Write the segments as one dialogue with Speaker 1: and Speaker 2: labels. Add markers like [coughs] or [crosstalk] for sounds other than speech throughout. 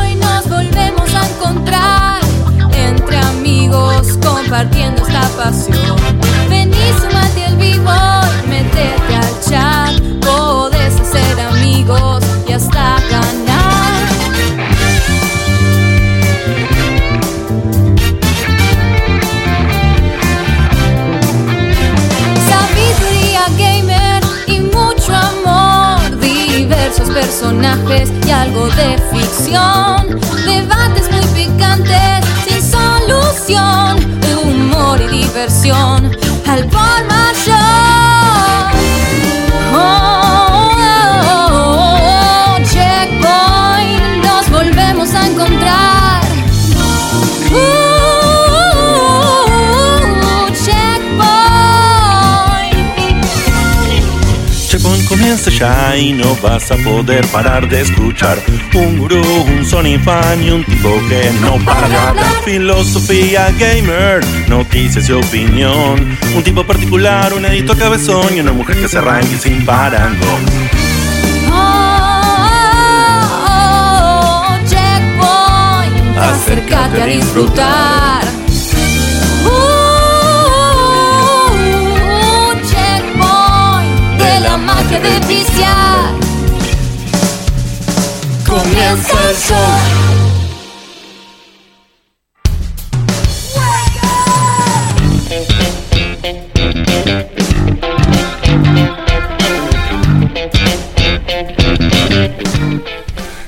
Speaker 1: Hoy nos volvemos a encontrar entre amigos compartiendo esta pasión. Vení, sumate al vivo y métete al chat. Podés hacer amigos y hasta ganar. Sabiduría gamer y mucho amor, diversos personajes y algo de ficción, debates muy picantes sin solución, humor y diversión al por mayor. Oh, oh, oh, oh, checkpoint, nos volvemos a encontrar. Uh, checkpoint.
Speaker 2: Checkpoint comienza ya y no vas a poder parar de escuchar Un gurú, un Sony fan y un tipo que no para de hablar Filosofía gamer, noticias y opinión Un tipo particular, un editor cabezón y una mujer que se arranque sin parangón
Speaker 1: Oh, oh, oh, oh, checkpoint. Acércate a disfrutar. Uh, uh, uh, checkpoint de la magia de viciar. Comienza el show.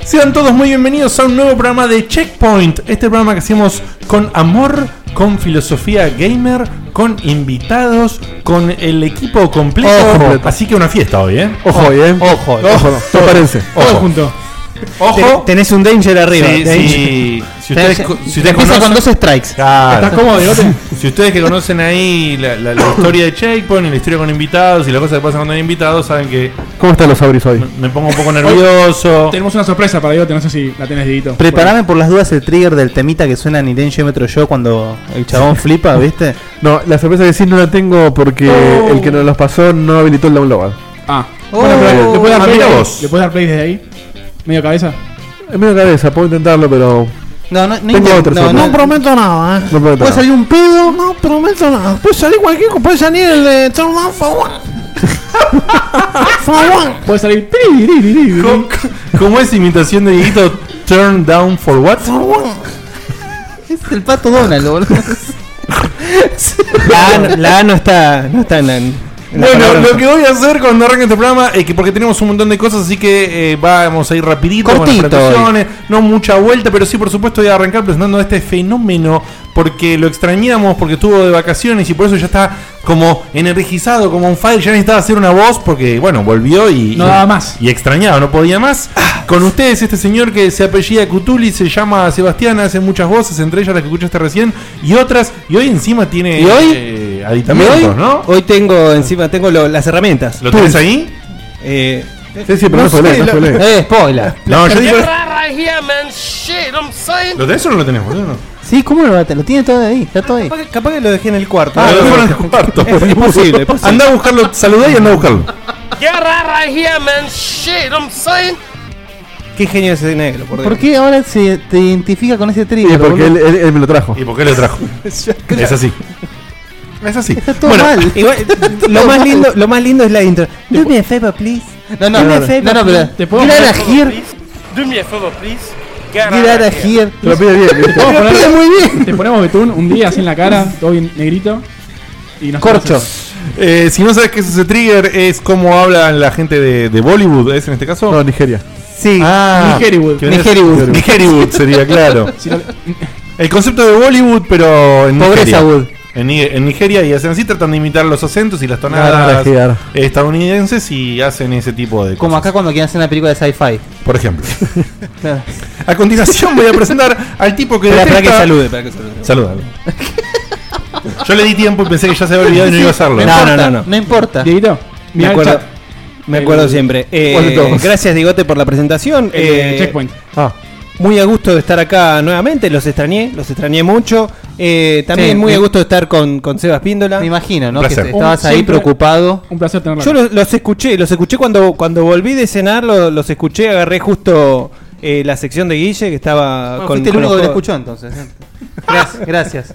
Speaker 3: Sean todos muy bienvenidos a un nuevo programa de Checkpoint. Este programa que hacemos con amor, con filosofía gamer, con invitados, con el equipo completo.
Speaker 4: Ojo. completo.
Speaker 3: Así que una fiesta hoy, ¿eh?
Speaker 4: Ojo, hoy, ¿eh? Ojo, ojo, no. Todo parece.
Speaker 3: Ojo.
Speaker 5: junto.
Speaker 4: Ojo.
Speaker 6: Tenés un danger arriba.
Speaker 3: Sí,
Speaker 6: danger.
Speaker 3: sí. Si ustedes,
Speaker 6: Tenés-
Speaker 3: co- si ustedes
Speaker 6: Empieza con
Speaker 3: conocen-
Speaker 6: dos strikes.
Speaker 3: Claro.
Speaker 5: ¿Estás cómodo,
Speaker 6: [laughs]
Speaker 5: bigote?
Speaker 3: [laughs] Si ustedes que conocen ahí la,
Speaker 4: [coughs]
Speaker 3: la- la historia de Checkpoint y la historia con invitados y las cosas que pasan cuando hay invitados, saben que
Speaker 4: ¿Cómo están los abris hoy?
Speaker 3: me pongo un poco nervioso.
Speaker 5: Tenemos una sorpresa para Bigote, no sé si la tenés, Didito.
Speaker 6: [laughs] Preparame por las dudas el trigger del temita que suena en Irene Metro Yo cuando el chabón flipa, ¿viste?
Speaker 4: No, la sorpresa que sí no la tengo porque Eh, el que nos los pasó no habilitó el download.
Speaker 5: Ah.
Speaker 6: Oh.
Speaker 5: Bueno, pero ¿le, puedes
Speaker 3: Ah,
Speaker 5: dar play
Speaker 3: mira
Speaker 5: desde-
Speaker 3: vos.
Speaker 5: ¿Le puedes dar play desde ahí? ¿Medio cabeza?
Speaker 4: En medio cabeza, puedo intentarlo, pero.
Speaker 6: No, no, no,
Speaker 4: Tengo
Speaker 6: intent-
Speaker 4: otra
Speaker 6: no,
Speaker 4: sorpresa.
Speaker 6: no prometo.
Speaker 7: nada, ¿eh?
Speaker 4: No puedo
Speaker 7: Puede
Speaker 4: intentarlo.
Speaker 7: salir un pedo, no prometo
Speaker 8: [laughs]
Speaker 7: nada. Puede salir cualquier cosa, puede salir el de Turn Down for One. For One.
Speaker 5: Puede salir. tiri, tiri, tiri.
Speaker 3: ¿Cómo, cómo es imitación de Dieguito? Turn down for what?
Speaker 6: Es el pato Donald,
Speaker 4: [laughs]
Speaker 6: boludo. La A, no- la A no está, no está en la. en la
Speaker 3: Bueno,
Speaker 6: palabra.
Speaker 3: lo que voy a hacer cuando arranque este programa es que porque tenemos un montón de cosas, así que eh, vamos a ir rapidito con
Speaker 6: Cortito
Speaker 3: las presentaciones, no mucha vuelta, pero sí por supuesto voy a arrancar presentando a este fenómeno porque lo extrañamos porque estuvo de vacaciones y por eso ya está como energizado, como un fire, ya necesitaba hacer una voz porque bueno, volvió y
Speaker 5: No
Speaker 3: y-
Speaker 5: daba más.
Speaker 3: y extrañado, no podía más.
Speaker 6: Ah.
Speaker 3: Con ustedes este señor que se apellida Cutuli, se llama Sebastián, hace muchas voces, entre ellas las que escuchaste recién y otras y hoy encima tiene
Speaker 6: ¿Y hoy?
Speaker 3: eh,
Speaker 6: Y
Speaker 3: aditamentos,
Speaker 6: hoy,
Speaker 3: ¿no?
Speaker 6: hoy tengo encima tengo lo- las herramientas.
Speaker 3: ¿Lo tenés ahí?
Speaker 6: Eh,
Speaker 4: Sí, sí, pero no,
Speaker 6: no Eh,
Speaker 4: spoilé,
Speaker 6: sé,
Speaker 4: no
Speaker 6: lo-
Speaker 4: spoilé.
Speaker 6: eh, spoiler.
Speaker 3: No, yo digo.
Speaker 7: right here, man. Shit, I'm saying.
Speaker 3: ¿Lo tenés o no lo tenés, boludo?
Speaker 6: Sí, ¿cómo lo va a tener? Lo tiene todo ahí, está todo ahí. Capaz que, lo dejé en el cuarto.
Speaker 3: Ah, lo
Speaker 6: [laughs]
Speaker 3: fueron al cuarto. [laughs]
Speaker 6: es posible, es posible.
Speaker 3: Andá a buscarlo, saludá y andá a buscarlo.
Speaker 7: Get right here, man. Shit, I'm saying.
Speaker 6: Qué genio ese negro, por, qué ahora se te identifica con ese trigger?
Speaker 4: Sí, porque
Speaker 6: boludo?
Speaker 4: él, él- él me lo trajo.
Speaker 3: ¿Y por qué lo
Speaker 4: [laughs]
Speaker 3: trajo? Es así. Es así.
Speaker 6: Está todo mal. lo, más lindo, lo más lindo es la intro.
Speaker 7: Do
Speaker 6: me a favor, please. No, no,
Speaker 7: Do me
Speaker 6: no,
Speaker 7: a
Speaker 6: no,
Speaker 7: favor,
Speaker 6: no, no, pero.
Speaker 5: ¿Te puedo
Speaker 6: get
Speaker 5: mandar
Speaker 6: out of here.
Speaker 7: Do me a favor, please. Get
Speaker 6: Get out of here.
Speaker 4: Te lo pide bien, ¿viste?
Speaker 5: Vamos a ponerle-
Speaker 6: muy bien.
Speaker 5: Te ponemos betún un día así en la cara, todo bien negrito. Y nos
Speaker 6: Corcho.
Speaker 3: Eh, si no sabes qué es ese trigger, es como hablan la gente de, de Bollywood, ¿es en este caso?
Speaker 4: No, Nigeria.
Speaker 6: Sí.
Speaker 3: ah,
Speaker 5: Nigeriwood.
Speaker 3: que vendría-
Speaker 6: Nigeriwood.
Speaker 3: Nigeriwood sería, claro.
Speaker 5: Si no-
Speaker 3: El concepto de Bollywood, pero en
Speaker 6: Pobreza
Speaker 3: Nigeria.
Speaker 6: Wood.
Speaker 3: En, Ni- en Nigeria y hacen así, tratan de imitar los acentos y las
Speaker 4: Nada,
Speaker 3: tonadas
Speaker 4: Nigeria.
Speaker 3: estadounidenses y hacen ese tipo de cosas.
Speaker 6: Como acá cuando quieren hacer una película de sci-fi.
Speaker 3: Por ejemplo.
Speaker 6: [laughs] Claro.
Speaker 3: A continuación voy a presentar al tipo que
Speaker 6: Espera, espera que
Speaker 3: detecta-
Speaker 6: salude. Para que salude.
Speaker 3: Salúdalo. Yo le di tiempo y pensé que ya se había [laughs] olvidado y no iba a hacerlo.
Speaker 6: No, no, importa, no, no. No importa.
Speaker 5: Dieguito,
Speaker 6: Me
Speaker 5: mira el
Speaker 6: acuerdo.
Speaker 5: chat.
Speaker 6: Me
Speaker 5: El-
Speaker 6: acuerdo siempre. Eh,
Speaker 4: ¿Cuál de todos?
Speaker 6: gracias, Digote, por la presentación.
Speaker 5: El
Speaker 6: Eh,
Speaker 5: checkpoint.
Speaker 4: Ah,
Speaker 8: Muy a gusto de estar acá nuevamente, los extrañé, los extrañé mucho. Eh, también
Speaker 6: Sí,
Speaker 8: muy
Speaker 6: me-
Speaker 8: a gusto de estar con, con Sebas Píndola.
Speaker 6: Me imagino, ¿no?
Speaker 3: Un
Speaker 6: Que
Speaker 3: placer.
Speaker 6: estabas
Speaker 5: Un-
Speaker 6: ahí
Speaker 5: siempre-
Speaker 6: preocupado.
Speaker 5: Un placer tenerlo.
Speaker 8: Yo
Speaker 5: acá.
Speaker 8: los, los escuché, los escuché cuando, cuando volví de cenar, lo- los, escuché, agarré justo eh, la sección de Guille que estaba
Speaker 6: Bueno,
Speaker 8: con,
Speaker 6: fuiste el
Speaker 8: con
Speaker 6: único
Speaker 8: los
Speaker 6: que lo
Speaker 8: juegos.
Speaker 6: escuchó entonces. Gracias, gracias.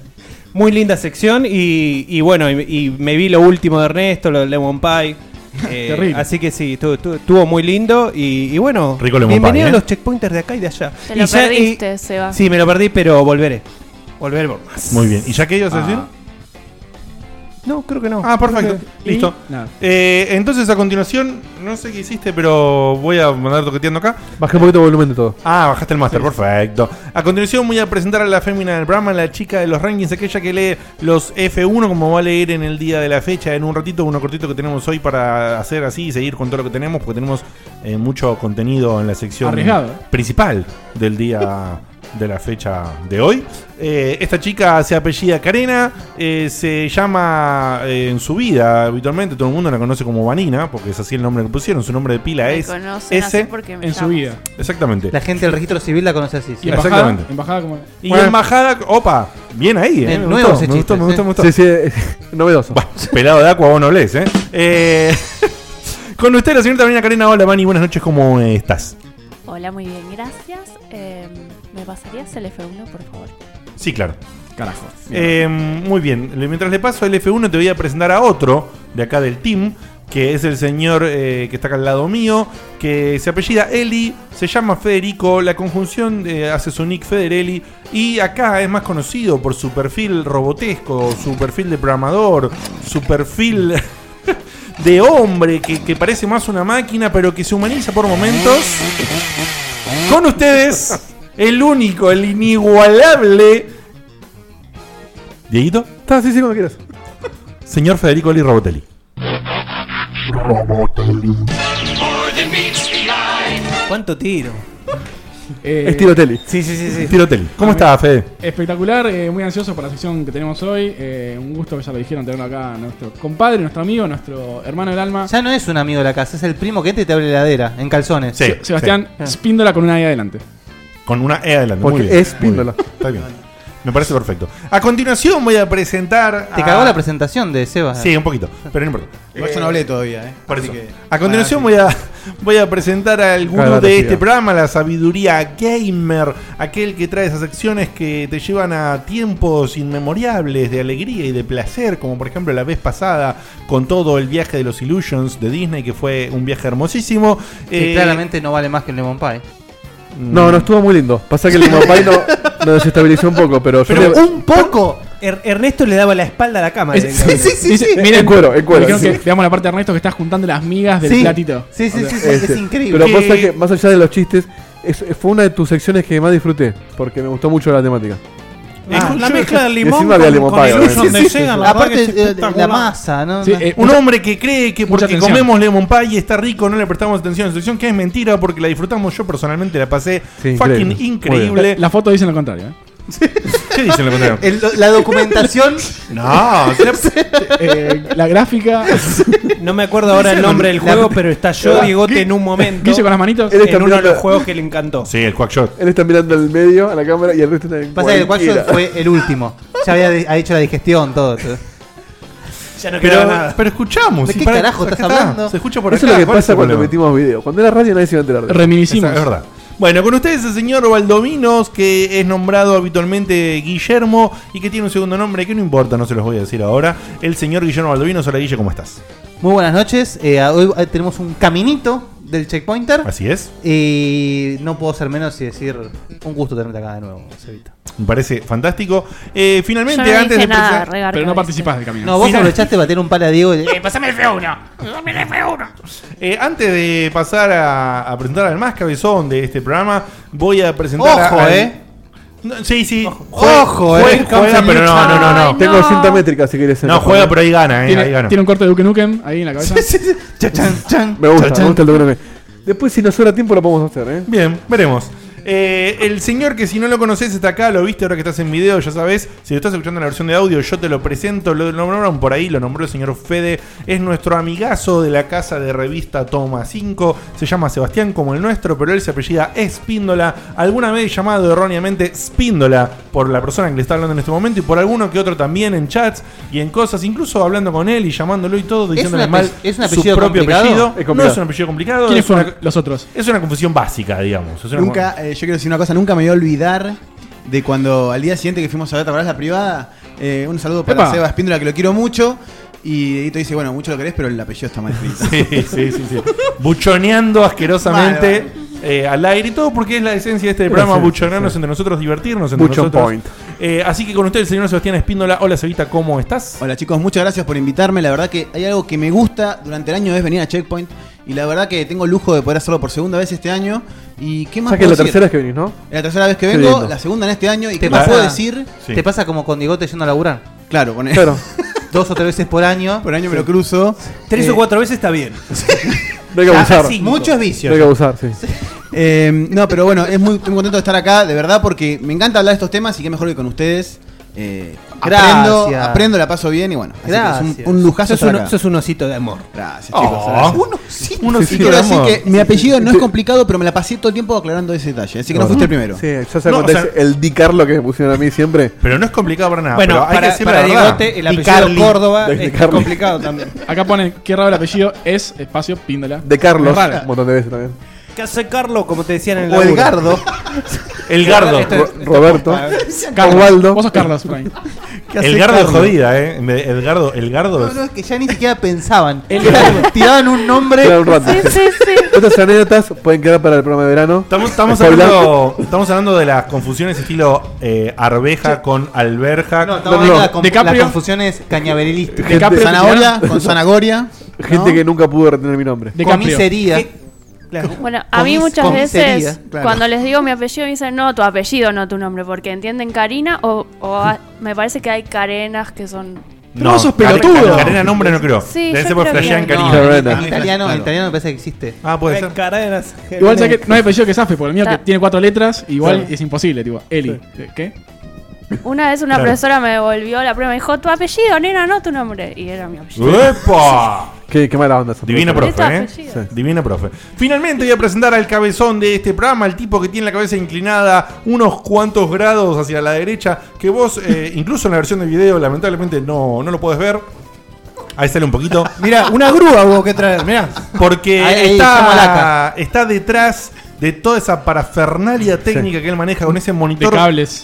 Speaker 8: Muy linda sección y, y bueno, y, y me vi lo último de Ernesto, lo de Lemon
Speaker 3: [laughs]
Speaker 8: Pie. eh,
Speaker 5: Terrible.
Speaker 8: así que sí, estuvo, estuvo- estuvo muy lindo y, y bueno,
Speaker 3: Rico Lemon
Speaker 8: bienvenido
Speaker 3: Pie,
Speaker 8: a
Speaker 3: ¿eh?
Speaker 8: los checkpointers de acá y de allá.
Speaker 9: Te
Speaker 8: Y
Speaker 9: lo
Speaker 8: ya- y-
Speaker 9: perdiste, Seba.
Speaker 8: sí, me lo perdí, pero volveré. Volveré por más. Ah.
Speaker 3: Muy bien. ¿Y ya qué ibas a decir?
Speaker 8: No, creo que no.
Speaker 3: Ah, perfecto.
Speaker 4: [laughs]
Speaker 5: Y-
Speaker 3: Listo.
Speaker 5: nada.
Speaker 3: Eh, entonces, a continuación, no sé qué hiciste, pero voy a mandar toqueteando acá.
Speaker 4: Bajé un poquito el volumen de todo.
Speaker 3: Ah, bajaste el máster, perfecto. A continuación voy a presentar a la fémina del programa, la chica de los rankings, aquella que lee los F1, como va a leer en el día de la fecha, en un ratito, uno cortito que tenemos hoy para hacer así y seguir con todo lo que tenemos, porque tenemos eh, mucho contenido en la sección
Speaker 4: ¿eh?
Speaker 5: Arriesgado.
Speaker 3: principal del día de la fecha de hoy. Eh, esta chica se apellida Karena, eh, se llama eh, en su vida habitualmente, todo el mundo la conoce como Vanina, porque es así el nombre que pusieron, su nombre de pila
Speaker 9: Me
Speaker 3: es
Speaker 9: conocen así
Speaker 3: S.
Speaker 9: porque me
Speaker 5: En su
Speaker 9: llaman.
Speaker 5: vida.
Speaker 3: Exactamente.
Speaker 6: La gente del registro civil la conoce así.
Speaker 5: Y
Speaker 6: sí.
Speaker 5: embajada,
Speaker 3: Exactamente.
Speaker 5: embajada como.
Speaker 3: Y
Speaker 4: Bueno.
Speaker 3: embajada, opa, bien ahí,
Speaker 6: De
Speaker 3: eh. Me
Speaker 6: nuevo
Speaker 3: gustó,
Speaker 6: ese
Speaker 3: me gustó,
Speaker 6: chiste,
Speaker 3: me gustó, me gustó.
Speaker 4: Sí, sí, es [laughs] novedoso.
Speaker 3: Bah, pelado de agua, vos no lees, ¿eh? eh [laughs] con usted, la señorita Marina Karina. Hola, Mani, buenas noches, ¿cómo eh, estás?
Speaker 9: Hola, muy bien, gracias. Eh, ¿Me pasarías el F1, por favor?
Speaker 3: Sí, claro.
Speaker 5: Carajo.
Speaker 3: Eh, muy bien, Le- mientras le paso al F1, te voy a presentar a otro de acá del team, que es el señor eh, que está acá al lado mío, que se apellida Eli, se llama Federico, la conjunción eh, hace su nick Federelli, y acá es más conocido por su perfil robotesco, su perfil de programador, su perfil [laughs] de hombre que, que parece más una máquina, pero que se humaniza por momentos. Con ustedes, el único, el inigualable. Dieguito,
Speaker 4: Está, sí, sí, cuando quieras.
Speaker 3: señor Federico Eli Robotelli.
Speaker 8: ¿Cuánto tiro?
Speaker 5: Eh, Ah,
Speaker 4: Estilo tele.
Speaker 8: Sí, sí, sí, sí.
Speaker 3: Tirotelli. ¿Cómo está, Fede?
Speaker 5: Espectacular, eh, muy ansioso por la sección que tenemos hoy. eh, un gusto que ya lo dijeron tenerlo acá a nuestro compadre, nuestro amigo, nuestro hermano del alma,
Speaker 6: Ya no es un amigo de la casa, es el primo que entra y te abre la heladera, en calzones.
Speaker 5: Sebastián Spíndola con una ahí adelante.
Speaker 3: Con una E adelante.
Speaker 4: Porque
Speaker 3: muy bien,
Speaker 4: es
Speaker 3: muy bien.
Speaker 4: píndola.
Speaker 3: Está bien. Me parece perfecto. A continuación voy a presentar.
Speaker 6: Te
Speaker 3: a-
Speaker 6: cagó la presentación de Seba.
Speaker 3: Sí, un poquito, pero no importa.
Speaker 10: Igual yo no hablé todavía, ¿eh?
Speaker 3: Por
Speaker 10: Así
Speaker 3: eso.
Speaker 10: que-
Speaker 3: a continuación voy a, voy a presentar al gurú
Speaker 4: Cagada
Speaker 3: de
Speaker 4: la
Speaker 3: este
Speaker 4: siga.
Speaker 3: programa, la sabiduría gamer, aquel que trae esas secciones que te llevan a tiempos inmemorables de alegría y de placer, como por ejemplo la vez pasada con todo el viaje de los Illusions de Disney, que fue un viaje hermosísimo.
Speaker 6: Que
Speaker 3: Eh, mm.
Speaker 6: claramente no vale más que el Lemon Pie.
Speaker 4: No, no estuvo muy lindo. Pasa que [laughs] el Mumbai no, no desestabilizó un poco, pero, yo
Speaker 8: Pero
Speaker 4: le-
Speaker 8: un poco. Er- Ernesto le daba la espalda a la cámara.
Speaker 6: [laughs] sí, sí,
Speaker 5: Dice-
Speaker 4: Mira el cuero, el cuero.
Speaker 5: Dijeron
Speaker 4: sí.
Speaker 5: que le damos la parte de Ernesto que está juntando las migas del
Speaker 6: Sí,
Speaker 5: platito.
Speaker 6: sí, sí, sí, sí,
Speaker 4: Este,
Speaker 6: es increíble.
Speaker 4: Pero
Speaker 3: Que-
Speaker 4: pasa que, más allá de los chistes, es- fue una de tus secciones que más disfruté, porque me gustó mucho la temática.
Speaker 3: Ah,
Speaker 10: la
Speaker 3: yo-
Speaker 10: mezcla del
Speaker 4: encima
Speaker 10: limón
Speaker 4: había limón pie,
Speaker 10: el
Speaker 4: obviamente.
Speaker 10: Illusion de
Speaker 4: Sí, sí,
Speaker 10: Sega,
Speaker 4: sí.
Speaker 10: la verdad que
Speaker 6: Aparte
Speaker 10: es
Speaker 6: de, de la
Speaker 10: espectacular.
Speaker 6: masa, ¿no?
Speaker 5: Sí,
Speaker 6: No.
Speaker 5: eh,
Speaker 3: Un hombre que cree que
Speaker 5: Mucha
Speaker 3: porque
Speaker 5: atención.
Speaker 3: comemos lemon pie y está rico no le prestamos atención a su sección, que es mentira porque la disfrutamos. Yo personalmente la pasé
Speaker 4: Sí,
Speaker 3: fucking
Speaker 4: increíble. Muy
Speaker 3: increíble.
Speaker 5: La, la foto dice lo contrario. ¿eh?
Speaker 3: ¿Qué dicen lo contrario?
Speaker 6: [laughs] El- la documentación
Speaker 3: No, se la-
Speaker 10: [laughs]
Speaker 5: Eh, la gráfica,
Speaker 8: No me acuerdo ahora el nombre del
Speaker 3: [laughs]
Speaker 8: juego, pero está yo, Diegote, en un momento.
Speaker 5: Guille con las manitos.
Speaker 4: Eres
Speaker 8: En uno de
Speaker 4: campeón.
Speaker 8: los juegos que le encantó.
Speaker 3: Sí, [laughs] el quack shot.
Speaker 4: Él está mirando al medio, a la cámara, y el resto está en
Speaker 6: pasa que el cual
Speaker 4: cualquiera.
Speaker 6: fue el último. Ya había de- ha hecho la digestión, todo. todo.
Speaker 8: Ya no quedaba
Speaker 3: Pero,
Speaker 8: nada.
Speaker 3: pero escuchamos.
Speaker 6: ¿De
Speaker 3: sí,
Speaker 6: qué
Speaker 3: para-
Speaker 6: carajo
Speaker 3: acá
Speaker 6: estás
Speaker 3: está,
Speaker 6: hablando?
Speaker 3: Se escucha por
Speaker 4: Eso es
Speaker 3: acá.
Speaker 4: lo que
Speaker 3: ¿cuál
Speaker 4: pasa
Speaker 3: el
Speaker 4: cuando
Speaker 3: problema?
Speaker 4: metimos video. Cuando era radio nadie se iba a enterar. de-
Speaker 5: reminiscimos.
Speaker 3: Esa- es verdad. Bueno, con ustedes el señor Valdominos, que es nombrado habitualmente Guillermo y que tiene un segundo nombre que no importa, no se los voy a decir ahora. El señor Guillermo Valdominos. Hola, Guille, ¿cómo estás?
Speaker 6: Muy buenas noches. eh, hoy eh, tenemos un caminito del checkpointer.
Speaker 3: Así es.
Speaker 6: Y no puedo ser menos y decir un gusto tenerte acá de nuevo, Cevita.
Speaker 3: Me parece fantástico. Eh,
Speaker 9: Yo
Speaker 3: finalmente,
Speaker 9: no dije
Speaker 3: antes de
Speaker 9: nada,
Speaker 3: empezar-
Speaker 9: regarca,
Speaker 5: Pero no
Speaker 9: ¿viste?
Speaker 5: participás del camino.
Speaker 6: No, vos aprovechaste de bater un pala a Diego. y-
Speaker 3: [laughs] Eh, antes de pasar a, a presentar al más cabezón de este programa, voy a presentar
Speaker 6: Ojo,
Speaker 3: a. al-
Speaker 6: eh.
Speaker 3: No, sí, sí.
Speaker 6: Ojo, eh.
Speaker 3: juega, juega, pero no, no, no, no.
Speaker 9: Ay,
Speaker 4: Tengo
Speaker 9: No.
Speaker 4: cinta métrica si querés.
Speaker 3: No, juega, pero ahí gana, eh.
Speaker 5: Tiene,
Speaker 3: Ahí gana.
Speaker 5: tiene un corte de Duke Nukem ahí en la cabeza.
Speaker 6: Cha, chan, chan.
Speaker 4: Me gusta,
Speaker 6: Cha, chan.
Speaker 4: me gusta el doble. Después, si nos sobra tiempo, lo podemos hacer, ¿eh?
Speaker 3: Bien, veremos. Eh, el señor que si no lo conoces está acá, lo viste ahora que estás en video, ya sabes. Si lo estás escuchando en la versión de audio, yo te lo presento. Lo nombraron por ahí, lo nombró el señor Fede. Es nuestro amigazo de la casa de revista Toma 5. Se llama Sebastián como el nuestro, pero él se apellida Espíndola. Alguna vez llamado erróneamente Spíndola por la persona que le está hablando en este momento y por alguno que otro también en chats y en cosas, incluso hablando con él y llamándolo y todo, diciéndole
Speaker 6: un ape-
Speaker 3: mal
Speaker 6: es un
Speaker 3: su
Speaker 6: apellido
Speaker 3: propio
Speaker 6: complicado?
Speaker 3: apellido.
Speaker 6: Es
Speaker 3: No
Speaker 6: complicado.
Speaker 3: es un apellido complicado.
Speaker 6: ¿Quiénes
Speaker 3: es una-
Speaker 6: fueron
Speaker 5: los otros?
Speaker 3: Es una confusión básica, digamos. Es una-
Speaker 11: Nunca, eh, yo quiero decir una cosa, nunca me voy a olvidar de cuando al día siguiente que fuimos a ver ¿te acordás la privada, Eh, un saludo para
Speaker 3: Epa.
Speaker 11: Seba Espíndola que lo quiero mucho. Y Edito dice, bueno, mucho lo querés, pero el apellido está mal escrito.
Speaker 3: [laughs] Sí, sí, sí, sí. Buchoneando asquerosamente
Speaker 11: Mal,
Speaker 3: eh, al aire y todo porque es la esencia de este
Speaker 11: Gracias,
Speaker 3: programa, buchonearnos entre nosotros, divertirnos entre
Speaker 11: Buchon
Speaker 3: nosotros.
Speaker 11: point.
Speaker 3: Eh, así que con usted el señor Sebastián Espíndola. Hola, Sevita, ¿cómo estás?
Speaker 11: Hola chicos, muchas gracias por invitarme. La verdad que hay algo que me gusta durante el año es venir a Checkpoint. Y la verdad que tengo el lujo de poder hacerlo por segunda vez este año. ¿Y qué
Speaker 4: O
Speaker 11: más
Speaker 4: sea que es la
Speaker 11: puedo decir?
Speaker 4: tercera vez que venís, ¿no?
Speaker 11: Es La tercera vez que
Speaker 4: Qué
Speaker 11: vengo,
Speaker 4: lindo.
Speaker 11: la segunda en este año. ¿Y
Speaker 4: ¿Te
Speaker 11: qué más
Speaker 4: pasa-
Speaker 11: puedo
Speaker 3: Ah.
Speaker 11: decir?
Speaker 4: Sí. ¿Te
Speaker 11: pasa como con Digote yendo a laburar? Claro, con
Speaker 4: Ah, [laughs] Claro.
Speaker 11: Dos o tres veces por año. Por año me lo cruzo.
Speaker 8: Tres
Speaker 11: Eh,
Speaker 8: o cuatro veces está
Speaker 6: [laughs]
Speaker 8: bien.
Speaker 4: No hay que
Speaker 11: Ah,
Speaker 4: abusar.
Speaker 11: sí, muchos vicios.
Speaker 4: No hay que abusar, sí.
Speaker 11: [laughs] Eh, no, pero bueno, es muy, estoy muy contento de estar acá, de verdad, porque me encanta hablar de estos temas y qué mejor que con ustedes. Eh,
Speaker 6: Gracias.
Speaker 11: aprendo, aprendo, la paso bien y bueno. así que es
Speaker 6: Gracias.
Speaker 11: un, un lujazo
Speaker 6: Sos
Speaker 11: estar
Speaker 6: un-
Speaker 11: acá.
Speaker 6: sos un osito de amor.
Speaker 11: Gracias, chicos.
Speaker 4: Ah,
Speaker 6: Oh.
Speaker 11: gracias.
Speaker 6: Sí,
Speaker 11: Uno
Speaker 6: sí,
Speaker 11: y quiero
Speaker 6: de
Speaker 11: decir
Speaker 6: amor.
Speaker 11: que mi apellido no es complicado, pero me la pasé todo el tiempo aclarando ese detalle. Así que no fuiste el primero.
Speaker 4: Sí, ya se cuenta ese- el Di Carlo que me pusieron a mí siempre.
Speaker 3: Pero no es complicado para nada.
Speaker 11: Bueno,
Speaker 4: pero hay
Speaker 11: para-
Speaker 4: que decir la
Speaker 11: para
Speaker 4: verdad.
Speaker 11: Diegote, el
Speaker 4: Di
Speaker 11: apellido
Speaker 4: Carli.
Speaker 11: Córdoba
Speaker 4: De-
Speaker 11: es
Speaker 4: de Carli.
Speaker 11: complicado también.
Speaker 5: [laughs] Acá ponen, qué raro el apellido, es espacio píndola.
Speaker 4: De Carlos,
Speaker 5: Es raro.
Speaker 4: un montón de veces también.
Speaker 8: ¿Qué hace Carlos? Como te decían en el
Speaker 4: O el
Speaker 8: laburo.
Speaker 4: Gardo.
Speaker 3: El
Speaker 4: Gardo.
Speaker 8: Esto es- ¿eh?
Speaker 4: Roberto. [laughs]
Speaker 5: Carlos.
Speaker 4: Osvaldo.
Speaker 5: Vos sos Carlos, Frank.
Speaker 6: ¿Qué hace
Speaker 3: El gardo es
Speaker 6: Carlos?
Speaker 3: jodida, ¿eh? En vez de- El gardo, el gardo
Speaker 6: No,
Speaker 3: es-
Speaker 6: no, es que ya ni siquiera pensaban.
Speaker 8: [laughs]
Speaker 6: Tiraban un nombre.
Speaker 4: Era un rato. Otras anécdotas pueden quedar para el programa de verano.
Speaker 3: Estamos, Estamos hablando, estamos hablando de las confusiones estilo eh, arveja con alberja.
Speaker 6: No, estamos hablando de la conf- la confusión es cañaverilística.
Speaker 3: DiCaprio.
Speaker 11: Zanahoria con
Speaker 8: [laughs]
Speaker 11: zanagoria.
Speaker 4: Gente que nunca pudo retener mi nombre.
Speaker 11: De Comisaría.
Speaker 9: Bueno, a mí
Speaker 11: Comis-
Speaker 9: muchas
Speaker 11: comisaría,
Speaker 9: veces
Speaker 11: claro.
Speaker 9: cuando les digo mi apellido me dicen no, tu apellido, no tu nombre, porque entienden Karina o, o a- me parece que hay Karenas que son...
Speaker 3: No, vos sos pelotudo. Karen- Karen nombre no creo.
Speaker 9: Sí,
Speaker 3: Debe
Speaker 9: yo
Speaker 3: ser por
Speaker 9: creo que
Speaker 3: flashear en
Speaker 9: no.
Speaker 3: Karina.
Speaker 6: En italiano, en italiano me parece que existe.
Speaker 3: Ah, puede ser.
Speaker 8: Cadenas.
Speaker 5: Igual ya que no hay apellido que zafe, porque el mío que
Speaker 9: Ta-
Speaker 5: tiene cuatro letras, igual
Speaker 9: Sí.
Speaker 5: es imposible, tipo, Eli. ¿Qué?
Speaker 9: Una vez una
Speaker 5: Claro.
Speaker 9: profesora me devolvió la prueba y me dijo, tu apellido, nena, no tu nombre. Y era mi apellido.
Speaker 3: ¡Epa!
Speaker 4: Qué, qué mala onda esa
Speaker 3: Divina
Speaker 4: persona.
Speaker 3: profe, ¿eh? Divina profe. Finalmente voy a presentar al cabezón de este programa, el tipo que tiene la cabeza inclinada unos cuantos grados hacia la derecha, que vos,
Speaker 6: [laughs]
Speaker 3: eh, incluso en la versión de video, lamentablemente no, no lo podés ver. Ahí sale un poquito.
Speaker 6: Mira, una grúa hubo que traer, mirá.
Speaker 3: Porque
Speaker 6: Ahí- ahí está
Speaker 3: está,
Speaker 6: Malaca.
Speaker 3: está detrás de toda esa parafernalia técnica que él maneja con ese monitor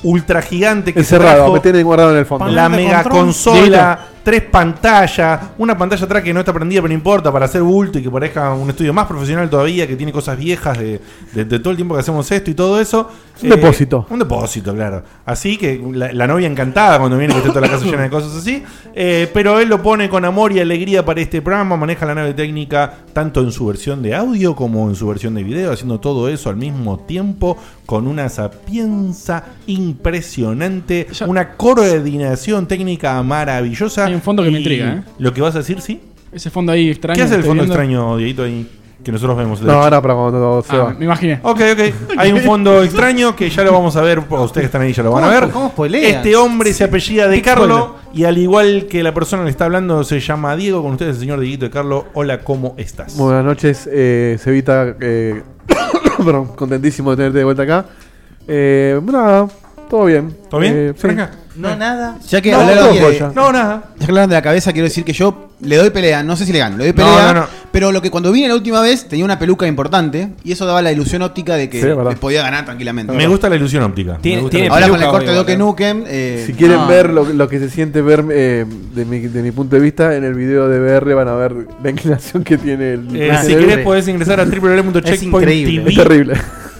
Speaker 3: ultra gigante que se
Speaker 4: Encerrado,
Speaker 3: trajo.
Speaker 4: me tienen guardado en el fondo.
Speaker 3: La mega consola, tres pantallas, una pantalla atrás que no está prendida, pero no importa, para hacer bulto y que parezca un estudio más profesional todavía, que tiene cosas viejas de, de- de todo el tiempo que hacemos esto y todo eso. Eh,
Speaker 4: Un depósito.
Speaker 3: Un depósito, claro. Así que la, la novia encantada cuando viene que esté toda la casa llena de cosas así. Eh, pero él lo pone con amor y alegría para este programa, maneja la nave técnica tanto en su versión de audio como en su versión de video, haciendo todo eso al mismo tiempo con una sapienza impresionante, una coordinación técnica maravillosa. Hay un
Speaker 5: fondo que me intriga, ¿eh?
Speaker 3: Lo que vas a decir, sí.
Speaker 5: Ese fondo ahí extraño.
Speaker 3: ¿Qué hace el
Speaker 5: estoy
Speaker 3: fondo
Speaker 5: viendo.
Speaker 3: extraño, Dieguito, ahí? Que nosotros vemos.
Speaker 4: No, ahora para cuando se
Speaker 5: Ah,
Speaker 4: va.
Speaker 5: me imaginé.
Speaker 3: Ok, ok. Hay un
Speaker 6: [laughs]
Speaker 3: fondo extraño que ya lo vamos a ver. po- Ustedes que están ahí ya lo van a
Speaker 6: ¿Cómo-
Speaker 3: ver.
Speaker 6: cómo spoilean?
Speaker 3: este hombre se apellida de
Speaker 6: Big
Speaker 3: Carlo y al igual que la persona que le está hablando se llama Diego. Con ustedes el señor Dieguito de Carlo. Hola, ¿cómo estás?
Speaker 4: Buenas noches, eh, Cevita. eh, [coughs] perdón, contentísimo de tenerte de vuelta acá. Eh, nada, todo bien.
Speaker 3: ¿Todo bien?
Speaker 4: Eh, sí.
Speaker 6: No, nada.
Speaker 11: Ya que
Speaker 4: No,
Speaker 11: hablaron,
Speaker 4: tampoco,
Speaker 11: de,
Speaker 4: ya.
Speaker 3: No, nada.
Speaker 11: Ya que hablaron de la cabeza, quiero decir que yo le doy pelea. No sé si le gano, le doy pelea.
Speaker 3: no, no.
Speaker 11: Pero lo que cuando vine la última vez tenía una peluca importante y eso daba la ilusión óptica de que
Speaker 3: Sí, es verdad.
Speaker 11: me podía ganar tranquilamente.
Speaker 3: Me gusta la ilusión óptica.
Speaker 11: Tiene-
Speaker 3: Me gusta
Speaker 11: tiene
Speaker 3: la-
Speaker 11: Ahora con el corte de Duke Nukem. eh,
Speaker 4: Si quieren
Speaker 11: no.
Speaker 4: ver lo, lo que se siente ver eh, de, mi, de mi punto de vista, en el video de BR van a ver la inclinación que tiene el.
Speaker 3: Eh, si querés podés
Speaker 4: [laughs]
Speaker 3: ingresar a www.checkpoint.tv
Speaker 4: Es terrible.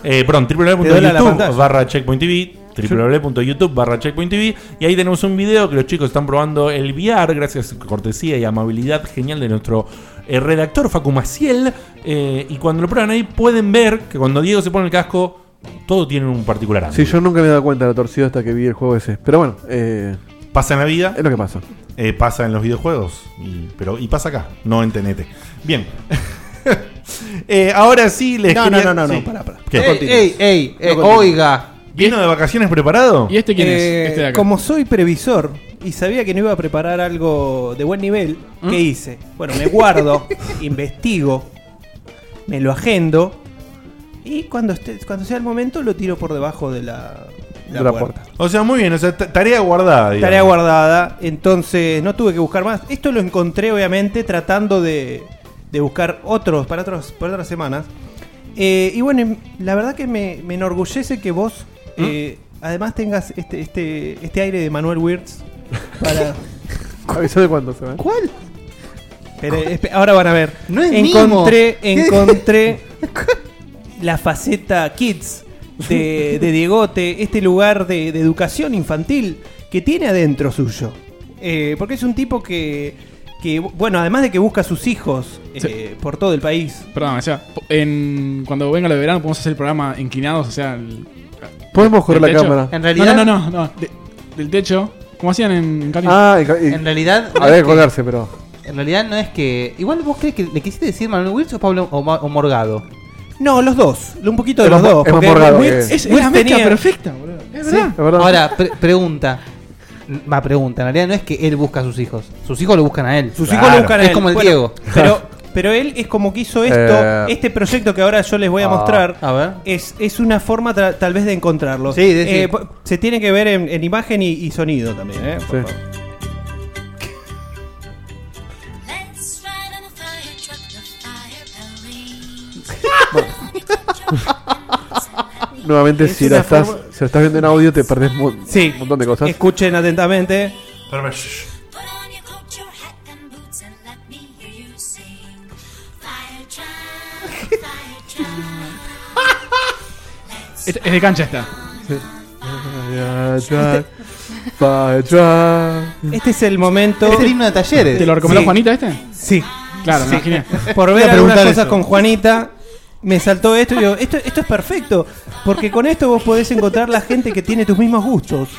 Speaker 3: Eh, perdón,
Speaker 4: Te duele la
Speaker 3: www.youtube
Speaker 4: pantalla.
Speaker 3: barra Checkpoint TV www.youtube barra Checkpoint TV y ahí tenemos un video que los chicos están probando el VR gracias a cortesía y amabilidad genial de nuestro eh, redactor Facu Maciel eh, y cuando lo prueban ahí pueden ver que cuando Diego se pone el casco todo tiene un particular ángulo.
Speaker 4: Sí, yo nunca me he dado cuenta de lo torcido hasta que vi el juego ese. Pero bueno, eh,
Speaker 3: pasa en la vida
Speaker 4: es lo que pasa.
Speaker 3: eh, pasa en los videojuegos y, pero, y pasa acá no en TNT bien Eh, ahora sí les
Speaker 12: No,
Speaker 3: quería-
Speaker 12: no, no, no,
Speaker 3: sí.
Speaker 12: no, pará, pará.
Speaker 3: ¿Qué?
Speaker 12: Ey, ey, ey, eh, oiga.
Speaker 3: ¿Vino de vacaciones preparado?
Speaker 11: este
Speaker 8: Eh,
Speaker 3: Este
Speaker 8: Como soy previsor y sabía que no iba a preparar algo de buen nivel, ¿Mm? ¿qué hice? Bueno, me
Speaker 3: [laughs]
Speaker 8: guardo, investigo, me lo agendo y cuando, esté, cuando sea el momento lo tiro por debajo de la, de la
Speaker 3: De la
Speaker 8: puerta.
Speaker 3: puerta. O sea, muy bien, o sea, ta- tarea guardada. digamos.
Speaker 8: Tarea guardada, entonces no tuve que buscar más. Esto lo encontré obviamente tratando de, de buscar otros para, otros para otras semanas. Eh, y bueno, em, la verdad que me, me enorgullece que vos
Speaker 4: ¿Mm?
Speaker 8: eh, además tengas este, este, este aire de Manuel Wirtz
Speaker 4: [laughs]
Speaker 8: para...
Speaker 4: ¿Avisó de cuándo se va?
Speaker 8: ¿Cuál? Pero, espe- ahora van a ver.
Speaker 4: No es
Speaker 6: [laughs]
Speaker 8: encontré,
Speaker 4: mimo.
Speaker 8: encontré la faceta Kids de, de Diegote, este lugar de, de educación infantil que tiene adentro suyo. Eh, porque es un tipo que, que, bueno, además de que busca a sus hijos eh, por todo el país.
Speaker 5: Perdón, o sea, po- en, cuando venga lo de verano podemos hacer el programa inclinados, o sea, el-
Speaker 4: Podemos correr
Speaker 5: del
Speaker 4: la
Speaker 5: techo.
Speaker 4: cámara.
Speaker 5: En
Speaker 4: En
Speaker 5: realidad.
Speaker 4: realidad-
Speaker 5: No, no, no, no, de- del techo. Como hacían en, en Cali.
Speaker 4: Ah, y ca- y- Habría que colgarse, pero.
Speaker 6: En realidad no es que. Igual vos crees que le quisiste decir Manuel Wills o Pablo o, Ma- o Morgado.
Speaker 8: No, los dos. Un poquito
Speaker 6: de los
Speaker 8: dos,
Speaker 6: Es
Speaker 8: porque
Speaker 6: Morgado.
Speaker 8: Wirtz-
Speaker 6: es.
Speaker 8: Es- es Wirtz la mezcla tenía-
Speaker 5: perfecta, boludo. Es verdad.
Speaker 6: Ahora, pre- pregunta. Más pregunta. En realidad no es que él busca a sus hijos. Sus hijos lo buscan a él.
Speaker 8: Sus hijos lo buscan a
Speaker 6: Es
Speaker 8: él.
Speaker 6: como el
Speaker 8: Bueno,
Speaker 6: Diego. [laughs]
Speaker 8: Pero, pero él es como que hizo esto,
Speaker 6: Eh.
Speaker 8: este proyecto que ahora yo les voy a
Speaker 6: Ah,
Speaker 8: mostrar.
Speaker 6: a ver.
Speaker 8: Es, es una forma tra- tal vez de encontrarlo.
Speaker 6: Sí, de- sí.
Speaker 8: po- se tiene que ver en, en imagen y, y sonido también, ¿eh? Por favor.
Speaker 4: Nuevamente,
Speaker 8: Es
Speaker 4: si lo,
Speaker 8: una
Speaker 4: estás,
Speaker 8: forma-
Speaker 4: si lo estás viendo en audio, te perdés mu-
Speaker 8: Sí.
Speaker 4: un montón de cosas.
Speaker 8: Escuchen atentamente.
Speaker 5: Es, es de cancha esta.
Speaker 8: Este es el momento.
Speaker 5: Es el himno de Talleres. ¿Te lo recomendó Juanita este?
Speaker 8: Sí.
Speaker 5: Claro, me
Speaker 8: Sí.
Speaker 6: [laughs]
Speaker 5: imaginé.
Speaker 8: Por
Speaker 5: Iba
Speaker 8: ver algunas
Speaker 5: a preguntar
Speaker 8: cosas
Speaker 5: eso.
Speaker 8: con Juanita, me saltó esto y digo, esto, esto es perfecto. Porque con esto vos podés encontrar la gente que tiene tus mismos gustos.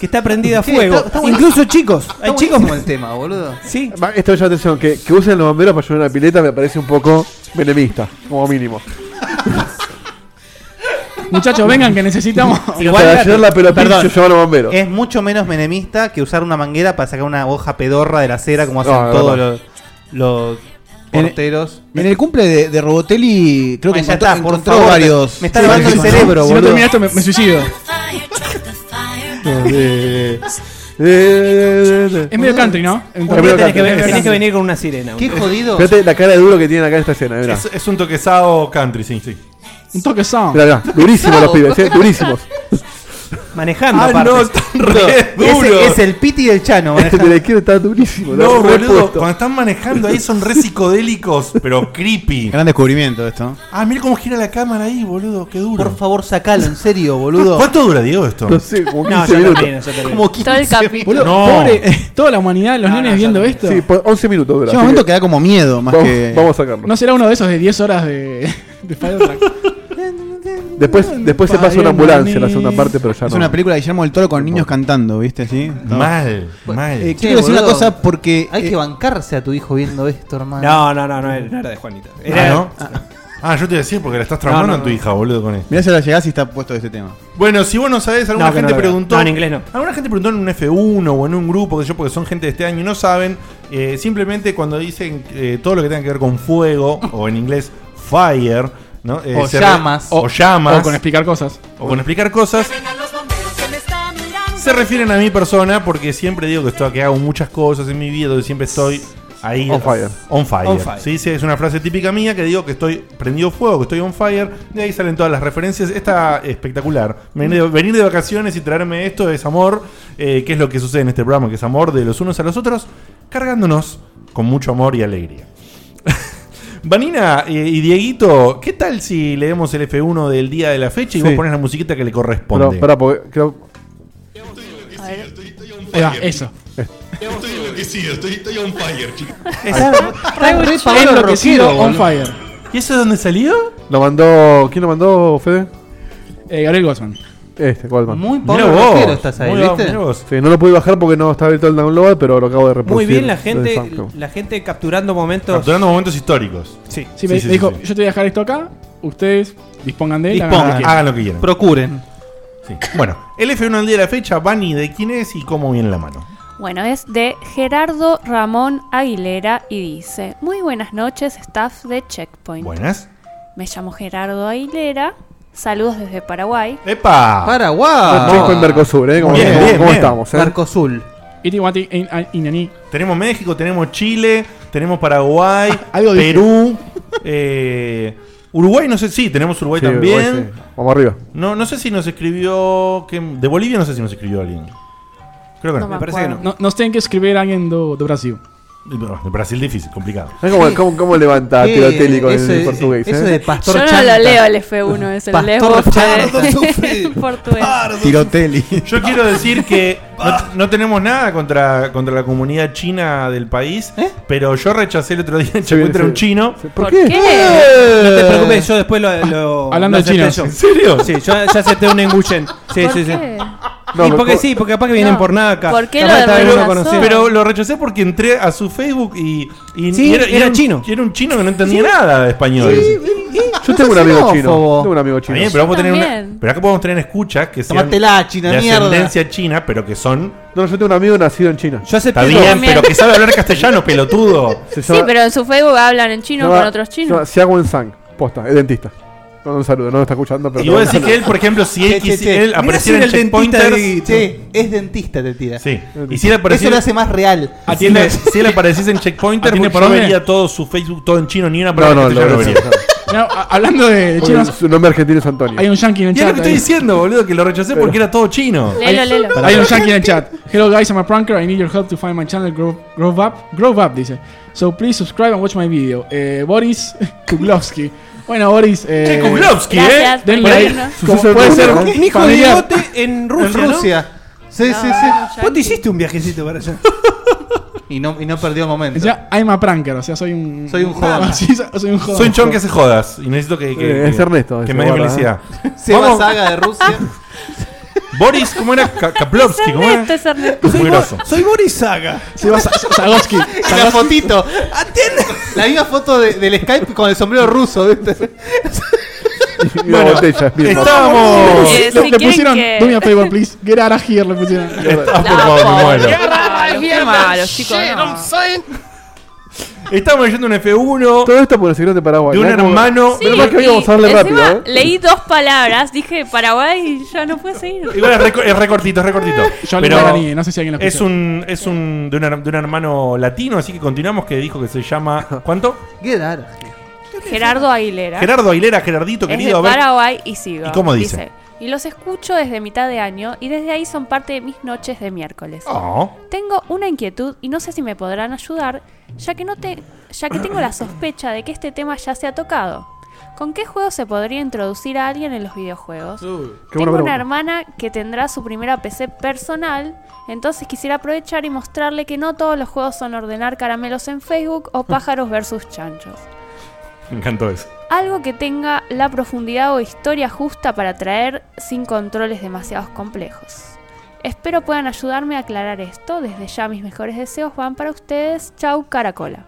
Speaker 8: Que está prendida a
Speaker 6: Sí,
Speaker 8: fuego.
Speaker 6: está- está buenísimo.
Speaker 8: Incluso chicos. Hay chicos.
Speaker 6: como el tema, boludo.
Speaker 8: Sí.
Speaker 4: Va, Esto me llama la atención. Que, que usen los bomberos para llenar una pileta me parece un poco venemista, como mínimo.
Speaker 5: Muchachos, vengan que
Speaker 4: [laughs]
Speaker 5: necesitamos.
Speaker 4: Para llenar la pelota, yo llevo a los bomberos.
Speaker 6: Es mucho menos menemista que usar una manguera para sacar una hoja pedorra de la acera como hacen
Speaker 11: No,
Speaker 4: Ah,
Speaker 11: no,
Speaker 6: todos
Speaker 11: no.
Speaker 6: los, los porteros.
Speaker 11: En el cumple de, de Robotelli, creo que
Speaker 6: Bueno, ya
Speaker 11: encontró,
Speaker 6: está, por
Speaker 11: encontró
Speaker 6: favor,
Speaker 11: varios.
Speaker 6: me está lavando el cerebro,
Speaker 11: Si no
Speaker 6: boludo.
Speaker 11: termina
Speaker 5: esto, me, me suicido.
Speaker 4: es
Speaker 5: Es medio country, ¿no?
Speaker 4: Ah, Es medio
Speaker 8: tenés que,
Speaker 4: country.
Speaker 8: ve- tenés que venir con una sirena.
Speaker 6: Qué jodido.
Speaker 4: Fíjate la cara de duro que tiene acá en esta escena. Mirá,
Speaker 3: Es, es un toquezado country, sí, sí.
Speaker 5: Un toque sound.
Speaker 4: mirá, mirá. Durísimos los pibes, eh, durísimos.
Speaker 6: [laughs]
Speaker 8: Manejando.
Speaker 3: Ah,
Speaker 8: aparte.
Speaker 3: no, están re duros.
Speaker 6: Es el Piti y el Chano.
Speaker 4: Este de la izquierda está durísimo.
Speaker 3: No,
Speaker 4: está re
Speaker 3: boludo,
Speaker 4: puesto.
Speaker 3: cuando están manejando ahí son re psicodélicos, pero creepy.
Speaker 11: Gran descubrimiento esto.
Speaker 3: Ah, mira cómo gira la cámara ahí, boludo, qué duro. Por
Speaker 6: favor, sacalo, en serio, boludo.
Speaker 3: [laughs] ¿Cuánto dura, Diego, esto?
Speaker 4: No sé, como
Speaker 3: No,
Speaker 4: 15
Speaker 3: ya
Speaker 4: minutos.
Speaker 3: termino, ya termino.
Speaker 4: Como
Speaker 13: Todo el capítulo.
Speaker 5: Boludo,
Speaker 4: No.
Speaker 5: pobre, [laughs] toda la humanidad, los nenes viendo esto.
Speaker 4: Sí, por 11 minutos dura.
Speaker 5: Llega un momento
Speaker 4: así
Speaker 5: que da como miedo más
Speaker 4: vamos,
Speaker 5: que-
Speaker 4: Vamos a sacarlo.
Speaker 5: No será uno de esos de 10 horas de, de Firetrack.
Speaker 4: Después, después se pasa una ambulancia la segunda parte, pero ya
Speaker 11: Es
Speaker 4: no.
Speaker 11: una película de Guillermo del Toro con niños cantando, ¿viste? ¿Sí?
Speaker 3: Mal,
Speaker 11: mal.
Speaker 6: eh,
Speaker 11: eh, quiero decir una cosa porque. eh,
Speaker 6: Hay que bancarse a tu hijo viendo esto, hermano.
Speaker 8: No, no, no, no era no era de Juanita.
Speaker 3: Ah,
Speaker 8: Era-
Speaker 3: ¿no? Ah, yo te iba a decir porque la estás traumando
Speaker 11: No, no,
Speaker 3: a tu
Speaker 11: no.
Speaker 3: hija, boludo, con esto.
Speaker 11: Mirá si la llegás y está puesto este tema.
Speaker 3: Bueno, si vos no sabés, alguna
Speaker 11: No, que no
Speaker 3: gente
Speaker 11: lo veo.
Speaker 3: preguntó.
Speaker 11: No, en inglés no.
Speaker 3: Alguna gente preguntó en un F1 o en un grupo, que yo, porque son gente de este año y no saben. eh, simplemente cuando dicen eh, todo lo que tenga que ver con fuego, o en inglés fire, ¿no? Eh,
Speaker 5: O
Speaker 3: se re-
Speaker 5: llamas.
Speaker 3: O, llamas.
Speaker 5: O con explicar cosas.
Speaker 3: O con explicar cosas. Se refieren a mi persona porque siempre digo que, estoy, que hago muchas cosas en mi vida, donde siempre estoy ahí.
Speaker 4: On fire.
Speaker 3: On fire.
Speaker 4: On fire.
Speaker 3: Sí, sí, es una frase típica mía que digo que estoy prendido fuego, que estoy on fire. De ahí salen todas las referencias. Está espectacular. Venir de, venir de vacaciones y traerme esto es amor, eh, que es lo que sucede en este programa, que es amor de los unos a los otros, cargándonos con mucho amor y alegría. [laughs] Vanina eh, y Dieguito, ¿qué tal si leemos el F1 del día de la fecha y vos
Speaker 4: Sí.
Speaker 3: pones la musiquita que le corresponde?
Speaker 4: Pero, pará, porque creo.
Speaker 5: Ahí va, eso.
Speaker 4: Eh,
Speaker 14: Estoy enloquecido, estoy, estoy on fire, chicos.
Speaker 5: enloquecido, on fire.
Speaker 3: ¿Y eso de dónde salió?
Speaker 4: Lo mandó. ¿Quién lo mandó, Fede?
Speaker 5: Eh, Gabriel Gosman.
Speaker 4: Este, Goldman.
Speaker 8: Muy pobre Mirá vos, rockero estás ahí, muy ¿viste? mirá vos.
Speaker 4: Sí, no lo pude bajar porque no está abierto el download, pero lo acabo de reproducir.
Speaker 8: Muy bien la
Speaker 4: desde
Speaker 8: gente,
Speaker 4: SoundCloud.
Speaker 8: la gente capturando momentos.
Speaker 3: Capturando momentos históricos.
Speaker 8: Sí.
Speaker 5: Sí, me
Speaker 3: Sí, sí,
Speaker 5: dijo,
Speaker 3: sí, sí.
Speaker 5: yo te voy a dejar esto acá, ustedes dispongan
Speaker 4: eh,
Speaker 5: de él.
Speaker 3: Dispongan, hagan lo que quieran.
Speaker 5: Procuren.
Speaker 3: Bueno, el F1 al día de la fecha, Bani, ¿de quién es y cómo viene la mano?
Speaker 9: Bueno, es de Gerardo Ramón Aguilera y dice: Muy buenas noches, staff de Checkpoint.
Speaker 3: Buenas.
Speaker 9: Me llamo Gerardo Aguilera. Saludos desde Paraguay.
Speaker 3: ¡Epa!
Speaker 4: Paraguay. Checkpoint Mercosur, ¿eh? ¿Cómo- cómo- cómo estamos, eh?
Speaker 3: Mercosul. Tenemos México, tenemos Chile, tenemos
Speaker 4: [laughs]
Speaker 3: Paraguay,
Speaker 5: dije.
Speaker 3: Perú, eh, Uruguay, no sé si, tenemos Uruguay
Speaker 4: Sí,
Speaker 3: también.
Speaker 4: Uruguay, sí. Vamos arriba.
Speaker 3: No, no sé si nos escribió. que- de Bolivia no sé si nos escribió alguien. Creo que no.
Speaker 5: no. Nos tienen que escribir alguien do- de Brasil.
Speaker 3: De Brasil difícil, complicado.
Speaker 4: ¿Sabes cómo, cómo, cómo levanta
Speaker 8: Eh,
Speaker 5: Sí,
Speaker 4: Tiroteli con
Speaker 5: eso
Speaker 4: el
Speaker 5: es-
Speaker 4: portugués?
Speaker 5: eso
Speaker 4: eh?
Speaker 5: es de
Speaker 9: Yo no lo leo el F1, es el leo
Speaker 3: Pastor
Speaker 9: ustedes.
Speaker 3: Chanta sufre. [laughs]
Speaker 9: portugués.
Speaker 3: Tiroteli. Yo quiero decir que
Speaker 8: Ah.
Speaker 3: no, no tenemos nada contra, contra la comunidad china del país,
Speaker 8: ¿Eh?
Speaker 3: pero yo rechacé el otro día en Chacuentra un chino.
Speaker 4: ¿Por
Speaker 8: qué? No te preocupes, yo después lo. lo-
Speaker 3: Hablando
Speaker 8: lo
Speaker 3: de
Speaker 8: acepté
Speaker 3: chinos,
Speaker 8: yo.
Speaker 3: ¿en serio?
Speaker 8: Sí, yo ya acepté un engullen. Sí, sí, sí. y porque sí, porque capaz que vienen por nada acá. Capaz que está alguno conocido.
Speaker 3: Pero lo rechacé porque entré a su Facebook y, y-
Speaker 8: Sí,
Speaker 3: y
Speaker 8: era
Speaker 3: y un-
Speaker 8: chino.
Speaker 3: y era un chino que no entendía nada de español.
Speaker 4: Yo tengo un amigo chino. Tengo un amigo chino.
Speaker 3: Está bien, pero, vamos a tener una-
Speaker 4: También.
Speaker 3: pero acá podemos tener escuchas que sean
Speaker 4: Tómatela, china,
Speaker 3: de
Speaker 4: mierda.
Speaker 3: ascendencia china, pero que son.
Speaker 4: No, yo tengo un amigo nacido en China.
Speaker 8: Yo
Speaker 3: Está bien, pero que sabe hablar castellano, pelotudo.
Speaker 9: Sí, pero en su Facebook hablan en chino con otros
Speaker 4: Se llama
Speaker 9: chinos.
Speaker 4: Xia Wenzang, posta, es dentista. Con un saludo, no lo está escuchando, pero.
Speaker 3: Y vos decís que él, por ejemplo, si él, quisi- él apareciera en Checkpointers.
Speaker 15: Che, es dentista, te tira.
Speaker 3: Sí. [laughs] Y si él
Speaker 15: Eso
Speaker 3: apareciera-
Speaker 15: lo hace más real.
Speaker 3: Atiende- si él apareciese en Checkpointer,
Speaker 15: ¿Atiende
Speaker 3: yo
Speaker 15: por dónde?
Speaker 3: vería todo su Facebook, todo en chino, ni una
Speaker 4: No,
Speaker 3: palabra
Speaker 4: no,
Speaker 3: en
Speaker 4: lo
Speaker 3: castellano
Speaker 4: ves.
Speaker 3: vería.
Speaker 5: hablando de, de
Speaker 4: Porque
Speaker 5: chinos,
Speaker 4: Su nombre argentino es Antonio.
Speaker 5: hay un yankee en el
Speaker 3: Y es
Speaker 5: chat.
Speaker 3: lo que estoy
Speaker 5: ahí.
Speaker 3: diciendo, boludo, que lo rechacé porque era todo chino.
Speaker 5: Hay- Hay un yankee en el chat. Hello guys, I'm a pranker. I need your help to find my channel. Grow, grow up, grow up, dice. So please subscribe and watch my video. Eh, Boris [laughs] Kuglowski. Bueno, Boris. Eh,
Speaker 3: Che, Kuglowski,
Speaker 15: Gracias,
Speaker 5: eh. Denle like.
Speaker 15: Mariano.
Speaker 5: Como puede ser
Speaker 15: Un hijo de
Speaker 5: familiar.
Speaker 15: bigote en Rusia.
Speaker 5: ¿no?
Speaker 15: Sí, sí, sí.
Speaker 8: Vos te hiciste un viajecito para allá.
Speaker 15: Y no, y no perdió momento.
Speaker 5: O sea, I'm a pranker, o sea, soy un.
Speaker 15: Soy un joda.
Speaker 5: [laughs] Sí, so- soy un joda.
Speaker 3: Soy un chon que hace jodas y necesito que. que
Speaker 4: Eh, es
Speaker 3: que-
Speaker 4: Ernesto,
Speaker 3: Que
Speaker 4: ese
Speaker 3: me dé
Speaker 4: guarda,
Speaker 3: felicidad.
Speaker 5: ¿eh?
Speaker 15: Se va saga de Rusia.
Speaker 3: Boris, ¿cómo era? Ka- Kaplovsky, ¿cómo era? Muy grosso.
Speaker 8: Soy Boris Saga. [laughs]
Speaker 5: Se va
Speaker 15: [laughs]
Speaker 5: Sagoski.
Speaker 15: La fotito. La misma foto de- del Skype con el sombrero ruso. ¿viste?
Speaker 4: Bueno, botella, bien.
Speaker 5: Estábamos.
Speaker 15: Eh,
Speaker 5: le
Speaker 15: si
Speaker 5: le
Speaker 15: quieren
Speaker 5: pusieron.
Speaker 15: que-
Speaker 5: Do me a favor, please. Get out of here, le pusieron.
Speaker 3: Ah, por favor, me muero.
Speaker 9: Ay, qué malos, chicos. no.
Speaker 3: Estamos leyendo un F1.
Speaker 4: Todo esto por el secreto de Paraguay.
Speaker 3: De un
Speaker 4: ¿no? Como-
Speaker 3: hermano-
Speaker 9: Sí,
Speaker 4: Menos mal que
Speaker 9: y
Speaker 4: habíamos a darle rápido,
Speaker 9: encima
Speaker 4: ¿eh?
Speaker 9: Leí dos palabras, dije Paraguay y ya no pude seguir.
Speaker 3: Igual es reco- es recortito, es recortito.
Speaker 5: Yo
Speaker 3: Pero
Speaker 5: lo guaraní, no sé si alguien lo escuchó.
Speaker 3: es un, es un de, una- de un hermano latino, así que continuamos que dijo que se llama. ¿Cuánto?
Speaker 15: Get out of
Speaker 9: Gerardo Aguilera.
Speaker 3: Gerardo Aguilera, Gerardito,
Speaker 9: es
Speaker 3: querido. a
Speaker 9: de
Speaker 3: ver.
Speaker 9: Paraguay y sigo.
Speaker 3: ¿Y cómo dice?
Speaker 9: Y los escucho desde mitad de año y desde ahí son parte de mis noches de miércoles.
Speaker 3: Oh.
Speaker 9: Tengo una inquietud y no sé si me podrán ayudar, ya que no te, ya que tengo la sospecha de que este tema ya se ha tocado. ¿Con qué juego se podría introducir a alguien en los videojuegos?
Speaker 4: qué
Speaker 9: Tengo
Speaker 4: buena
Speaker 9: una
Speaker 4: pregunta.
Speaker 9: hermana que tendrá su primera PC personal, entonces quisiera aprovechar y mostrarle que no todos los juegos son ordenar caramelos en Facebook o pájaros versus chanchos.
Speaker 3: Me encantó eso.
Speaker 9: Algo que tenga la profundidad o historia justa para traer sin controles demasiados complejos. Espero puedan ayudarme a aclarar esto. Desde ya mis mejores deseos van para ustedes. Chau, Caracola.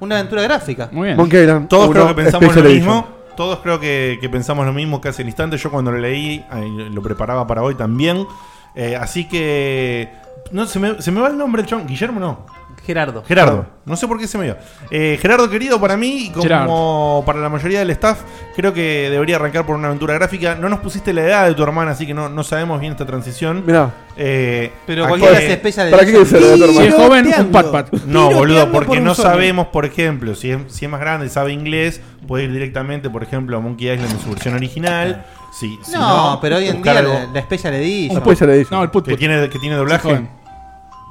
Speaker 15: Una aventura gráfica.
Speaker 5: Muy
Speaker 4: Monkey Island
Speaker 3: Todos
Speaker 4: uno,
Speaker 3: creo que pensamos lo
Speaker 4: Special
Speaker 3: mismo. Todos creo que, que pensamos lo mismo casi al instante. Yo cuando lo leí, eh, lo preparaba para hoy también. Eh, así que. No, se me, se me va el nombre del chon. Guillermo no.
Speaker 15: Gerardo.
Speaker 3: Gerardo. No sé por qué se me dio. Eh, Gerardo, querido, para mí, y como para la mayoría del staff, creo que debería arrancar por una aventura gráfica. No nos pusiste la edad de tu hermana, así que no, no sabemos bien esta transición.
Speaker 4: Mirá.
Speaker 3: Eh,
Speaker 15: Pero
Speaker 3: ¿a
Speaker 15: cualquiera
Speaker 3: qué-
Speaker 15: se espella de ¿Para qué esa- que se la edad de tu hermana?
Speaker 5: Si es joven, un pat
Speaker 15: Tiroteando.
Speaker 5: pat.
Speaker 3: no, boludo, porque
Speaker 5: por un
Speaker 3: no
Speaker 5: sobre.
Speaker 3: sabemos, por ejemplo, si es, si es más grande y sabe inglés, puede ir directamente, por ejemplo, a Monkey Island en su versión original. Si, si
Speaker 15: No, pero hoy en
Speaker 3: buscar
Speaker 15: día
Speaker 3: algo-
Speaker 15: la, la especial edition.
Speaker 3: Que tiene, que tiene doblaje.
Speaker 15: Sí, joven.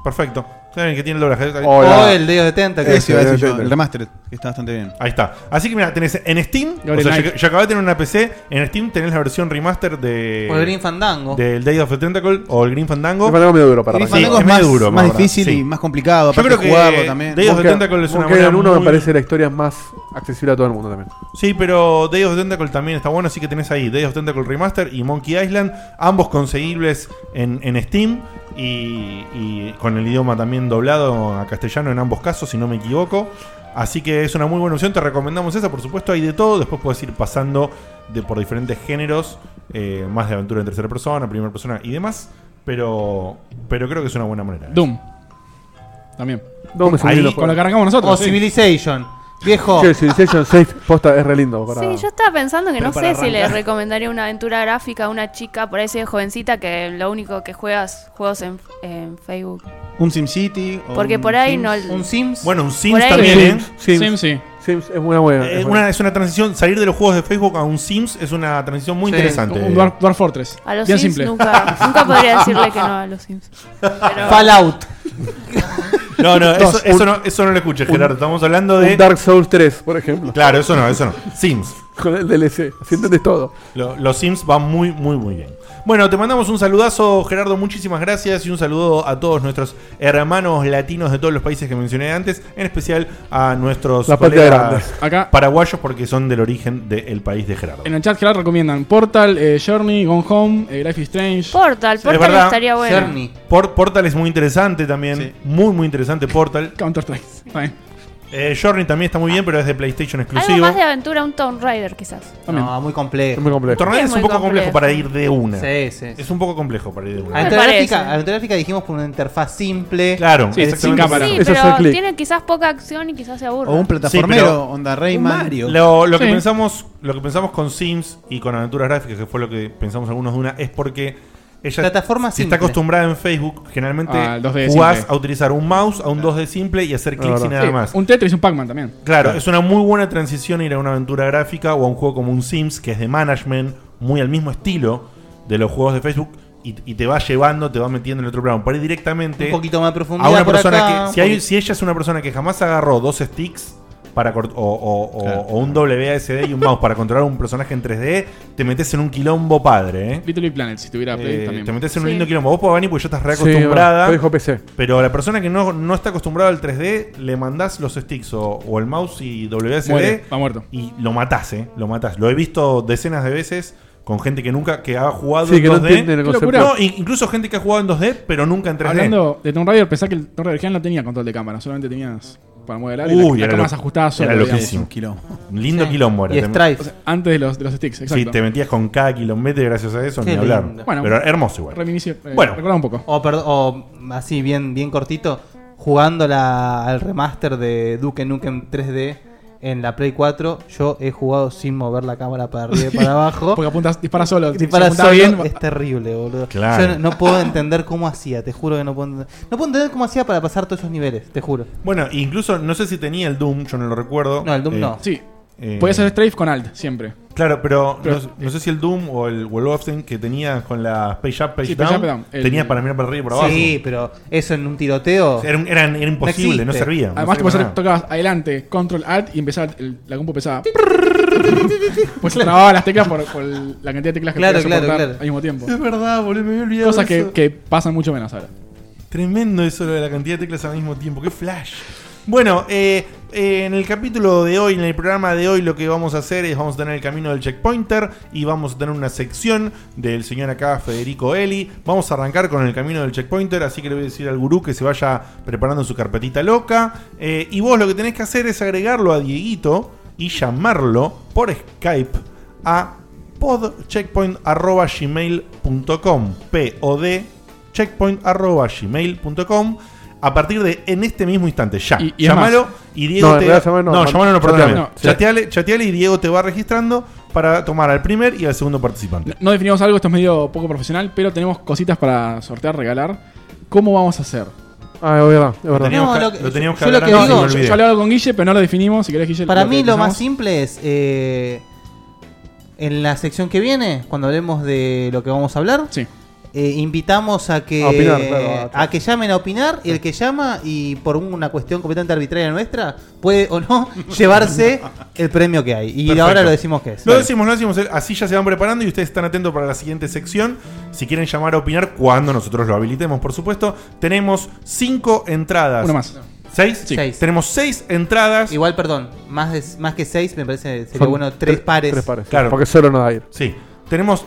Speaker 3: Perfecto. ¿Saben que tiene el doblaje?
Speaker 6: O el Deus de Tenta, que
Speaker 3: Ese,
Speaker 6: iba a
Speaker 3: Deus
Speaker 6: decir
Speaker 3: de
Speaker 6: yo,
Speaker 3: Tenta.
Speaker 6: el remastered, que está bastante bien.
Speaker 3: Ahí está. Así que mira, tenés en Steam,
Speaker 6: Gabriel
Speaker 3: o sea,
Speaker 6: Knight.
Speaker 3: yo, yo acabé de tener una PC, en Steam tenés la versión remaster de
Speaker 6: O el Green Fandango.
Speaker 3: Del Day of the Tentacle o el Green Fandango.
Speaker 4: Green Fandango es medio duro para
Speaker 3: Sí,
Speaker 4: arrancar. Fandango
Speaker 3: es
Speaker 4: es
Speaker 3: medio
Speaker 4: más-
Speaker 3: duro,
Speaker 4: más
Speaker 3: para arrancar.
Speaker 4: difícil y
Speaker 3: Sí.
Speaker 4: más complicado,
Speaker 3: Yo
Speaker 4: aparte
Speaker 3: creo que
Speaker 4: jugarlo también.
Speaker 3: Day of the
Speaker 4: Monkey-
Speaker 3: Tentacle es una
Speaker 4: Monkey
Speaker 3: manera
Speaker 4: Island uno me
Speaker 3: muy-
Speaker 4: parece la historia más accesible a todo el mundo también.
Speaker 3: Sí, pero Day of the Tentacle también está bueno, así que tenés ahí Day of the Tentacle Remaster y Monkey Island, ambos conseguibles en, en Steam y, y con el idioma también doblado a castellano en ambos casos, si no me equivoco. Así que es una muy buena opción, te recomendamos esa, por supuesto hay de todo, después puedes ir pasando de, por diferentes géneros, eh, más de aventura en tercera persona, primera persona y demás, pero, pero creo que es una buena manera.
Speaker 5: Doom. También.
Speaker 3: Doom es un lindo
Speaker 5: Ahí,
Speaker 3: juego.
Speaker 5: con lo que arrancamos nosotros.
Speaker 3: O
Speaker 6: Civilization. Viejo.
Speaker 4: Sí, Civilization 6 posta es re lindo. Para...
Speaker 9: Sí, yo estaba pensando que
Speaker 4: Ah. Pero
Speaker 9: no sé
Speaker 4: para
Speaker 9: si le
Speaker 4: arrancar.
Speaker 9: recomendaría una aventura gráfica a una chica por ahí si es jovencita que lo único que juega es juegos en, en Facebook.
Speaker 10: Un SimCity. o
Speaker 9: Porque
Speaker 10: un
Speaker 9: por ahí
Speaker 10: Sims.
Speaker 9: no. Un
Speaker 6: Sims.
Speaker 3: Bueno, un Sims
Speaker 9: Por ahí-
Speaker 3: también, ¿eh?
Speaker 5: Sims. Sims, sí.
Speaker 4: Sims es una buena.
Speaker 3: Eh, una- es una transición, salir de los juegos de Facebook a un Sims es una transición muy
Speaker 5: Sí,
Speaker 3: interesante.
Speaker 5: un Dwarf, Dwarf Fortress.
Speaker 9: A los
Speaker 5: Bien
Speaker 9: Sims
Speaker 5: simple.
Speaker 9: nunca, nunca podría decirle que no a los Sims. Pero-
Speaker 6: Fallout.
Speaker 3: [laughs] No, no, eso,
Speaker 4: Dos.
Speaker 3: eso
Speaker 4: Un-
Speaker 3: no, eso no lo escuches,
Speaker 4: un-
Speaker 3: Gerardo. Estamos hablando de.
Speaker 4: un Dark Souls 3, por ejemplo.
Speaker 3: Claro, eso no, eso no. Sims.
Speaker 4: Con el DLC. Así entendés todo.
Speaker 3: Lo- [laughs] los Sims van muy, muy, muy bien. Bueno, te mandamos un saludazo, Gerardo. Muchísimas gracias y un saludo a todos nuestros hermanos latinos de todos los países que mencioné antes, en especial a nuestros
Speaker 4: La patria
Speaker 3: colegas
Speaker 5: grande. Acá.
Speaker 3: paraguayos porque son del origen del país de Gerardo.
Speaker 5: En el chat, Gerard recomiendan Portal, eh, Journey, Gone Home, eh, Life is Strange.
Speaker 9: Portal,
Speaker 3: Es verdad.
Speaker 5: Journey.
Speaker 3: Por- Portal es muy interesante también. Muy, muy interesante [laughs] Portal.
Speaker 5: Counter-Strike.
Speaker 3: Eh, Journey también está muy bien, pero es de PlayStation
Speaker 9: Algo
Speaker 3: exclusivo.
Speaker 9: más de aventura, un Tomb Raider quizás.
Speaker 6: No, muy complejo.
Speaker 3: Muy complejo. Tornado
Speaker 9: Es
Speaker 3: es, un
Speaker 9: muy
Speaker 3: poco
Speaker 9: complejo.
Speaker 3: complejo. para ir de una.
Speaker 6: Sí, sí, sí.
Speaker 3: Es un poco complejo para ir de una.
Speaker 6: Aventura
Speaker 9: parece.
Speaker 6: gráfica, aventura gráfica dijimos por una interfaz simple.
Speaker 3: Claro,
Speaker 6: Eh,
Speaker 3: sí,
Speaker 6: sin
Speaker 3: exactamente.
Speaker 6: cámara.
Speaker 9: Sí,
Speaker 3: Eso es
Speaker 9: pero
Speaker 3: el click.
Speaker 9: tiene quizás poca acción y quizás se aburra.
Speaker 10: O un plataformero,
Speaker 3: Sí, pero-
Speaker 10: onda Rayman.
Speaker 3: Lo, lo que
Speaker 10: Sí.
Speaker 3: pensamos, lo que pensamos con Sims y con aventuras gráficas, que fue lo que pensamos algunos de una, es porque ella
Speaker 6: Plataforma
Speaker 3: si
Speaker 6: simple.
Speaker 3: está acostumbrada en Facebook, generalmente
Speaker 5: Ah, el 2D
Speaker 3: jugás
Speaker 5: simple.
Speaker 3: a utilizar un mouse, a un 2D simple y hacer clics y nada
Speaker 5: Sí,
Speaker 3: más.
Speaker 5: Un Tetris, un Pac-Man también.
Speaker 3: Claro, es una muy buena transición ir a una aventura gráfica o a un juego como un Sims, que es de management, muy al mismo estilo de los juegos de Facebook, y, y te va llevando, te va metiendo en el otro plano. Para ir directamente
Speaker 6: Un poquito más de profundidad
Speaker 3: a una
Speaker 6: por
Speaker 3: persona
Speaker 6: acá,
Speaker 3: que.
Speaker 6: un
Speaker 3: Si, hay-
Speaker 6: poquito-
Speaker 3: si ella es una persona que jamás agarró dos sticks para cort- o, o- o- o un WASD y un mouse para controlar un personaje en 3D, te metes en un quilombo padre, ¿eh?
Speaker 5: Little Big Planet, si tuviera Play
Speaker 3: Eh,
Speaker 5: también.
Speaker 3: Te metes en un
Speaker 5: Sí.
Speaker 3: lindo quilombo. Vos podés venir porque ya estás
Speaker 4: Sí,
Speaker 3: reacostumbrada.
Speaker 4: yo dijo PC.
Speaker 3: Pero la persona que no, no está acostumbrada al 3D, le mandás los sticks o, o el mouse y WSD.
Speaker 5: Muere, va muerto.
Speaker 3: Y lo matás, ¿eh? Lo matás. Lo he visto decenas de veces con gente que nunca que ha jugado
Speaker 4: Sí,
Speaker 3: en
Speaker 4: que no
Speaker 3: 2D.
Speaker 4: entienden el Qué concepto. locura.
Speaker 3: No, in- incluso gente que ha jugado en 2D, pero nunca en 3D.
Speaker 5: Hablando de Tomb Raider, pensá que el Tomb Raider Gen no tenía control de cámara, solamente tenías para modelar y
Speaker 3: Uy,
Speaker 5: la, la
Speaker 3: era
Speaker 5: cámara
Speaker 3: lo-
Speaker 5: se ajustaba sola.
Speaker 3: Era
Speaker 5: digamos.
Speaker 3: loquísimo. Un lindo quilombo era.
Speaker 5: Y
Speaker 3: Te-
Speaker 5: Strife. O sea, antes de los, de los sticks, exacto.
Speaker 3: Sí, te metías con cada kilómetro gracias a eso,
Speaker 5: Qué
Speaker 3: ni hablar.
Speaker 5: lindo. Bueno,
Speaker 3: pero hermoso igual.
Speaker 5: reinicio, eh,
Speaker 3: bueno,
Speaker 5: recordá un poco.
Speaker 6: O, perdón, o así, bien, bien cortito, jugando la- al remaster de Duke Nukem 3D en la Play 4, yo he jugado sin mover la cámara para arriba y para abajo.
Speaker 5: Porque apuntas, dispara solo.
Speaker 6: Dispara
Speaker 5: Si apuntás
Speaker 6: solo,
Speaker 5: bien,
Speaker 6: es terrible, boludo.
Speaker 3: Claro.
Speaker 6: Yo no, no puedo entender cómo hacía, te juro que no puedo entender. No puedo entender cómo hacía para pasar todos esos niveles, te juro.
Speaker 3: Bueno, incluso no sé si tenía el Doom, yo no lo recuerdo.
Speaker 6: No, el Doom no.
Speaker 5: Sí.
Speaker 3: eh,
Speaker 5: Podías hacer strafe con alt, siempre.
Speaker 3: Claro, pero,
Speaker 5: Pero-
Speaker 3: no, no sé si el Doom o el World of Things que tenías con la Page Up, Page
Speaker 5: Sí,
Speaker 3: Down,
Speaker 5: page up, down. El-
Speaker 3: tenías para mirar para arriba y para abajo.
Speaker 6: Sí, pero eso en un tiroteo.
Speaker 3: Era un- era- era imposible, no
Speaker 6: existe.
Speaker 3: servía.
Speaker 5: Además
Speaker 3: no
Speaker 5: que vos
Speaker 3: sirve nada.
Speaker 5: tocabas adelante, control alt y empezaba el- la compu pesada. pues trababa las teclas por, por la cantidad de teclas que
Speaker 6: Claro,
Speaker 5: podías
Speaker 6: claro,
Speaker 5: soportar
Speaker 6: claro.
Speaker 5: al mismo tiempo.
Speaker 6: Es verdad, boludo, me había olvidado
Speaker 5: Cosas que,
Speaker 6: eso.
Speaker 5: que pasan mucho menos ahora.
Speaker 3: Tremendo eso lo de la cantidad de teclas al mismo tiempo, qué flash. Bueno, eh, eh, en el capítulo de hoy, en el programa de hoy, lo que vamos a hacer es vamos a tener el camino del checkpointer y vamos a tener una sección del señor acá, Federico Eli. Vamos a arrancar con el camino del checkpointer, así que le voy a decir al gurú que se vaya preparando su carpetita loca. Eh, y vos lo que tenés que hacer es agregarlo a Dieguito y llamarlo por Skype a podcheckpoint.gmail.com pod checkpoint.gmail.com a partir de en este mismo instante, ya.
Speaker 5: Y- y es
Speaker 3: Llámalo
Speaker 5: más.
Speaker 3: y Diego
Speaker 5: No, en
Speaker 3: te
Speaker 5: realidad llamalo no,
Speaker 3: No,
Speaker 5: man-
Speaker 3: llamalo no,
Speaker 5: chateale.
Speaker 3: perdóname.
Speaker 5: No, sí.
Speaker 3: chateale, chateale y Diego te va registrando para tomar al primer y al segundo participante.
Speaker 5: No definimos algo, esto es medio poco profesional, pero tenemos cositas para sortear, regalar. ¿Cómo vamos a hacer?
Speaker 4: Ah, es verdad, es verdad.
Speaker 3: teníamos No, que- lo que- lo teníamos que yo lo hablar que antes y digo- me
Speaker 5: yo,
Speaker 3: olvidé.
Speaker 5: yo hablaba con Guille, pero no lo definimos. Si querés, Guille,
Speaker 6: Para mí
Speaker 5: que
Speaker 6: lo más
Speaker 5: pensamos.
Speaker 6: simple es eh, en la sección que viene, cuando hablemos de lo que vamos a hablar, eh, invitamos a que,
Speaker 15: A opinar, claro,
Speaker 6: a que llamen a opinar y el que llama y por una cuestión completamente arbitraria nuestra puede o
Speaker 3: [laughs]
Speaker 6: no llevarse el premio que hay. Y
Speaker 3: Perfecto.
Speaker 6: ahora lo decimos que es.
Speaker 3: Lo decimos, lo decimos. Así ya se van preparando y ustedes están atentos para la siguiente sección. Si quieren llamar a opinar, cuando nosotros lo habilitemos, por supuesto. Tenemos cinco entradas.
Speaker 6: Una más.
Speaker 3: ¿Seis?
Speaker 6: Sí. Seis.
Speaker 3: Tenemos seis entradas.
Speaker 6: Igual, perdón, más, de- más que seis me parece sería
Speaker 3: Son
Speaker 6: bueno tres
Speaker 3: tre-
Speaker 6: pares.
Speaker 3: tres pares, sí, Claro.
Speaker 4: Porque solo no va a ir.
Speaker 3: Sí. Tenemos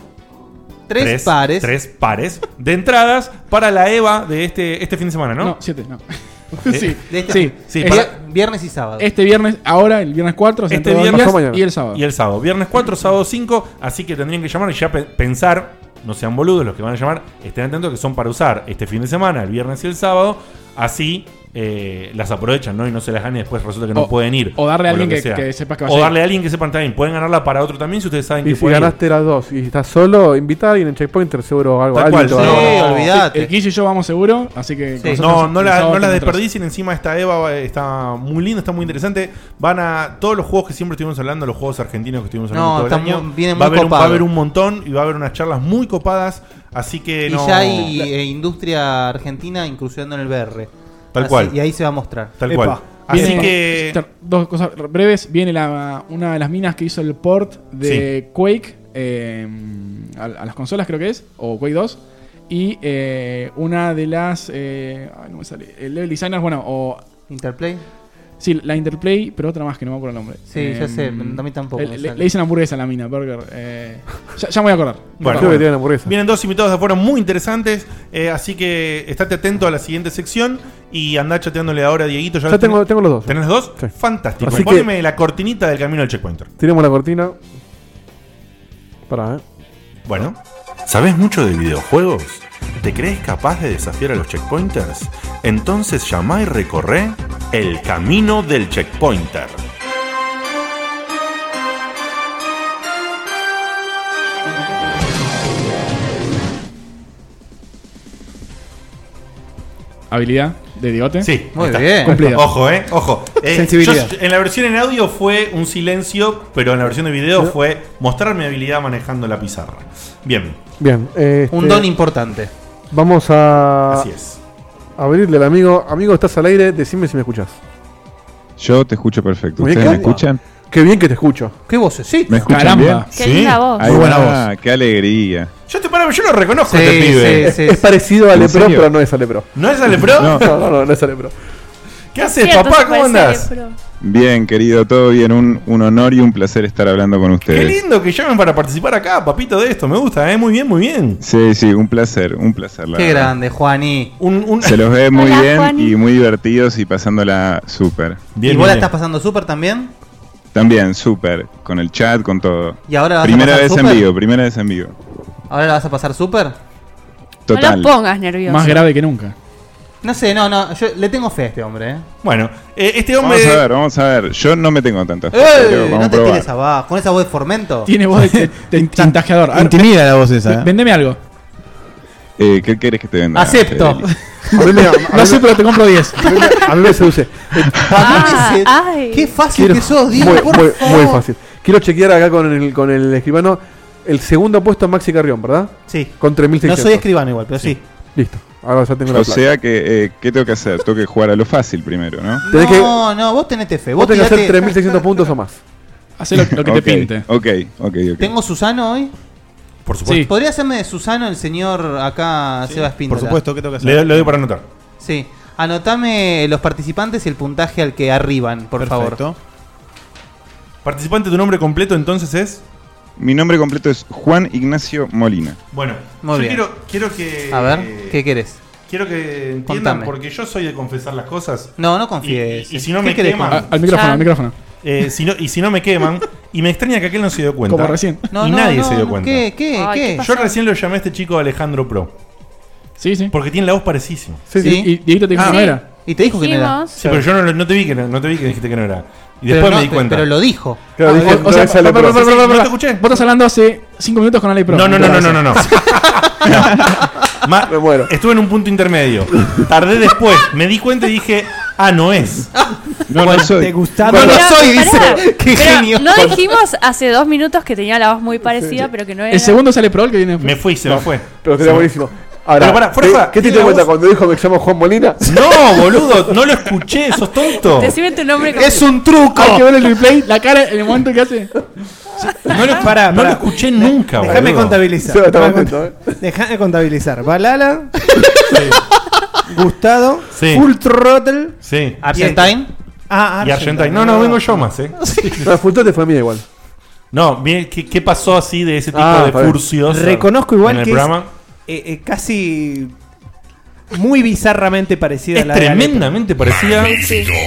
Speaker 6: Tres pares.
Speaker 3: Tres pares de entradas para la EVA de este, este fin de semana, ¿no?
Speaker 5: No, siete, no.
Speaker 3: ¿Eh?
Speaker 5: [laughs] sí,
Speaker 3: De esta-
Speaker 5: sí.
Speaker 3: Sí,
Speaker 5: Este-
Speaker 3: para-
Speaker 6: Viernes y sábado.
Speaker 5: Este viernes, ahora, el viernes 4,
Speaker 3: Este viernes
Speaker 5: y el sábado.
Speaker 3: Y el sábado. Viernes 4, sábado 5. Así que tendrían que llamar y ya pe- pensar. No sean boludos los que van a llamar. Estén atentos que son para usar este fin de semana, el viernes y el sábado. Así eh, las aprovechan, ¿no? Y no se las ganen y después resulta que no
Speaker 5: O-
Speaker 3: pueden ir.
Speaker 5: o darle a alguien
Speaker 3: lo
Speaker 5: que-
Speaker 3: sea.
Speaker 5: que sepa que va a
Speaker 3: O
Speaker 5: ir.
Speaker 3: darle a alguien que sepan también. Pueden ganarla para otro también si ustedes saben
Speaker 4: Y
Speaker 3: que
Speaker 4: si
Speaker 3: pueden ir.
Speaker 4: ganaste las dos y estás solo, invita a alguien en Checkpointer, seguro algo.
Speaker 3: Tal
Speaker 4: alguien
Speaker 3: cual,
Speaker 4: te va a
Speaker 3: sí.
Speaker 4: dar. Eh,
Speaker 3: No, olvidate.
Speaker 5: El Guille y yo vamos seguro, así que. con nosotros
Speaker 3: No, no
Speaker 5: el sábado
Speaker 3: la, no la
Speaker 5: con nosotros.
Speaker 3: desperdicien. Encima esta Eva eh, está muy linda, está muy interesante. Van a todos los juegos que siempre estuvimos hablando, los juegos argentinos que estuvimos hablando
Speaker 6: No,
Speaker 3: todo el
Speaker 6: está
Speaker 3: año.
Speaker 6: muy- viene
Speaker 3: va, a
Speaker 6: muy
Speaker 3: haber un, va a
Speaker 6: copado.
Speaker 3: haber un montón y va a haber unas charlas muy copadas. Así que
Speaker 6: Y
Speaker 3: no.
Speaker 6: ya hay eh, industria argentina incursionando en el BR.
Speaker 3: Tal
Speaker 6: Así-
Speaker 3: cual.
Speaker 6: Y ahí se va a mostrar.
Speaker 3: Tal
Speaker 5: Epa.
Speaker 3: cual. Así
Speaker 5: Viene-
Speaker 3: que-
Speaker 5: ter- Dos cosas breves. Viene la, una de las minas que hizo el port de Quake eh, a, a las consolas, creo que es, o Quake 2. Y eh, una de las. eh, ay, no me sale. El level designers, bueno, o.
Speaker 6: ¿Interplay?
Speaker 5: Sí, la Interplay, pero otra más que no me acuerdo el nombre.
Speaker 6: Sí, ya sé, a mí tampoco
Speaker 5: el-
Speaker 6: me
Speaker 5: Le,
Speaker 6: sale.
Speaker 5: le dicen hamburguesa a la mina, burger. eh, ya, ya me voy a acordar.
Speaker 3: Bueno,
Speaker 5: Perdón.
Speaker 3: vienen dos invitados de afuera muy interesantes. eh, así que estate atento a la siguiente sección y andá chateándole ahora, Dieguito.
Speaker 4: eh, Ya
Speaker 3: los
Speaker 4: tengo-
Speaker 3: tenés?
Speaker 4: tengo los dos.
Speaker 3: ¿Tenés los dos?
Speaker 4: Sí.
Speaker 3: Fantástico.
Speaker 4: Así que-
Speaker 3: Poneme la cortinita del camino al checkpointer.
Speaker 4: Tiremos la cortina. Pará, eh.
Speaker 3: Bueno. ¿Sabes mucho de videojuegos? ¿Te crees capaz de desafiar a los checkpointers? Entonces llama y recorre el camino del checkpointer.
Speaker 5: Habilidad de Diote.
Speaker 3: Sí,
Speaker 5: Muy
Speaker 3: está.
Speaker 5: bien. Cumplido.
Speaker 3: Ojo, eh, [laughs] ojo. Eh,
Speaker 5: Sensibilidad.
Speaker 3: yo- en la versión en audio fue un silencio, pero en la versión de video fue mostrar mi habilidad manejando la pizarra. Bien.
Speaker 4: Bien. eh,
Speaker 6: Un
Speaker 4: este,
Speaker 6: don importante.
Speaker 4: Vamos a.
Speaker 3: Así es.
Speaker 4: Abrirle al amigo. Amigo, estás al aire, decime si me escuchas.
Speaker 16: Yo te escucho perfecto.
Speaker 4: Muy bien,
Speaker 16: ¿Ustedes me
Speaker 4: caramba.
Speaker 16: escuchan?
Speaker 4: Qué bien que te escucho.
Speaker 6: ¿Qué voces? Sí.
Speaker 16: ¿Me escuchan bien?
Speaker 4: Qué linda voz.
Speaker 16: Ahí
Speaker 4: Muy buena
Speaker 16: va, Qué alegría.
Speaker 3: Yo te paro, yo lo reconozco
Speaker 4: Sí,
Speaker 3: a este pibe.
Speaker 4: sí, sí, Es sí. parecido a
Speaker 16: ¿En
Speaker 4: Lepro,
Speaker 16: serio?
Speaker 4: pero no es Alepro.
Speaker 3: ¿No es Alepro?
Speaker 4: No, no, no, no es Alepro.
Speaker 3: ¿Qué haces,
Speaker 4: Cierto,
Speaker 3: papá?
Speaker 4: se
Speaker 3: ¿Cómo
Speaker 4: parece,
Speaker 3: andás?
Speaker 16: Bien, querido, todo bien. Un, un honor y un placer estar hablando con
Speaker 3: Qué
Speaker 16: ustedes.
Speaker 3: lindo que llamen para participar acá, papito, de esto. Me gusta, ¿eh? Muy bien, muy bien.
Speaker 16: Sí, sí, un placer, un placer. la
Speaker 6: Qué
Speaker 16: verdad.
Speaker 6: grande, Juani.
Speaker 16: Se los ve muy
Speaker 6: Hola,
Speaker 16: bien
Speaker 6: Juani.
Speaker 16: y muy divertidos y pasándola súper.
Speaker 6: ¿Y vos la estás pasando súper también?
Speaker 16: También, súper. Con el chat, con todo.
Speaker 6: ¿Y ahora la vas a
Speaker 16: primera
Speaker 6: pasar
Speaker 16: vez en
Speaker 6: súper?
Speaker 16: vivo, primera vez en vivo.
Speaker 6: ¿Ahora la vas a pasar súper?
Speaker 16: Total.
Speaker 9: pongas nervioso. Más grave
Speaker 5: que nunca.
Speaker 6: No sé, no, no. Yo le tengo fe a este hombre, ¿eh?
Speaker 3: Bueno, este
Speaker 6: hombre-
Speaker 16: Vamos a ver, vamos a ver. Yo no me tengo tanta fe, pero
Speaker 6: ¡Ey!
Speaker 16: vamos
Speaker 6: No
Speaker 16: a
Speaker 6: te
Speaker 16: probar.
Speaker 6: tires abajo. Con esa voz de formento. [laughs]
Speaker 5: Tiene voz de, de chantajeador. A ver,
Speaker 16: Intimida la voz esa,
Speaker 5: v-
Speaker 16: eh.
Speaker 5: Vendeme algo.
Speaker 16: Eh, ¿Qué querés que te venda?
Speaker 5: Acepto.
Speaker 16: Federico?
Speaker 5: No sé, pero te
Speaker 4: [laughs]
Speaker 5: compro 10.
Speaker 4: A mí me seduce.
Speaker 9: Ah,
Speaker 6: ¡Qué fácil
Speaker 4: Quiero-
Speaker 6: que sos, Diego!
Speaker 4: muy,
Speaker 6: por
Speaker 4: muy-
Speaker 6: favor.
Speaker 4: muy fácil. Quiero chequear acá con el, con el escribano. El segundo puesto Maxi Carrión, ¿verdad?
Speaker 6: Sí.
Speaker 4: Con 3600.
Speaker 6: No soy escribano igual, pero sí.
Speaker 4: Listo. Ahora ya tengo la
Speaker 16: O
Speaker 4: placa.
Speaker 16: sea que, eh, ¿qué tengo que hacer? Tengo que jugar a lo fácil primero, ¿no?
Speaker 4: Tenés que-
Speaker 6: No, no, vos tenete fe.
Speaker 4: Vos
Speaker 6: Vos,
Speaker 4: tenés que hacer
Speaker 6: tirate-
Speaker 4: 3600 puntos o más.
Speaker 5: Hacé lo,
Speaker 16: Ok, Ok, ok, ok.
Speaker 6: ¿Tengo Susano hoy?
Speaker 3: Por
Speaker 16: supuesto. Sí.
Speaker 6: ¿Podría hacerme de Susano el señor acá, Seba Espíndola?
Speaker 16: por supuesto, ¿qué tengo que
Speaker 3: Le, le doy para anotar.
Speaker 6: Sí. Anotame los participantes y el puntaje al que arriban, por favor.
Speaker 3: Participante, tu nombre completo entonces es.
Speaker 16: Mi nombre completo es Juan Ignacio Molina.
Speaker 3: Bueno,
Speaker 6: Muy
Speaker 3: yo
Speaker 6: bien.
Speaker 3: Quiero, quiero que. eh,
Speaker 6: A ver, ¿qué querés?
Speaker 3: Quiero que entiendan,
Speaker 6: Contame.
Speaker 3: porque yo soy de confesar las cosas.
Speaker 6: No, no
Speaker 3: confieses.
Speaker 6: confieses.
Speaker 3: Y, y si no
Speaker 6: ¿Qué
Speaker 3: me
Speaker 6: querés
Speaker 3: queman.
Speaker 6: contar? A- al micrófono, Ya. al micrófono.
Speaker 3: Eh, si no, y si no me queman. Y me extraña que aquel no se dio cuenta.
Speaker 5: Como recién.
Speaker 6: No,
Speaker 3: y
Speaker 6: no,
Speaker 3: nadie
Speaker 6: no,
Speaker 3: se dio
Speaker 6: no,
Speaker 3: cuenta.
Speaker 6: ¿qué, qué, Ay, qué? ¿qué pasó?
Speaker 3: Yo recién lo llamé a este chico Alejandro Pro.
Speaker 5: Sí, sí.
Speaker 3: Porque tiene la voz parecísima.
Speaker 5: Sí, sí. Y- y Dieguito te dijo que no Sí. era.
Speaker 6: Y te dijo que no era. Dijimos.
Speaker 3: Sí, pero yo no, lo- no te vi que no, no te vi que dijiste que no era. Y
Speaker 6: Pero
Speaker 3: después
Speaker 6: no,
Speaker 3: me di
Speaker 6: pero-
Speaker 3: cuenta. Ah,
Speaker 6: pero lo dijo.
Speaker 3: Claro, dije,
Speaker 5: Ah, o, o
Speaker 3: no
Speaker 5: sea,
Speaker 3: es Ale
Speaker 5: pará, pará, pará,
Speaker 3: Pro. Sí, sí,
Speaker 5: pará,
Speaker 3: ¿no te
Speaker 5: pará. [laughs]
Speaker 3: escuché?
Speaker 5: Vos estás hablando hace 5 minutos con Ale Pro.
Speaker 3: No, no, no, no, no, no, no. Ma- Estuve en un punto intermedio. Tardé después, me di cuenta y dije, ah, no es.
Speaker 8: No, no soy.
Speaker 3: ¿Te
Speaker 8: gustaba?
Speaker 3: No, no
Speaker 9: Pero,
Speaker 3: soy,
Speaker 9: pará,
Speaker 6: [laughs]
Speaker 3: dice. Qué
Speaker 9: pero
Speaker 3: genio.
Speaker 9: No dijimos hace dos minutos que tenía la voz muy parecida, pero que no era.
Speaker 5: El segundo sale Pro, el que viene después.
Speaker 3: Me fui, se me fue.
Speaker 4: Pero sería buenísimo. Ahora,
Speaker 3: Pero pará, fuera,
Speaker 4: ¿qué-
Speaker 3: fuera.
Speaker 4: ¿qué te diste
Speaker 3: Tiene
Speaker 4: cuenta
Speaker 3: la
Speaker 4: cuando dijo me llamo Juan Molina?
Speaker 3: [laughs] No, boludo, no lo escuché, sos tonto.
Speaker 9: Decime tu nombre.
Speaker 3: Es un truco.
Speaker 5: Hay que ver el replay, la cara, el momento que hace.
Speaker 8: No lo, pará,
Speaker 3: No
Speaker 8: pará.
Speaker 3: lo escuché nunca, boludo.
Speaker 8: Déjame contabilizar.
Speaker 3: Se lo estaba
Speaker 8: Déjame
Speaker 4: ¿eh?
Speaker 8: cont- Déjame contabilizar. Balala. Gustado.
Speaker 3: Sí.
Speaker 8: Full Throttle.
Speaker 3: Sí.
Speaker 8: Argentine. Ah,
Speaker 3: Y Argentine. No, no, vengo yo [laughs] más, eh.
Speaker 4: La Full Throttle fue mía igual.
Speaker 3: No, bien, ¿qué, qué pasó así de ese tipo
Speaker 4: Ah,
Speaker 3: de
Speaker 4: pará.
Speaker 3: furcios?
Speaker 8: Reconozco igual
Speaker 3: en el
Speaker 8: que es,
Speaker 3: programa?
Speaker 8: eh, eh, casi muy bizarramente parecida
Speaker 3: Es
Speaker 8: a la
Speaker 3: tremendamente parecida.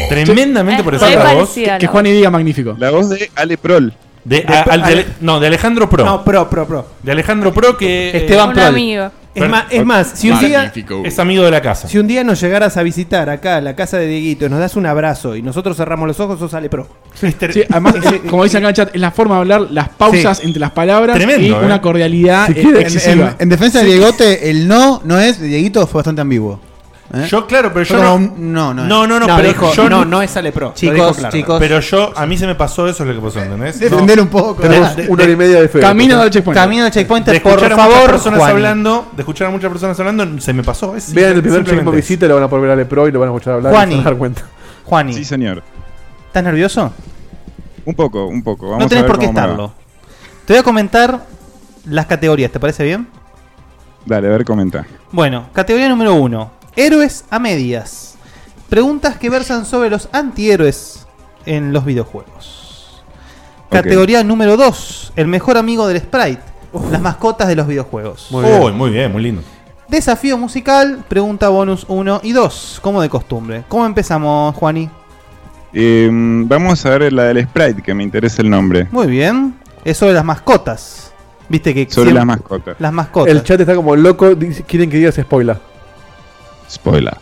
Speaker 3: Tremendamente parecida a la voz.
Speaker 5: Que Juan y diga magnífico.
Speaker 16: La voz de Ale Prol.
Speaker 3: De, a- al de- no, de Alejandro Pro.
Speaker 8: No, pro, pro, pro.
Speaker 3: De Alejandro Pro que. eh,
Speaker 8: Esteban Un Prol. amigo. Es
Speaker 3: Pero-
Speaker 8: más- es más, si un día-
Speaker 3: Magnífico. Es amigo de la casa.
Speaker 8: Si un día nos llegaras a visitar acá, a la casa de Dieguito, y nos das un abrazo y nosotros cerramos los ojos, sos Ale Pro.
Speaker 5: Sí, además, eh, como dice acá en el chat, es la forma de hablar, las pausas
Speaker 8: Sí.
Speaker 5: entre las palabras
Speaker 8: Tremendo,
Speaker 5: y
Speaker 8: eh.
Speaker 5: una cordialidad
Speaker 11: Si
Speaker 5: eh,
Speaker 11: quiere- Ah, en,
Speaker 5: excesiva.
Speaker 11: en- en defensa de Diegote, el no no es de Dieguito fue bastante ambiguo. ¿Eh?
Speaker 3: Yo, claro, pero yo
Speaker 11: Fue
Speaker 3: no-
Speaker 11: como un- no, no,
Speaker 3: No,
Speaker 11: es.
Speaker 3: no, no, pero yo
Speaker 11: Chicos, chicos.
Speaker 3: Pero yo, a mí se me pasó eso es lo que pasó, ¿entendés?
Speaker 11: Defender un poco. eh.
Speaker 3: Tenemos
Speaker 11: De-
Speaker 3: una hora y
Speaker 4: media de fe.
Speaker 3: Camino del checkpoint.
Speaker 11: Camino del checkpoint,
Speaker 3: De
Speaker 11: por
Speaker 3: escuchar a muchas
Speaker 11: favor.
Speaker 3: personas
Speaker 11: Juan.
Speaker 3: hablando, de escuchar a muchas personas hablando, se me pasó. Es,
Speaker 4: Vean el primer
Speaker 3: simplemente
Speaker 4: tiempo
Speaker 3: eso.
Speaker 4: visita y lo van a poder ver a Ale Pro y lo van a escuchar hablar y
Speaker 11: Juani.
Speaker 4: se van a dar cuenta.
Speaker 11: Juani.
Speaker 16: Sí, señor.
Speaker 11: ¿Estás nervioso?
Speaker 16: Un poco, un poco. Vamos
Speaker 11: no tenés
Speaker 16: a ver
Speaker 11: por qué
Speaker 16: cómo me va.
Speaker 11: estarlo. Te voy a comentar las categorías, ¿te parece bien?
Speaker 16: Dale, a ver, comenta.
Speaker 11: Bueno,
Speaker 6: Categoría número uno. Héroes a medias. Preguntas que versan sobre los antihéroes en los videojuegos.
Speaker 11: Categoría
Speaker 6: número 2. El mejor amigo del sprite. Las mascotas de los videojuegos.
Speaker 3: Muy bien. Uy, muy bien, muy lindo.
Speaker 6: Desafío musical. Pregunta bonus 1 y 2. Como de costumbre. ¿Cómo empezamos, Juani?
Speaker 16: Eh, vamos a ver la del Sprite, que me interesa el nombre.
Speaker 6: Muy bien. Es sobre las mascotas. Viste que.
Speaker 16: Sobre
Speaker 6: siempre-
Speaker 16: las mascotas.
Speaker 6: Las mascotas.
Speaker 4: El chat está como loco, dice- quieren que digas
Speaker 3: [laughs]
Speaker 4: spoiler.
Speaker 16: Spoiler.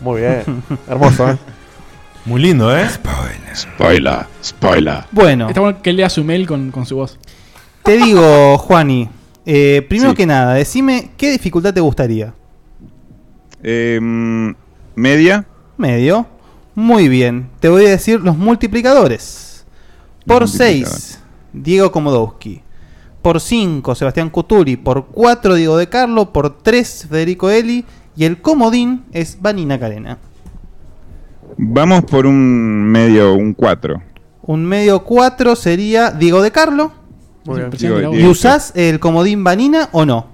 Speaker 4: Muy bien. Hermoso, ¿eh?
Speaker 3: Muy lindo, ¿eh?
Speaker 16: Spoiler. Spoiler.
Speaker 6: Bueno.
Speaker 5: Está bueno que lea su mail con, con su voz.
Speaker 6: Te
Speaker 5: [laughs]
Speaker 6: digo, Juani. eh, primero que nada, decime qué dificultad te gustaría.
Speaker 16: Eh, media.
Speaker 6: Medio. Muy bien. Te voy a decir los multiplicadores. Por 6, Diego Komodowski. Por 5, Sebastián Cutuli. Por 4, Diego De Carlo. Por 3, Federico Eli. Y el comodín es Vanina Carena.
Speaker 16: Vamos por un medio, un 4.
Speaker 6: Un medio 4 sería Diego De Carlo.
Speaker 16: Muy bien. Diego de
Speaker 6: ¿Y
Speaker 16: Carlo.
Speaker 6: usás el comodín Vanina o no?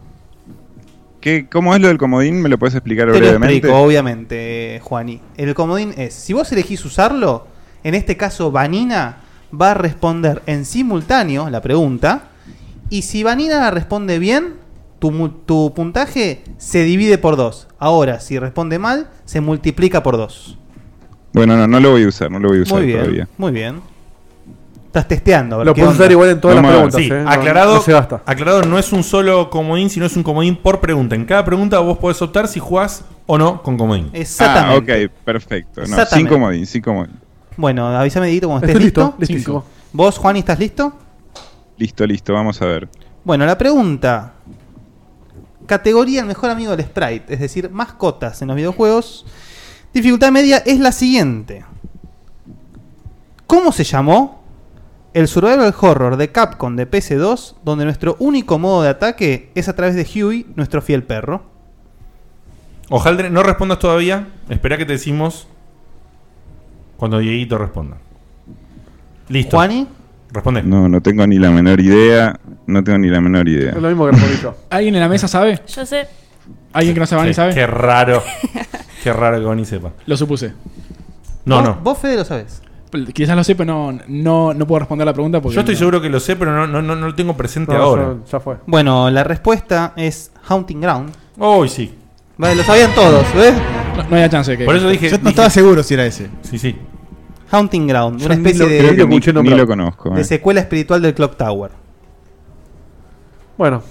Speaker 16: ¿Qué, ¿Cómo es lo del comodín? ¿Me lo puedes explicar
Speaker 6: Te lo
Speaker 16: brevemente?
Speaker 6: explico, obviamente, Juani. El comodín es, si vos elegís usarlo, en este caso Vanina va a responder en simultáneo la pregunta. Y si Vanina la responde bien, tu, mu- tu puntaje se divide por dos. Ahora, si responde mal, se multiplica por dos.
Speaker 16: Bueno, no, no lo voy a usar, no lo voy a usar
Speaker 6: Muy bien,
Speaker 16: todavía.
Speaker 6: muy bien. Estás testeando. a ver
Speaker 4: Lo
Speaker 6: qué
Speaker 4: puedes
Speaker 6: onda.
Speaker 4: usar igual en todas las preguntas.
Speaker 3: Sí,
Speaker 4: ¿eh? No-
Speaker 3: aclarado,
Speaker 4: no se gasta.
Speaker 3: aclarado, no es un solo comodín, sino es un comodín por pregunta. En cada pregunta vos podés optar si jugás o no con comodín.
Speaker 16: Ah, ok, perfecto. No, sin
Speaker 6: Exactamente.
Speaker 16: comodín, sin comodín.
Speaker 6: Bueno, avísame, Dieguito, cuando estés
Speaker 16: Estoy listo,
Speaker 6: listo.
Speaker 16: listísimo.
Speaker 6: Cinco. ¿Vos, Juani, estás listo?
Speaker 16: Listo, listo, vamos a ver.
Speaker 6: Bueno, la pregunta. Categoría el mejor amigo del sprite, es decir, mascotas en los videojuegos. Dificultad media es la siguiente. ¿Cómo se llamó el survival horror de Capcom de PC2, donde nuestro único modo de ataque es a través de Huey, nuestro fiel perro?
Speaker 3: Ojalá no respondas todavía. Espera que te decimos cuando Dieguito responda. Listo.
Speaker 6: ¿Juani?
Speaker 3: Responde.
Speaker 16: No, no tengo ni la menor idea. No tengo ni la menor idea.
Speaker 4: lo mismo que respondí
Speaker 5: ¿Alguien en la mesa sabe?
Speaker 9: Yo sé.
Speaker 5: ¿Alguien que [laughs] no sabe ni
Speaker 3: Qué-
Speaker 5: sabe?
Speaker 3: Qué raro. Qué raro que Bonnie sepa.
Speaker 5: Lo supuse.
Speaker 3: No,
Speaker 5: ¿Vos-
Speaker 3: no.
Speaker 6: Vos, Fede, lo sabes.
Speaker 5: Quizás lo sé, pero no, no, no puedo responder la pregunta porque.
Speaker 3: Yo estoy
Speaker 5: no.
Speaker 3: seguro que lo sé, pero no, no, no, no lo tengo presente
Speaker 5: No,
Speaker 3: ahora.
Speaker 5: ya- ya fue.
Speaker 6: Bueno, la respuesta es Haunting Ground.
Speaker 3: Uy, sí.
Speaker 6: Vale, lo sabían todos, ¿ves?
Speaker 5: No, había chance de que.
Speaker 3: Por eso dije-
Speaker 11: Yo no estaba seguro si era ese.
Speaker 3: Sí, sí.
Speaker 6: Haunting Ground,
Speaker 11: Yo
Speaker 6: una
Speaker 11: ni
Speaker 6: especie
Speaker 11: lo-
Speaker 6: de,
Speaker 11: creo que ni- ni
Speaker 6: nombrar.
Speaker 11: lo conozco, eh.
Speaker 6: de secuela espiritual del Clock Tower.
Speaker 4: Bueno,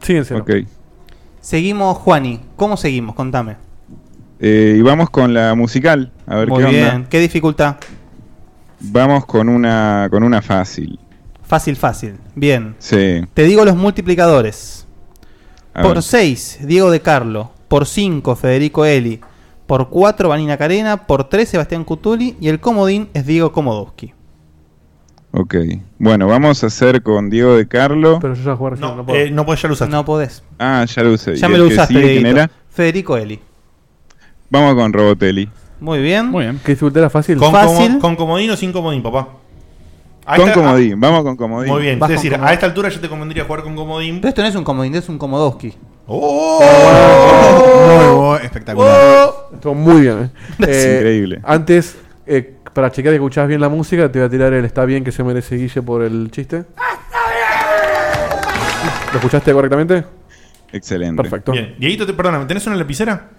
Speaker 4: síguense.
Speaker 16: Ok.
Speaker 6: Seguimos, Juani. ¿Cómo seguimos? Contame.
Speaker 16: Eh, y vamos con la musical. A ver
Speaker 6: Muy
Speaker 16: qué
Speaker 6: bien.
Speaker 16: onda.
Speaker 6: ¿Qué dificultad?
Speaker 16: Vamos con una, con una fácil.
Speaker 6: Fácil, fácil. Bien.
Speaker 16: Sí.
Speaker 6: Te digo los multiplicadores.
Speaker 16: A
Speaker 6: Por
Speaker 16: ver.
Speaker 6: 6, Diego De Carlo. Por 5, Federico Eli. Por 4, Vanina Carena. Por 3, Sebastián Cutuli. Y el comodín es Diego Komodowski.
Speaker 16: Ok. Bueno, vamos a hacer con Diego de Carlo.
Speaker 4: Pero yo ya jugué recién,
Speaker 6: No,
Speaker 4: puedo.
Speaker 6: eh, no podés, ya lo usaste. No podés.
Speaker 16: Ah, ya lo usé.
Speaker 6: Ya
Speaker 16: ¿Y
Speaker 6: me
Speaker 16: el
Speaker 6: lo
Speaker 16: que
Speaker 6: usaste,
Speaker 16: sigue, quién
Speaker 6: Dieguito.
Speaker 16: era?
Speaker 6: Federico Eli.
Speaker 16: Vamos con Robotelli.
Speaker 6: Muy bien.
Speaker 5: Muy bien.
Speaker 4: ¿Qué dificultad era fácil?
Speaker 3: Con,
Speaker 4: fácil.
Speaker 3: como- con comodín o sin comodín, papá. A
Speaker 16: Con
Speaker 3: esta-
Speaker 16: comodín, vamos con comodín.
Speaker 3: Muy bien,
Speaker 6: Vas
Speaker 3: es
Speaker 6: con
Speaker 3: decir,
Speaker 6: comodín.
Speaker 3: a esta altura yo te convendría jugar con comodín.
Speaker 6: Pero esto no es un comodín, es un Komodowski.
Speaker 3: ¡Oh!
Speaker 6: espectacular.
Speaker 4: Estuvo muy bien. ¿eh?
Speaker 6: Es
Speaker 16: increíble.
Speaker 4: Antes, eh, para checar que escuchás bien la música, te voy a tirar el está bien que se merece Guille por el chiste. ¿Lo escuchaste correctamente?
Speaker 16: Excelente.
Speaker 4: Perfecto.
Speaker 3: Bien. Ah, Dieguito, te, perdóname, ¿tenés una lapicera?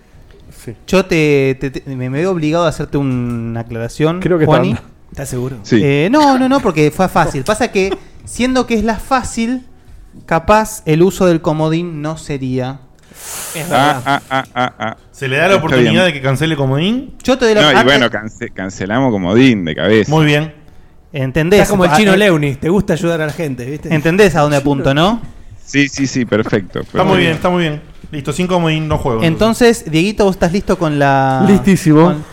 Speaker 6: Yo te, te- te- me veo obligado a hacerte una aclaración.
Speaker 4: Creo que
Speaker 6: Juani.
Speaker 4: está-
Speaker 8: ¿Estás seguro?
Speaker 16: Sí.
Speaker 6: Eh, no, no, no, porque fue fácil. Pasa que, siendo que es la fácil, capaz el uso del comodín no sería.
Speaker 16: Ah, ah, ah, ah, ah.
Speaker 3: ¿Se le da la
Speaker 16: Está
Speaker 3: oportunidad
Speaker 16: bien.
Speaker 3: de que cancele comodín?
Speaker 6: Yo te doy
Speaker 16: No, y bueno, cance- cancelamos comodín de cabeza.
Speaker 3: Muy bien.
Speaker 6: ¿Entendés?
Speaker 8: Estás como el chino
Speaker 6: Ah, eh,
Speaker 8: Leuni, te gusta ayudar a la gente, ¿viste?
Speaker 6: ¿Entendés a dónde apunto, no?
Speaker 16: Sí, sí, sí, perfecto.
Speaker 3: Está muy bien, está muy bien. Listo, sin comodín no juego.
Speaker 6: Entonces, Dieguito, ¿vos estás listo con la.
Speaker 4: Listísimo.
Speaker 6: con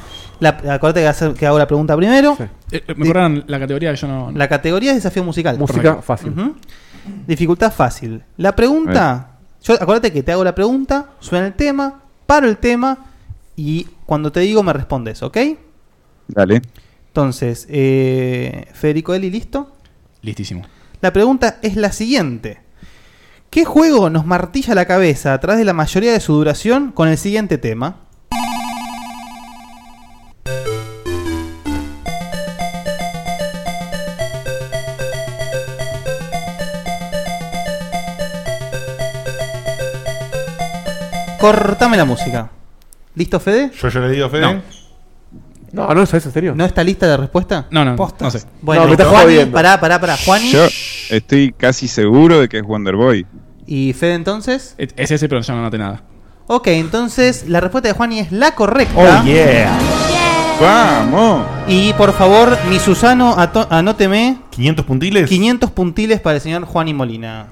Speaker 6: La, acordate que, hacer- que hago la pregunta primero.
Speaker 5: Eh, eh, me acordaron la categoría que yo no.
Speaker 6: La categoría es desafío musical.
Speaker 4: Música
Speaker 6: Correcto.
Speaker 4: fácil.
Speaker 6: Ujú. Dificultad fácil. La pregunta. Yo, acuérdate que te hago la pregunta, suena el tema, paro el tema y cuando te digo me respondes, ¿ok?
Speaker 16: Dale.
Speaker 6: Entonces, eh, Federico Eli, ¿listo?
Speaker 5: Listísimo.
Speaker 6: La pregunta es la siguiente. ¿Qué juego nos martilla la cabeza a través de la mayoría de su duración con el siguiente tema? Cortame la música. ¿Listo, Fede?
Speaker 3: Yo ya le digo, Fede.
Speaker 6: No.
Speaker 4: No, no, ¿sabes en serio?
Speaker 6: ¿No está lista de respuesta?
Speaker 5: No, no,
Speaker 6: Posta.
Speaker 5: no sé.
Speaker 6: Bueno,
Speaker 4: No, me estás
Speaker 6: Juani,
Speaker 4: jodiendo.
Speaker 6: pará, pará, pará. Juani
Speaker 16: Yo estoy casi seguro de que es Wonder Boy.
Speaker 6: y Fede entonces.
Speaker 5: Es es ese, pero yo no noté nada.
Speaker 6: Ok, entonces la respuesta de Juani es la correcta.
Speaker 3: Oh,
Speaker 4: Oh,
Speaker 16: ¡Vamos!
Speaker 6: Y por favor, mi Susano, ato- anóteme
Speaker 3: 500 puntiles.
Speaker 6: 500 puntiles para el señor Juani Molina.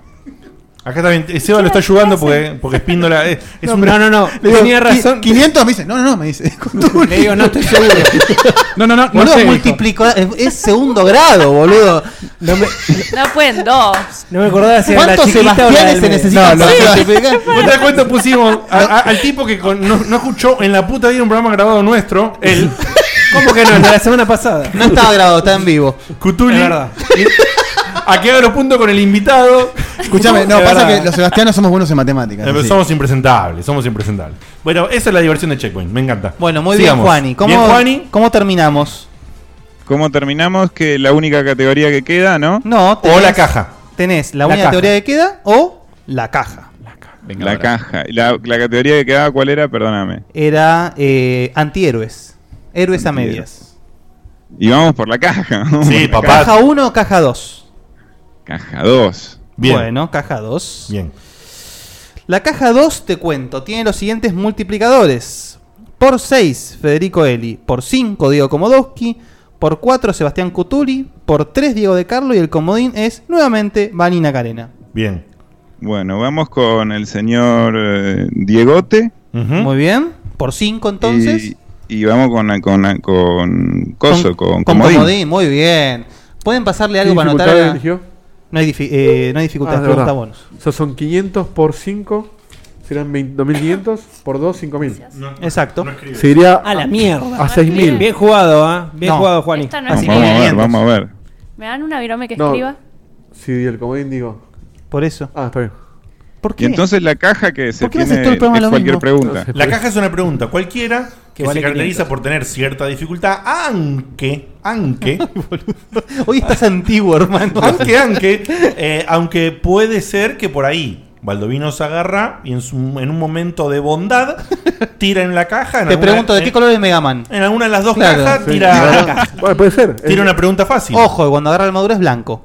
Speaker 3: Acá también, eh, Seba lo está ayudando porque, porque Espíndola eh, es
Speaker 6: No,
Speaker 3: un-
Speaker 6: pero- no, no,
Speaker 3: Le digo,
Speaker 6: tenía razón.
Speaker 11: Qui- 500 me dice, no, no, no, me dice. [laughs]
Speaker 8: Le digo, no estoy
Speaker 3: [laughs]
Speaker 8: seguro.
Speaker 5: No, no, no. no
Speaker 6: Boludo,
Speaker 5: sé,
Speaker 6: multiplicó. Es, es segundo grado, boludo.
Speaker 8: No me,
Speaker 9: No pueden dos.
Speaker 8: no me acordaba si era la
Speaker 6: ¿Cuántos
Speaker 8: chiquita o la
Speaker 6: Sebastianes
Speaker 8: del
Speaker 6: se
Speaker 8: medio.
Speaker 6: necesitan
Speaker 8: No, no,
Speaker 6: para multiplicar?
Speaker 8: [laughs]
Speaker 3: ¿Vos te das cuenta? Pusimos a- a- al tipo que con- no, no escuchó en la puta vida un programa grabado nuestro, el
Speaker 8: ¿Cómo que no? La semana pasada.
Speaker 6: No estaba grabado, está en vivo.
Speaker 3: Cutuli.
Speaker 8: Es verdad.
Speaker 3: A que haga los puntos con el invitado.
Speaker 11: Escuchame, no,
Speaker 3: Es
Speaker 11: pasa
Speaker 3: verdad.
Speaker 11: que los sebastianos somos buenos en
Speaker 3: Eh,
Speaker 11: matemáticas.
Speaker 3: pero
Speaker 11: sí.
Speaker 3: Somos impresentables, somos impresentables. Bueno, esa es la diversión de Checkpoint, me encanta.
Speaker 6: Bueno, muy
Speaker 3: Sigamos.
Speaker 6: bien, Juani. ¿Cómo,
Speaker 3: Bien, Juani.
Speaker 6: ¿Cómo terminamos?
Speaker 16: ¿Cómo terminamos? Que la única categoría que queda, ¿no?
Speaker 6: No,
Speaker 3: O la caja.
Speaker 6: Tenés la, única
Speaker 3: caja.
Speaker 6: teoría que queda o la caja.
Speaker 5: Venga,
Speaker 16: La
Speaker 5: ahora.
Speaker 16: caja. ¿Y la, la categoría que quedaba cuál era? Perdóname.
Speaker 6: Era eh, antihéroes. Héroes a
Speaker 16: Antihéroes.
Speaker 6: medias.
Speaker 16: Y vamos por la caja. [laughs] vamos
Speaker 3: Sí,
Speaker 16: por la
Speaker 3: papá.
Speaker 6: Caja 1, caja 2.
Speaker 16: Caja, caja 2.
Speaker 3: Bien.
Speaker 6: Bueno, caja 2.
Speaker 3: Bien.
Speaker 6: La caja 2, te cuento, tiene los siguientes multiplicadores. Por 6, Federico Eli. Por 5, Diego Komodowski. Por 4, Sebastián Cutuli. Por 3, Diego de Carlo. Y el comodín es nuevamente Vanina Carena.
Speaker 3: Bien.
Speaker 16: Bueno, vamos con el señor eh, Diegote.
Speaker 3: Ujú.
Speaker 6: Muy bien. Por 5, entonces.
Speaker 16: Y, y vamos con, con, con Coso, con,
Speaker 6: con
Speaker 16: Comodín.
Speaker 6: Muy bien. ¿Pueden pasarle algo
Speaker 4: ¿Qué
Speaker 6: para anotar?
Speaker 4: dificultad
Speaker 6: a-
Speaker 4: eligió?
Speaker 6: No hay, difi- eh, no hay dificultad,
Speaker 4: Ah, de
Speaker 6: pregunta
Speaker 4: verdad.
Speaker 6: bonus.
Speaker 4: O sea, son 500 por 5, serán 20 2500 por 2, 5000.
Speaker 6: Exacto.
Speaker 4: Se iría
Speaker 8: A
Speaker 4: a,
Speaker 8: la mierda.
Speaker 4: a 6000.
Speaker 8: Bien jugado, ¿ah? Bien
Speaker 6: No.
Speaker 8: jugado, Juani.
Speaker 9: Esta no es
Speaker 16: Vamos,
Speaker 6: Así
Speaker 16: vamos a ver,
Speaker 6: 500.
Speaker 16: vamos a ver.
Speaker 9: ¿Me dan una virome que
Speaker 4: No.
Speaker 9: escriba?
Speaker 4: Si el comodín digo.
Speaker 6: Por eso.
Speaker 4: Ah, está bien.
Speaker 6: ¿Por qué?
Speaker 16: Y entonces la caja que se
Speaker 6: ¿Por qué me haces
Speaker 16: tiene
Speaker 6: todo el
Speaker 16: es
Speaker 6: programa lo
Speaker 16: cualquier
Speaker 6: mismo?
Speaker 16: pregunta.
Speaker 4: No sé.
Speaker 3: La caja es una pregunta cualquiera
Speaker 8: Que
Speaker 3: que,
Speaker 8: vale
Speaker 3: se caracteriza
Speaker 8: 500.
Speaker 3: por tener cierta dificultad, aunque,
Speaker 6: [laughs]
Speaker 3: aunque,
Speaker 6: Hoy estás antiguo, hermano.
Speaker 3: aunque, aunque, eh, aunque puede ser que por ahí Baldovino se agarra y en, su- en un momento de bondad tira en la caja. En
Speaker 6: Te
Speaker 3: alguna-
Speaker 6: pregunto, ¿de
Speaker 3: en-
Speaker 6: qué color es Mega Man?
Speaker 3: En alguna de las dos
Speaker 6: Claro,
Speaker 3: cajas
Speaker 4: Sí.
Speaker 3: tira,
Speaker 4: Bueno, puede ser. Es-
Speaker 3: tira una pregunta fácil.
Speaker 6: Ojo, cuando agarra la armadura es blanco.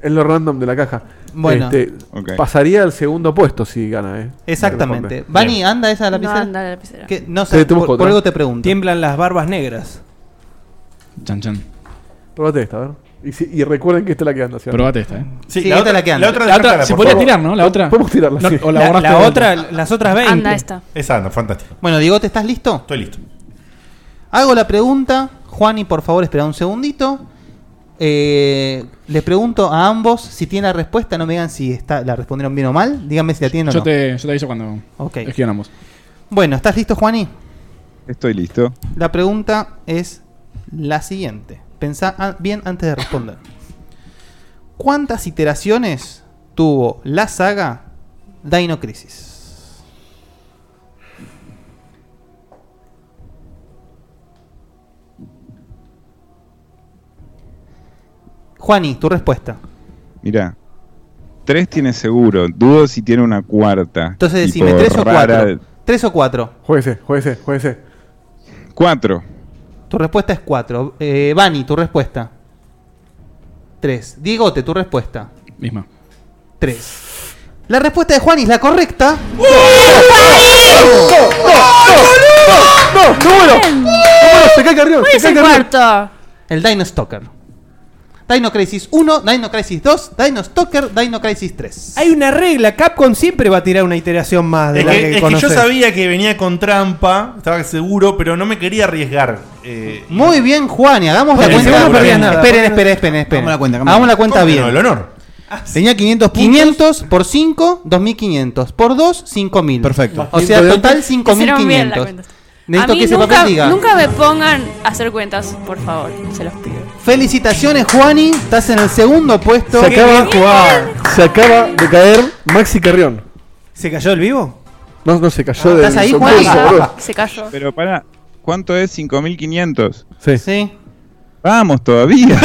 Speaker 4: Es lo random de la caja.
Speaker 6: Bueno.
Speaker 4: Este,
Speaker 16: Ok.
Speaker 4: Pasaría al segundo puesto si gana, ¿eh?
Speaker 6: Exactamente.
Speaker 4: Responde.
Speaker 6: Vani, anda esa
Speaker 9: No
Speaker 6: lapicera.
Speaker 9: anda la lapicera.
Speaker 6: Que no sé,
Speaker 4: Sí, tú
Speaker 6: por,
Speaker 4: busca
Speaker 6: por algo
Speaker 4: otra.
Speaker 6: te pregunto.
Speaker 8: Tiemblan las barbas negras.
Speaker 5: Chan, chan.
Speaker 4: Róbate esta, a ver. Y, si- y recuerden que esta es la que anda. ¿sí?
Speaker 5: Probate esta, ¿eh?
Speaker 6: Sí, la otra- la otra descartala,
Speaker 5: se
Speaker 6: por
Speaker 5: podría
Speaker 6: favor.
Speaker 5: tirar, ¿no? La otra.
Speaker 6: Podemos tirarla,
Speaker 5: No,
Speaker 6: sí.
Speaker 5: O la,
Speaker 6: La-
Speaker 5: borraste
Speaker 6: la
Speaker 5: de-
Speaker 6: otra, las otras veinte. Anda esta.
Speaker 3: Esa anda, fantástica.
Speaker 6: Bueno, Diego, ¿te estás listo?
Speaker 3: Estoy listo.
Speaker 6: Hago la pregunta. Juani, por favor, espera un segundito. Eh, les pregunto a ambos si tienen la respuesta. No me digan si está, la respondieron bien o mal. Díganme si la tienen o
Speaker 5: Yo,
Speaker 6: no.
Speaker 5: te, yo te aviso cuando
Speaker 6: Ok.
Speaker 5: esquionamos.
Speaker 6: Bueno, ¿estás listo, Juani?
Speaker 16: Estoy listo.
Speaker 6: La pregunta es la siguiente. Pensá a- bien antes de responder. ¿Cuántas iteraciones tuvo la saga Dino Crisis? Juani, tu respuesta.
Speaker 16: Mirá, tres tiene seguro. Dudo si tiene una cuarta.
Speaker 6: Entonces
Speaker 16: Tipo
Speaker 6: decime, ¿tres o
Speaker 16: rara.
Speaker 6: cuatro? ¿Tres o cuatro?
Speaker 4: Jueguese, jueguese, jueguese.
Speaker 16: Cuatro.
Speaker 6: Tu respuesta es cuatro. Eh, Vani, tu respuesta. Tres. Diegote, tu respuesta.
Speaker 5: Misma.
Speaker 6: Tres. La respuesta de Juani es la correcta.
Speaker 4: ¡No! ¡No! ¡Número! ¡Número! ¡Se cae Carrión!
Speaker 6: ¿Cuál
Speaker 4: ¡Se
Speaker 6: es
Speaker 4: cae
Speaker 6: el
Speaker 4: Carrión!
Speaker 6: cuarto? El Dino Stalker. Dino Crisis 1, Dino Crisis 2, Dino Stalker, Dino Crisis 3.
Speaker 8: Hay una regla, Capcom siempre va a tirar una iteración más Ah, de
Speaker 3: Es
Speaker 8: la
Speaker 3: que,
Speaker 8: que,
Speaker 3: es que yo
Speaker 8: conoces.
Speaker 3: sabía que venía con trampa, estaba seguro, pero no me quería arriesgar. Eh,
Speaker 6: Muy bien, Juani, hagamos la
Speaker 3: Porque si
Speaker 6: cuenta.
Speaker 3: vos no perdías nada.
Speaker 6: Esperen, esperen, esperen, esperen.
Speaker 11: Hagamos la cuenta, hagamos
Speaker 6: Hagamos la
Speaker 11: la cuenta.
Speaker 6: cuenta
Speaker 11: ¿Cómo
Speaker 6: bien.
Speaker 11: que no? El honor.
Speaker 4: Ah,
Speaker 6: 500 500 por 5, 2500. Por 2, 5000. Perfecto. O sea, total
Speaker 9: Hicieron bien la
Speaker 6: 5500.
Speaker 9: cuenta. A
Speaker 6: Necesito
Speaker 9: mí
Speaker 6: que ese
Speaker 9: nunca,
Speaker 6: papel diga.
Speaker 9: nunca me pongan a hacer cuentas, por favor, se los pido.
Speaker 6: Felicitaciones, Juani. Estás en el segundo puesto.
Speaker 4: Se acaba, se acaba de caer Maxi Carrión.
Speaker 8: ¿Se cayó el vivo?
Speaker 4: No, no, se
Speaker 6: Ah,
Speaker 4: cayó del
Speaker 16: Juani?
Speaker 4: concurso, boludo.
Speaker 9: Se cayó.
Speaker 16: Pero para, ¿cuánto es 5500?
Speaker 4: Sí.
Speaker 6: Sí.
Speaker 4: [laughs]
Speaker 16: Vamos todavía.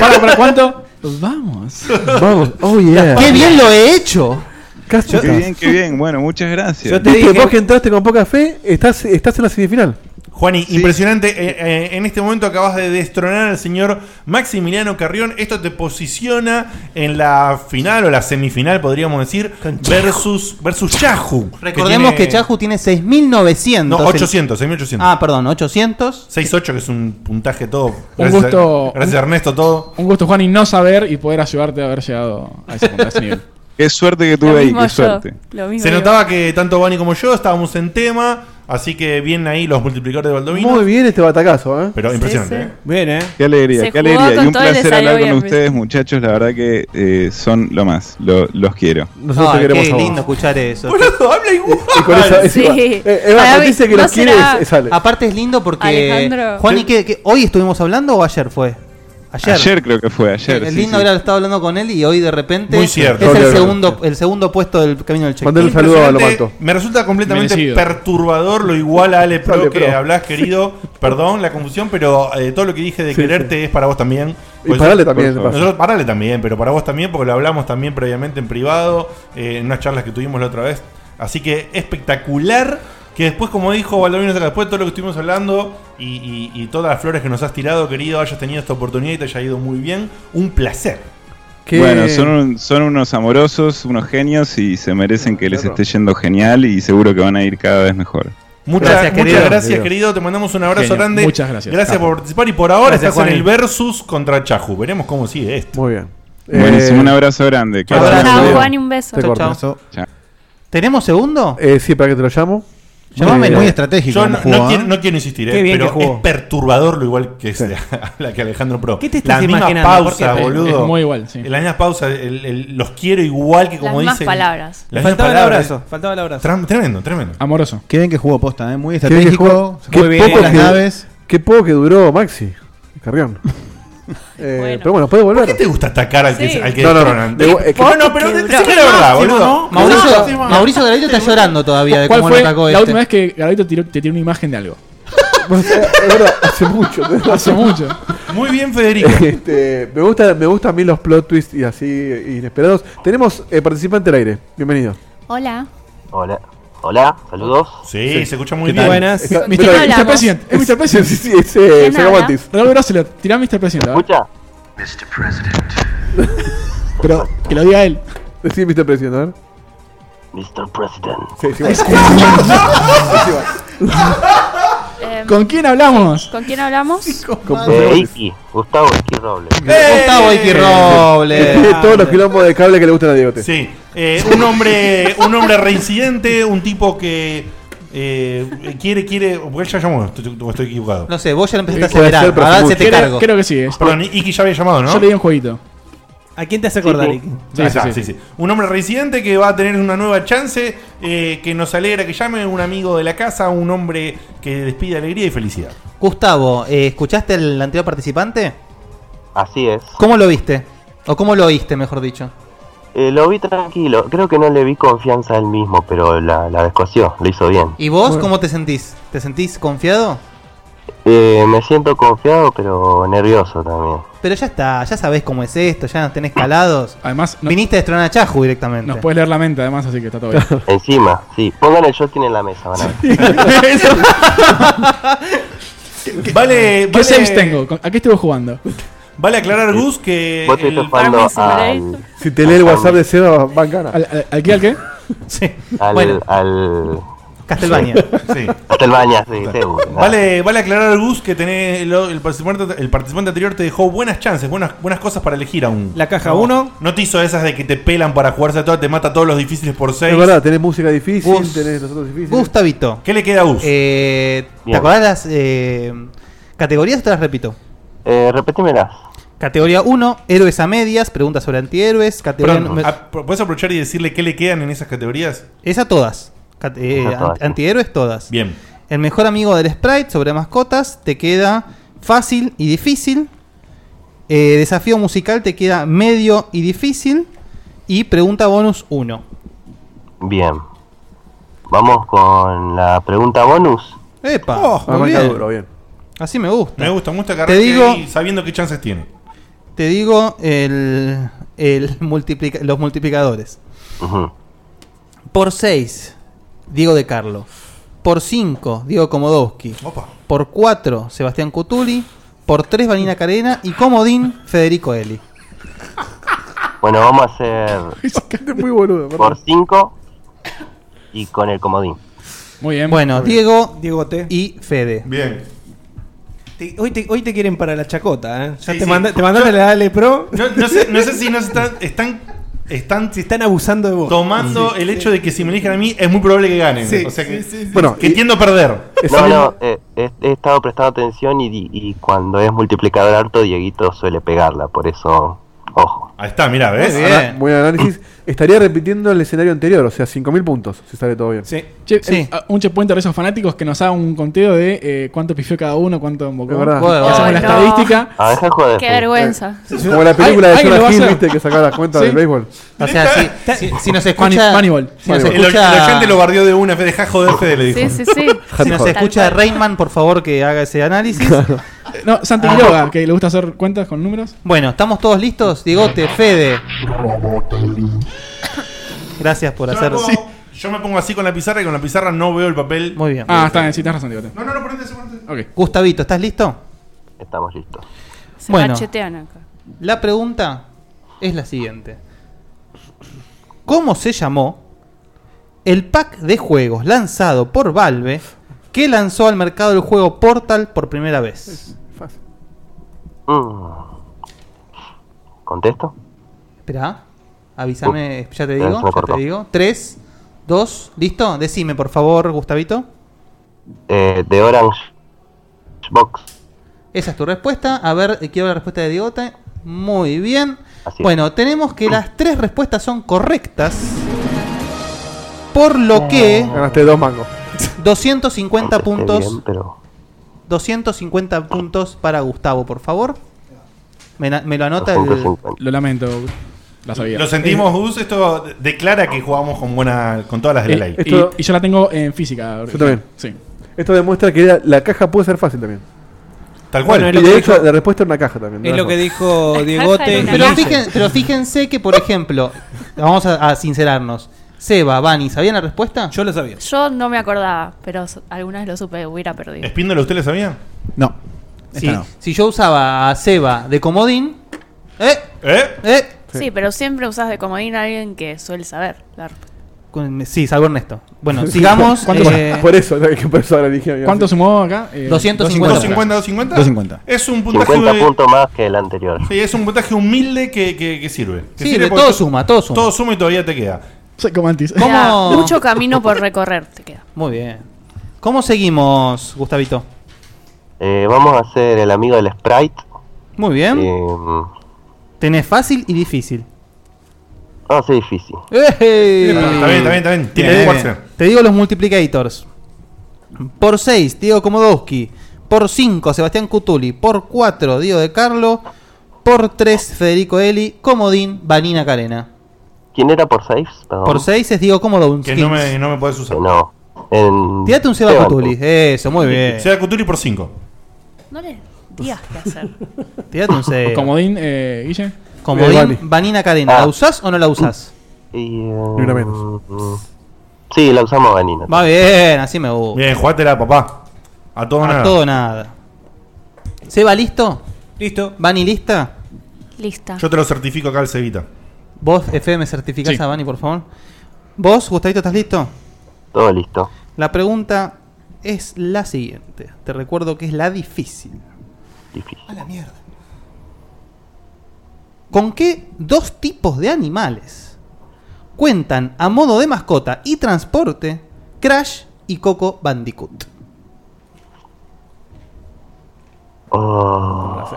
Speaker 5: ¿Para, para cuánto? Vamos.
Speaker 4: Vamos. Oh, yeah.
Speaker 6: ¡Qué bien lo he hecho!
Speaker 4: Casi
Speaker 16: qué
Speaker 4: estás.
Speaker 16: bien, qué bien. Bueno, muchas gracias.
Speaker 4: Yo Vos que entraste con poca fe, estás, estás en la semifinal.
Speaker 3: Juani, impresionante. eh, eh, en este momento acabas de destronar al señor Maximiliano Carrión. Esto te posiciona en la final o la semifinal, podríamos decir, versus, versus Yahoo.
Speaker 6: Recordemos que,
Speaker 3: tiene-
Speaker 6: Chahu tiene 6900.
Speaker 3: No, 800, 6800.
Speaker 6: Ah, perdón, 800.
Speaker 3: 6-8, que es un puntaje todo.
Speaker 5: Un
Speaker 3: Gracias a-
Speaker 5: gusto.
Speaker 3: gracias a Ernesto, todo.
Speaker 5: Un gusto, Juani, no saber y poder ayudarte a haber llegado a ese,
Speaker 3: [laughs]
Speaker 5: a ese nivel.
Speaker 16: Qué suerte que
Speaker 5: Lo
Speaker 16: tuve ahí,
Speaker 5: mismo
Speaker 16: qué
Speaker 5: yo,
Speaker 16: suerte.
Speaker 9: lo mismo
Speaker 3: Se
Speaker 5: digo.
Speaker 3: notaba que tanto Bani como yo estábamos en tema, así que bien ahí los multiplicadores de Baldovino.
Speaker 4: Muy bien este batacazo, ¿eh?
Speaker 3: Pero impresionante, ¿eh?
Speaker 8: Bien, ¿eh?
Speaker 16: Qué alegría,
Speaker 4: Se
Speaker 16: qué
Speaker 4: jugó
Speaker 16: alegría.
Speaker 4: con
Speaker 16: Y un
Speaker 4: todo y le
Speaker 16: placer
Speaker 4: salió
Speaker 16: hablar
Speaker 4: bien,
Speaker 16: con
Speaker 4: ¿viste?
Speaker 16: ustedes, muchachos. La verdad que eh, son lo más. Lo- los quiero.
Speaker 4: Nosotros te
Speaker 6: Ay,
Speaker 4: queremos
Speaker 6: qué
Speaker 4: a vos.
Speaker 6: lindo escuchar eso.
Speaker 3: habla igual.
Speaker 4: [laughs] Y con esa- es igual. Eh, eh, Eva, cuando dice que los quiere,
Speaker 6: quieres
Speaker 4: es- sale.
Speaker 6: Aparte es lindo porque.
Speaker 4: Alejandro.
Speaker 6: Juan, ¿y
Speaker 4: Sí.
Speaker 6: qué, qué- hoy estuvimos hablando o ayer fue? Ayer.
Speaker 16: Ayer, creo que fue, ayer.
Speaker 6: Es
Speaker 16: sí,
Speaker 6: lindo
Speaker 16: sí.
Speaker 6: haber estado hablando con él y hoy de repente
Speaker 16: Muy cierto.
Speaker 6: es
Speaker 16: Claro,
Speaker 6: el
Speaker 16: claro.
Speaker 6: segundo, el segundo puesto del camino del cheque.
Speaker 3: Impresionante. Me resulta completamente
Speaker 6: Merecido.
Speaker 3: perturbador lo igual a Ale Pro
Speaker 6: Ale
Speaker 3: que
Speaker 6: Pro.
Speaker 3: hablas, querido. Perdón la confusión, pero eh, todo lo que dije de
Speaker 4: Sí,
Speaker 3: quererte es para vos también.
Speaker 4: Y para Ale también, de paso.
Speaker 3: Nosotros, para Ale también, pero para vos también, porque lo hablamos también previamente en privado, eh, en unas charlas que tuvimos la otra vez. Así que espectacular. Que después, como dijo Baldovino, después de todo lo que estuvimos hablando y, y- y todas las flores que nos has tirado, querido, hayas tenido esta oportunidad y te haya ido muy bien. Un placer.
Speaker 16: Bueno, son, un- son unos amorosos, unos genios y se merecen que les esté yendo genial y seguro que van a ir cada vez mejor.
Speaker 3: Muchas
Speaker 16: Gracias,
Speaker 3: gracias,
Speaker 16: querido.
Speaker 3: muchas gracias,
Speaker 16: Querido.
Speaker 3: querido. Te mandamos un abrazo
Speaker 16: Genio.
Speaker 3: grande.
Speaker 16: Muchas gracias.
Speaker 3: Gracias
Speaker 16: Capo.
Speaker 3: por participar y por ahora
Speaker 16: Gracias,
Speaker 3: estás en
Speaker 16: Juanín.
Speaker 3: el versus contra Chahu. Veremos cómo sigue esto.
Speaker 4: Muy bien.
Speaker 16: Buenísimo,
Speaker 4: Eh,
Speaker 16: un abrazo grande.
Speaker 4: Chao,
Speaker 16: Gracias.
Speaker 9: Chao, Juan, y un beso.
Speaker 4: Te corto.
Speaker 6: ¿Tenemos segundo?
Speaker 4: Eh, sí, para que te lo llamo.
Speaker 6: Llamame,
Speaker 4: Eh,
Speaker 6: muy
Speaker 3: Yo no, no quiero, no quiero insistir, eh,
Speaker 4: Qué bien
Speaker 3: pero
Speaker 4: que jugó.
Speaker 3: es perturbador lo igual que es la, [laughs] la que Alejandro Pro.
Speaker 4: ¿Qué te
Speaker 3: la
Speaker 4: estás
Speaker 3: misma
Speaker 4: imaginando?
Speaker 3: pausa,
Speaker 4: Porque es-
Speaker 3: boludo.
Speaker 4: es
Speaker 5: muy igual, sí.
Speaker 3: La misma pausa, el- el- los quiero igual que como
Speaker 9: Las mismas
Speaker 3: dicen.
Speaker 9: palabras.
Speaker 8: Faltaba el
Speaker 3: Las mismas palabras.
Speaker 8: abrazo, eh. faltaba el abrazo.
Speaker 3: Tram- Tremendo, tremendo.
Speaker 5: Amoroso.
Speaker 11: Qué bien que jugó posta, ¿eh? Muy
Speaker 4: qué bien que
Speaker 11: estratégico.
Speaker 4: jugó-
Speaker 11: se
Speaker 4: qué
Speaker 11: fue bien
Speaker 4: poco
Speaker 11: las
Speaker 4: que-
Speaker 11: naves.
Speaker 4: Qué poco que duró Maxi Carrión. Eh, Pero bueno, puede volver.
Speaker 3: ¿Por qué te gusta atacar al que, al que
Speaker 4: No, no, no.
Speaker 3: destronan?
Speaker 4: De- es que-
Speaker 3: No, no, pero decime la verdad, boludo.
Speaker 6: Mauricio, Mauricio Garavito está llorando todavía de
Speaker 5: ¿Cuál
Speaker 6: cómo lo
Speaker 5: fue
Speaker 6: atacó
Speaker 5: la
Speaker 6: este.
Speaker 5: última vez que Garavito tiró- te tiró una imagen de algo?
Speaker 4: Es verdad, hace mucho.
Speaker 5: Hace mucho.
Speaker 3: Muy bien, Federico.
Speaker 4: Este, me, gusta, me gusta a mí los plot twists y así inesperados. Tenemos eh, participante al aire. Bienvenido.
Speaker 9: Hola.
Speaker 14: Hola, hola, saludos.
Speaker 3: Sí, se escucha muy
Speaker 4: ¿Qué
Speaker 3: bien.
Speaker 4: tal? Buenas.
Speaker 14: Está-
Speaker 5: Mr.
Speaker 14: ¿De qué
Speaker 5: Mr.
Speaker 14: hablamos?
Speaker 5: President, es Mr. President.
Speaker 4: Sí, sí, sí, ¿Quién es habla? Gavantis.
Speaker 5: Raúl Grosselot, tirá Mr. President.
Speaker 14: Escucha.
Speaker 5: Mr. President. Pero que lo diga él.
Speaker 4: Sí, Mr. President, a ver.
Speaker 14: Mr. President.
Speaker 9: [laughs]
Speaker 4: Sí, sí, igual.
Speaker 14: Es
Speaker 4: Sí, sí, igual.
Speaker 9: Eh,
Speaker 5: ¿Con quién hablamos?
Speaker 9: ¿Con quién hablamos?
Speaker 17: De Iki, Gustavo Iki Robles.
Speaker 6: Eh,
Speaker 3: ¡Eh!
Speaker 6: Gustavo Iki Robles.
Speaker 4: Tiene Eh, todos los quilombos de cable que le gustan a Diegote.
Speaker 3: Sí. Eh, un hombre un hombre reincidente, un tipo que eh, quiere, quiere. Porque él ya llamó, estoy, estoy equivocado.
Speaker 6: No sé, vos ya lo empezaste a
Speaker 3: Puede
Speaker 6: acelerar,
Speaker 3: ser, pero
Speaker 6: ahora
Speaker 3: fue
Speaker 6: se te
Speaker 3: mucho.
Speaker 6: cargo. Creo que sí, es.
Speaker 3: Perdón, Iki ya había llamado, ¿no?
Speaker 5: Yo le di un jueguito.
Speaker 8: ¿A quién te hace acordar,
Speaker 3: Sí,
Speaker 8: Iki?
Speaker 3: sí, sí, sí. Un hombre residente que va a tener una nueva chance, eh, que nos alegra que llame un amigo de la casa, un hombre que despide alegría y felicidad.
Speaker 6: Gustavo, eh, ¿escuchaste el anterior participante?
Speaker 17: Así es.
Speaker 6: ¿Cómo lo viste? ¿O cómo lo oíste, mejor dicho?
Speaker 17: Eh, lo vi tranquilo, creo que no le vi confianza a él mismo, pero la, la descoció, lo hizo bien.
Speaker 6: ¿Y vos cómo te sentís? ¿Te sentís confiado?
Speaker 17: Eh, me siento confiado, pero nervioso también.
Speaker 6: Pero ya está, ya sabés cómo es esto, ya nos tenés calados.
Speaker 5: Además,
Speaker 6: viniste a destronar a Chahu directamente.
Speaker 5: Nos puedes leer la mente, además, así que está todo
Speaker 3: [laughs]
Speaker 5: bien.
Speaker 17: [laughs] Encima, sí. pues, Pongan el joystick en la mesa, van a ver.
Speaker 5: ¿Qué
Speaker 3: vale, [laughs] vale-
Speaker 5: saves tengo? ¿Con- ¿A qué estuve jugando?
Speaker 3: Vale aclarar, Gus, que.
Speaker 17: Vos te
Speaker 3: el-
Speaker 17: topando al,
Speaker 4: Si te lee el WhatsApp de Seba, van ganas.
Speaker 5: ¿Al, al qué, al qué?
Speaker 6: Sí.
Speaker 17: al,
Speaker 4: Bueno.
Speaker 17: al...
Speaker 6: Castelvania.
Speaker 3: Sí.
Speaker 17: Castelvania, sí, seguro.
Speaker 3: Vale, vale aclarar, Gus, que tenés lo- el, participante, el participante anterior te dejó buenas chances, buenas, buenas cosas para elegir aún.
Speaker 8: La caja
Speaker 3: No,
Speaker 8: 1.
Speaker 3: No te hizo esas de que te pelan para jugarse todas, te mata todos los difíciles por seis
Speaker 4: Es verdad, tenés música difícil, tenés los otros difíciles.
Speaker 6: Gustavito.
Speaker 3: ¿Qué le queda a Gus?
Speaker 6: ¿Te acordás las eh, categorías o te las repito?
Speaker 17: Eh, repetímelas.
Speaker 6: Categoría 1, héroes a medias, preguntas sobre antihéroes. Categoría
Speaker 3: Perdón,
Speaker 6: número-
Speaker 5: Ah,
Speaker 3: a- ¿Puedes aprovechar y decirle qué le quedan en esas categorías?
Speaker 6: Es a todas. Cat- eh,
Speaker 3: Es a todas,
Speaker 6: an- antihéroes todas.
Speaker 3: Bien.
Speaker 6: El mejor amigo del sprite sobre mascotas te queda fácil y difícil. Eh, desafío musical te queda medio y difícil. Y pregunta bonus 1.
Speaker 17: Bien. Vamos con la pregunta bonus.
Speaker 6: ¡Epa!
Speaker 17: Oh,
Speaker 6: Muy
Speaker 17: arranca
Speaker 6: bien.
Speaker 17: duro, bien.
Speaker 6: Así me gusta.
Speaker 3: Me gusta, me gusta que
Speaker 6: Te
Speaker 3: arranque
Speaker 6: digo,
Speaker 3: ahí sabiendo qué chances tiene.
Speaker 6: te digo el, el [laughs] multiplica- los multiplicadores. Por 6, Diego De Carlo. Por 5, Diego Komodowski. Por 4, Sebastián Cutuli. Por 3, Vanina Carena. Y Comodín, Federico
Speaker 3: [laughs]
Speaker 6: Eli.
Speaker 17: Bueno, vamos a hacer
Speaker 4: Muy boludo.
Speaker 17: por 5 y con el comodín.
Speaker 5: Muy bien.
Speaker 6: Bueno,
Speaker 17: Muy
Speaker 8: bien.
Speaker 6: Diego
Speaker 8: Diego T.
Speaker 6: y Fede.
Speaker 3: Bien.
Speaker 8: Te- hoy, te, hoy te quieren para la chacota, ¿eh? Ya
Speaker 3: Sí,
Speaker 8: te,
Speaker 3: sí.
Speaker 8: manda- te mandaron la Ale Pro.
Speaker 3: No, no sé, no sé si nos están, están, están,
Speaker 8: están abusando de vos.
Speaker 3: Tomando
Speaker 8: Sí,
Speaker 3: el
Speaker 8: sí.
Speaker 3: hecho de que si me eligen a mí es muy probable que ganen.
Speaker 8: Sí,
Speaker 3: o sea que,
Speaker 8: sí, sí, sí.
Speaker 3: Bueno, que tiendo a perder.
Speaker 17: No, no, eh, he, he estado prestando atención y, di- y cuando es multiplicador harto, Dieguito suele pegarla, por eso, ojo.
Speaker 3: Ahí está, mira,
Speaker 4: ¿Ves? Ahora, buen análisis. Estaría repitiendo el escenario anterior, o sea, 5.000 puntos, si sale todo bien.
Speaker 8: Sí.
Speaker 5: Che, eh, a- un checkpoint de esos fanáticos que nos haga un conteo de eh, cuánto pifió cada uno, cuánto embocó.
Speaker 4: Es verdad.
Speaker 5: Bueno, Hacemos
Speaker 4: Ay,
Speaker 5: la
Speaker 4: no.
Speaker 5: estadística.
Speaker 17: A ver, Ah, joder.
Speaker 9: Qué vergüenza.
Speaker 4: Como la película
Speaker 5: Ay,
Speaker 4: de
Speaker 5: alguien lo
Speaker 4: Jonah
Speaker 5: va a
Speaker 4: Hill,
Speaker 5: hacer.
Speaker 4: viste, que sacaba las cuentas
Speaker 5: Sí.
Speaker 4: del béisbol.
Speaker 6: O sea, si, si- si nos escucha.
Speaker 5: Moneyball.
Speaker 6: si nos
Speaker 3: El,
Speaker 6: escucha-
Speaker 3: el oyente lo barrió de una, Fede, dejá joder, Fede, le dijo. [laughs]
Speaker 6: Si nos escucha Rainman, por favor que haga ese análisis.
Speaker 5: No, Santi
Speaker 6: Ah.
Speaker 5: Quiroga, que le gusta hacer cuentas con números.
Speaker 6: Bueno, ¿estamos todos listos? Diegote, Fede. Gracias por
Speaker 3: Yo me
Speaker 6: hacer.
Speaker 3: pongo- Yo me pongo así con la pizarra y con la pizarra no veo el papel.
Speaker 6: Muy bien.
Speaker 5: Ah, está bien, sí, tenés razón, Diego.
Speaker 3: No, no, no, ponete eso, ponete.
Speaker 6: Gustavito, ¿estás listo?
Speaker 17: Estamos listos.
Speaker 9: Se
Speaker 6: Bueno.
Speaker 9: machetean acá.
Speaker 6: La pregunta Ah, es la siguiente. ¿Cómo se llamó el pack de juegos lanzado por Valve que lanzó al mercado el juego Portal por primera vez?
Speaker 17: Mm. ¿Contesto?
Speaker 6: Espera, avísame, ya
Speaker 17: ya
Speaker 6: te
Speaker 17: se
Speaker 6: digo,
Speaker 17: me
Speaker 6: ya
Speaker 17: cortó.
Speaker 6: te digo. 3, 2, ¿listo? Decime, por favor, Gustavito.
Speaker 17: Eh, de Orange Box.
Speaker 6: Esa es tu respuesta. A ver, eh, quiero la respuesta de Diegote. Muy bien. Bueno, tenemos que las tres respuestas son correctas. Por lo que
Speaker 4: Ganaste dos mangos.
Speaker 6: 250 puntos.
Speaker 17: Bien, pero
Speaker 6: 250 puntos para Gustavo, por favor. Me, na- me lo anota el.
Speaker 17: 250.
Speaker 5: Lo lamento, la sabía.
Speaker 3: Lo
Speaker 6: Eh,
Speaker 3: sentimos, Gus. Esto declara que jugamos con buena, con todas las
Speaker 6: Eh,
Speaker 3: de la ley.
Speaker 5: Y, Eh, y- y yo la tengo en física. ahora.
Speaker 4: Yo también.
Speaker 5: Sí.
Speaker 4: Esto demuestra que la, la caja puede ser fácil también.
Speaker 3: Tal cual.
Speaker 4: y de hecho, la respuesta es una caja también.
Speaker 8: Es lo
Speaker 4: [laughs]
Speaker 8: que dijo Diegote.
Speaker 6: Pero, fíjen- pero fíjense que, por ejemplo, vamos a, a sincerarnos. Seba, Vani, ¿sabían la respuesta?
Speaker 8: Yo lo sabía.
Speaker 9: Yo no me acordaba, pero s- alguna vez lo supe, hubiera perdido.
Speaker 3: Espíndola, ¿usted le sabía?
Speaker 6: No. Si,
Speaker 3: Esta no.
Speaker 6: si yo usaba a Seba de comodín. ¿Eh?
Speaker 3: ¿Eh?
Speaker 6: ¿Eh?
Speaker 9: Sí, pero siempre usas de comodín a alguien que suele saber la respuesta.
Speaker 6: Con- Sí, salvo Ernesto. Bueno,
Speaker 4: [laughs]
Speaker 6: sigamos. eh,
Speaker 4: ¿Cuánto- por eso, por eso ahora dije. mira, sí.
Speaker 3: Eh,
Speaker 6: 250.
Speaker 3: 250, 250. Es un puntaje.
Speaker 17: 50 puntos más que el anterior.
Speaker 3: Sí, es un puntaje humilde que, que- que sirve. Que
Speaker 17: Sirve,
Speaker 3: porque
Speaker 17: todo
Speaker 3: to-
Speaker 6: suma, todo suma.
Speaker 3: Todo suma y todavía te queda.
Speaker 5: Soy como antes.
Speaker 9: O sea, Mucho camino por recorrer te queda.
Speaker 6: Muy bien. ¿Cómo seguimos, Gustavito?
Speaker 17: Eh, vamos a hacer el amigo del Sprite.
Speaker 6: Muy bien.
Speaker 17: Eh,
Speaker 6: Tenés fácil y difícil.
Speaker 17: Ah, sí, difícil.
Speaker 3: Está bien, está bien, está bien. Tiene
Speaker 6: Bien.
Speaker 3: que jugarse.
Speaker 6: Te digo los multiplicators. Por 6, Diego Komodowski. Por 5, Sebastián Cutuli. Por 4, Diego de Carlo. Por 3, Federico Eli. Comodín, Vanina Carena.
Speaker 17: ¿Quién era por 6?
Speaker 6: Por 6 es Diego Komodowski.
Speaker 3: Que no me, no me puedes usar.
Speaker 17: No. En...
Speaker 6: Tírate un Seba Cutuli. Eso, muy bien.
Speaker 3: Seba Cutuli por 5.
Speaker 9: No le digas qué hacer.
Speaker 6: Tírate un Seba.
Speaker 5: Comodín, eh, Guille.
Speaker 6: Comodín,
Speaker 5: Eh, Vani.
Speaker 6: Vanina Carena. ¿La usás o no la usás?
Speaker 17: Y,
Speaker 6: una
Speaker 17: menos. Sí, la usamos Vanina.
Speaker 6: Va bien, así me gusta.
Speaker 3: Bien, jugátela, papá. A todo
Speaker 6: A
Speaker 3: nada.
Speaker 6: todo nada. ¿Seba listo?
Speaker 8: Listo.
Speaker 6: ¿Vani lista?
Speaker 9: Lista.
Speaker 3: Yo te lo certifico acá al Cevita.
Speaker 6: ¿Vos, FM, certificás
Speaker 3: Sí.
Speaker 6: a Vani, por favor? ¿Vos, Gustavito, estás listo?
Speaker 17: Todo listo.
Speaker 6: La pregunta es la siguiente. Te recuerdo que es la difícil.
Speaker 17: Difícil.
Speaker 6: A la mierda. ¿Con qué dos tipos de animales cuentan a modo de mascota y transporte Crash y Coco Bandicoot?
Speaker 17: Oh.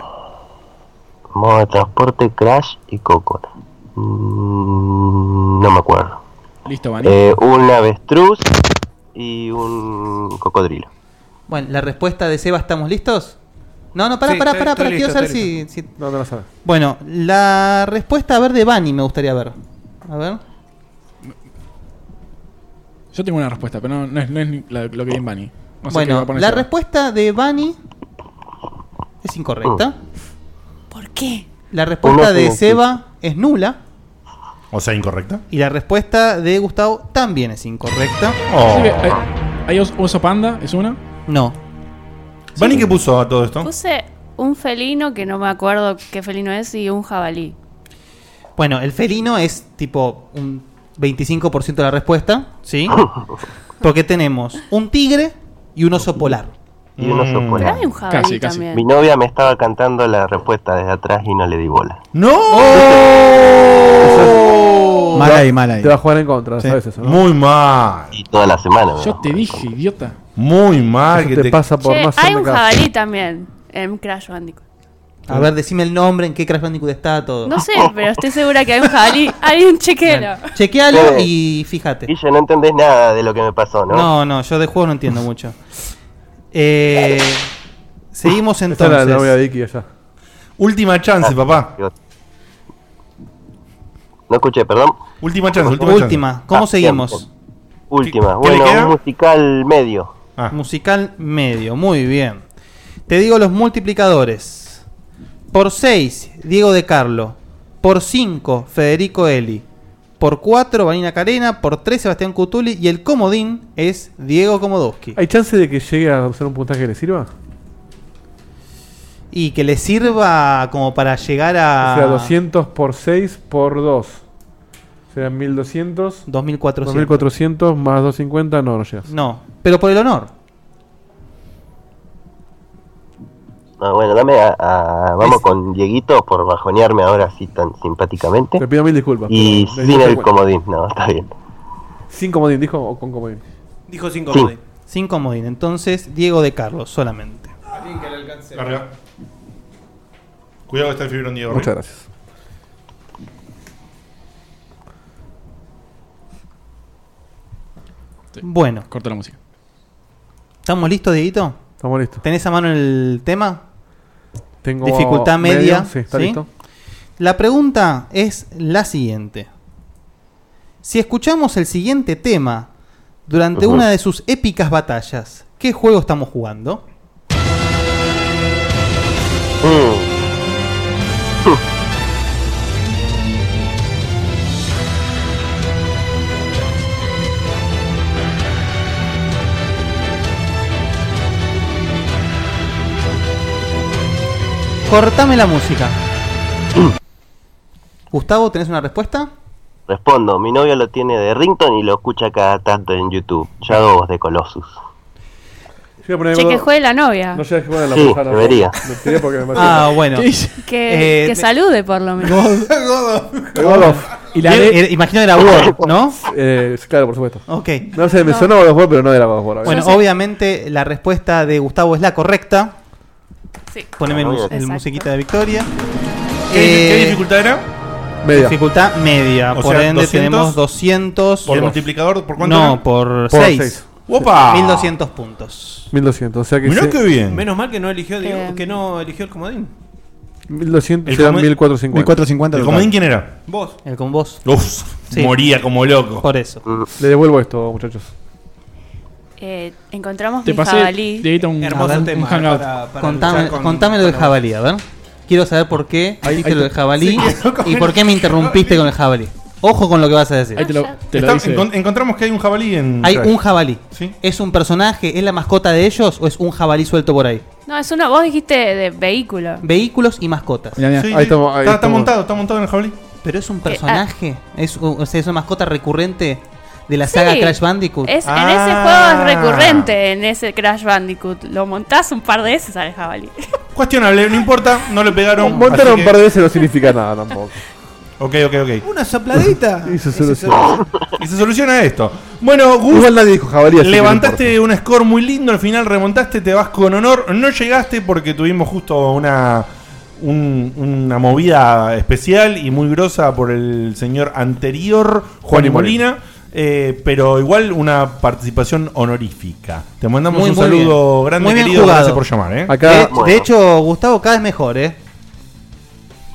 Speaker 17: Modo de transporte, Crash y Coco. Mm, no me acuerdo.
Speaker 5: Listo, Vanina.
Speaker 17: Eh, un avestruz y un cocodrilo.
Speaker 6: Bueno, la respuesta de Seba, ¿estamos listos? No, no, pará,
Speaker 8: Sí,
Speaker 6: pará,
Speaker 8: estoy-
Speaker 6: pará,
Speaker 8: estoy
Speaker 6: pará, quiero
Speaker 8: listo,
Speaker 6: saber
Speaker 8: estoy
Speaker 6: si,
Speaker 8: listo.
Speaker 6: si-
Speaker 4: No, no la sabes.
Speaker 6: Bueno, la respuesta a ver de Bunny me gustaría ver. A ver.
Speaker 5: Yo tengo una respuesta, pero no, no es, no es ni la- lo que vi en Bani. No sé qué va
Speaker 6: bueno,
Speaker 5: a poner
Speaker 6: la
Speaker 5: Seba. Mm.
Speaker 6: respuesta de Bunny es incorrecta.
Speaker 9: ¿Por qué?
Speaker 6: La respuesta
Speaker 3: Uno
Speaker 6: de
Speaker 3: como-
Speaker 6: Seba es nula.
Speaker 3: O sea, incorrecta.
Speaker 6: Y la respuesta de Gustavo también es incorrecta.
Speaker 3: Oh. Sí,
Speaker 5: eh, ¿Hay os- oso panda? ¿Es una?
Speaker 6: No.
Speaker 3: ¿Vani qué puso a todo esto?
Speaker 9: Puse un felino que no me acuerdo qué felino es y un jabalí.
Speaker 6: Bueno, el felino es tipo un 25% de la respuesta,
Speaker 17: [laughs]
Speaker 6: ¿sí? Porque tenemos un tigre y un oso polar. Mm.
Speaker 17: Y un oso polar.
Speaker 9: Dame un jabalí Casi, casi. también.
Speaker 17: Mi novia me estaba cantando la respuesta desde atrás y no le di bola.
Speaker 3: ¡No!
Speaker 10: Mal ahí, mal ahí.
Speaker 4: Te va a jugar en contra,
Speaker 10: Sí.
Speaker 4: ¿sabes eso? no?
Speaker 3: Muy mal.
Speaker 17: Y toda la semana.
Speaker 5: Yo te dije, idiota.
Speaker 3: Muy mal.
Speaker 4: Eso
Speaker 3: que
Speaker 4: te pasa por
Speaker 9: Che,
Speaker 4: no
Speaker 9: hay
Speaker 4: hacerme
Speaker 9: un
Speaker 4: caso.
Speaker 9: jabalí también en Crash Bandicoot.
Speaker 6: A ver, decime el nombre, en qué Crash Bandicoot está todo. Ah, [laughs] oh.
Speaker 9: No sé, pero estoy segura que hay un jabalí. Hay un chequero.
Speaker 17: Oh.
Speaker 6: Chequealo y fíjate.
Speaker 17: Guille, no entendés nada de lo que me pasó, ¿no?
Speaker 6: No, no, yo de juego no entiendo mucho. Eh, seguimos
Speaker 4: Esa era la
Speaker 6: entonces.
Speaker 4: novia de Iki allá. Oh.
Speaker 3: Última chance, papá.
Speaker 17: No escuché, perdón.
Speaker 3: Última chance,
Speaker 6: última Última. chance.
Speaker 4: Ah,
Speaker 18: Ah,
Speaker 6: ¿Cómo seguimos?
Speaker 17: bien. Última.
Speaker 6: qué le
Speaker 17: bueno,
Speaker 6: queda?
Speaker 17: un musical medio.
Speaker 6: Musical medio, muy bien. Te digo los multiplicadores. Por 6, Diego de Carlo. Por 5, Federico Eli. Por 4, Vanina Carena. Por 3, Sebastián Cutuli. Y el comodín es Diego Komodowski.
Speaker 4: ¿Hay chance de que llegue a usar un puntaje que le sirva?
Speaker 6: Y que le sirva como para llegar a...
Speaker 4: O sea, 200 por 6 por 2. Serán 1200.
Speaker 6: 2400.
Speaker 4: 2400 más 250, no, no llegas.
Speaker 6: No, pero por el honor.
Speaker 17: Ah, bueno, dame a, a- vamos con Dieguito por bajonearme ahora así tan simpáticamente.
Speaker 4: Te pido mil disculpas.
Speaker 17: Y
Speaker 4: pero-
Speaker 17: sin el comodín, no, está bien.
Speaker 4: Sin comodín, dijo o con comodín.
Speaker 8: Dijo sin
Speaker 6: comodín. Sin comodín. Entonces, Diego de Carlo solamente.
Speaker 3: Arriba. Cuidado que está el fibrón Diego.
Speaker 4: Muchas
Speaker 3: arriba.
Speaker 4: gracias.
Speaker 6: Bueno.
Speaker 5: Corta la música.
Speaker 6: ¿Estamos listos, Dieguito?
Speaker 4: Estamos listos.
Speaker 6: ¿Tenés a mano el tema?
Speaker 4: Tengo
Speaker 6: Dificultad
Speaker 4: medio,
Speaker 6: media.
Speaker 4: sí, está listo.
Speaker 6: La pregunta es la siguiente. Si escuchamos el siguiente tema durante
Speaker 15: Ujú.
Speaker 6: una de sus épicas batallas, ¿qué juego estamos jugando? Cortame la música. Gustavo, ¿tenés una respuesta?
Speaker 18: Respondo, mi novia lo tiene de ringtone y lo escucha cada tanto en YouTube. Ya hago voz de Colossus.
Speaker 4: Yo voy a poner
Speaker 9: Che, que
Speaker 4: gordo-
Speaker 9: juegue la novia.
Speaker 4: [laughs] No sé, bueno, la
Speaker 18: Sí,
Speaker 4: manzana, ¿no?
Speaker 18: debería.
Speaker 4: Me tiré porque me pareció-
Speaker 6: Ah, bueno.
Speaker 9: Que,
Speaker 6: Eh,
Speaker 9: que salude por lo menos.
Speaker 6: Y la de- eh, imagino era Word,
Speaker 3: [laughs]
Speaker 6: ¿no?
Speaker 4: Eh, claro, por supuesto.
Speaker 6: Ok.
Speaker 4: No sé, me
Speaker 6: No.
Speaker 4: sonaba God of War, pero no era God of War.
Speaker 6: Bueno, obviamente la respuesta de Gustavo es la correcta. Poneme el, mus- el
Speaker 3: Exacto.
Speaker 6: musiquita de Victoria.
Speaker 3: ¿Qué,
Speaker 6: Eh,
Speaker 3: qué dificultad era?
Speaker 6: Dificultad media.
Speaker 3: O
Speaker 6: por
Speaker 3: sea,
Speaker 6: ende
Speaker 3: 200.
Speaker 6: tenemos 200.
Speaker 3: ¿Por el multiplicador? ¿Por cuánto
Speaker 6: No,
Speaker 3: era?
Speaker 6: por
Speaker 4: Por
Speaker 6: 6.
Speaker 4: seis.
Speaker 3: ¡Opa!
Speaker 6: 1200 puntos.
Speaker 4: 1200, o sea que. sí.
Speaker 8: Menos mal que no eligió, digo, que no eligió el comodín.
Speaker 4: 1200
Speaker 3: El
Speaker 4: serán
Speaker 3: comodín-
Speaker 4: 1450.
Speaker 3: 1450 ¿El total. comodín quién era?
Speaker 8: Vos.
Speaker 6: El con vos.
Speaker 3: Uf,
Speaker 6: Sí.
Speaker 3: moría como loco.
Speaker 6: Por eso.
Speaker 4: Le devuelvo esto, muchachos.
Speaker 9: [laughs] Eh, encontramos
Speaker 5: Te
Speaker 9: mi
Speaker 5: pasé,
Speaker 9: jabalí.
Speaker 5: Dieguito, un- Hermoso
Speaker 6: A ver,
Speaker 5: tema
Speaker 6: un hangout.
Speaker 5: para- para
Speaker 6: contame,
Speaker 5: luchar con-
Speaker 6: contame lo del
Speaker 5: con la
Speaker 6: jabalí, a ver. Quiero saber por qué
Speaker 5: Ahí-
Speaker 6: hiciste
Speaker 5: ahí
Speaker 6: lo del
Speaker 5: te-
Speaker 6: jabalí
Speaker 5: Sí, quiero comer.
Speaker 6: y por qué me interrumpiste con el jabalí. Ojo con lo que vas a decir.
Speaker 5: Ahí te lo- te lo
Speaker 6: Está-
Speaker 5: dice.
Speaker 6: encon-
Speaker 3: encontramos que hay un jabalí en.
Speaker 6: Hay
Speaker 3: Crash.
Speaker 6: un jabalí. ¿Es un personaje? ¿Es la mascota de ellos o es un jabalí suelto por ahí?
Speaker 9: No, es una. Vos dijiste de vehículo.
Speaker 6: Vehículos y mascotas.
Speaker 3: Sí, sí, está, está montado, está montado en el jabalí.
Speaker 6: Pero
Speaker 9: Eh,
Speaker 6: es un personaje. Es, un- o sea, es una mascota recurrente de la
Speaker 9: ah. Sí.
Speaker 6: saga Crash Bandicoot.
Speaker 9: Es-
Speaker 6: Ah.
Speaker 9: En ese juego es recurrente, en ese Crash Bandicoot. Lo montás un par de veces al jabalí.
Speaker 3: Cuestionable, no importa, no le pegaron.
Speaker 4: Montar
Speaker 3: así
Speaker 4: un
Speaker 3: que-
Speaker 4: par de veces no significa nada tampoco.
Speaker 3: Ok, ok, ok.
Speaker 4: [laughs]
Speaker 8: Una sopladita.
Speaker 4: Y se soluciona.
Speaker 3: [laughs] Y se soluciona esto. Bueno, Gus.
Speaker 4: Igual nadie dijo jabalí. así que no
Speaker 3: Levantaste un score muy lindo, al final remontaste, te vas con honor. No llegaste porque tuvimos justo una, un- una movida especial y muy grosa por el señor anterior, Juan y
Speaker 4: y Molina.
Speaker 3: Molina. eh, pero igual una participación honorífica. Te mandamos
Speaker 6: Muy,
Speaker 3: un
Speaker 6: muy
Speaker 3: saludo
Speaker 6: bien.
Speaker 3: grande,
Speaker 6: Muy bien
Speaker 3: querido.
Speaker 6: jugado.
Speaker 3: Gracias por llamar. ¿eh?
Speaker 6: de, de hecho, Gustavo cada vez mejor, ¿eh?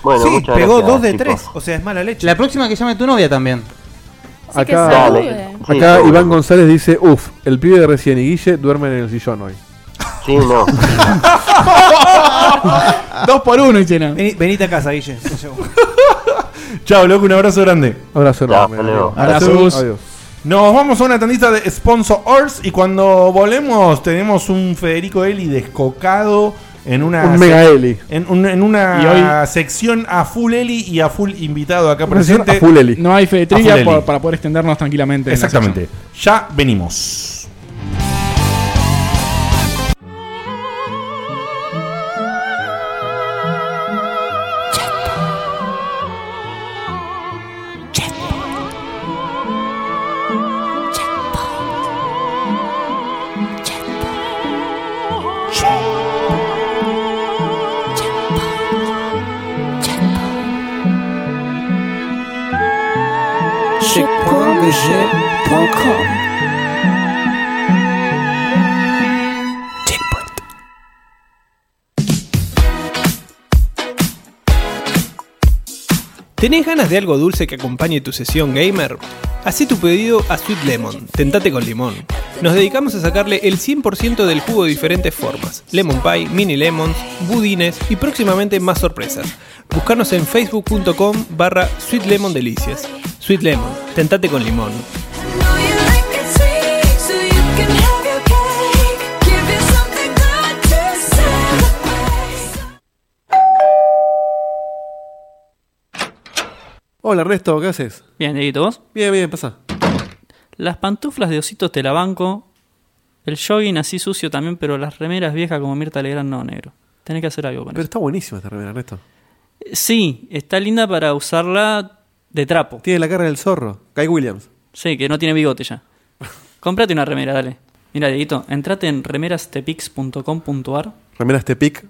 Speaker 18: Bueno,
Speaker 6: Sí,
Speaker 18: muchas
Speaker 6: pegó
Speaker 18: gracias,
Speaker 6: dos de
Speaker 18: chicos.
Speaker 6: tres.
Speaker 8: O sea, es mala leche.
Speaker 6: La próxima que llame tu novia también.
Speaker 4: importa. Acá, acá Iván González dice: Uf, el pibe de recién y Guille duermen en el sillón hoy.
Speaker 18: Sí,
Speaker 4: [laughs]
Speaker 18: no.
Speaker 5: Dos por uno, Ichena.
Speaker 8: Vení, venite a casa, Guille.
Speaker 3: Chao, loco, un abrazo grande.
Speaker 4: Abrazo
Speaker 3: enorme.
Speaker 4: luego.
Speaker 3: Abrazos.
Speaker 4: Adiós.
Speaker 3: Nos vamos a una tandita de sponsors y cuando volvemos tenemos un Federico Eli descocado en una
Speaker 4: Un mega
Speaker 3: sec-
Speaker 4: Eli.
Speaker 3: En, un- en una sección a full Eli y a full invitado acá presente.
Speaker 5: No hay fe de
Speaker 3: A full
Speaker 5: trivia
Speaker 3: Eli.
Speaker 5: por- para poder extendernos tranquilamente. en la
Speaker 3: Exactamente. Ya venimos.
Speaker 19: Checkpointbg.com
Speaker 8: ¿Tenés ganas de algo dulce que acompañe tu sesión gamer? Hacé tu pedido a Sweet Lemon, tentate con limón. Nos dedicamos a sacarle el 100% del jugo de diferentes formas: lemon pie, mini lemons, budines y próximamente más sorpresas. Buscanos en facebook.com barra Sweet Lemon Delicias. Sweet Lemon, tentate con limón.
Speaker 4: Hola Ernesto, ¿qué haces?
Speaker 20: Bien, Dieguito, ¿vos?
Speaker 4: Bien, bien, pasa.
Speaker 20: Las pantuflas de ositos te la banco. El jogging así sucio también, pero las remeras viejas como Mirta Legrand no, negro. Tenés que hacer algo con
Speaker 4: Pero está buenísima esta remera, Ernesto.
Speaker 20: eso. Sí, está linda para usarla de trapo.
Speaker 4: Tiene la cara del zorro. Kai Williams.
Speaker 20: Sí, que no tiene bigote
Speaker 4: [laughs]
Speaker 20: ya. Cómprate una remera, dale. Mira, Dieguito, entrate en remerastepix.com.ar.
Speaker 4: Remeras Tepic.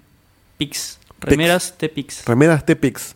Speaker 20: Pix. Remeras Tepix.
Speaker 4: Remeras Tepix. Ah.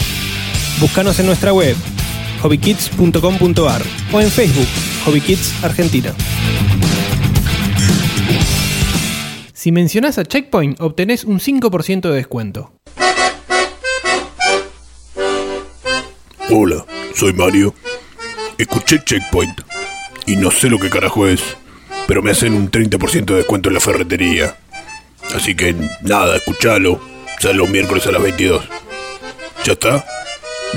Speaker 21: Búscanos en nuestra web hobbykids.com.ar o en Facebook Hobby Kids Argentina.
Speaker 8: Si mencionás a Checkpoint, obtenés un 5% de descuento.
Speaker 14: Hola, soy Mario. Escuché Checkpoint y no sé lo que carajo es, pero me hacen un 30% de descuento en la ferretería. Así que nada, escuchalo. Sale los miércoles a las 22. ¿Ya está?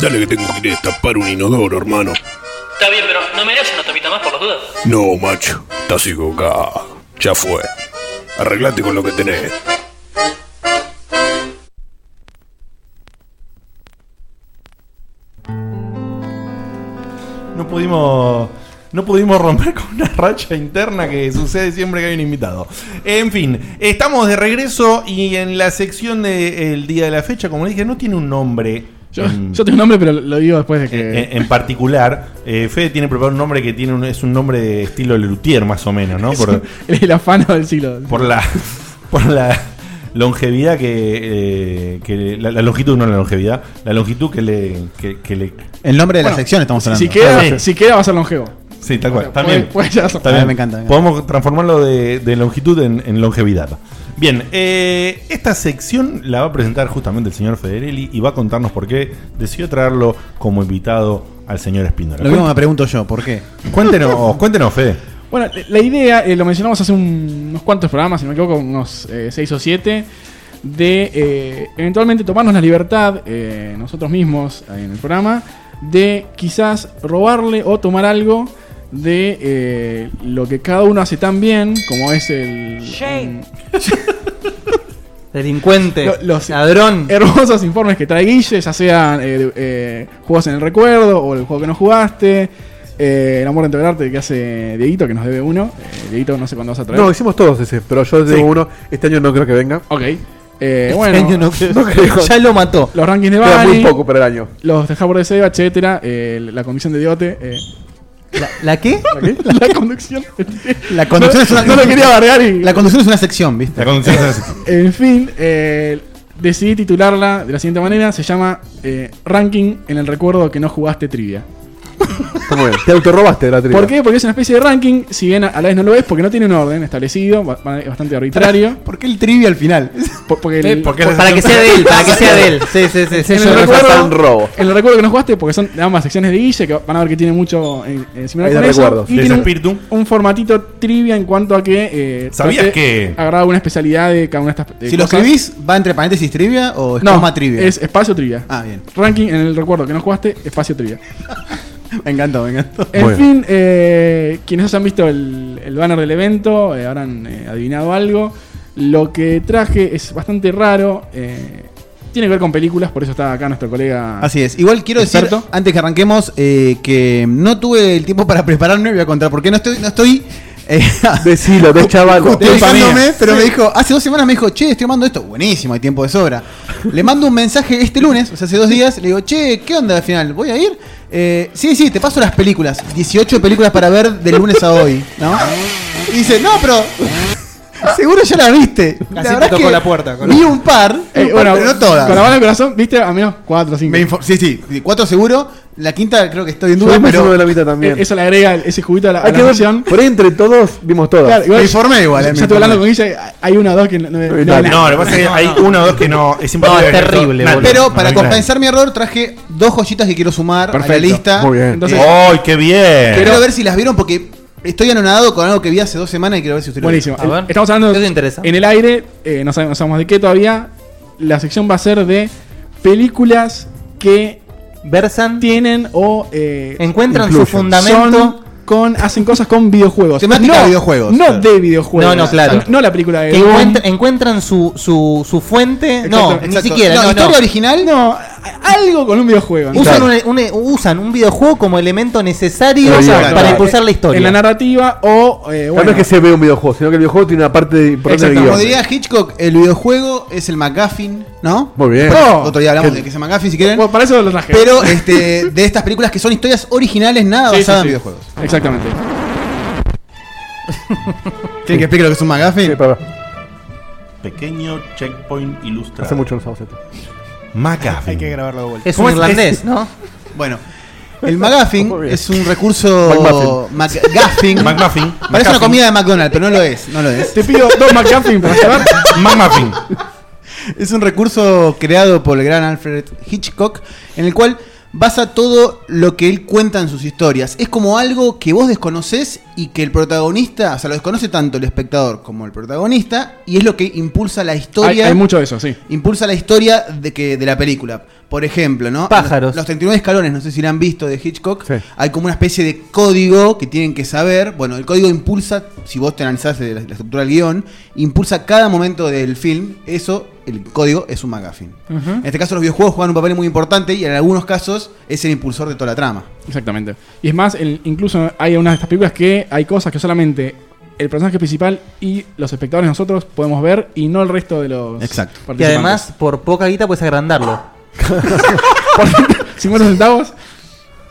Speaker 14: Dale que tengo que ir a destapar un inodoro, hermano.
Speaker 20: Está bien, pero no merece una tapita más por las dudas.
Speaker 14: No, macho, estás equivocado. Ya fue. Arreglate con lo que tenés.
Speaker 3: No pudimos. No pudimos romper [laughs] con una racha interna que sucede siempre que hay un invitado. En fin, estamos de regreso y en la sección del día de la fecha, como les dije, no tiene un nombre.
Speaker 5: Yo, yo tengo un nombre, pero lo digo después de que.
Speaker 3: En, en particular, eh, Fede tiene preparado un nombre que tiene un- es un nombre de estilo Lelutier, más o
Speaker 5: [laughs]
Speaker 3: menos, ¿no? Por,
Speaker 5: Es el afano del siglo.
Speaker 3: por la [laughs] por la longevidad que, eh, que- la, la longitud no la longevidad la longitud que le que, que le
Speaker 11: El nombre de la
Speaker 3: Bueno, Ah,
Speaker 11: sección estamos hablando.
Speaker 5: Si queda, si queda va a ser longevo.
Speaker 3: sí tal cual
Speaker 5: Bueno,
Speaker 3: también,
Speaker 5: puede- puede llegar a ser-
Speaker 3: también.
Speaker 5: Ah, me encanta, me encanta.
Speaker 3: podemos transformarlo de, de longitud en, en longevidad bien eh, esta sección la va a presentar justamente el señor Federelli y va a contarnos por qué decidió traerlo como invitado al señor Espíndola
Speaker 11: Lo mismo me pregunto yo, ¿por qué?
Speaker 3: cuéntenos cuéntenos Fede
Speaker 5: Bueno, la idea, eh, lo mencionamos hace un- unos cuantos programas, si no me equivoco, unos 6 o 7, de eh, eventualmente tomarnos la libertad, eh, nosotros mismos ahí en el programa, de quizás robarle o tomar algo de eh, lo que cada uno hace tan bien, como es el...
Speaker 15: Delincuente.
Speaker 5: Lo- los Hermosos informes que trae Guille, ya sean eh, de- eh, juegos en el recuerdo o el juego que no jugaste. eh, el amor entre el arte que hace Dieguito, que nos debe uno. Eh, Dieguito, no sé cuándo vas a traer.
Speaker 4: No, hicimos todos ese, pero yo tengo
Speaker 5: Sí.
Speaker 4: uno. Este año no creo que venga.
Speaker 5: Ok.
Speaker 11: Este
Speaker 5: Eh, bueno,
Speaker 11: [laughs]
Speaker 4: Ya
Speaker 15: lo mató.
Speaker 5: Los rankings de
Speaker 4: Queda muy
Speaker 5: Bali,
Speaker 4: poco para el año.
Speaker 5: los de Howard de Seba, etcétera, eh, la conducción de Diote.
Speaker 15: ¿La, qué?
Speaker 5: [laughs] ¿La
Speaker 11: [laughs]
Speaker 5: conducción.
Speaker 11: La conducción
Speaker 5: No-
Speaker 11: es una
Speaker 5: no lo
Speaker 11: [laughs]
Speaker 5: quería barrear y-
Speaker 11: La conducción es una sección, ¿viste?
Speaker 3: La conducción es una sección.
Speaker 5: [laughs] En fin, eh, decidí titularla de la siguiente manera: se llama eh, Ranking en el recuerdo que no jugaste trivia.
Speaker 4: Está muy bien. Te autorrobaste la trivia.
Speaker 5: ¿Por qué? Porque es una especie de ranking, si bien a a la vez no lo es, porque no tiene un orden establecido, ba- ba- es bastante arbitrario.
Speaker 11: [laughs] ¿Por qué el trivia al final?
Speaker 5: porque el-
Speaker 11: Eh, porque
Speaker 5: [laughs] por-
Speaker 11: la sección-
Speaker 15: Sí, sí, sí.
Speaker 5: En
Speaker 15: Yo
Speaker 5: el,
Speaker 15: no
Speaker 5: recuerdo,
Speaker 15: pasaron robo.
Speaker 5: en el recuerdo que nos jugaste, porque son de ambas secciones de Guille, que van a ver que tiene mucho en, en similar
Speaker 3: Ahí
Speaker 5: con
Speaker 3: de
Speaker 5: eso,
Speaker 3: recuerdos.
Speaker 5: Y
Speaker 3: De
Speaker 5: tiene
Speaker 3: ese
Speaker 5: un, un formatito trivia en cuanto a que. eh,
Speaker 11: ¿Sabías
Speaker 5: traté-
Speaker 11: que-
Speaker 5: Agarraba una especialidad de cada una de estas. eh,
Speaker 11: Si lo
Speaker 5: cosas.
Speaker 11: escribís, ¿va entre paréntesis trivia o es
Speaker 5: No,
Speaker 11: coma trivia?
Speaker 5: es espacio trivia.
Speaker 11: Ah, bien.
Speaker 5: Ranking en el recuerdo que nos jugaste, espacio trivia.
Speaker 11: [laughs] Me encantó, me encantó.
Speaker 5: En fin, eh, quienes han visto el, el banner del evento eh, habrán eh, adivinado algo. Lo que traje es bastante raro. eh, tiene que ver con películas, por eso está acá nuestro colega.
Speaker 11: Así es. Igual quiero decir, antes que arranquemos, eh, que no tuve el tiempo para prepararme, voy a contar, porque no estoy, no estoy
Speaker 5: [laughs]
Speaker 4: Decilo, de
Speaker 11: [laughs]
Speaker 4: chaval.
Speaker 11: dejándome, pero me dijo, hace dos semanas me dijo, che, estoy mandando esto, buenísimo, hay tiempo de sobra. Le mando un mensaje este lunes, o sea, hace dos días, le digo, che, ¿qué onda al final? ¿Voy a ir? Eh, sí, sí, te paso las películas, 18 películas para ver de lunes a hoy, ¿no? Y dice, no, pero... [laughs] Seguro ya la viste. La
Speaker 15: Casi te
Speaker 11: verdad es
Speaker 15: tocó
Speaker 11: que
Speaker 15: la puerta, con-
Speaker 11: Vi un par,
Speaker 5: Eh,
Speaker 11: un par,
Speaker 5: bueno,
Speaker 11: pero no todas.
Speaker 5: con la mano al corazón, viste, a menos 4 o 5.
Speaker 11: sí, sí, 4 seguro. La quinta creo que estoy en duda,
Speaker 5: Yo me
Speaker 11: pero.
Speaker 5: subo de la
Speaker 4: mitad
Speaker 5: Eh, Eso le agrega el- ese juguito a la, a
Speaker 11: Hay
Speaker 5: la
Speaker 11: que ver,
Speaker 5: sección.
Speaker 4: Por ahí entre todos vimos todas.
Speaker 5: Claro, igual-
Speaker 11: me informé igual,
Speaker 5: Ya
Speaker 11: eh, me
Speaker 5: estuve hablando eh, con
Speaker 11: informé.
Speaker 5: Guille, hay una o dos que no. No,
Speaker 3: no,
Speaker 5: no.
Speaker 3: lo que pasa es que hay uno o dos que no es imposible ver todo. Nadie.
Speaker 11: Pero
Speaker 3: No,
Speaker 11: para
Speaker 3: no,
Speaker 11: compensar mi error, traje dos joyitas que quiero sumar a la
Speaker 3: Perfecto.
Speaker 11: lista.
Speaker 3: Muy bien.
Speaker 11: Entonces,
Speaker 3: ¡Ay, qué bien!
Speaker 11: quiero ver si las vieron porque estoy anonadado con algo que vi hace dos semanas y quiero ver si ustedes
Speaker 5: Buenísimo.
Speaker 11: lo vieron.
Speaker 5: Estamos hablando en el aire, eh, no, sabemos, no sabemos de qué todavía. La sección va a ser de películas que
Speaker 6: versan,
Speaker 5: tienen o eh,
Speaker 6: Encuentran su
Speaker 5: incluyen.
Speaker 6: fundamento.
Speaker 5: Son con, hacen cosas con videojuegos.
Speaker 6: Temática
Speaker 5: no,
Speaker 6: videojuegos,
Speaker 5: No
Speaker 6: claro.
Speaker 5: de videojuegos.
Speaker 6: No, no, claro.
Speaker 5: O sea, Ah, no la película de
Speaker 6: Que
Speaker 5: Doom.
Speaker 6: encuentra- encuentran su, su, su fuente. no, ni
Speaker 5: Exacto, exacto.
Speaker 6: siquiera.
Speaker 5: No,
Speaker 6: no,
Speaker 5: historia
Speaker 6: no.
Speaker 5: original. No, algo con un videojuego. ¿no?
Speaker 6: Usan, un, un- usan un videojuego como elemento necesario
Speaker 4: Exacto.
Speaker 6: para
Speaker 4: Claro.
Speaker 6: impulsar la
Speaker 5: en la
Speaker 6: historia.
Speaker 5: narrativa o eh,
Speaker 4: Ya No es que se ve un videojuego, sino que el videojuego tiene una parte importante del
Speaker 11: Como
Speaker 4: guión.
Speaker 11: diría Hitchcock, el videojuego es el MacGuffin, ¿no?
Speaker 4: Muy bien.
Speaker 11: Pero,
Speaker 4: No.
Speaker 11: Otro día hablamos
Speaker 4: Que-
Speaker 11: de que es el MacGuffin si quieren.
Speaker 5: Bueno, para eso lo traje.
Speaker 11: Pero este, de estas películas que son historias originales, nada
Speaker 5: Sí, sí,
Speaker 11: basadas
Speaker 5: sí.
Speaker 11: en videojuegos.
Speaker 5: Exactamente.
Speaker 11: ¿Quieren que explique lo que es un MacGuffin?
Speaker 22: Pequeño checkpoint ilustrado.
Speaker 4: Hace mucho no usamos esto.
Speaker 22: MacGuffin.
Speaker 11: Hay que grabarlo de vuelta.
Speaker 4: Es un irlandés,
Speaker 6: ¿no?
Speaker 11: Bueno, el MacGuffin es un recurso.
Speaker 4: [laughs] McMuffin.
Speaker 11: MacGuffin.
Speaker 4: McMuffin. McGuffin.
Speaker 11: Parece una comida de McDonald's, pero no lo es. No lo es.
Speaker 5: Te pido dos McGuffin para
Speaker 11: [laughs]
Speaker 5: llevar.
Speaker 11: McMuffin. Es un recurso creado por el gran Alfred Hitchcock, en el cual basa todo lo que él cuenta en sus historias. Es como algo que vos desconoces y que el protagonista, o sea, lo desconoce tanto el espectador como el protagonista, y es lo que impulsa la
Speaker 5: Hay,
Speaker 11: historia
Speaker 5: hay mucho de eso, sí.
Speaker 11: impulsa la historia de, que, de la película. Por ejemplo, ¿no?
Speaker 6: Pájaros.
Speaker 11: Los, 39 escalones, no sé si la han visto, de Hitchcock. Hay como una especie de código que tienen que saber. Bueno, el código impulsa, si vos te analizás la, la estructura del guión, impulsa cada momento del film. Eso, el código, es un McGuffin.
Speaker 5: Ujú.
Speaker 11: En este caso, los videojuegos juegan un papel muy importante y en algunos casos es el impulsor de toda la trama.
Speaker 5: Exactamente. Y es más, el- incluso hay unas de estas películas que hay cosas que solamente el personaje principal y los espectadores nosotros podemos ver y no el resto de los
Speaker 11: Exacto.
Speaker 6: Y además, por poca guita puedes
Speaker 5: [laughs]
Speaker 6: agrandarlo.
Speaker 5: 50 centavos,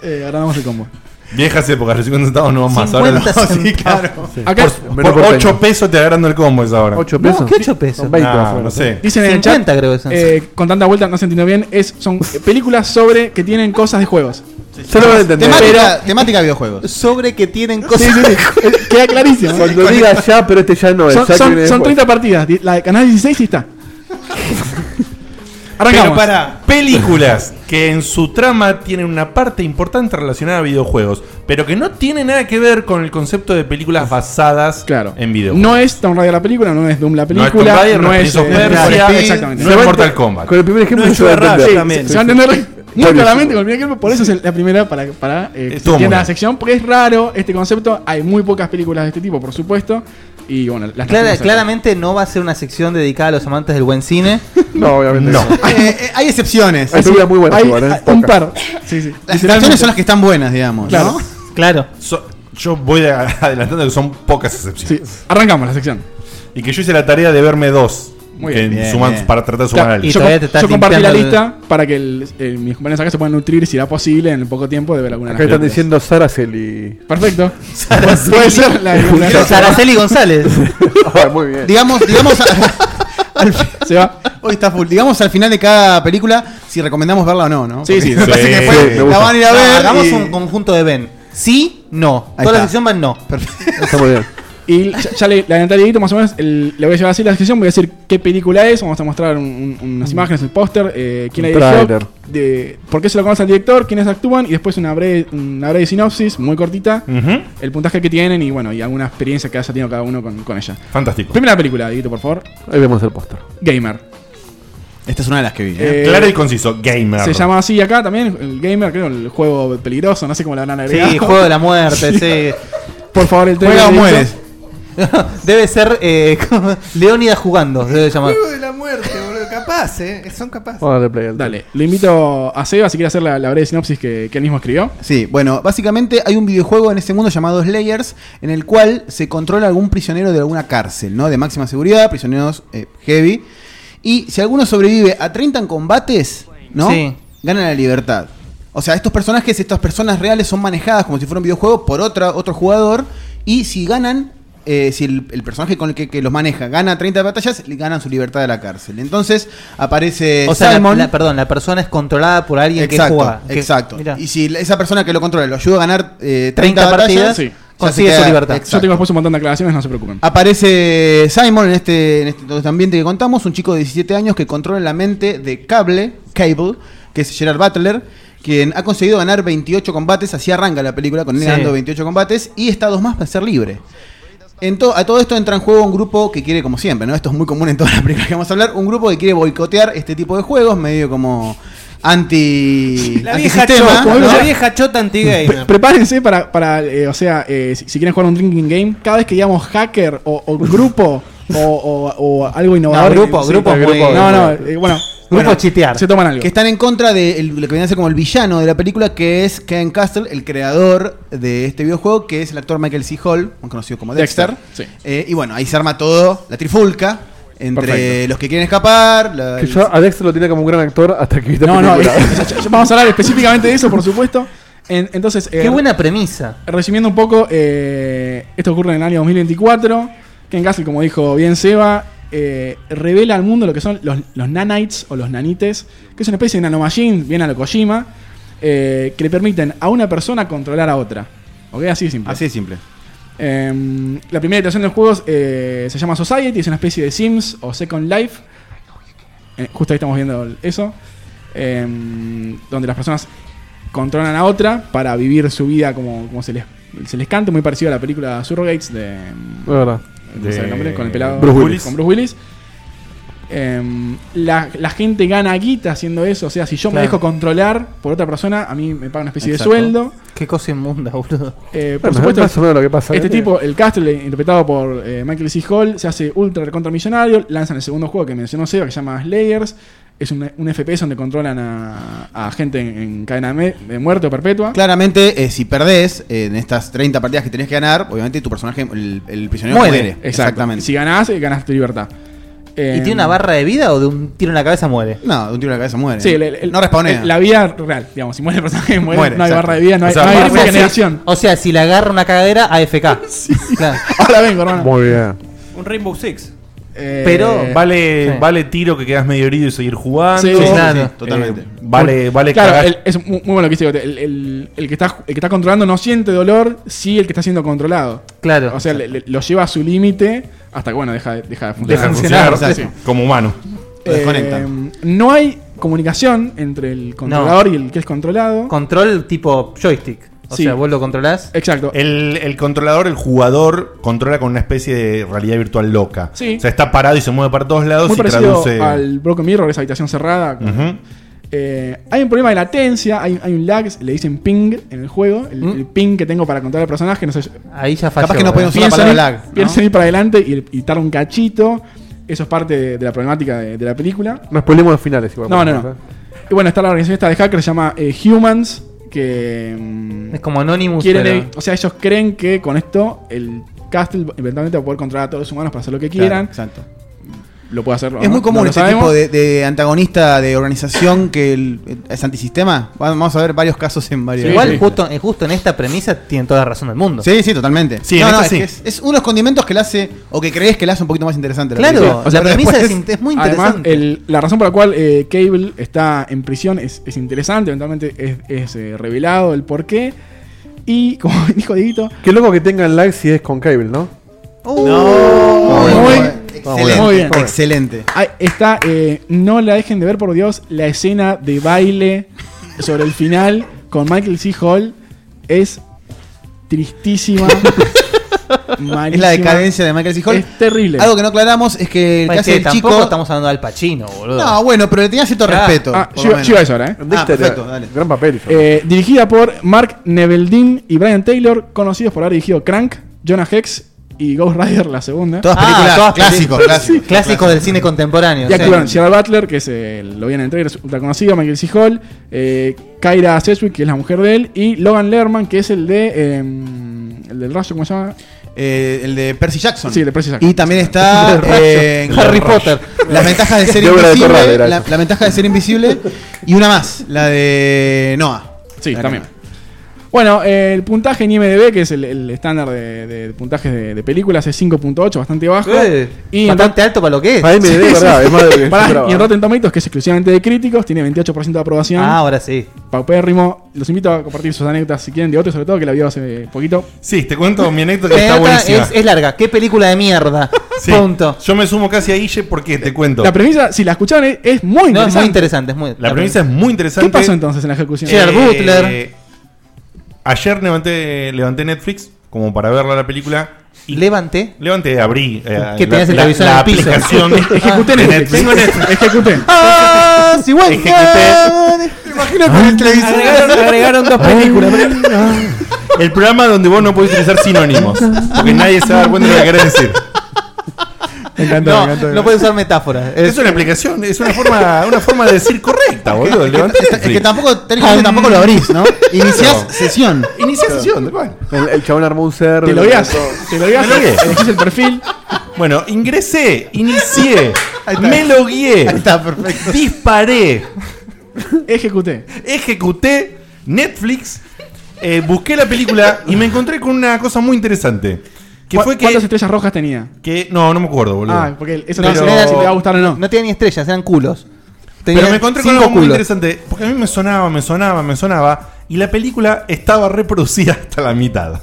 Speaker 5: eh, agrandamos el combo.
Speaker 3: Viejas épocas, los 50 centavos no van más. Ahora
Speaker 5: 50
Speaker 3: [laughs] no.
Speaker 5: centavos. Sí. Acá-
Speaker 3: por, por 8 pesos te agarrando el combo esa hora.
Speaker 5: ¿Ocho pesos? No, ¿qué ocho
Speaker 3: pesos?
Speaker 5: Ah,
Speaker 3: no sé.
Speaker 5: Dicen en el chat, eh, con tanta vuelta no se entiende bien, es, son películas sobre que tienen cosas de juegos.
Speaker 4: Se lo van a entender.
Speaker 11: Temática, temática videojuegos.
Speaker 6: Sobre que tienen
Speaker 5: Sí,
Speaker 6: cosas.
Speaker 5: sí, sí. Eh, Queda clarísimo.
Speaker 4: Cuando diga ya, pero este ya no es.
Speaker 5: son,
Speaker 4: ya que
Speaker 5: son-
Speaker 4: viene
Speaker 5: son
Speaker 4: después.
Speaker 5: 30 partidas. di- La de Canal 16 sí está. Arrancamos.
Speaker 3: para películas que en su trama tienen una parte importante relacionada a videojuegos, pero que no tiene nada que ver con el concepto de películas basadas en videojuegos.
Speaker 5: No es Tomb Raider la película, no es Doom la
Speaker 3: No es
Speaker 5: película,
Speaker 3: Tomb Raider, no es Prince of
Speaker 5: eh,
Speaker 3: Persia,
Speaker 5: claro, exactamente.
Speaker 3: no es Mortal Kombat. Con el primer ejemplo
Speaker 5: No es
Speaker 3: se va a entender.
Speaker 5: Rage,
Speaker 3: También.
Speaker 5: sí, Se va a entender muy claramente con el primer ejemplo, por eso es el- la primera para, para eh, que se
Speaker 3: Estuvo muy
Speaker 5: entienda la
Speaker 3: bien.
Speaker 5: sección, porque es raro este concepto, hay muy pocas películas de este tipo, por supuesto, y bueno, las
Speaker 6: Clara-
Speaker 5: trajimos acá.
Speaker 6: claramente no va a ser una sección dedicada a los amantes del buen
Speaker 5: [laughs]
Speaker 6: cine.
Speaker 4: No, obviamente
Speaker 6: no. [laughs]
Speaker 5: Eh,
Speaker 11: hay excepciones.
Speaker 6: Hay películas muy buenas
Speaker 11: Hay-
Speaker 6: igual, ¿eh?
Speaker 11: un
Speaker 6: Pocas.
Speaker 5: par. Sí, sí.
Speaker 11: Las excepciones son las que están buenas, digamos.
Speaker 3: Claro.
Speaker 6: Claro.
Speaker 3: So- yo voy a- [laughs] adelantando que son pocas excepciones.
Speaker 5: Arrancamos la sección.
Speaker 3: Y que yo hice la tarea de verme dos.
Speaker 5: Muy
Speaker 3: que
Speaker 5: bien. Bien,
Speaker 3: suman-
Speaker 5: bien.
Speaker 3: Para tratar de sumar
Speaker 5: Claro,
Speaker 3: al
Speaker 5: yo, com- yo compartí la lista para que el- el- mis compañeros acá se puedan nutrir, si era posible, en el poco tiempo de ver alguna de
Speaker 4: Acá
Speaker 5: las
Speaker 4: están
Speaker 5: películas.
Speaker 4: diciendo Saraceli.
Speaker 3: [laughs]
Speaker 5: Perfecto. Puede ser la
Speaker 4: Pero Saraceli
Speaker 6: González.
Speaker 3: [laughs]
Speaker 4: muy bien.
Speaker 11: Digamos, digamos.
Speaker 6: [laughs]
Speaker 11: Hoy está full. Digamos al final de cada película si recomendamos verla o no, ¿no?
Speaker 6: Sí, sí.
Speaker 11: Me parece que
Speaker 6: Sí,
Speaker 11: después
Speaker 6: me
Speaker 11: la
Speaker 6: gusta.
Speaker 11: van a ir a
Speaker 6: No,
Speaker 11: ver.
Speaker 6: hagamos
Speaker 11: y-
Speaker 6: un conjunto de Ben. Sí, no.
Speaker 11: Ahí
Speaker 6: Toda la
Speaker 11: está.
Speaker 6: sección van no.
Speaker 3: [laughs]
Speaker 4: Está muy bien.
Speaker 5: Y ya, ya le, le adelanté al Dieguito, más o menos, el- le voy a llevar así la descripción, voy a decir qué película es, vamos a mostrar un- un-
Speaker 3: Mm.
Speaker 5: unas imágenes, el póster, eh, quién la
Speaker 4: Un
Speaker 5: dirigió,
Speaker 4: tráiler.
Speaker 5: de, por qué se lo conoce al director, quiénes actúan, y después una breve, una breve sinopsis, muy cortita,
Speaker 3: Ujú.
Speaker 5: el puntaje que tienen y bueno, y alguna experiencia que haya tenido cada uno con, con ella.
Speaker 3: Fantástico.
Speaker 5: Primera película, Dieguito, por favor.
Speaker 4: Ahí vemos el póster.
Speaker 5: Gamer.
Speaker 11: Esta es una de las que vi.
Speaker 5: Eh,
Speaker 3: Claro y conciso, gamer.
Speaker 5: Se llama así acá también, el gamer, creo, el juego peligroso, no sé cómo le habrán agregado.
Speaker 6: Sí, juego de
Speaker 5: [laughs]
Speaker 6: la muerte,
Speaker 11: [laughs]
Speaker 6: sí.
Speaker 5: Por favor, el
Speaker 6: Juega
Speaker 5: trailer,
Speaker 6: o
Speaker 5: Dieguito.
Speaker 6: mueres. [laughs] Debe ser eh, como- Leónidas jugando, se debe llamar.
Speaker 8: Juego de la muerte, boludo. Capaz, eh. Son capaces.
Speaker 5: Dale, lo invito a Seba si quiere hacer la, la breve sinopsis que, que él mismo escribió.
Speaker 11: Sí, bueno, básicamente hay un videojuego en este mundo llamado Slayers, en el cual se controla algún prisionero de alguna cárcel, ¿no? De máxima seguridad, prisioneros eh, heavy. Y si alguno sobrevive a 30 en combates, ¿no?
Speaker 6: Sí.
Speaker 11: Ganan la libertad. O sea, estos personajes, estas personas reales son manejadas como si fuera un videojuego por otra, otro jugador. Y si ganan, eh, si el, el personaje con el que, que los maneja gana 30 batallas, le ganan su libertad de la cárcel. Entonces aparece
Speaker 6: O sea, la-
Speaker 11: Salmon.
Speaker 6: la- perdón, la persona es controlada por alguien
Speaker 11: Exacto,
Speaker 6: que juega. que-
Speaker 11: exacto.
Speaker 6: Mirá.
Speaker 11: Y si la- esa persona que lo controla lo ayuda a ganar eh, 30,
Speaker 6: 30
Speaker 11: batallas,
Speaker 6: partidas,
Speaker 11: ya
Speaker 6: sí.
Speaker 11: se
Speaker 6: consigue
Speaker 11: queda-
Speaker 6: su libertad.
Speaker 11: exacto.
Speaker 5: Yo tengo después un montón de aclaraciones, no se preocupen.
Speaker 11: Aparece Simon en este, en este- todo este ambiente que contamos, un chico de 17 años que controla la mente de Cable, Cable, que es Gerard Butler, quien ha conseguido ganar 28 combates, así arranca la película con él
Speaker 6: Sí.
Speaker 11: ganando 28 combates y está a dos más para ser libre. En to- a todo esto entra en juego un grupo que quiere, como siempre, ¿no? Esto es muy común en todas las películas que vamos a hablar, un grupo que quiere boicotear este tipo de juegos, medio como anti.
Speaker 8: La vieja
Speaker 11: antisistema,
Speaker 8: chota,
Speaker 11: ¿no?
Speaker 8: la vieja chota
Speaker 5: Pre-
Speaker 8: anti-gamer.
Speaker 5: prepárense para, para eh, o sea, eh, si, si quieren jugar un drinking game, cada vez que digamos hacker o, o grupo o, o- o algo innovador. eh,
Speaker 11: grupo,
Speaker 5: sí,
Speaker 11: grupo
Speaker 5: para-
Speaker 11: muy-
Speaker 5: No, no, eh, bueno. bueno, Se toman algo.
Speaker 11: Que están en contra de el- lo que viene a ser como el villano de la película, que es Ken Castle, el creador de este videojuego, que es el actor Michael C. Hall, más conocido como Dexter.
Speaker 5: Sí.
Speaker 11: Eh, y bueno, ahí se arma todo, la trifulca, entre
Speaker 4: Perfecto.
Speaker 11: los que quieren escapar. la-
Speaker 4: Que yo a Dexter lo tiene como un gran actor hasta que viste [laughs]
Speaker 5: No, no, [laughs]
Speaker 4: película.
Speaker 5: vamos a hablar específicamente de eso, por supuesto. En- entonces,
Speaker 4: Qué buena
Speaker 5: premisa. Resumiendo un poco, eh, esto ocurre en el año 2024. Ken Castle, como dijo bien Seba, eh, revela al mundo lo que son los, los nanites o los nanites, que es una especie de nanomachine, bien a lo Kojima, eh, que le permiten a una persona controlar a otra. ¿Ok? Así de simple.
Speaker 11: Así de simple.
Speaker 5: Eh, la primera iteración de los juegos eh, se llama Society, es una especie de Sims o Second Life. Eh, justo ahí estamos viendo el- eso. Eh, donde las personas controlan a otra para vivir su vida como, como se les se les cante, muy parecido a la película Surrogates de.
Speaker 4: Es verdad.
Speaker 5: ¿cómo se llama el nombre? Con el pelado.
Speaker 4: Bruce Willis.
Speaker 5: Con Bruce Willis. Eh, la, la gente gana guita haciendo eso. O sea, si yo me
Speaker 6: Claro.
Speaker 5: dejo controlar por otra persona, a mí me pagan una especie
Speaker 6: Exacto.
Speaker 5: de sueldo.
Speaker 6: Qué cosa inmunda, boludo.
Speaker 5: Eh, por supuesto,
Speaker 11: ¿eh?
Speaker 5: este tipo, el Castle, interpretado por eh, Michael C. Hall, se hace ultra recontra millonario. Lanzan el segundo juego que mencionó Seba, que se llama Slayers. Es un, un FPS donde controlan a, a gente en, en cadena de, me- de muerte o perpetua.
Speaker 11: Claramente, eh, si perdés eh, en estas 30 partidas que tenés que ganar, obviamente tu personaje, el, el prisionero, muere.
Speaker 5: Exacto. Si ganás, eh, ganás tu libertad. Em,
Speaker 11: ¿Y tiene una
Speaker 5: barra de vida o de un tiro en la cabeza muere?
Speaker 11: No, de un tiro en la cabeza muere.
Speaker 5: Sí, el- el-
Speaker 11: no responde.
Speaker 5: el- La vida real, digamos. Si muere el personaje, [laughs] muere.
Speaker 11: Muere,
Speaker 5: no hay
Speaker 11: exacto.
Speaker 5: barra de vida, no hay,
Speaker 6: O sea,
Speaker 5: no hay
Speaker 6: barra de vida.
Speaker 5: regeneración.
Speaker 6: O sea, si le agarra una cagadera,
Speaker 5: [laughs]
Speaker 6: AFK.
Speaker 11: [laughs]
Speaker 6: Claro.
Speaker 5: Ahora vengo, hermano.
Speaker 4: Muy bien.
Speaker 8: Un Rainbow Six.
Speaker 5: Pero-
Speaker 3: vale,
Speaker 5: Eh, Sí.
Speaker 3: vale tiro que quedas medio herido y seguir jugando.
Speaker 5: Sí, sí, claro.
Speaker 3: Eh,
Speaker 5: Totalmente.
Speaker 3: vale, vale
Speaker 5: Claro,
Speaker 3: cagar-
Speaker 5: el- es muy, muy bueno lo que dice Gote. el, el- el que está, el que está controlando no siente dolor, sí el que está siendo controlado. Claro. O sea, le- le- lo lleva a su límite hasta que, bueno, deja, de- deja de funcionar.
Speaker 3: Deja de funcionar
Speaker 5: Sí, sí.
Speaker 3: como humano.
Speaker 5: Eh, no hay comunicación entre el controlador y el que es controlado.
Speaker 6: Control tipo joystick. O
Speaker 5: Sí.
Speaker 6: sea, vos lo controlás.
Speaker 5: Exacto.
Speaker 3: El, el controlador, el jugador, controla con una especie de realidad virtual loca.
Speaker 5: Sí.
Speaker 3: O sea, está parado y se mueve para todos lados
Speaker 5: Muy
Speaker 3: y
Speaker 5: parecido
Speaker 3: traduce.
Speaker 5: al Broken Mirror, esa habitación cerrada. con-
Speaker 3: Ujú.
Speaker 5: Eh, hay un problema de latencia, hay, hay un lag, le dicen ping en el juego, el, el ping que tengo para controlar al personaje, no sé.
Speaker 6: Mm. Ahí ya falló, Capaz que no ¿eh? podemos usar la
Speaker 5: Piensan
Speaker 6: palabra
Speaker 5: ir-
Speaker 6: lag, ¿no?
Speaker 5: piensan ir para adelante y, y tarda un cachito. Eso es parte de, de la problemática de, de la película.
Speaker 4: No spoilemos los finales igual. ¿eh?
Speaker 5: No, no, no. Y bueno, está la organización esta de hackers, se llama eh, Humans, que... es
Speaker 6: como Anonymous,
Speaker 5: Quieren,
Speaker 6: pero-
Speaker 5: evi- O sea, ellos creen que con esto el Castle eventualmente va a poder controlar a todos los humanos para hacer lo que
Speaker 11: Claro,
Speaker 5: quieran.
Speaker 11: exacto.
Speaker 5: Lo puede hacer.
Speaker 11: Es muy común
Speaker 5: este
Speaker 11: este tipo de, de antagonista de organización que el- es antisistema. Vamos a ver varios casos en varios.
Speaker 6: Igual, Justo, eh, justo en esta premisa tienen toda la razón del mundo.
Speaker 11: Sí, sí, totalmente.
Speaker 6: Sí,
Speaker 11: No,
Speaker 6: en
Speaker 11: no,
Speaker 6: esta
Speaker 11: es,
Speaker 6: sí.
Speaker 11: que es- es uno de los condimentos que le hace, o que crees que le hace un poquito más interesante.
Speaker 6: Claro,
Speaker 11: película.
Speaker 6: o sea,
Speaker 11: Pero
Speaker 6: la premisa
Speaker 11: después-
Speaker 6: es in- es muy
Speaker 5: Además, el- la razón por la cual eh, Cable está en prisión es, es interesante, eventualmente es, es, eh, revelado el porqué. Y [laughs] como dijo Dieguito,
Speaker 4: Qué loco que tengan like si es con cable, ¿no?
Speaker 5: muy,
Speaker 11: Excelente, excelente.
Speaker 5: Ah, está, eh, no la dejen de ver por Dios, la escena de baile sobre el final con Michael C. Hall es [laughs] tristísima.
Speaker 11: [laughs] Es la decadencia de Michael C. Hall.
Speaker 5: Es terrible.
Speaker 11: Algo que no aclaramos es que el que
Speaker 6: Es
Speaker 11: hace
Speaker 6: Pues que
Speaker 11: el
Speaker 6: tampoco
Speaker 11: chico.
Speaker 6: estamos hablando del Pacino, boludo.
Speaker 11: No, bueno, pero le tenía cierto
Speaker 6: Ah,
Speaker 11: respeto.
Speaker 5: Ah,
Speaker 11: por
Speaker 5: yo
Speaker 11: lo
Speaker 5: iba-
Speaker 11: menos.
Speaker 5: yo iba a eso ahora, ¿eh?
Speaker 11: Ah, perfecto, dale.
Speaker 4: Gran papel.
Speaker 5: Eh, dirigida por Mark Neveldin y Brian Taylor, conocidos por haber dirigido Crank, Jonah Hex y Ghost Rider, la segunda.
Speaker 11: Ah,
Speaker 6: Todas películas, clásicos,
Speaker 5: películas.
Speaker 6: clásicos,
Speaker 5: Sí.
Speaker 6: clásicos del cine contemporáneo. sí.
Speaker 5: Y actúan Gerard Butler, que es el- lo viene en trailer, es ultra conocido, Michael C. Hall, eh, Kyra Sedgwick, que es la mujer de él, y Logan Lerman, que es el de. eh, el del rayo, ¿cómo se llama?
Speaker 11: Eh, el de Percy Jackson.
Speaker 5: Sí, el de Percy Jackson.
Speaker 11: Y también
Speaker 6: [laughs]
Speaker 11: está
Speaker 5: [laughs] El del rayo.
Speaker 11: eh, en-
Speaker 5: Harry Potter.
Speaker 11: Las ventajas de ser
Speaker 5: [laughs] De obra de Corral
Speaker 11: invisible.
Speaker 5: era
Speaker 11: la,
Speaker 5: eso.
Speaker 11: la ventaja de ser invisible. Y una más, la de Noah.
Speaker 5: Sí, también. Bueno, eh, el puntaje en IMDB, que es el- el estándar de, de puntajes de, de películas, es 5.8, bastante bajo.
Speaker 6: Eh, bastante alto para lo que es. Para IMDb,
Speaker 5: Sí, sí,
Speaker 6: verdad,
Speaker 5: sí.
Speaker 6: es más de lo que yo
Speaker 5: [laughs] Pará,
Speaker 6: esperaba.
Speaker 5: y en Rotten Tomatoes, que es exclusivamente de críticos, tiene 28% de aprobación.
Speaker 6: Ah, ahora sí.
Speaker 5: Paupérrimo. Los invito a compartir sus anécdotas si quieren de otro, sobre todo que la vio hace poquito.
Speaker 3: Sí, te cuento mi anécdota
Speaker 6: Mi
Speaker 3: que está
Speaker 6: anécdota
Speaker 3: buenísima.
Speaker 6: Eh, es- es larga. ¿Qué película de
Speaker 3: [laughs]
Speaker 6: mierda? Punto.
Speaker 3: Yo me sumo casi a Guille porque te cuento.
Speaker 5: La premisa, si la escucharon, es, es muy interesante.
Speaker 3: No, es muy
Speaker 6: interesante, es muy-
Speaker 3: La premisa es muy interesante.
Speaker 5: ¿Qué pasó entonces en la ejecución?
Speaker 3: Eh, Ayer levanté, levanté Netflix como para verla la película. Y
Speaker 6: levanté.
Speaker 3: Levanté, abrí. eh,
Speaker 6: Que tenías el televisor en
Speaker 3: la
Speaker 6: el piso. [laughs]
Speaker 3: aplicación.
Speaker 6: Ejecuté [laughs]
Speaker 3: de
Speaker 6: Netflix.
Speaker 3: [laughs]
Speaker 6: Ah,
Speaker 3: Tengo Netflix.
Speaker 5: Ejecuté.
Speaker 11: más igual. Me imagino con el televisor.
Speaker 3: El programa donde vos no podés utilizar sinónimos. Porque nadie se va a dar cuenta de lo que querés decir. Me encantó,
Speaker 6: No, me encantó. no
Speaker 3: puedes
Speaker 6: puedes usar metáforas.
Speaker 3: Es, una explicación, es una forma, una forma de decir
Speaker 6: Ah,
Speaker 3: correcta, boludo. Levantate el
Speaker 11: Es que
Speaker 3: clic.
Speaker 11: tampoco, técnicamente tampoco lo abrís,
Speaker 3: [laughs]
Speaker 11: ¿no? Iniciás sesión.
Speaker 3: Iniciás sesión, de cual.
Speaker 4: El, el chabón armó un ser.
Speaker 3: Te lo veas, te lo veas,
Speaker 4: Me
Speaker 3: [laughs]
Speaker 4: logué.
Speaker 3: elegís el perfil. Bueno, ingresé, inicié,
Speaker 4: Ahí está.
Speaker 3: me logué,
Speaker 4: Ahí
Speaker 11: está, perfecto.
Speaker 3: disparé,
Speaker 5: ejecuté,
Speaker 3: ejecuté Netflix, eh, busqué la película y me encontré con una cosa muy interesante. Que
Speaker 5: ¿Cu-
Speaker 3: fue que,
Speaker 5: ¿Cuántas estrellas rojas tenía?
Speaker 3: que- No, no me acuerdo, boludo.
Speaker 5: Ah, porque eso
Speaker 3: Pero-
Speaker 5: te dice si te va a gustar o no.
Speaker 6: No tenía ni estrellas, eran culos.
Speaker 3: Pero me encontré con algo muy interesante, porque a mí me sonaba, me sonaba, me sonaba, y la película estaba reproducida [laughs] hasta la mitad.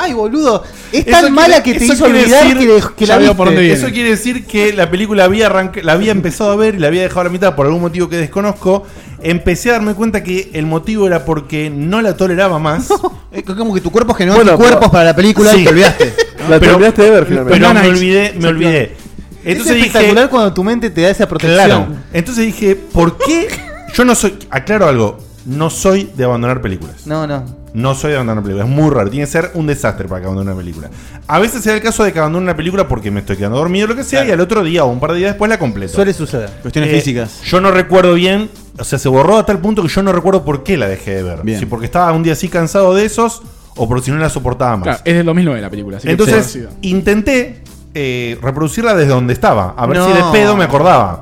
Speaker 6: Ay, boludo.
Speaker 11: Es
Speaker 3: Eso
Speaker 11: tan
Speaker 3: quiere-
Speaker 11: mala que te
Speaker 3: eso
Speaker 11: hizo
Speaker 3: quiere
Speaker 11: olvidar
Speaker 3: decir-
Speaker 11: que, de- que
Speaker 3: ya
Speaker 11: la
Speaker 3: veo
Speaker 11: viste.
Speaker 3: por dónde viene. Eso quiere decir que la película había arranca- la había empezado a ver y la había dejado a la mitad por algún motivo que desconozco. Empecé a darme cuenta que el motivo era porque no la toleraba más.
Speaker 11: [laughs] Es como que tu cuerpo generó
Speaker 3: Bueno,
Speaker 11: cuerpos
Speaker 3: pero-
Speaker 11: para la película
Speaker 3: Sí.
Speaker 11: y te olvidaste.
Speaker 3: La Pero- terminaste de ver,
Speaker 11: Pero
Speaker 3: finalmente. pero me
Speaker 11: Nanai.
Speaker 3: olvidé, me olvidé. Entonces
Speaker 6: es
Speaker 3: dije-
Speaker 6: espectacular cuando tu mente te da esa protección.
Speaker 3: Claro. Entonces dije, ¿por
Speaker 5: [laughs]
Speaker 3: qué? Yo no soy. Aclaro algo. No soy de abandonar películas.
Speaker 6: No, no.
Speaker 3: No soy de abandonar películas. Es muy raro. Tiene que ser un desastre para que abandone una película. A veces se da el caso de que abandone una película porque me estoy quedando dormido o lo que sea. Y al otro día o un par de días después la completo. Eh,
Speaker 6: Suele suceder.
Speaker 11: Cuestiones físicas.
Speaker 3: Yo no recuerdo bien. O sea, se borró a tal punto que yo no recuerdo por qué la dejé de ver. Si porque estaba un día así cansado de esos o por si no la soportaba más.
Speaker 5: Claro, es del 2009 la película. así que
Speaker 3: Entonces
Speaker 5: sí.
Speaker 3: intenté eh, reproducirla desde donde estaba. A ver
Speaker 5: No.
Speaker 3: si de pedo me acordaba.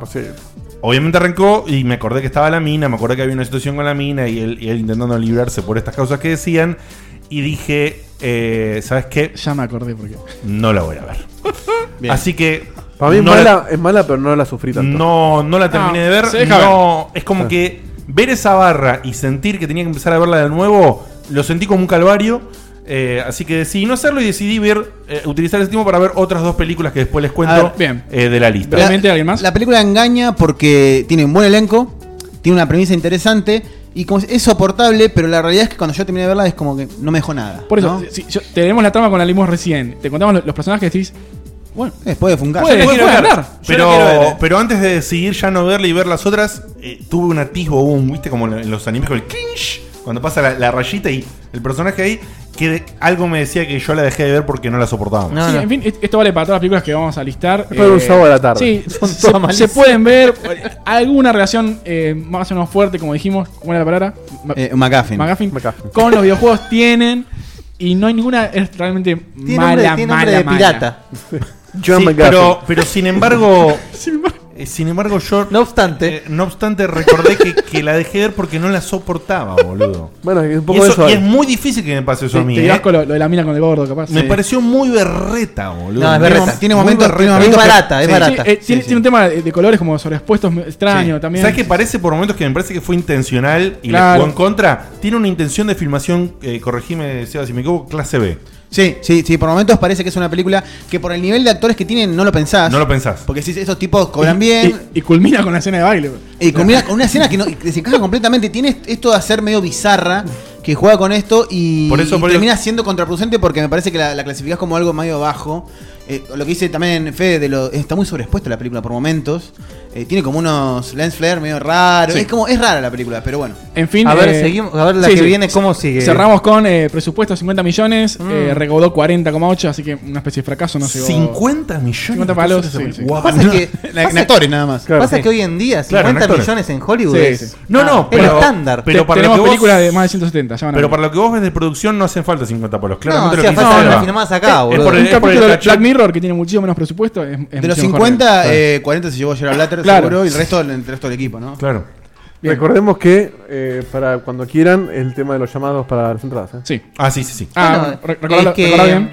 Speaker 3: Obviamente arrancó y me acordé que estaba la mina, me acordé que había una situación con la mina y él, y él intentando librarse por estas causas que decían. Y dije, eh, ¿sabes qué?
Speaker 5: Ya me acordé porque.
Speaker 3: No la voy a ver. Así que.
Speaker 4: Para mí es,
Speaker 3: no la-
Speaker 4: mala, es mala, pero no la sufrí tanto.
Speaker 3: no, no la
Speaker 11: Ah,
Speaker 3: terminé de ver.
Speaker 4: se deja
Speaker 3: no,
Speaker 4: ver.
Speaker 3: Es como
Speaker 4: Ah.
Speaker 3: que ver esa barra y sentir que tenía que empezar a verla de nuevo, lo sentí como un calvario. eh, así que decidí no hacerlo y decidí ver, eh, utilizar ese tiempo para ver otras dos películas que después les
Speaker 11: A
Speaker 3: cuento
Speaker 11: ver, bien.
Speaker 3: eh, de la lista.
Speaker 11: la, la película engaña porque tiene un buen elenco, tiene una premisa interesante y como es- es soportable, pero la realidad es que cuando yo terminé de verla es como que no me dejó nada.
Speaker 5: Por eso,
Speaker 11: ¿no?
Speaker 5: si- si- tenemos la trama con la leímos recién. Te contamos lo- los, personajes que decís.
Speaker 11: Bueno, después de fungar.
Speaker 5: Puede, puede ganar.
Speaker 4: eh.
Speaker 3: Pero, pero antes de decidir ya no verla y ver las otras, eh, tuve un atisbo, hubo un, viste, como en los animes, con el clinch, cuando pasa la, la rayita y el personaje ahí, que de- algo me decía que yo la dejé de ver porque no la soportaba. más.
Speaker 5: Sí, En fin, est- esto vale para todas las películas que vamos a listar. eh,
Speaker 3: Es para un sábado a la tarde.
Speaker 5: Sí,
Speaker 3: [laughs] Son
Speaker 5: se-
Speaker 3: todas
Speaker 5: se,
Speaker 3: malísimas.
Speaker 5: pueden ver. eh, Alguna relación eh, más o menos fuerte, como dijimos. ¿Cómo era la palabra? Ma-
Speaker 11: Eh, McGuffin.
Speaker 5: McGuffin. Con los videojuegos tienen. Y no hay ninguna es realmente
Speaker 6: Tiene
Speaker 5: mala,
Speaker 6: nombre- tiene nombre
Speaker 5: mala,
Speaker 6: de
Speaker 5: mala.
Speaker 6: pirata.
Speaker 3: [laughs] Sí,
Speaker 5: McGuffin.
Speaker 3: pero, pero
Speaker 5: [laughs]
Speaker 3: sin embargo. eh, sin embargo, yo. No
Speaker 6: obstante.
Speaker 3: no obstante, recordé que, que la dejé ver porque no la soportaba, boludo.
Speaker 4: Bueno, es un
Speaker 3: y,
Speaker 4: poco
Speaker 3: eso-
Speaker 4: eso.
Speaker 3: y es muy difícil que me pase eso
Speaker 5: Te,
Speaker 3: a mí.
Speaker 5: te
Speaker 3: eh.
Speaker 5: ibas con lo, lo de la mina con el gordo, capaz.
Speaker 3: Me
Speaker 5: Sí.
Speaker 3: pareció muy berreta, boludo.
Speaker 5: No, es
Speaker 3: Muy
Speaker 5: berreta.
Speaker 3: mom-
Speaker 5: Tiene
Speaker 3: muy
Speaker 5: momentos-
Speaker 3: berreta.
Speaker 5: tiene momentos que-
Speaker 3: Sí.
Speaker 5: Sí, eh, tiene, tiene un tema de, de colores como sobreexpuestos extraño
Speaker 3: Sí.
Speaker 5: también.
Speaker 3: ¿Sabes qué parece por momentos que me parece que fue intencional y
Speaker 5: Claro.
Speaker 3: le jugó en contra? Tiene una intención de filmación, eh, corregime, Seba, si me equivoco, clase B.
Speaker 11: Sí, sí, sí, por momentos parece que es una película que por el nivel de actores que tienen no lo pensás.
Speaker 3: No lo pensás.
Speaker 11: Porque si esos tipos cobran bien.
Speaker 5: Y, y culmina con la escena de baile.
Speaker 11: Y con una, con una escena que, no, que se encaja completamente. Tiene est- esto de hacer medio bizarra, que juega con esto y,
Speaker 3: Por eso,
Speaker 11: y
Speaker 3: por
Speaker 11: termina siendo contraproducente porque me parece que la, la clasificás como algo medio bajo. Eh, lo que dice también Fede, de lo, está muy sobreexpuesta la película por momentos. Eh, tiene como unos lens flare medio raros.
Speaker 5: Sí.
Speaker 11: Es como es rara la película, pero bueno.
Speaker 5: En fin, eh, sí, sí. Cerramos con eh, presupuesto 50 millones, eh, recaudó 40,8, así que una especie de fracaso, no sé.
Speaker 3: 50 millones.
Speaker 5: 50 palos.
Speaker 3: Entonces,
Speaker 5: sí, sí.
Speaker 3: guau.
Speaker 6: Pasa
Speaker 3: [laughs]
Speaker 6: que- pasa- Pasa
Speaker 5: Sí.
Speaker 6: que hoy en día 50
Speaker 3: Claro, en actores.
Speaker 6: millones en Hollywood
Speaker 3: Sí,
Speaker 6: es,
Speaker 3: sí. No, no,
Speaker 6: es
Speaker 3: pero-
Speaker 6: estándar.
Speaker 3: pero
Speaker 6: Te-
Speaker 3: para lo
Speaker 6: tenemos
Speaker 3: que vos-
Speaker 5: películas de más de 170, ya van a
Speaker 3: Pero
Speaker 5: ver.
Speaker 3: para lo que vos ves de producción no hacen falta 50 palos.
Speaker 5: No,
Speaker 3: Claramente lo
Speaker 5: hacía
Speaker 3: que
Speaker 5: falta
Speaker 3: hizo
Speaker 5: que
Speaker 3: Seba.
Speaker 5: la
Speaker 6: filmás
Speaker 5: Es-
Speaker 6: acá,
Speaker 3: es
Speaker 6: boludo.
Speaker 3: por el-
Speaker 5: un
Speaker 3: es por el
Speaker 5: capítulo de
Speaker 3: cachón.
Speaker 5: Black Mirror que tiene muchísimo menos presupuesto. es- es
Speaker 11: de los
Speaker 5: mucho mejor.
Speaker 11: 50,
Speaker 5: Sí.
Speaker 11: eh, 40 se llevó Gerard Latter
Speaker 5: Claro.
Speaker 11: seguro y el resto, el resto del equipo, ¿no?
Speaker 3: Claro.
Speaker 11: Bien.
Speaker 4: Recordemos que eh, para cuando quieran el tema de los llamados para las entradas. ¿eh?
Speaker 5: Sí.
Speaker 3: Ah, sí, sí, sí.
Speaker 5: Ah, re- recordalo- recordalo bien.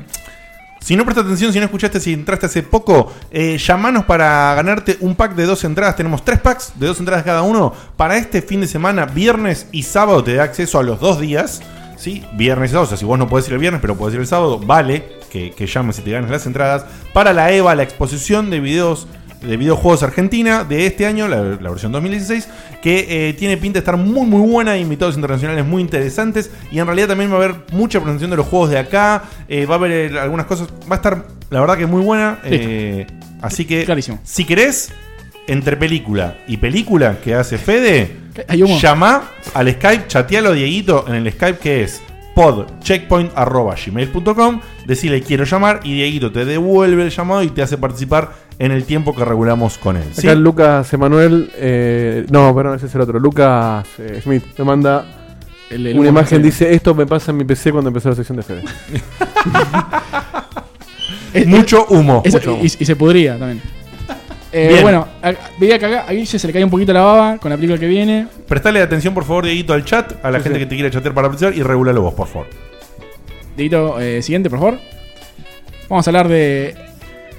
Speaker 3: Si no prestaste atención, si no escuchaste, si entraste hace poco, eh, llamanos para ganarte un pack de dos entradas. Tenemos tres packs de dos entradas cada uno. Para este fin de semana, viernes y sábado, te da acceso a los dos días. ¿sí? Viernes y sábado. O sea, si vos no podés ir el viernes, pero podés ir el sábado, vale que, que llames y te ganes las entradas. Para la EVA, la exposición de videos de videojuegos argentina de este año, la, la versión 2016, que eh, tiene pinta de estar muy muy buena, invitados internacionales muy interesantes y en realidad también va a haber mucha presentación de los juegos de acá, eh, va a haber eh, algunas cosas, va a estar la verdad que muy buena, eh, así que si querés entre película y película que hace Fede,
Speaker 5: Hay humo.
Speaker 3: llama al Skype, chatealo a Dieguito en el Skype que es podcheckpoint.gmail.com, decirle quiero llamar y Dieguito te devuelve el llamado y te hace participar en el tiempo que regulamos con él. ¿sí?
Speaker 4: Acá Lucas Emanuel, eh, no, perdón, ese es el otro. Lucas eh, Smith me manda
Speaker 5: El- el
Speaker 4: una
Speaker 5: humo
Speaker 4: imagen,
Speaker 5: que-
Speaker 4: dice, esto me pasa en mi PC cuando empezó la sección de
Speaker 5: [laughs]
Speaker 4: Fede.
Speaker 3: mucho humo.
Speaker 5: Eso-
Speaker 4: Mucho humo.
Speaker 5: Y, y se podría también. Eh,
Speaker 3: Bien.
Speaker 5: bueno, a- veía que acá a Guille se le cae un poquito la baba con la película que viene.
Speaker 3: Prestale atención, por favor, Dieguito, al chat, a la
Speaker 5: Sí,
Speaker 3: gente
Speaker 5: sí.
Speaker 3: que te quiera chatear para participar y regulalo vos, por favor.
Speaker 5: Dieguito, eh, siguiente, por favor. Vamos a hablar de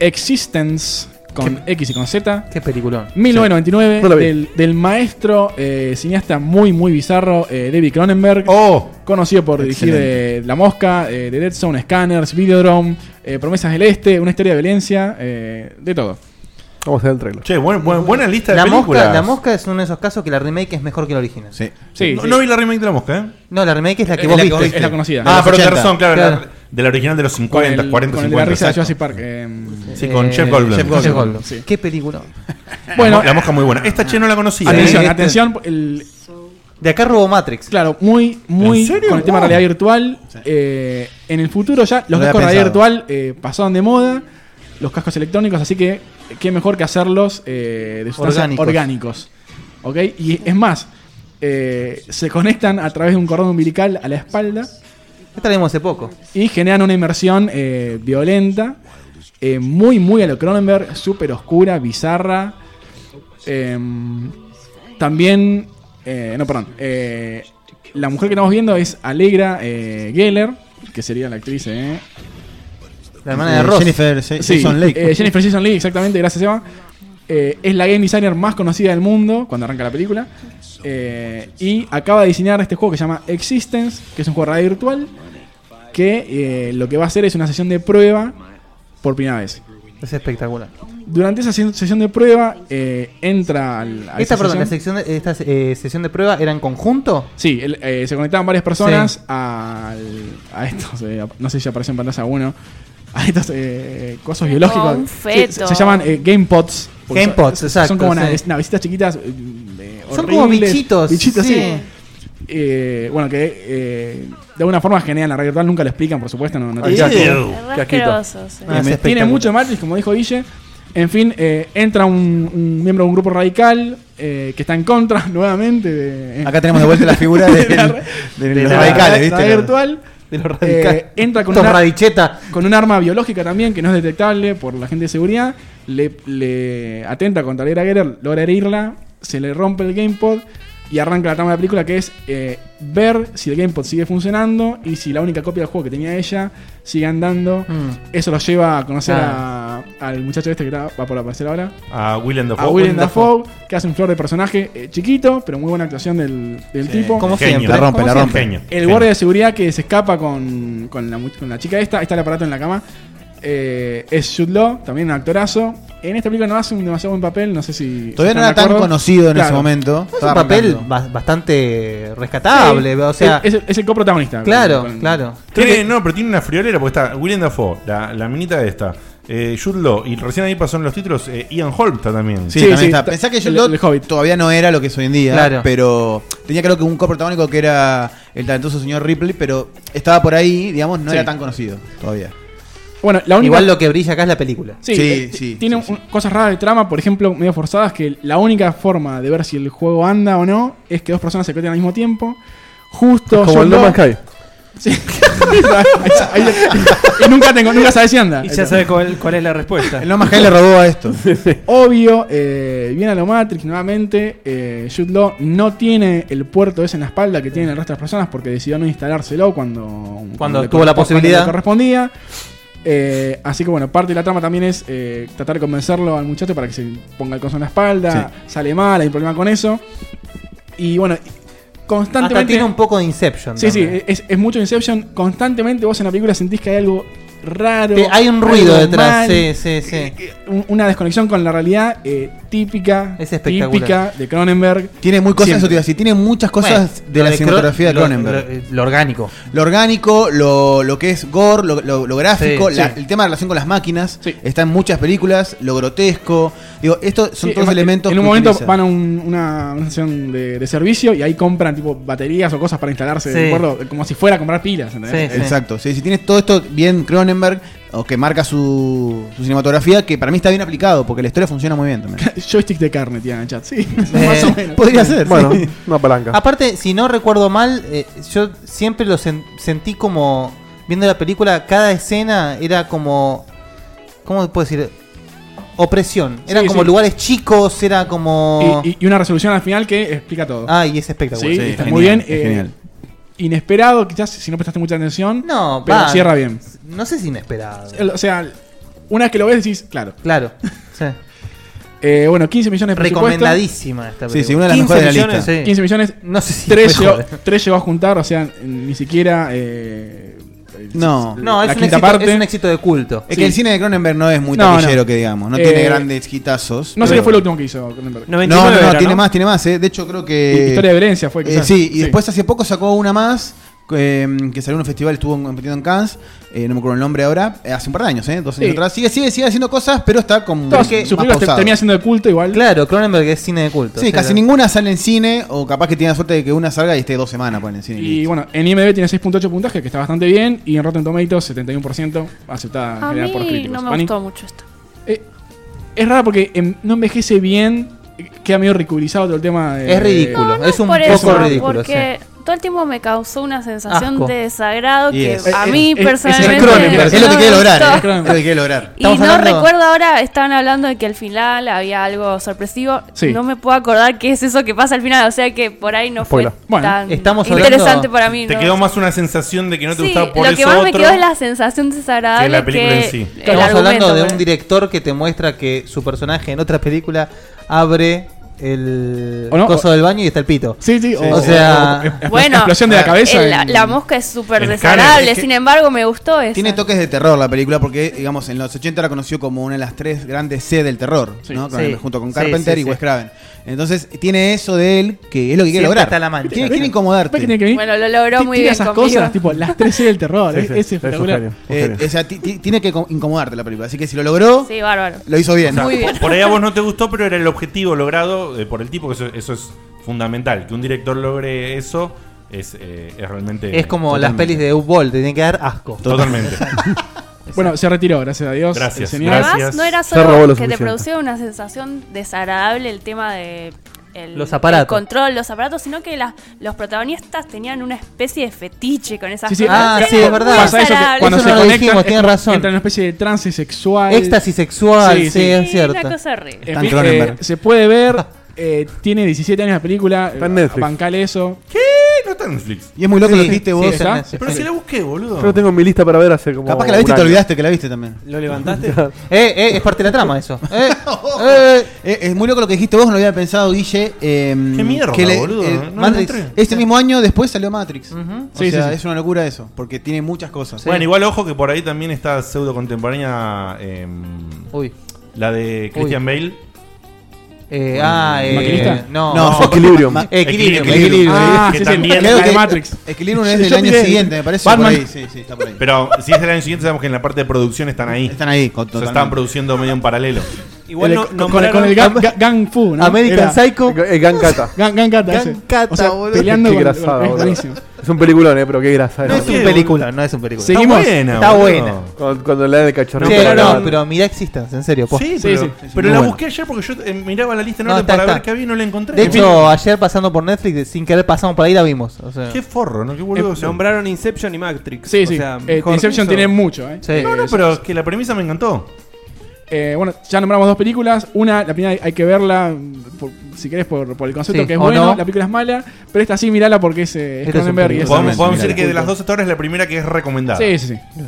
Speaker 5: Existence con X y con Z.
Speaker 6: Qué peliculón.
Speaker 5: 1999
Speaker 6: No la vi.
Speaker 5: del, del maestro eh, cineasta muy muy bizarro eh, David Cronenberg conocido por dirigir
Speaker 6: Excelente.
Speaker 5: eh, La Mosca eh, The Dead Zone Scanners Videodrome eh, Promesas del Este una historia de violencia eh, de todo
Speaker 4: vamos a ver el trailer
Speaker 3: che buena lista de
Speaker 6: la
Speaker 3: películas.
Speaker 6: Mosca, la mosca es uno de esos casos que la remake es mejor que la original. Sí.
Speaker 3: no, no vi la remake de la mosca, ¿eh?
Speaker 6: No, la remake es la que vos viste. De
Speaker 3: Ah,
Speaker 6: los
Speaker 3: pero tenés
Speaker 6: 80.
Speaker 3: razón, claro. la- de la original de los 50,
Speaker 5: Con el-
Speaker 3: 40,
Speaker 5: con el de
Speaker 3: 50.
Speaker 5: la risa de
Speaker 3: exacto.
Speaker 5: Jurassic Park, eh,
Speaker 3: sí, con
Speaker 5: eh,
Speaker 3: Jeff Goldblum.
Speaker 5: Jeff Goldblum. Jeff Goldblum, sí.
Speaker 6: Qué película. Ah.
Speaker 5: Bueno.
Speaker 3: la mosca muy buena. Esta che no la conocía.
Speaker 5: atención
Speaker 3: ¿eh?
Speaker 5: atención el-
Speaker 6: De acá robó Matrix.
Speaker 5: Claro, muy, muy
Speaker 6: ¿En serio?
Speaker 5: con el tema de
Speaker 6: Wow.
Speaker 5: realidad virtual. eh, en el futuro ya
Speaker 6: No
Speaker 5: los
Speaker 6: lo
Speaker 5: cascos de
Speaker 6: había
Speaker 5: realidad
Speaker 6: pensado.
Speaker 5: virtual eh, pasaron de moda, los cascos electrónicos, así que eh, qué mejor que hacerlos eh, de sustancias
Speaker 6: Orgánicos.
Speaker 5: orgánicos. ¿Ok? Y es más, eh, se conectan a través de un cordón umbilical a la espalda.
Speaker 6: Esta la vimos hace poco.
Speaker 5: Y generan una inmersión eh, violenta, eh, muy, muy a lo Cronenberg, súper oscura, bizarra. Em, también. eh, no, perdón. eh, la mujer que estamos viendo es Alegra eh, Geller, que sería la actriz. eh,
Speaker 6: La hermana de Eh, Ross. Jennifer Se-
Speaker 5: Sí,
Speaker 6: Jason Leigh.
Speaker 5: eh, Jennifer Jason Leigh, exactamente, gracias, Eva. Eh, es la game designer más conocida del mundo cuando arranca la película. Eh, y acaba de diseñar este juego que se llama Existence, que es un juego de radio virtual. Que eh, lo que va a hacer es una sesión de prueba por primera vez.
Speaker 6: Es espectacular.
Speaker 5: Durante esa se- sesión de prueba eh, entra al, a
Speaker 6: Esta,
Speaker 5: esa
Speaker 6: perdón, la sección de- esta eh, sesión de prueba era en conjunto.
Speaker 5: Sí, el- eh, se conectaban varias personas al- a estos, eh, a- no sé si aparece en pantalla uno, a estos eh, cosas biológicos.
Speaker 6: Un
Speaker 5: Sí,
Speaker 6: feto.
Speaker 5: se, se llaman eh, Game Pods. porque
Speaker 6: Game
Speaker 5: son-
Speaker 6: Pods,
Speaker 5: son,
Speaker 6: exacto,
Speaker 5: Son como una-
Speaker 6: sí.
Speaker 5: es- navecitas chiquitas. eh, eh,
Speaker 6: Son como
Speaker 5: horribles.
Speaker 6: bichitos,
Speaker 5: Bichitos, sí.
Speaker 6: sí.
Speaker 5: Eh, bueno, que eh, de alguna forma generan la red virtual, nunca lo explican, por supuesto. No, no
Speaker 6: Ay,
Speaker 5: tiene-
Speaker 6: qué asco. Qué asquito.
Speaker 5: Ah,
Speaker 6: sí.
Speaker 5: tiene
Speaker 6: Espectacular.
Speaker 5: mucho Matrix, como dijo Guille. En fin, eh, entra un, un miembro de un grupo radical eh, que está en contra [laughs] nuevamente
Speaker 11: [laughs]
Speaker 5: de.
Speaker 11: Acá tenemos de vuelta la figura de,
Speaker 5: [laughs] de la
Speaker 11: de los
Speaker 5: la-
Speaker 11: radicales,
Speaker 5: la
Speaker 11: ¿viste?
Speaker 5: red virtual.
Speaker 6: De los radicales.
Speaker 5: Eh, entra con
Speaker 6: Estos
Speaker 5: una
Speaker 6: radicheta.
Speaker 5: con un arma biológica también que no es detectable por la gente de seguridad. Le, le atenta contra Alegra Geller, logra herirla, se le rompe el GamePod y arranca la trama de la película que es eh, ver si el GamePod sigue funcionando y si la única copia del juego que tenía ella sigue andando.
Speaker 11: Mm.
Speaker 5: Eso lo lleva a conocer
Speaker 11: Ah.
Speaker 5: a- al muchacho este que está- va por aparecer ahora.
Speaker 3: A Willem Dafoe.
Speaker 5: A Willem Dafoe, que hace un flor de personaje eh, chiquito, pero muy buena actuación del, del
Speaker 3: Sí,
Speaker 5: tipo.
Speaker 3: como Genio. siempre, La rompe, como la siempre. rompe. Genio,
Speaker 5: El
Speaker 3: genio.
Speaker 5: guardia de seguridad que se escapa con, con la, mu- con la chica esta, está el aparato en la cama. eh, es Jude Law, también un actorazo. En esta película no hace un demasiado buen papel, no sé si. si
Speaker 6: Todavía
Speaker 5: están
Speaker 6: no
Speaker 5: de
Speaker 6: era tan
Speaker 5: acuerdo.
Speaker 6: conocido en ese momento. Es un
Speaker 5: Estaba
Speaker 6: papel
Speaker 5: arrancando.
Speaker 6: ba- bastante rescatable,
Speaker 5: Sí,
Speaker 6: o sea-
Speaker 5: es, es el coprotagonista.
Speaker 6: Claro, claro.
Speaker 3: Tiene- no, pero tiene una friolera porque está William Dafoe, la, la minita de esta. Eh, Jude Law, y recién ahí pasaron los títulos. eh, Ian Holm está también.
Speaker 11: Sí, también está. Pensá que John Locke todavía no era lo que es hoy en día,
Speaker 3: Claro.
Speaker 11: pero tenía creo que un coprotagónico que era el talentoso señor Ripley, pero estaba por ahí, digamos, no
Speaker 5: Sí.
Speaker 11: era tan conocido todavía.
Speaker 5: Bueno, la única-
Speaker 6: Igual lo que brilla acá es la película.
Speaker 5: Sí, eh, t- tiene un- cosas raras de trama, por ejemplo, medio forzadas, que la única forma de ver si el juego anda o no es que dos personas se coten al mismo tiempo. [laughs] Justo.
Speaker 4: Como
Speaker 5: yo
Speaker 4: el
Speaker 5: lo-
Speaker 4: No Man's Sky.
Speaker 5: Ahí- ahí- y nunca, tengo, nunca sabes si anda.
Speaker 8: Y ya sabes cuál, cuál es la
Speaker 5: [laughs]
Speaker 8: respuesta.
Speaker 11: El No Man's Sky le robó a esto.
Speaker 5: Obvio, eh, viene a lo Matrix nuevamente. Eh, Jude Law no tiene el puerto ese en la espalda que tienen el resto de las personas porque decidió no instalárselo cuando, cuando, le
Speaker 6: tuvo la
Speaker 5: correspo-
Speaker 6: posibilidad.
Speaker 5: cuando le correspondía. Eh, así que bueno, parte de la trama también es eh, tratar de convencerlo al muchacho para que se ponga el coso en la espalda. Sale mal, hay un problema con eso. Y bueno, constantemente.
Speaker 6: Hasta tiene un poco de Inception.
Speaker 5: Sí, sí,
Speaker 6: también.
Speaker 5: es, es mucho Inception. Constantemente vos en la película sentís que hay algo raro.
Speaker 6: Te- hay un ruido
Speaker 5: algo
Speaker 6: detrás,
Speaker 5: mal,
Speaker 6: sí, sí, sí.
Speaker 5: un- una desconexión con la realidad. eh, típica,
Speaker 6: Es espectacular.
Speaker 5: típica de Cronenberg.
Speaker 11: Tiene muy cosas, eso
Speaker 5: Siempre.
Speaker 11: te iba a decir, tiene muchas cosas
Speaker 5: Bueno,
Speaker 11: de
Speaker 5: lo
Speaker 11: la
Speaker 5: de Cro-
Speaker 11: cinematografía de
Speaker 5: lo-
Speaker 11: Cronenberg.
Speaker 6: Lo, orgánico.
Speaker 11: Lo orgánico, lo, lo que es gore, lo, lo- lo gráfico,
Speaker 6: Sí,
Speaker 11: la-
Speaker 6: sí.
Speaker 11: el tema de la relación con las máquinas, está en muchas películas, lo grotesco. Digo, estos son
Speaker 5: Sí,
Speaker 11: todos
Speaker 5: es-
Speaker 11: elementos
Speaker 5: En un
Speaker 11: que
Speaker 5: momento
Speaker 11: utiliza.
Speaker 5: van a un- una, una estación de, de servicio y ahí compran tipo baterías o cosas para instalarse,
Speaker 11: Sí.
Speaker 5: ¿de acuerdo? Como si fuera a comprar pilas, ¿entendés? Eh,
Speaker 11: Exacto. Sí, si tienes todo esto bien Cronenberg, o que marca su, su cinematografía, que para mí está bien aplicado, porque la historia funciona muy bien también.
Speaker 5: [laughs] Joystick de carne, tía, en el chat, sí. [laughs]
Speaker 11: Eh, podría ser,
Speaker 4: Bueno,
Speaker 11: sí.
Speaker 4: una palanca.
Speaker 6: Aparte, si no recuerdo mal, eh, yo siempre lo sen- sentí como. Viendo la película, cada escena era como. ¿Cómo puedo decir? Opresión. Eran
Speaker 5: Sí,
Speaker 6: como
Speaker 5: sí.
Speaker 6: lugares chicos, era como.
Speaker 5: Y, y- y una resolución al final que explica todo.
Speaker 6: Ah, y es espectacular.
Speaker 5: Sí,
Speaker 6: Sí,
Speaker 5: está
Speaker 6: es
Speaker 5: muy bien.
Speaker 6: genial, es
Speaker 5: eh,
Speaker 6: genial.
Speaker 5: Inesperado, quizás, si no prestaste mucha atención.
Speaker 6: No,
Speaker 5: pero
Speaker 6: va.
Speaker 5: cierra bien.
Speaker 6: No sé si inesperado.
Speaker 5: El- O sea, una vez que lo ves decís, claro. [laughs]
Speaker 6: Claro.
Speaker 5: Eh, bueno, 15 millones de presupuesto.
Speaker 6: Recomendadísima esta Sí, sí, película.
Speaker 11: una de las mejores de la
Speaker 5: millones,
Speaker 11: lista. Sí.
Speaker 5: 15 millones,
Speaker 6: No sé si
Speaker 5: 3
Speaker 6: fue
Speaker 5: llegó,
Speaker 6: joder.
Speaker 5: tres llegó a juntar, o sea, ni siquiera. eh,
Speaker 11: No,
Speaker 5: la quinta parte.
Speaker 11: Es
Speaker 5: Sí.
Speaker 11: que el cine de Cronenberg no es muy
Speaker 5: No, no.
Speaker 11: taquillero, que digamos. No
Speaker 5: Eh,
Speaker 11: tiene grandes hitazos.
Speaker 5: No sé
Speaker 11: Pero-
Speaker 5: qué fue lo último que hizo Cronenberg.
Speaker 11: No, no, no, tiene más, tiene más. eh. De hecho, creo que.
Speaker 5: Hi- Historia de Venecia fue,
Speaker 11: Eh,
Speaker 5: quizás.
Speaker 11: sí, y
Speaker 5: Sí.
Speaker 11: después hace poco sacó una más. eh, que salió en un festival, estuvo compitiendo en Cannes, eh, no me acuerdo el nombre ahora, eh, hace un par de años, eh, dos años
Speaker 5: Sí.
Speaker 11: atrás. Sigue, sigue, sigue haciendo cosas, pero está con
Speaker 5: Todas sus películas te- terminan siendo de culto igual.
Speaker 6: Claro, Cronenberg es cine de culto.
Speaker 11: Sí,
Speaker 6: o sea,
Speaker 11: casi ninguna sale en cine, o capaz que tiene la suerte de que una salga y esté dos semanas ponen, en cine.
Speaker 5: Y bueno, en IMDb tiene 6.8 puntaje, que está bastante bien. Y en Rotten Tomatoes, 71% aceptada Ah, en
Speaker 9: A
Speaker 5: general por
Speaker 9: mí
Speaker 5: críticos.
Speaker 9: no me
Speaker 5: Pani.
Speaker 9: gustó mucho esto.
Speaker 5: Es raro porque em, no envejece bien. Queda medio ridiculizado todo el tema. De,
Speaker 6: Es ridículo, No, no es es un
Speaker 9: Por eso, porque todo el tiempo me causó una sensación
Speaker 5: Asco.
Speaker 9: de desagrado
Speaker 5: Y
Speaker 9: que
Speaker 5: es-
Speaker 9: a
Speaker 5: es-
Speaker 9: mí
Speaker 5: es- es-
Speaker 9: personalmente.
Speaker 5: es el Cronenberg,
Speaker 9: no
Speaker 5: es lo que
Speaker 9: me
Speaker 5: quiere lograr,
Speaker 9: gustó.
Speaker 5: eh, es lo que quiere lograr.
Speaker 9: Y
Speaker 5: Estamos
Speaker 9: no
Speaker 5: hablando-
Speaker 9: recuerdo ahora, estaban hablando de que al final había algo sorpresivo.
Speaker 5: Sí.
Speaker 9: No me puedo acordar qué es eso que pasa al final, o sea que por ahí no fue
Speaker 3: Spoiler.
Speaker 9: tan interesante para mí.
Speaker 3: Te
Speaker 9: ¿no?
Speaker 3: quedó más una sensación de que no te
Speaker 9: Sí,
Speaker 3: gustaba por
Speaker 9: lo
Speaker 3: eso
Speaker 9: que más me
Speaker 3: otro.
Speaker 9: quedó es la sensación desagradable
Speaker 3: que la película en sí.
Speaker 9: el
Speaker 6: Estamos
Speaker 9: argumento,
Speaker 6: hablando de
Speaker 9: pues.
Speaker 6: un director que te muestra que su personaje en otra película abre el
Speaker 5: O no,
Speaker 6: coso
Speaker 5: o-
Speaker 6: del baño y está el pito.
Speaker 5: Sí, sí,
Speaker 6: o, sea,
Speaker 9: Bueno, el- la, la mosca es súper
Speaker 11: en
Speaker 9: desagradable,
Speaker 11: Cannes, es que-
Speaker 9: sin embargo me gustó eso.
Speaker 11: Tiene toques de terror la película porque, digamos, en los 80 la conoció como una de las tres grandes C del terror, ¿no? Con-
Speaker 6: Sí.
Speaker 11: Junto con
Speaker 6: Sí,
Speaker 11: Carpenter
Speaker 6: sí,
Speaker 11: y
Speaker 6: sí.
Speaker 11: Wes Craven. Entonces, tiene eso de él que es lo que quiere
Speaker 6: Siempre
Speaker 11: lograr.
Speaker 6: está la mancha.
Speaker 11: Quiere, quiere
Speaker 6: Ven-
Speaker 11: incomodarte.
Speaker 9: Bueno, lo logró muy
Speaker 5: Tira
Speaker 9: bien
Speaker 5: esas
Speaker 9: conmigo.
Speaker 5: cosas, tipo las 13 del terror.
Speaker 11: Sí,
Speaker 5: es-
Speaker 11: sí,
Speaker 5: es
Speaker 11: sí, es un
Speaker 5: espectacular.
Speaker 11: genio, un Eh, genio. o sea, ti- ti- tiene que co- incomodarte la película. Así que si lo logró,
Speaker 9: Sí, bárbaro.
Speaker 11: lo hizo bien.
Speaker 9: Muy
Speaker 11: O sea,
Speaker 9: bien.
Speaker 3: Por ahí
Speaker 9: [laughs]
Speaker 3: a vos no te gustó, pero era el objetivo logrado eh, por el tipo, que eso, eso es fundamental. Que un director logre eso es, eh, es realmente.
Speaker 6: es como las
Speaker 3: Totalmente.
Speaker 6: pelis de U-Ball, te tienen que dar asco. [laughs]
Speaker 3: Totalmente.
Speaker 5: Bueno, se retiró, gracias a Dios.
Speaker 3: Gracias,
Speaker 5: el señor.
Speaker 9: Además, no era
Speaker 5: Se robó lo
Speaker 9: solo que te
Speaker 5: suficiente.
Speaker 9: producía una sensación desagradable el tema de el,
Speaker 5: Los aparatos.
Speaker 9: el control, los aparatos, sino que las- los protagonistas tenían una especie de fetiche con esas
Speaker 5: Sí, sí,
Speaker 9: cosas.
Speaker 6: Ah,
Speaker 9: Era muy
Speaker 5: Pasa eso, que
Speaker 9: desagradable.
Speaker 5: cuando
Speaker 6: Eso
Speaker 5: se
Speaker 6: no lo
Speaker 5: conectan,
Speaker 6: dijimos,
Speaker 5: es
Speaker 6: tiene
Speaker 5: como-
Speaker 6: razón.
Speaker 5: Entra en una especie de trance sexual.
Speaker 6: Éxtasis sexual, sí, es cierto.
Speaker 9: una cosa horrible.
Speaker 5: En
Speaker 6: Tan
Speaker 5: fin,
Speaker 6: Cronenberg.
Speaker 5: eh, se puede ver, eh, tiene 17 años la película.
Speaker 4: Está en
Speaker 5: eh,
Speaker 4: Netflix.
Speaker 5: Bancale eso. ¿Qué?
Speaker 3: No está en Netflix.
Speaker 11: Y es muy loco
Speaker 5: Sí,
Speaker 11: lo que viste
Speaker 5: sí,
Speaker 11: vos.
Speaker 5: está.
Speaker 11: en Netflix.
Speaker 3: Pero si la busqué, boludo.
Speaker 4: ¿eh? Yo lo tengo en mi lista para ver hace como.
Speaker 11: Capaz que la viste y
Speaker 4: un
Speaker 11: te
Speaker 4: año.
Speaker 11: olvidaste que la viste también.
Speaker 8: ¿Lo levantaste?
Speaker 4: [laughs]
Speaker 6: eh, eh, es [laughs] parte de la trama eso. Eh,
Speaker 11: Eh, eh, es muy loco lo que dijiste vos, no lo había pensado, Guille. eh,
Speaker 6: Qué mierda,
Speaker 11: que
Speaker 6: boludo,
Speaker 11: eh,
Speaker 6: no lo
Speaker 11: Matrix.
Speaker 6: encontré.
Speaker 11: este mismo año después salió Matrix. O
Speaker 3: Sí,
Speaker 11: sea,
Speaker 3: sí, sí.
Speaker 11: es una locura eso, porque tiene muchas cosas.
Speaker 3: Bueno, igual ojo que por ahí también está pseudo contemporánea. em, La de Christian Bale.
Speaker 6: Eh, ah, eh, ¿Maquinista? no. No, [laughs]
Speaker 11: Equilibrium.
Speaker 6: Ma- Equilibrium, Equilibrium. Ah,
Speaker 3: Que
Speaker 6: sí, sí,
Speaker 3: también-
Speaker 6: claro que Matrix.
Speaker 11: Equilibrium es del año siguiente, me parece, por ahí, sí, sí, está por ahí.
Speaker 3: Pero si es del año siguiente, sabemos que en la parte de producción están ahí.
Speaker 11: Están ahí, con-
Speaker 3: O sea,
Speaker 11: totalmente.
Speaker 3: están produciendo medio en paralelo.
Speaker 5: El- con- con, con el Gang, Gang- Gang Fu, ¿no? Era-
Speaker 4: Psycho. El Gan Kata.
Speaker 5: Gang, Gang Kata, ese. O sea, peleando
Speaker 4: Qué
Speaker 5: con-
Speaker 4: grasada,
Speaker 5: es
Speaker 4: boludo.
Speaker 5: buenísimo.
Speaker 4: Es un peliculón, eh, pero qué grasada.
Speaker 6: No es un película, no es un película. Está buena. Está buena.
Speaker 4: Cuando, cuando le dan el
Speaker 6: Sí,
Speaker 4: cachorro.
Speaker 6: no, no, pero mirá existence, en serio. posta.
Speaker 3: Sí, pero, pero la busqué ayer porque yo eh, miraba la lista en
Speaker 6: No,
Speaker 3: orden
Speaker 6: está,
Speaker 3: para
Speaker 6: está.
Speaker 3: ver qué había y no la encontré.
Speaker 6: De
Speaker 3: En fin,
Speaker 6: hecho, ayer pasando por Netflix, sin querer pasamos por ahí y la vimos. O sea.
Speaker 3: qué forro, ¿no? Qué boludo.
Speaker 6: Eh,
Speaker 3: soy.
Speaker 8: Nombraron Inception y Matrix.
Speaker 5: Sí, sí. Eh, Inception tiene mucho, ¿eh? Sí.
Speaker 3: No, no, pero es que la premisa me encantó.
Speaker 5: Eh, bueno, ya nombramos dos películas. Una, la primera hay que verla, mm, por- si querés, por, por el concepto
Speaker 3: Sí,
Speaker 5: que es
Speaker 3: o
Speaker 5: bueno.
Speaker 3: no.
Speaker 5: La película es mala, pero esta sí, mirala porque es, eh, es
Speaker 3: Este es un
Speaker 5: Cronenberg. y
Speaker 3: película.
Speaker 5: es-
Speaker 3: Podemos,
Speaker 5: es-
Speaker 3: podemos decir
Speaker 5: mirala.
Speaker 3: que de las dos hasta ahora es la primera que es recomendada.
Speaker 5: Sí, sí, sí.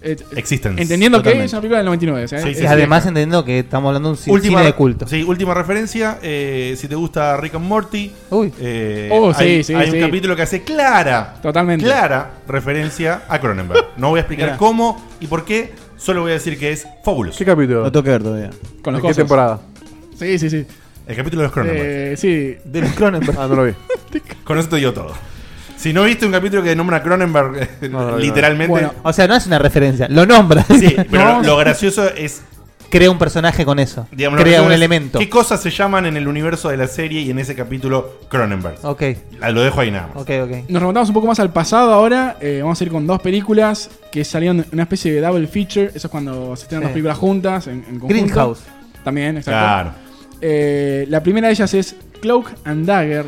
Speaker 5: Eh,
Speaker 3: Existence.
Speaker 5: Entendiendo que es
Speaker 3: Totalmente.
Speaker 5: una película del 99. o sea,
Speaker 3: Sí,
Speaker 5: es-
Speaker 3: sí,
Speaker 6: Y
Speaker 5: es
Speaker 6: además
Speaker 5: vieja.
Speaker 6: entendiendo que estamos hablando de un ci-
Speaker 3: Última,
Speaker 6: cine de culto.
Speaker 3: Sí, última referencia. eh, si te gusta Rick and Morty, eh,
Speaker 5: Oh, sí,
Speaker 3: hay,
Speaker 5: sí,
Speaker 3: hay
Speaker 5: sí.
Speaker 3: un capítulo que hace clara,
Speaker 5: Totalmente.
Speaker 3: clara referencia a Cronenberg. No voy a explicar
Speaker 5: Mirá.
Speaker 3: cómo y por qué, solo voy a decir que es fabuloso.
Speaker 4: ¿Qué capítulo?
Speaker 11: No tengo que ver todavía.
Speaker 5: Con los
Speaker 4: ¿De qué
Speaker 5: cosos.
Speaker 4: temporada?
Speaker 5: Sí, sí, sí.
Speaker 3: El capítulo de los Cronenberg.
Speaker 5: Eh, sí.
Speaker 3: De los
Speaker 5: [laughs]
Speaker 3: Cronenberg.
Speaker 4: Ah, no lo vi.
Speaker 3: Con eso te dio todo. Si no viste un capítulo que nombra a Cronenberg,
Speaker 6: no.
Speaker 3: literalmente.
Speaker 6: Bueno, o sea, no es una referencia, lo nombra. [laughs]
Speaker 3: Sí, pero lo- lo gracioso es.
Speaker 6: Crea un personaje con eso.
Speaker 3: digamos, lo
Speaker 6: Crea
Speaker 3: gracioso
Speaker 6: un
Speaker 3: es
Speaker 6: elemento.
Speaker 3: ¿Qué cosas se llaman en el universo de la serie y en ese capítulo Cronenberg?
Speaker 6: Ok.
Speaker 3: La- Lo dejo ahí nada más.
Speaker 6: Ok, ok.
Speaker 5: Nos remontamos un poco más al pasado ahora. eh, vamos a ir con dos películas que salieron en una especie de double feature. Eso es cuando se
Speaker 6: Sí.
Speaker 5: estrenan dos películas juntas. En, en conjunto.
Speaker 6: Greenhouse.
Speaker 5: También, exacto.
Speaker 6: Claro.
Speaker 5: Eh, la primera de ellas es Cloak and Dagger.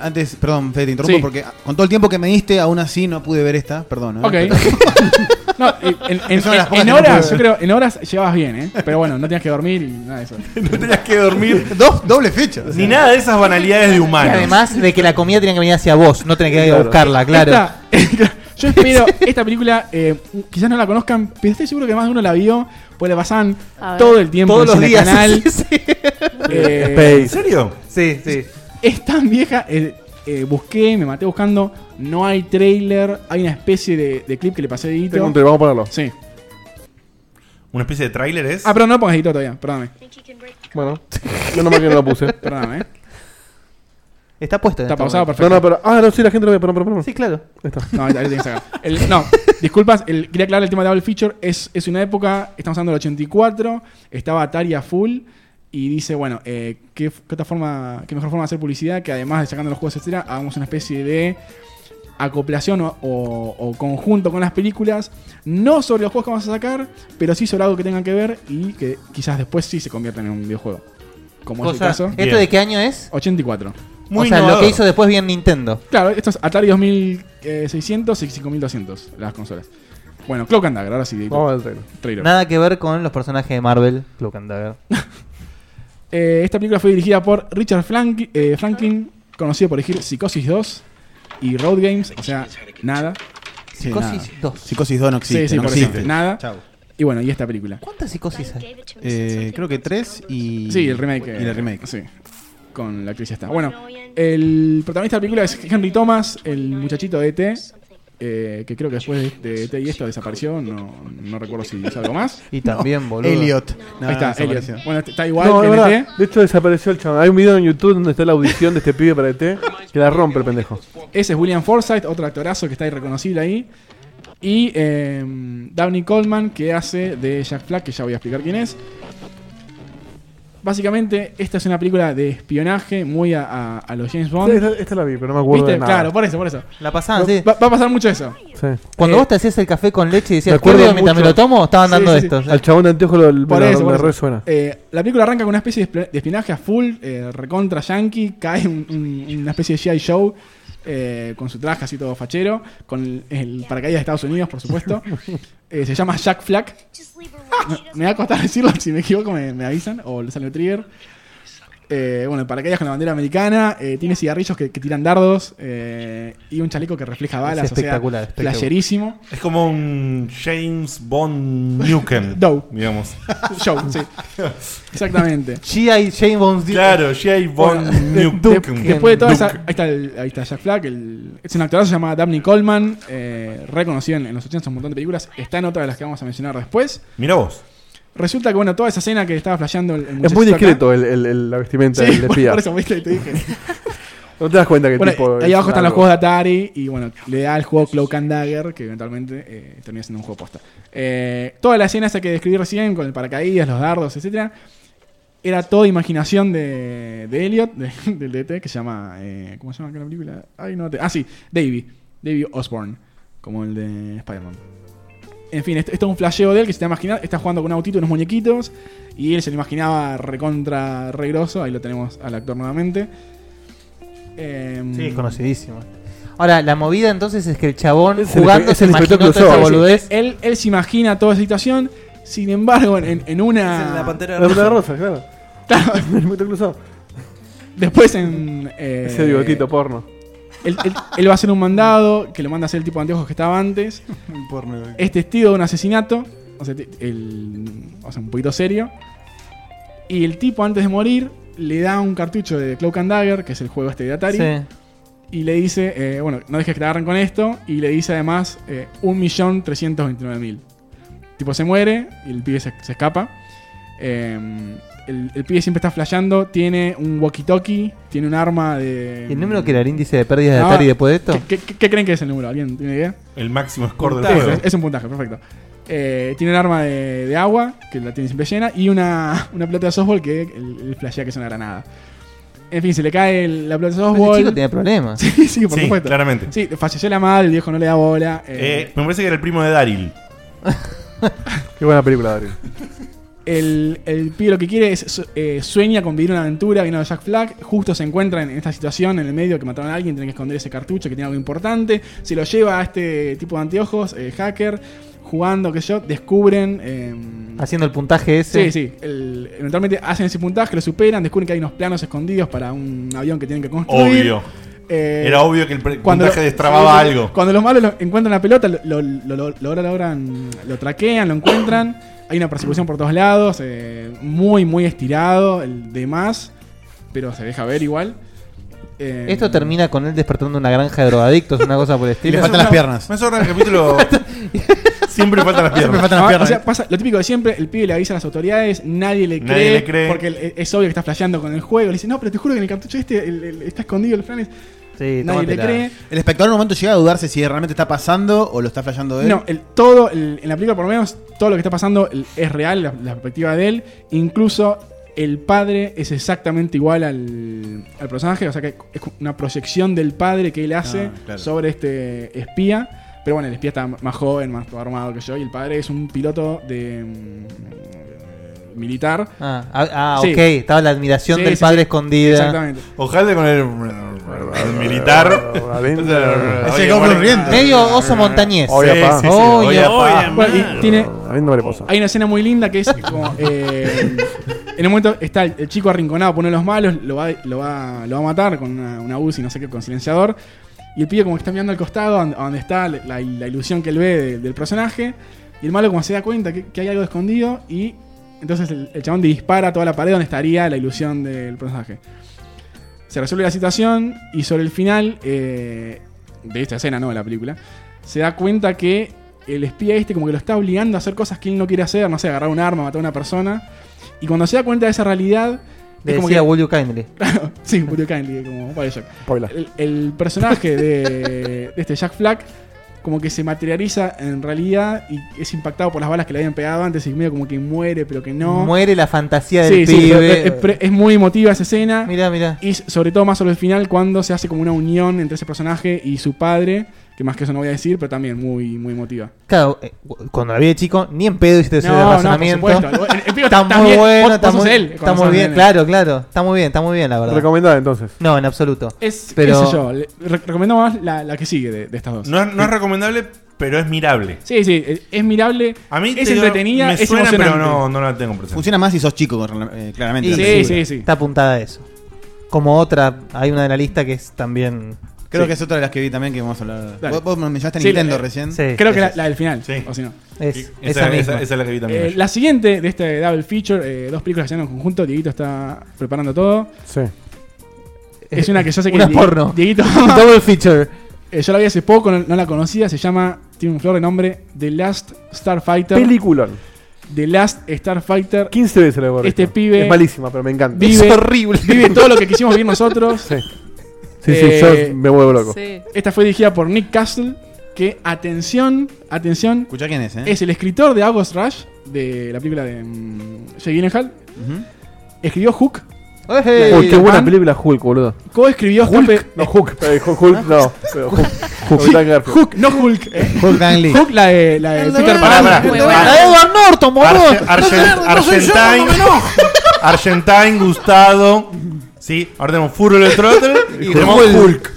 Speaker 10: antes, perdón, Fede, te interrumpo
Speaker 5: Sí.
Speaker 10: porque
Speaker 11: ah,
Speaker 10: con todo el tiempo que me diste, aún así no pude ver esta. Perdón.
Speaker 3: Ah,
Speaker 10: ¿eh?
Speaker 5: Ok.
Speaker 10: Pero-
Speaker 5: [laughs] No, en, en- en-
Speaker 10: Son las pocas
Speaker 5: en
Speaker 10: que no
Speaker 5: horas,
Speaker 10: pude
Speaker 5: yo
Speaker 10: ver.
Speaker 5: creo, en horas llevabas bien, ¿eh? Pero bueno, no tenías que dormir y nada de eso.
Speaker 3: [laughs] no tenías que dormir.
Speaker 10: doble fecha.
Speaker 3: Ni nada de esas banalidades de
Speaker 6: Y
Speaker 3: humanos.
Speaker 6: además de que la comida tenía que venir hacia vos, no tenía que ir a buscarla, claro.
Speaker 5: Esta- [laughs] yo espero, esta película, eh, quizás no la conozcan, pero estoy seguro que más de uno la vio, pues la pasaban
Speaker 6: A ver.
Speaker 5: todo el tiempo
Speaker 6: Todos los
Speaker 5: en el
Speaker 6: días, [laughs]
Speaker 5: canal.
Speaker 6: sí, sí.
Speaker 5: Eh,
Speaker 6: Space.
Speaker 3: ¿En serio?
Speaker 6: Sí, sí.
Speaker 5: Es tan vieja, eh, eh, busqué, me maté buscando, no hay trailer, hay una especie de, de clip que le pasé de Hito.
Speaker 4: Tengo un trailer, vamos a ponerlo.
Speaker 5: Sí.
Speaker 3: Una especie de tráiler es.
Speaker 5: Ah, pero no pongas Hito todavía, perdóname.
Speaker 4: Bueno, menos mal que no lo puse.
Speaker 5: Perdóname. eh.
Speaker 6: Está puesto.
Speaker 5: Está pausado,
Speaker 4: No,
Speaker 5: perfecto.
Speaker 4: no, pero. Ah, no, sí, la gente lo ve, pero, pero, pero.
Speaker 6: Sí, claro.
Speaker 4: Ahí está.
Speaker 5: No, ahí ahí lo tenés que sacar. El- no, disculpas, el- quería aclarar el tema de Double Feature. Es, es una época, estamos hablando del 84, estaba Atari a full y dice, bueno, eh, ¿qué, f- qué otra forma, qué mejor forma de hacer publicidad que además de sacando los juegos, etcétera, hagamos una especie de acoplación o, o- o conjunto con las películas, no sobre los juegos que vamos a sacar, pero sí sobre algo que tengan que ver y que quizás después sí se conviertan en un videojuego. Como es el
Speaker 6: Cosa-
Speaker 5: caso.
Speaker 6: ¿esto Bien. de qué año es?
Speaker 5: 84.
Speaker 6: o sea, lo que hizo después bien Nintendo.
Speaker 5: Claro, esto es Atari 2600 y 5200, las consolas. Bueno, Cloak and Dagger, ahora sí.
Speaker 6: Vamos al
Speaker 5: trailer.
Speaker 6: Nada que ver con los personajes de Marvel, Cloak and Dagger.
Speaker 5: Eh, esta película fue dirigida por Richard Frank- eh, Franklin, conocido por dirigir Psicosis 2 y Road Games, o sea, nada. Sí,
Speaker 10: Psicosis
Speaker 5: nada.
Speaker 10: 2. Psicosis 2 no existe,
Speaker 5: Sí, sí,
Speaker 10: no
Speaker 5: por eso,
Speaker 10: existe.
Speaker 5: Nada.
Speaker 10: Chau.
Speaker 5: Y bueno, y esta película.
Speaker 6: ¿Cuántas psicosis hay?
Speaker 10: Eh, creo que tres y.
Speaker 5: Sí, el remake.
Speaker 10: Y
Speaker 5: eh,
Speaker 10: el remake.
Speaker 5: Sí. Con la actriz está. Bueno, el protagonista de la película es Henry Thomas, el muchachito de ET. eh, que creo que después de ET y esto desapareció, no, no recuerdo si hizo algo más.
Speaker 6: Y también,
Speaker 5: No.
Speaker 6: boludo. Elliot. No,
Speaker 5: Ahí está, Elliot.
Speaker 6: desapareció.
Speaker 5: Bueno, está igual
Speaker 4: No, es
Speaker 5: que en E
Speaker 4: verdad.
Speaker 5: ET.
Speaker 4: De hecho, desapareció el chaval. Hay un video en YouTube donde está la audición de este pibe para ET que la rompe el pendejo.
Speaker 5: Ese es William Forsythe, otro actorazo que está irreconocible ahí. Y eh, Downey Coleman, que hace de Jack Flack, que ya voy a explicar quién es. Básicamente, esta es una película de espionaje muy a, a- a los James Bond.
Speaker 4: Sí, esta- esta la vi, pero no me acuerdo
Speaker 5: ¿Viste?
Speaker 4: de nada.
Speaker 5: Claro, por eso, por eso.
Speaker 6: La pasaban,
Speaker 5: Va-
Speaker 6: sí.
Speaker 5: Va, va a pasar mucho eso.
Speaker 6: Cuando
Speaker 5: Eh,
Speaker 6: vos te hacías el café con leche y
Speaker 4: Me
Speaker 6: decías, ¿qué
Speaker 4: acuerdo
Speaker 6: veo mientras me
Speaker 4: mucho.
Speaker 6: lo tomo? Estaban
Speaker 5: Sí,
Speaker 6: dando
Speaker 5: sí, sí.
Speaker 6: esto.
Speaker 4: Al chabón de anteojo lo, lo,
Speaker 5: Por eso, por
Speaker 4: me
Speaker 5: eso.
Speaker 4: resuena.
Speaker 5: Eh, la película arranca con una especie de, espl- de espionaje a full, eh, recontra yankee, cae un- un- una especie de G.I. Show eh, con su traje así todo fachero, con el, el paracaídas de Estados Unidos,
Speaker 4: [laughs]
Speaker 5: por supuesto. Eh, se llama Jack Flack. [laughs] Me- me va a costar decirlo, si me equivoco me, me avisan o le sale el trigger. Eh, bueno, el paracaídas con la bandera americana, eh, tiene cigarrillos que, que tiran dardos eh, y un chaleco que refleja balas. o sea, Playerísimo.
Speaker 3: Es como un James Bond Newcomb.
Speaker 5: [laughs] Doe.
Speaker 3: Digamos.
Speaker 5: [laughs] Show, sí. Exactamente.
Speaker 6: G.I. James Bond.
Speaker 3: Claro, G.I. Bond
Speaker 5: [laughs]
Speaker 3: Nukem.
Speaker 5: de- Después de toda esa.
Speaker 3: Nukem.
Speaker 5: Ahí está, el- ahí está Jack Flack. el- es un actorazo llamado Dabney Coleman. eh, reconocido en, en los 80 un montón de películas. Está en otra de las que vamos a mencionar después.
Speaker 3: Mira vos.
Speaker 5: Resulta que, bueno, toda esa escena que estaba flasheando el, el
Speaker 4: Es
Speaker 5: muchachito
Speaker 4: muy
Speaker 5: acá-
Speaker 4: discreto el, el- el- la vestimenta
Speaker 5: [laughs] Sí,
Speaker 4: del
Speaker 5: por-
Speaker 4: espía.
Speaker 5: Por eso, viste,
Speaker 4: [laughs]
Speaker 5: te dije.
Speaker 4: No te das cuenta que
Speaker 5: Bueno,
Speaker 4: tipo.
Speaker 5: ahí
Speaker 4: es
Speaker 5: abajo están los
Speaker 4: algo.
Speaker 5: juegos de Atari y bueno, le da el juego Cloak and Dagger, que eventualmente eh, termina siendo un juego posta. Eh, toda la escena esa que describí recién, con el paracaídas, los dardos, etcétera, era toda imaginación de, de Elliot, de- [laughs] del DT, que se llama. eh, ¿Cómo se llama acá la película? Ay, no te- ah, sí, Davy. Davy Osborne, como el de Spider-Man. En fin, esto, esto es un flasheo de él que se está imaginando. Está jugando con un autito y unos muñequitos. Y él se lo imaginaba recontra, regroso. Ahí lo tenemos al actor nuevamente. Em,
Speaker 6: Sí, es conocidísimo. Ahora, la movida entonces es que el chabón
Speaker 5: [laughs] Es el-
Speaker 6: jugando
Speaker 5: es
Speaker 6: se
Speaker 5: el
Speaker 6: imaginó
Speaker 5: espectáculo
Speaker 6: toda esa
Speaker 5: show.
Speaker 6: boludez.
Speaker 5: Sí, Él, él se imagina toda esa situación. Sin embargo, en, en una.
Speaker 8: la Pantera
Speaker 4: La Pantera Rosa, claro.
Speaker 5: Después en. eh,
Speaker 4: Ese bigotito porno.
Speaker 5: Él, él- él va a hacer un mandado que lo manda a hacer el tipo de anteojos que estaba antes. Es testigo de un asesinato. O sea, te- el- o sea, un poquito serio. Y el tipo, antes de morir, le da un cartucho de Cloak and Dagger, que es el juego este de Atari.
Speaker 6: Sí.
Speaker 5: Y le dice, eh, bueno, no dejes que te agarren con esto. Y le dice además eh, 1.329.000. Tipo se muere y el pibe se, se escapa. Eh, el, el pibe siempre está flasheando, tiene un walkie-talkie, tiene un arma de...
Speaker 15: ¿Y el número que era el índice de pérdida de Atari después de esto?
Speaker 5: ¿qué, qué, qué creen que es el número? ¿Alguien tiene idea?
Speaker 3: El máximo score del
Speaker 5: Puntaje,
Speaker 3: juego.
Speaker 5: Es un puntaje, perfecto. Eh, tiene un arma de, de agua, que la tiene siempre llena, y una, una pelota de softball que el, el flashea que es una granada. En fin, se le cae el- la pelota de softball.
Speaker 15: chico tenía problemas.
Speaker 5: [laughs] Sí, sí, por
Speaker 3: Sí,
Speaker 5: supuesto.
Speaker 3: claramente.
Speaker 5: Sí, falleció la madre, el viejo no le da bola. eh,
Speaker 3: Eh, me parece que era el primo
Speaker 6: [laughs]
Speaker 3: de Daryl.
Speaker 4: Qué buena película, Darío.
Speaker 5: El, el pibe lo que quiere es su- eh, sueña con vivir una aventura, vino de Jack Flag, justo se encuentra en, en esta situación en el medio que mataron a alguien, tiene que esconder ese cartucho que tiene algo importante, se lo lleva a este tipo de anteojos, eh, hacker, jugando, qué sé yo, descubren... em,
Speaker 15: Haciendo el puntaje ese.
Speaker 5: Sí, sí. El- eventualmente hacen ese puntaje, lo superan, descubren que hay unos planos escondidos para un avión que tienen que construir. Eh,
Speaker 3: Obvio. Era obvio que el pre- puntaje destrababa algo.
Speaker 5: Cuando los malos lo- encuentran la pelota, lo, lo, lo, lo- lo- logran- lo traquean, lo encuentran. Hay una persecución por todos lados, eh, muy, muy estirado, el demás, pero se deja ver igual. Eh,
Speaker 15: Esto termina con él despertando una granja de drogadictos, una cosa por el estilo.
Speaker 5: Le faltan las piernas.
Speaker 3: Me sobra
Speaker 15: [laughs]
Speaker 6: [laughs]
Speaker 3: el capítulo. Siempre faltan las piernas.
Speaker 5: Ah, o sea, pasa lo típico de siempre, el pibe le avisa a las autoridades, nadie le cree,
Speaker 3: Nadie le cree.
Speaker 5: porque el- es obvio que está flasheando con el juego. Le dice, no, pero te juro que en el cartucho este el- el- está escondido el flanes. nadie le
Speaker 10: tómatela.
Speaker 5: cree.
Speaker 10: El espectador en un momento llega a dudarse si realmente está pasando o lo está flasheando él.
Speaker 5: No, el, todo, el- en la película por lo menos, todo lo que está pasando el- es real, la, la perspectiva de él. Incluso el padre es exactamente igual al, al personaje, o sea que es una proyección del padre que él hace
Speaker 15: Ah, claro.
Speaker 5: sobre este espía. Pero bueno, el espía está más joven, más armado que yo, y el padre es un piloto de... mm, militar.
Speaker 15: Ah, ah, ah,
Speaker 5: Sí.
Speaker 15: ok. Estaba la admiración
Speaker 5: Sí,
Speaker 15: del
Speaker 5: sí,
Speaker 15: padre
Speaker 5: sí.
Speaker 15: escondida.
Speaker 5: Exactamente.
Speaker 3: Ojalá con el, el [laughs] militar.
Speaker 15: Se compra un riendo. Medio oso montañés.
Speaker 4: Oye,
Speaker 15: Sí,
Speaker 4: pa.
Speaker 15: sí, sí. Oye,
Speaker 4: pa.
Speaker 15: Oye,
Speaker 5: Ah, Bueno, y tiene,
Speaker 4: A mí no me le pasa.
Speaker 5: Hay una escena muy linda que es como. eh, en un momento está el, el chico arrinconado por uno de los malos, lo va, lo va, lo va a matar con una, una UCI, no sé qué, con silenciador. Y el pibe, como que está mirando al costado, a donde está la, la ilusión que él ve de- del personaje. Y el malo, como se da cuenta que, que hay algo escondido, y entonces el, el chabón dispara a toda la pared donde estaría la ilusión del personaje. Se resuelve la situación y sobre el final eh, de esta escena, no de la película, se da cuenta que el espía este como que lo está obligando a hacer cosas que él no quiere hacer, no sé, agarrar un arma, matar a una persona. Y cuando se da cuenta de esa realidad,
Speaker 15: Le
Speaker 5: es como
Speaker 15: decía
Speaker 5: que-
Speaker 15: Will You Kindly.
Speaker 5: [laughs] Claro, sí, Julio Kindly, como Bioshock. El, el personaje de, de este Jack Flack como que se materializa en realidad y es impactado por las balas que le habían pegado antes y medio como que muere, pero que no.
Speaker 15: Muere la fantasía
Speaker 5: Sí,
Speaker 15: del
Speaker 5: sí, pero eh,
Speaker 15: pibe.
Speaker 5: es- es pre- es muy emotiva esa escena.
Speaker 15: Mirá, mirá.
Speaker 5: Y sobre todo más sobre el final cuando se hace como una unión entre ese personaje y su padre, que más que eso no voy a decir, pero también muy, muy emotiva.
Speaker 15: Claro, eh, cuando la vi de chico, ni en pedo hiciste ese
Speaker 5: No, no, por
Speaker 15: razonamiento.
Speaker 5: supuesto. El- el pibe
Speaker 15: está
Speaker 5: está
Speaker 15: muy
Speaker 5: bien.
Speaker 15: bueno,
Speaker 5: Vos-
Speaker 15: está
Speaker 5: vos sos
Speaker 15: muy,
Speaker 5: él
Speaker 15: está
Speaker 5: cuando
Speaker 15: muy
Speaker 5: sos
Speaker 15: bien,
Speaker 5: nene.
Speaker 15: claro, claro. Está muy bien, está muy bien, la verdad.
Speaker 4: ¿Recomendada entonces?
Speaker 15: No, en absoluto.
Speaker 5: Es,
Speaker 15: Pero-
Speaker 5: qué sé yo, le- re- recomiendo más la, la que sigue de, de estas dos.
Speaker 3: No, es- no es recomendable, pero es mirable.
Speaker 5: Sí, sí, es- es mirable,
Speaker 3: A mí
Speaker 5: es
Speaker 3: te digo,
Speaker 5: entretenida,
Speaker 3: me
Speaker 5: es
Speaker 3: suena,
Speaker 5: emocionante.
Speaker 3: pero no, no la tengo presente.
Speaker 10: Funciona más si sos chico, con- eh, claramente.
Speaker 15: Y-
Speaker 10: la
Speaker 15: sí,
Speaker 10: censura.
Speaker 15: sí, sí. Está apuntada a eso. Como otra, hay una de la lista que es también.
Speaker 10: Creo que es otra de las que vi también que vamos a hablar.
Speaker 15: Dale.
Speaker 10: Vos, vos me mencionaste
Speaker 15: Sí,
Speaker 10: Nintendo
Speaker 15: eh,
Speaker 10: recién.
Speaker 15: sí.
Speaker 5: Creo que la,
Speaker 10: Esas.
Speaker 5: la del final, o si no.
Speaker 15: Es- Esa- esa misma.
Speaker 3: esa- esa es la que vi también
Speaker 5: Eh,
Speaker 3: ayer.
Speaker 5: la siguiente de este double feature, eh, dos películas que se llaman en conjunto, Dieguito está preparando todo.
Speaker 4: Sí.
Speaker 5: Es una que yo
Speaker 4: [laughs]
Speaker 5: sé que.
Speaker 15: Una
Speaker 5: Die-
Speaker 15: porno.
Speaker 5: Dieguito.
Speaker 15: Double feature.
Speaker 5: Eh, yo la vi hace poco, no, no la conocía, se llama, tiene un flor de nombre, The Last Starfighter.
Speaker 4: Película.
Speaker 5: The Last Starfighter.
Speaker 4: 15 veces la he borrado.
Speaker 5: Este pibe-
Speaker 4: Es malísima, pero me encanta.
Speaker 5: Vive, Vive todo lo que quisimos vivir nosotros. Sí.
Speaker 4: [laughs] Sí, sí, yo me vuelvo loco.
Speaker 5: Esta fue dirigida por Nick Castle, que, atención, atención.
Speaker 10: Escuchá quién es, ¿eh?
Speaker 5: Es el escritor de August Rush, de la película de mm, Jay Gyllenhaal. Escribió Hook.
Speaker 4: Uy, qué buena
Speaker 5: Batman.
Speaker 4: película Hulk, boludo.
Speaker 5: Co-escribió Escape-
Speaker 4: No, Hulk. Eh, Hulk, Hulk, no. pero Hulk. Hulk.
Speaker 5: Sí,
Speaker 4: Hulk.
Speaker 5: Hook, no Hulk. eh.
Speaker 4: Hulk and Lee.
Speaker 5: Hook, la de,
Speaker 15: Ah,
Speaker 5: la de Peter
Speaker 3: Pará,
Speaker 5: Pan.
Speaker 3: pará.
Speaker 5: Muy
Speaker 3: Pará.
Speaker 5: buena.
Speaker 15: Edward Norton,
Speaker 3: Arge-
Speaker 15: boludo.
Speaker 3: Argen-
Speaker 15: No soy yo,
Speaker 3: Argentine.
Speaker 15: no me enojo.
Speaker 3: Argentine, Gustado. Sí, ahora tenemos Furo de Trotter y tenemos
Speaker 5: Hulk.
Speaker 3: Hulk.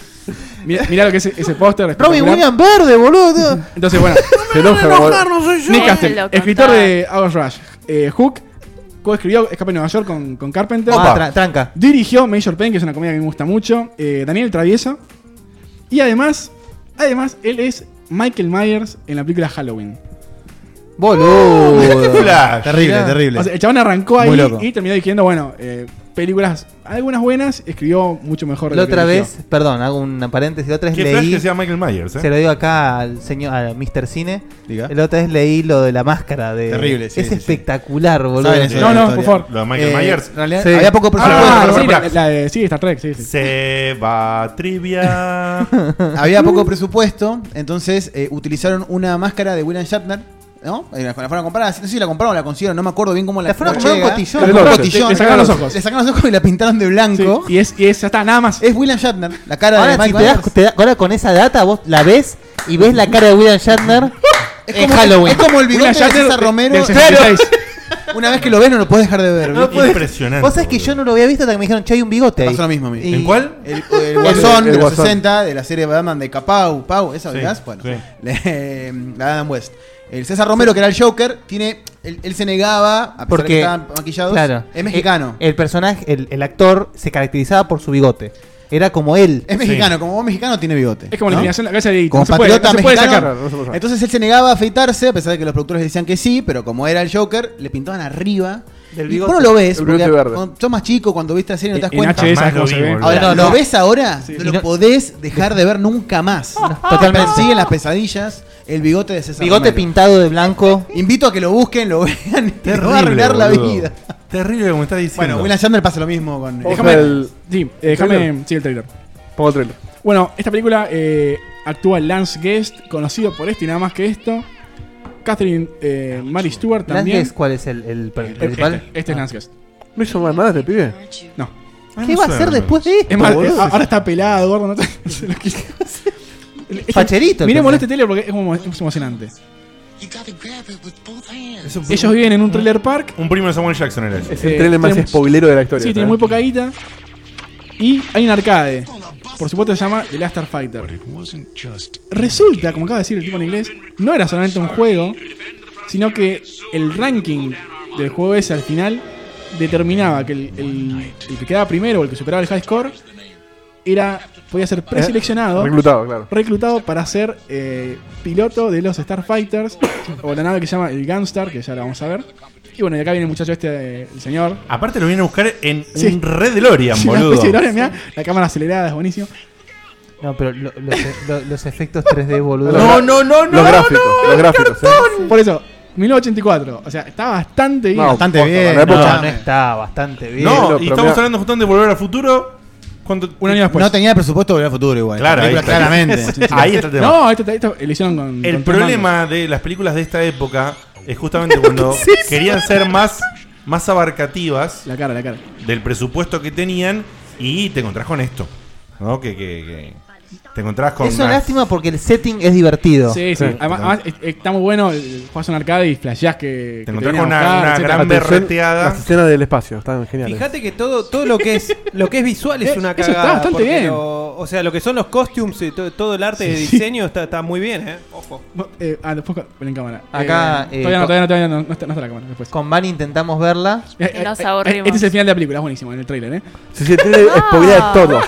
Speaker 5: Mirá, mirá lo que es ese póster.
Speaker 15: Robin
Speaker 5: espectacular.
Speaker 15: Williams verde, boludo.
Speaker 5: Entonces, bueno.
Speaker 4: Se enoja,
Speaker 15: van a enojar, boludo. no soy yo.
Speaker 5: Nick
Speaker 15: Se
Speaker 5: Castle,
Speaker 15: lo
Speaker 5: escritor de Hours Rush. Eh, Hook, coescribió Escape a Nueva York con, con Carpenter.
Speaker 15: Ah, tra- tranca.
Speaker 5: Dirigió Major Pain, que es una comedia que me gusta mucho. Eh, Daniel Travieso. Y además, además, él es Michael Myers en la película Halloween.
Speaker 15: Boludo.
Speaker 3: Flash.
Speaker 10: terrible, terrible.
Speaker 5: O sea, el chabón arrancó
Speaker 10: Muy
Speaker 5: ahí
Speaker 10: loco.
Speaker 5: y terminó diciendo, bueno, eh, películas, algunas buenas, escribió mucho mejor. de
Speaker 6: La
Speaker 5: lo que
Speaker 6: otra
Speaker 5: dirigió.
Speaker 6: vez, perdón, hago un paréntesis. La otra vez
Speaker 5: Qué
Speaker 6: leí.
Speaker 5: flash que sea Michael Myers, ¿eh?
Speaker 6: Se lo digo acá al señor, al Mr. Cine. La otra vez leí lo de la máscara. De,
Speaker 11: Terrible, sí,
Speaker 6: Es
Speaker 11: sí, sí.
Speaker 6: espectacular, boludo.
Speaker 11: Saben eso, No, no, la por historia. favor. Lo de Michael Myers.
Speaker 6: En realidad,
Speaker 11: Sí.
Speaker 6: había poco presupuesto.
Speaker 11: Ah,
Speaker 6: para-
Speaker 11: sí,
Speaker 6: para-
Speaker 5: La de, sí, Star Trek, sí. sí.
Speaker 3: Se va trivia.
Speaker 11: [laughs]
Speaker 6: Uh.
Speaker 11: Había poco presupuesto, entonces eh, utilizaron una máscara de William Shatner, ¿no? Eh, La la fueron a comprar, no sé si la compraron o la consiguieron, no me acuerdo bien cómo la
Speaker 6: La fueron a comprar
Speaker 11: llega.
Speaker 6: un cotillón.
Speaker 11: La
Speaker 6: Le-
Speaker 11: compraron un
Speaker 6: le- le
Speaker 11: cotillón,
Speaker 6: sacaron los ojos.
Speaker 11: Le sacaron los ojos y la pintaron de blanco.
Speaker 5: y es, y es hasta nada más.
Speaker 11: Es William Shatner, la cara de
Speaker 6: ahora, si
Speaker 11: Mike
Speaker 6: te das-
Speaker 11: Myers.
Speaker 6: te da- ahora con esa data vos la ves y ves la cara de William Shatner en
Speaker 11: como-
Speaker 6: Halloween.
Speaker 11: [laughs] es como el bigote William de Shatner César Romero. del 66. [laughs] Una vez que lo ves no lo podés dejar de ver.
Speaker 6: No lo podés-
Speaker 3: Impresionante,
Speaker 6: Vos sabés que yo no lo había visto hasta que me dijeron, che, hay un bigote.
Speaker 11: Pasó lo mismo a mí.
Speaker 6: Y-
Speaker 11: ¿En cuál?
Speaker 6: [laughs]
Speaker 11: [laughs] El, el
Speaker 6: El
Speaker 11: Guasón de los
Speaker 6: Guasón.
Speaker 11: 60, de la serie Batman de Capau, Pau, esa
Speaker 6: Sí,
Speaker 11: ¿verdad? Bueno,
Speaker 6: sí.
Speaker 11: [laughs] le- la Adam West. El César Romero, que era el Joker, tiene. Él, él se negaba, a pesar de que
Speaker 6: Porque,
Speaker 11: estaban maquillados.
Speaker 6: claro,
Speaker 11: es mexicano.
Speaker 6: El, el personaje, el, el actor, se caracterizaba por su bigote. Era como él.
Speaker 11: Es mexicano, como vos mexicano tiene bigote.
Speaker 6: Es como la eliminación
Speaker 5: de la cabeza de Dieguito,
Speaker 11: Como
Speaker 6: no se puede,
Speaker 11: patriota
Speaker 6: no se puede
Speaker 11: mexicano.
Speaker 6: sacar. No se puede sacar.
Speaker 11: Entonces él se negaba a afeitarse, a pesar de que los productores le decían que sí, pero como era el Joker, le pintaban arriba.
Speaker 6: Del
Speaker 11: Y
Speaker 6: bigote.
Speaker 11: vos no lo ves,
Speaker 6: El
Speaker 11: porque
Speaker 6: bigote verde.
Speaker 11: cuando sos más chico, cuando viste la serie no te das
Speaker 6: En
Speaker 11: cuenta.
Speaker 6: HS Jamás no lo se vi, ve. boludo.
Speaker 11: Ahora,
Speaker 6: No,
Speaker 11: lo
Speaker 6: no.
Speaker 11: ves ahora,
Speaker 6: Sí.
Speaker 11: no lo
Speaker 6: No.
Speaker 11: podés dejar de ver nunca más.
Speaker 5: Ah,
Speaker 6: Totalmente.
Speaker 11: Siguen las pesadillas, el bigote de César
Speaker 6: Bigote
Speaker 11: Romero.
Speaker 6: pintado de blanco.
Speaker 11: Invito a que lo busquen, lo vean y te va a arruinar la vida.
Speaker 3: Terrible como estás diciendo.
Speaker 11: Bueno, William Sandler pasa lo mismo con...
Speaker 5: Déjame, sí, eh, déjame-
Speaker 11: trailer?
Speaker 5: sí, el trailer.
Speaker 4: Pongo el trailer.
Speaker 5: Bueno, esta película eh, actúa Lance Guest, conocido por esto y nada más que esto. Catherine eh, Mary Stewart
Speaker 6: Lance
Speaker 5: también.
Speaker 6: Guest, ¿cuál es el- el principal? Ah.
Speaker 5: Este, este es Lance Guest.
Speaker 4: ¿No hizo más nada este pibe?
Speaker 5: Ah, No.
Speaker 6: ¿Qué va a hacer después de esto?
Speaker 5: Es más,
Speaker 6: boludo?
Speaker 5: eh, ahora está pelado, gordo. No, te- no sé [laughs] lo que hacer. Este-
Speaker 6: Facherito, el
Speaker 5: Miremos
Speaker 6: personaje.
Speaker 5: este trailer porque es, como- es emocionante. Ellos viven en un trailer park.
Speaker 3: Un primo de Samuel Jackson era ese.
Speaker 5: Es el trailer más tenemos-
Speaker 4: spoilero de la historia.
Speaker 5: Sí, tiene muy poca guita. Y hay un arcade. Por supuesto se llama The Last Starfighter. Resulta, como acaba de decir el tipo en inglés, no era solamente un juego, sino que el ranking del juego ese al final determinaba que el, el- el que quedaba primero o el que superaba el high score era, podía ser preseleccionado.
Speaker 4: Eh, reclutado, claro.
Speaker 5: Reclutado para ser eh, piloto de los Starfighters o la nave que se llama el Gunstar, que ya la vamos a ver. Y bueno, y acá viene el muchacho este, eh, el señor,
Speaker 3: Aparte lo vienen a buscar en
Speaker 5: Sí.
Speaker 3: un Red DeLorean,
Speaker 5: Sí, una
Speaker 3: boludo.
Speaker 5: especie de DeLorean, mirá, la cámara acelerada es buenísimo.
Speaker 6: No, pero lo- los, lo- los efectos 3D, boludo.
Speaker 5: No, no, no, no, Los gráficos, ¿eh? no,
Speaker 4: los gráficos.
Speaker 6: ¿eh?
Speaker 5: Por eso, 1984. O sea, está bastante bien.
Speaker 6: No, bastante bien. No, no está bastante bien.
Speaker 3: No, y estamos hablando justamente de Volver al Futuro. ¿Cuánto-
Speaker 5: Un año después.
Speaker 11: No tenía presupuesto para el futuro igual.
Speaker 3: Claro, ahí
Speaker 11: Película,
Speaker 3: está.
Speaker 5: [laughs]
Speaker 11: claramente.
Speaker 3: Ahí está el tema.
Speaker 5: No, esto, esto lo hicieron con.
Speaker 3: El
Speaker 5: con
Speaker 3: problema de las películas de esta época es justamente
Speaker 5: [laughs]
Speaker 3: cuando
Speaker 5: ¿Qué es eso?
Speaker 3: querían ser más, más abarcativas
Speaker 5: la cara, la cara.
Speaker 3: del presupuesto que tenían y te encontrás con esto. ¿no? Que, que- que te encontrás con
Speaker 6: Es una
Speaker 3: una-
Speaker 6: lástima porque el setting es divertido.
Speaker 5: Sí, sí. Además, además, es- está muy bueno. el- Jugás un arcade y flashás que. que
Speaker 3: encontrás
Speaker 5: vienen a
Speaker 3: con una-
Speaker 5: buscar,
Speaker 3: una
Speaker 5: etcétera.
Speaker 3: gran berreteada.
Speaker 4: Las escenas del espacio, están geniales.
Speaker 8: Fíjate que todo, todo lo que
Speaker 5: [laughs]
Speaker 8: es lo que es visual es
Speaker 5: Eh,
Speaker 8: una
Speaker 5: eso
Speaker 8: cagada.
Speaker 5: está bastante
Speaker 8: porque
Speaker 5: bien.
Speaker 8: lo- o sea, lo que son los costumes y todo, todo el arte de diseño está, está muy bien, eh. Ojo.
Speaker 5: Eh, ah, después con- ven en cámara.
Speaker 6: Acá, eh,
Speaker 5: Eh, todavía,
Speaker 6: con-
Speaker 5: no, todavía no, todavía no, no está, no está la cámara. Después.
Speaker 6: Con Van intentamos verla.
Speaker 5: Eh, eh, eh, Este es el final de la película, es buenísimo en el trailer, ¿eh?
Speaker 4: Se siente spoilea todo.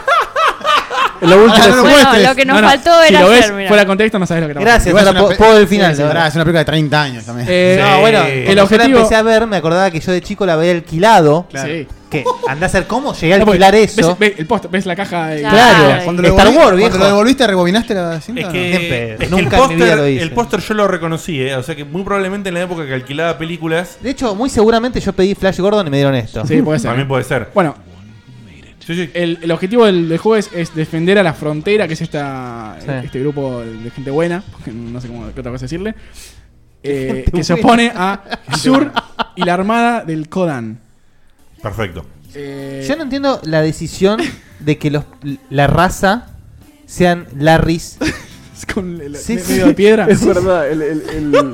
Speaker 4: En la
Speaker 6: Ah,
Speaker 4: última
Speaker 5: Ahora no lo
Speaker 4: escena-
Speaker 5: muestres. No, no, si lo ves fuera de contexto no sabes lo que era.
Speaker 6: Igual es una pe-
Speaker 11: puedo el final.
Speaker 6: Sí, sí.
Speaker 11: Pará, es una película de 30 años también.
Speaker 6: Eh, No, bueno, el
Speaker 11: Cuando yo la
Speaker 6: objetivo.
Speaker 11: empecé
Speaker 6: empecé a ver, me acordaba que yo de chico la veía alquilado.
Speaker 5: Sí.
Speaker 6: Que andá a ser cómo llegué a
Speaker 5: No, porque
Speaker 6: alquilar
Speaker 5: ves-
Speaker 6: eso.
Speaker 5: Ves, el post, ves la caja. de-
Speaker 6: Claro,
Speaker 11: Cuando lo
Speaker 6: Star
Speaker 11: devolví-
Speaker 6: Wars,
Speaker 11: Cuando
Speaker 6: viejo.
Speaker 11: lo devolviste, rebobinaste la cinta.
Speaker 3: Es
Speaker 11: Ni en
Speaker 3: que,
Speaker 11: pedo.
Speaker 3: es que
Speaker 11: Nunca en mi
Speaker 3: el
Speaker 11: vida lo
Speaker 3: póster-
Speaker 11: hice.
Speaker 3: el póster yo lo reconocí, ¿eh? o sea que muy probablemente en la época que alquilaba películas.
Speaker 6: De hecho, muy seguramente yo pedí Flash Gordon y me dieron esto.
Speaker 5: Sí, puede ser.
Speaker 3: También puede ser.
Speaker 5: Bueno, el, el objetivo del, del juego es, es defender a la frontera, que es esta,
Speaker 6: Sí.
Speaker 5: este grupo de gente buena, porque no sé cómo, qué otra cosa decirle, eh,
Speaker 6: Gente
Speaker 5: que se
Speaker 6: buena.
Speaker 5: opone
Speaker 6: [laughs]
Speaker 5: a [laughs] Sur y la armada del Eh, Kodan.
Speaker 3: Perfecto.
Speaker 6: Yo no entiendo la decisión de que los, la raza sean
Speaker 5: [laughs]
Speaker 6: Larrys.
Speaker 5: Con el,
Speaker 6: Sí,
Speaker 5: me-
Speaker 6: sí.
Speaker 5: medio de piedra.
Speaker 4: Es verdad, el, el, el,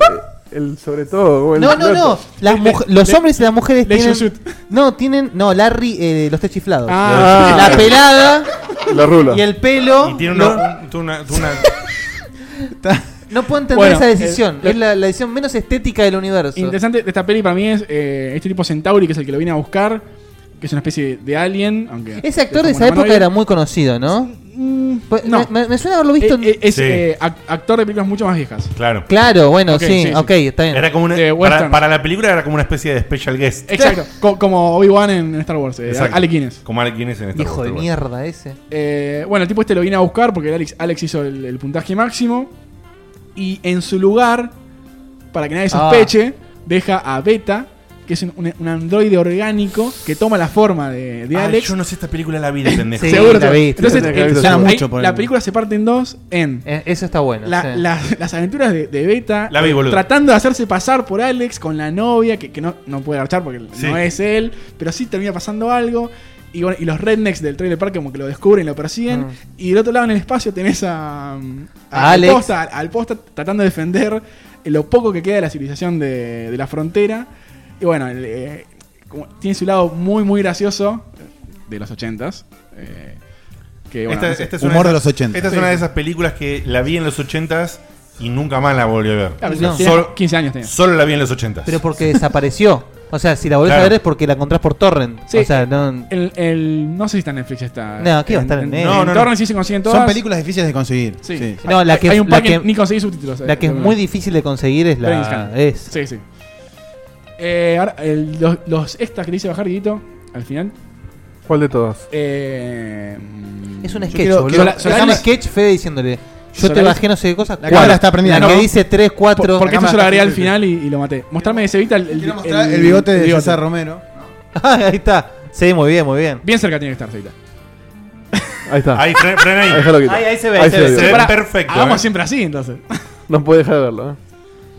Speaker 4: el- sobre todo. como el
Speaker 6: No, no, no.
Speaker 4: loco.
Speaker 6: Las muj- los hombres y las mujeres
Speaker 4: le-
Speaker 6: tienen.
Speaker 4: Shoot.
Speaker 6: No, tienen. No, Larry, eh, los tres chiflados.
Speaker 4: Ah.
Speaker 5: [laughs]
Speaker 6: La pelada.
Speaker 4: La rula.
Speaker 6: Y el pelo.
Speaker 3: Y tiene una,
Speaker 6: no,
Speaker 5: [laughs]
Speaker 3: un- tú una- tú una-
Speaker 6: no puedo entender
Speaker 5: Bueno,
Speaker 6: esa decisión.
Speaker 5: eh, lo-
Speaker 6: es la, la decisión menos estética del universo.
Speaker 5: Interesante de esta peli para mí es eh, este tipo Centauri, que es el que lo viene a buscar. que es una especie de alien. Aunque
Speaker 6: Ese actor de esa época era muy conocido, ¿no? Pues,
Speaker 5: Mm, no.
Speaker 6: Me, me- me suena haberlo visto. en-
Speaker 5: es eh, ac- actor de películas mucho más viejas.
Speaker 3: Claro.
Speaker 6: Claro, bueno, sí, ok, está bien.
Speaker 3: Era como una,
Speaker 5: De
Speaker 3: para,
Speaker 5: western.
Speaker 3: para la película era como una especie de special guest.
Speaker 5: Exacto, Este, [laughs] co- como Obi-Wan en en Star Wars, eh,
Speaker 3: Exacto.
Speaker 5: Alec Guinness.
Speaker 3: Como Alec Guinness en Star
Speaker 6: Hijo
Speaker 3: Wars,
Speaker 6: de
Speaker 3: tal cual.
Speaker 6: mierda ese.
Speaker 5: Eh, bueno, el tipo este lo viene a buscar porque el Alex, Alex hizo el, el puntaje máximo. Y en su lugar, para que nadie
Speaker 6: Ah.
Speaker 5: sospeche, deja a Beta, que es un, un- un androide orgánico que toma la forma de, de
Speaker 3: Ah,
Speaker 5: Alex.
Speaker 3: yo no sé esta película la vida, pendejo.
Speaker 5: Sí,
Speaker 3: Seguro
Speaker 5: seguro.
Speaker 3: la viste,
Speaker 5: Entonces,
Speaker 3: tenés que haber
Speaker 5: eh,
Speaker 3: visto,
Speaker 5: ahí
Speaker 3: seguro. mucho por
Speaker 5: la
Speaker 3: ahí.
Speaker 5: película se parte en dos en.
Speaker 6: Eh, eso está bueno.
Speaker 5: la-
Speaker 6: sí.
Speaker 5: las- las aventuras de, de Beta
Speaker 6: La vi,
Speaker 5: eh,
Speaker 6: boludo.
Speaker 5: tratando de hacerse pasar por Alex con la novia, que, que no, no puede archar porque
Speaker 3: Sí.
Speaker 5: no es él, pero sí termina pasando algo. Y, bueno, y los rednecks del trailer park como que lo descubren y lo persiguen. Y del otro lado en el espacio tenés a,
Speaker 6: Ah. A
Speaker 5: al
Speaker 6: Alex.
Speaker 5: posta, al, al posta tratando de defender lo poco que queda de la civilización de, de la frontera. Y bueno, el, eh, como- tiene su lado muy, muy gracioso de los ochentas. eh, que, bueno,
Speaker 3: Esta-
Speaker 5: no sé.
Speaker 3: esta es una esas- Esta es una de esas películas que la vi en los 80s y nunca más la volví a ver.
Speaker 5: Claro, No. tenía 15 años tenía.
Speaker 3: Solo la vi en los 80s.
Speaker 6: Pero porque desapareció. O sea, si la volvés
Speaker 3: Claro.
Speaker 6: a ver es porque la encontrás por Torrent.
Speaker 5: Sí.
Speaker 6: O sea, no.
Speaker 5: El, el- no sé si está en Netflix esta.
Speaker 6: No, ¿qué va a estar en Netflix?
Speaker 5: No,
Speaker 6: No, no,
Speaker 5: no,
Speaker 6: no.
Speaker 5: sí se consiguen
Speaker 6: Son
Speaker 5: todas.
Speaker 6: películas difíciles de conseguir.
Speaker 5: Sí.
Speaker 6: Sí.
Speaker 5: Hay-
Speaker 6: No, la que-
Speaker 5: hay un
Speaker 6: la
Speaker 5: pack que
Speaker 6: que-
Speaker 5: ni conseguí subtítulos. eh,
Speaker 6: la que es
Speaker 5: de-
Speaker 6: muy difícil de conseguir es la-
Speaker 5: Brainscan.
Speaker 6: es.
Speaker 5: Sí, sí. Eh, ahora, el- los, los extras que le hice bajar, Guidito, al final.
Speaker 4: ¿Cuál de todas?
Speaker 5: Eh,
Speaker 6: Es un
Speaker 5: yo
Speaker 6: sketch,
Speaker 5: quiero-
Speaker 6: boludo.
Speaker 5: Sola-
Speaker 6: Es
Speaker 5: Solaris-
Speaker 6: un sketch Fede diciéndole. Yo te
Speaker 5: Solaris-
Speaker 6: bajé no sé qué cosa.
Speaker 5: La
Speaker 6: ¿Cuál
Speaker 5: cámara-
Speaker 6: está prendida?
Speaker 5: la
Speaker 6: La que
Speaker 5: no.
Speaker 6: dice 3, 4.
Speaker 5: Por- Porque esto yo lo agregué al final y, y lo maté. Mostrarme de Cevita el, el,
Speaker 6: mostrar el bigote de César [laughs]
Speaker 10: Romero.
Speaker 6: Ah, Ahí está. Sí, muy bien, muy bien.
Speaker 5: Bien cerca tiene que estar Cevita.
Speaker 4: Ahí está.
Speaker 3: Ahí, fre- frena ahí.
Speaker 4: Déjalo quitar.
Speaker 5: Ahí- ahí se ve, se
Speaker 4: lo
Speaker 5: ve.
Speaker 4: quitar.
Speaker 5: Se ve Pará, perfecto, hagamos eh. siempre así, entonces.
Speaker 4: No puede dejar de verlo, eh.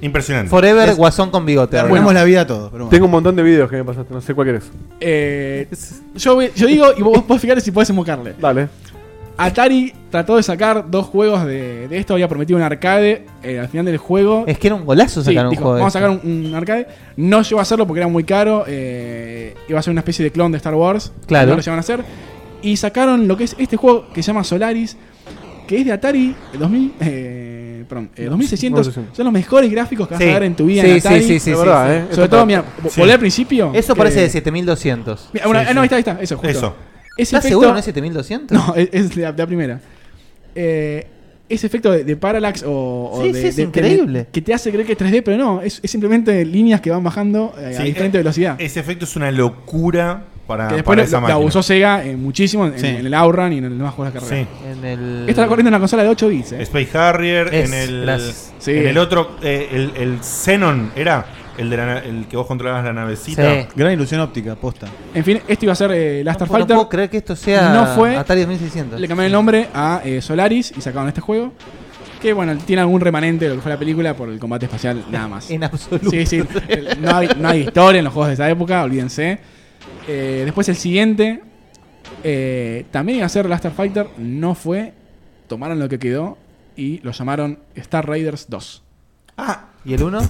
Speaker 3: Impresionante.
Speaker 6: Forever Guasón con bigote.
Speaker 4: Bueno.
Speaker 6: Arruinamos
Speaker 10: la vida a todos, pero bueno.
Speaker 4: Tengo un montón de videos que me pasaste, no sé cuál querés.
Speaker 5: Eh, yo, voy- yo digo, y vos podés fijarte si podés invocarle.
Speaker 4: Dale.
Speaker 5: Atari trató de sacar dos juegos de, de esto, había prometido un arcade eh, al final del juego.
Speaker 6: Es que era un golazo
Speaker 5: Sí,
Speaker 6: sacar un
Speaker 5: dijo,
Speaker 6: juego. de
Speaker 5: Vamos a
Speaker 6: esto.
Speaker 5: sacar un, un arcade. No llegó a hacerlo porque era muy caro. eh, iba a ser una especie de clon de Star Wars.
Speaker 6: Claro.
Speaker 5: No lo llegaron a hacer. Y sacaron lo que es este juego que se llama Solaris, que es de Atari el 2000, eh, perdón, eh, 2600.
Speaker 6: 2600.
Speaker 5: Son los mejores gráficos que vas
Speaker 6: Sí.
Speaker 5: a ver en tu vida
Speaker 6: Sí,
Speaker 5: en
Speaker 6: sí,
Speaker 5: Atari.
Speaker 6: sí, sí,
Speaker 5: De
Speaker 6: sí,
Speaker 5: verdad,
Speaker 6: sí.
Speaker 5: eh.
Speaker 6: Esto
Speaker 5: Sobre todo,
Speaker 6: está-
Speaker 5: mira, vo-
Speaker 6: Sí.
Speaker 5: volé al principio.
Speaker 6: Eso
Speaker 5: que-
Speaker 6: parece de 7200.
Speaker 5: Mira, una-
Speaker 6: Sí,
Speaker 5: ah,
Speaker 6: sí.
Speaker 5: no, ahí está, ahí está. Eso, justo.
Speaker 6: Eso.
Speaker 5: Ese
Speaker 6: ¿Estás seguro que no es 7200?
Speaker 5: No, es, es la, la primera. Eh, ese efecto de, de parallax o, o
Speaker 6: Sí,
Speaker 5: de,
Speaker 6: sí, es
Speaker 5: de- de-
Speaker 6: increíble.
Speaker 5: que te hace creer que es 3D, pero no, es, es simplemente líneas que van bajando [laughs] eh,
Speaker 3: Sí,
Speaker 5: a diferente
Speaker 3: eh,
Speaker 5: velocidad.
Speaker 3: Ese efecto es una locura para,
Speaker 5: que después
Speaker 3: para
Speaker 5: lo-
Speaker 3: esa
Speaker 5: lo,
Speaker 3: máquina.
Speaker 5: usó Sega eh, muchísimo en,
Speaker 3: Sí.
Speaker 5: en el Outrun y en el demás juegos de carrera.
Speaker 3: Sí.
Speaker 6: En el-
Speaker 5: Esta está corriendo en una consola de 8 bits. eh.
Speaker 3: Space Harrier,
Speaker 5: Es,
Speaker 3: en el,
Speaker 5: gracias. Sí.
Speaker 3: en el otro, eh, el, el Xenon era el, de la na- el que vos controlabas la navecita.
Speaker 10: Gran ilusión óptica,
Speaker 11: pues.
Speaker 10: posta.
Speaker 5: En fin, esto iba a ser eh, Last
Speaker 6: No
Speaker 5: Starfighter.
Speaker 6: puedo- no puedo creer que esto sea
Speaker 5: no fue,
Speaker 6: Atari 2600.
Speaker 5: Le cambiaron el nombre a eh, Solaris y sacaron este juego. Que bueno, tiene algún remanente de lo que fue la película por el
Speaker 6: [laughs]
Speaker 5: combate espacial, nada más.
Speaker 6: En absoluto.
Speaker 5: Sí, sí. el- No hay, no hay historia en los juegos de esa época, olvídense. Eh, después el siguiente. eh, también iba a ser Last Starfighter, no fue. Tomaron lo que quedó y lo llamaron Star Raiders 2.
Speaker 3: Ah,
Speaker 6: ¿Y el
Speaker 5: [laughs]
Speaker 6: 1?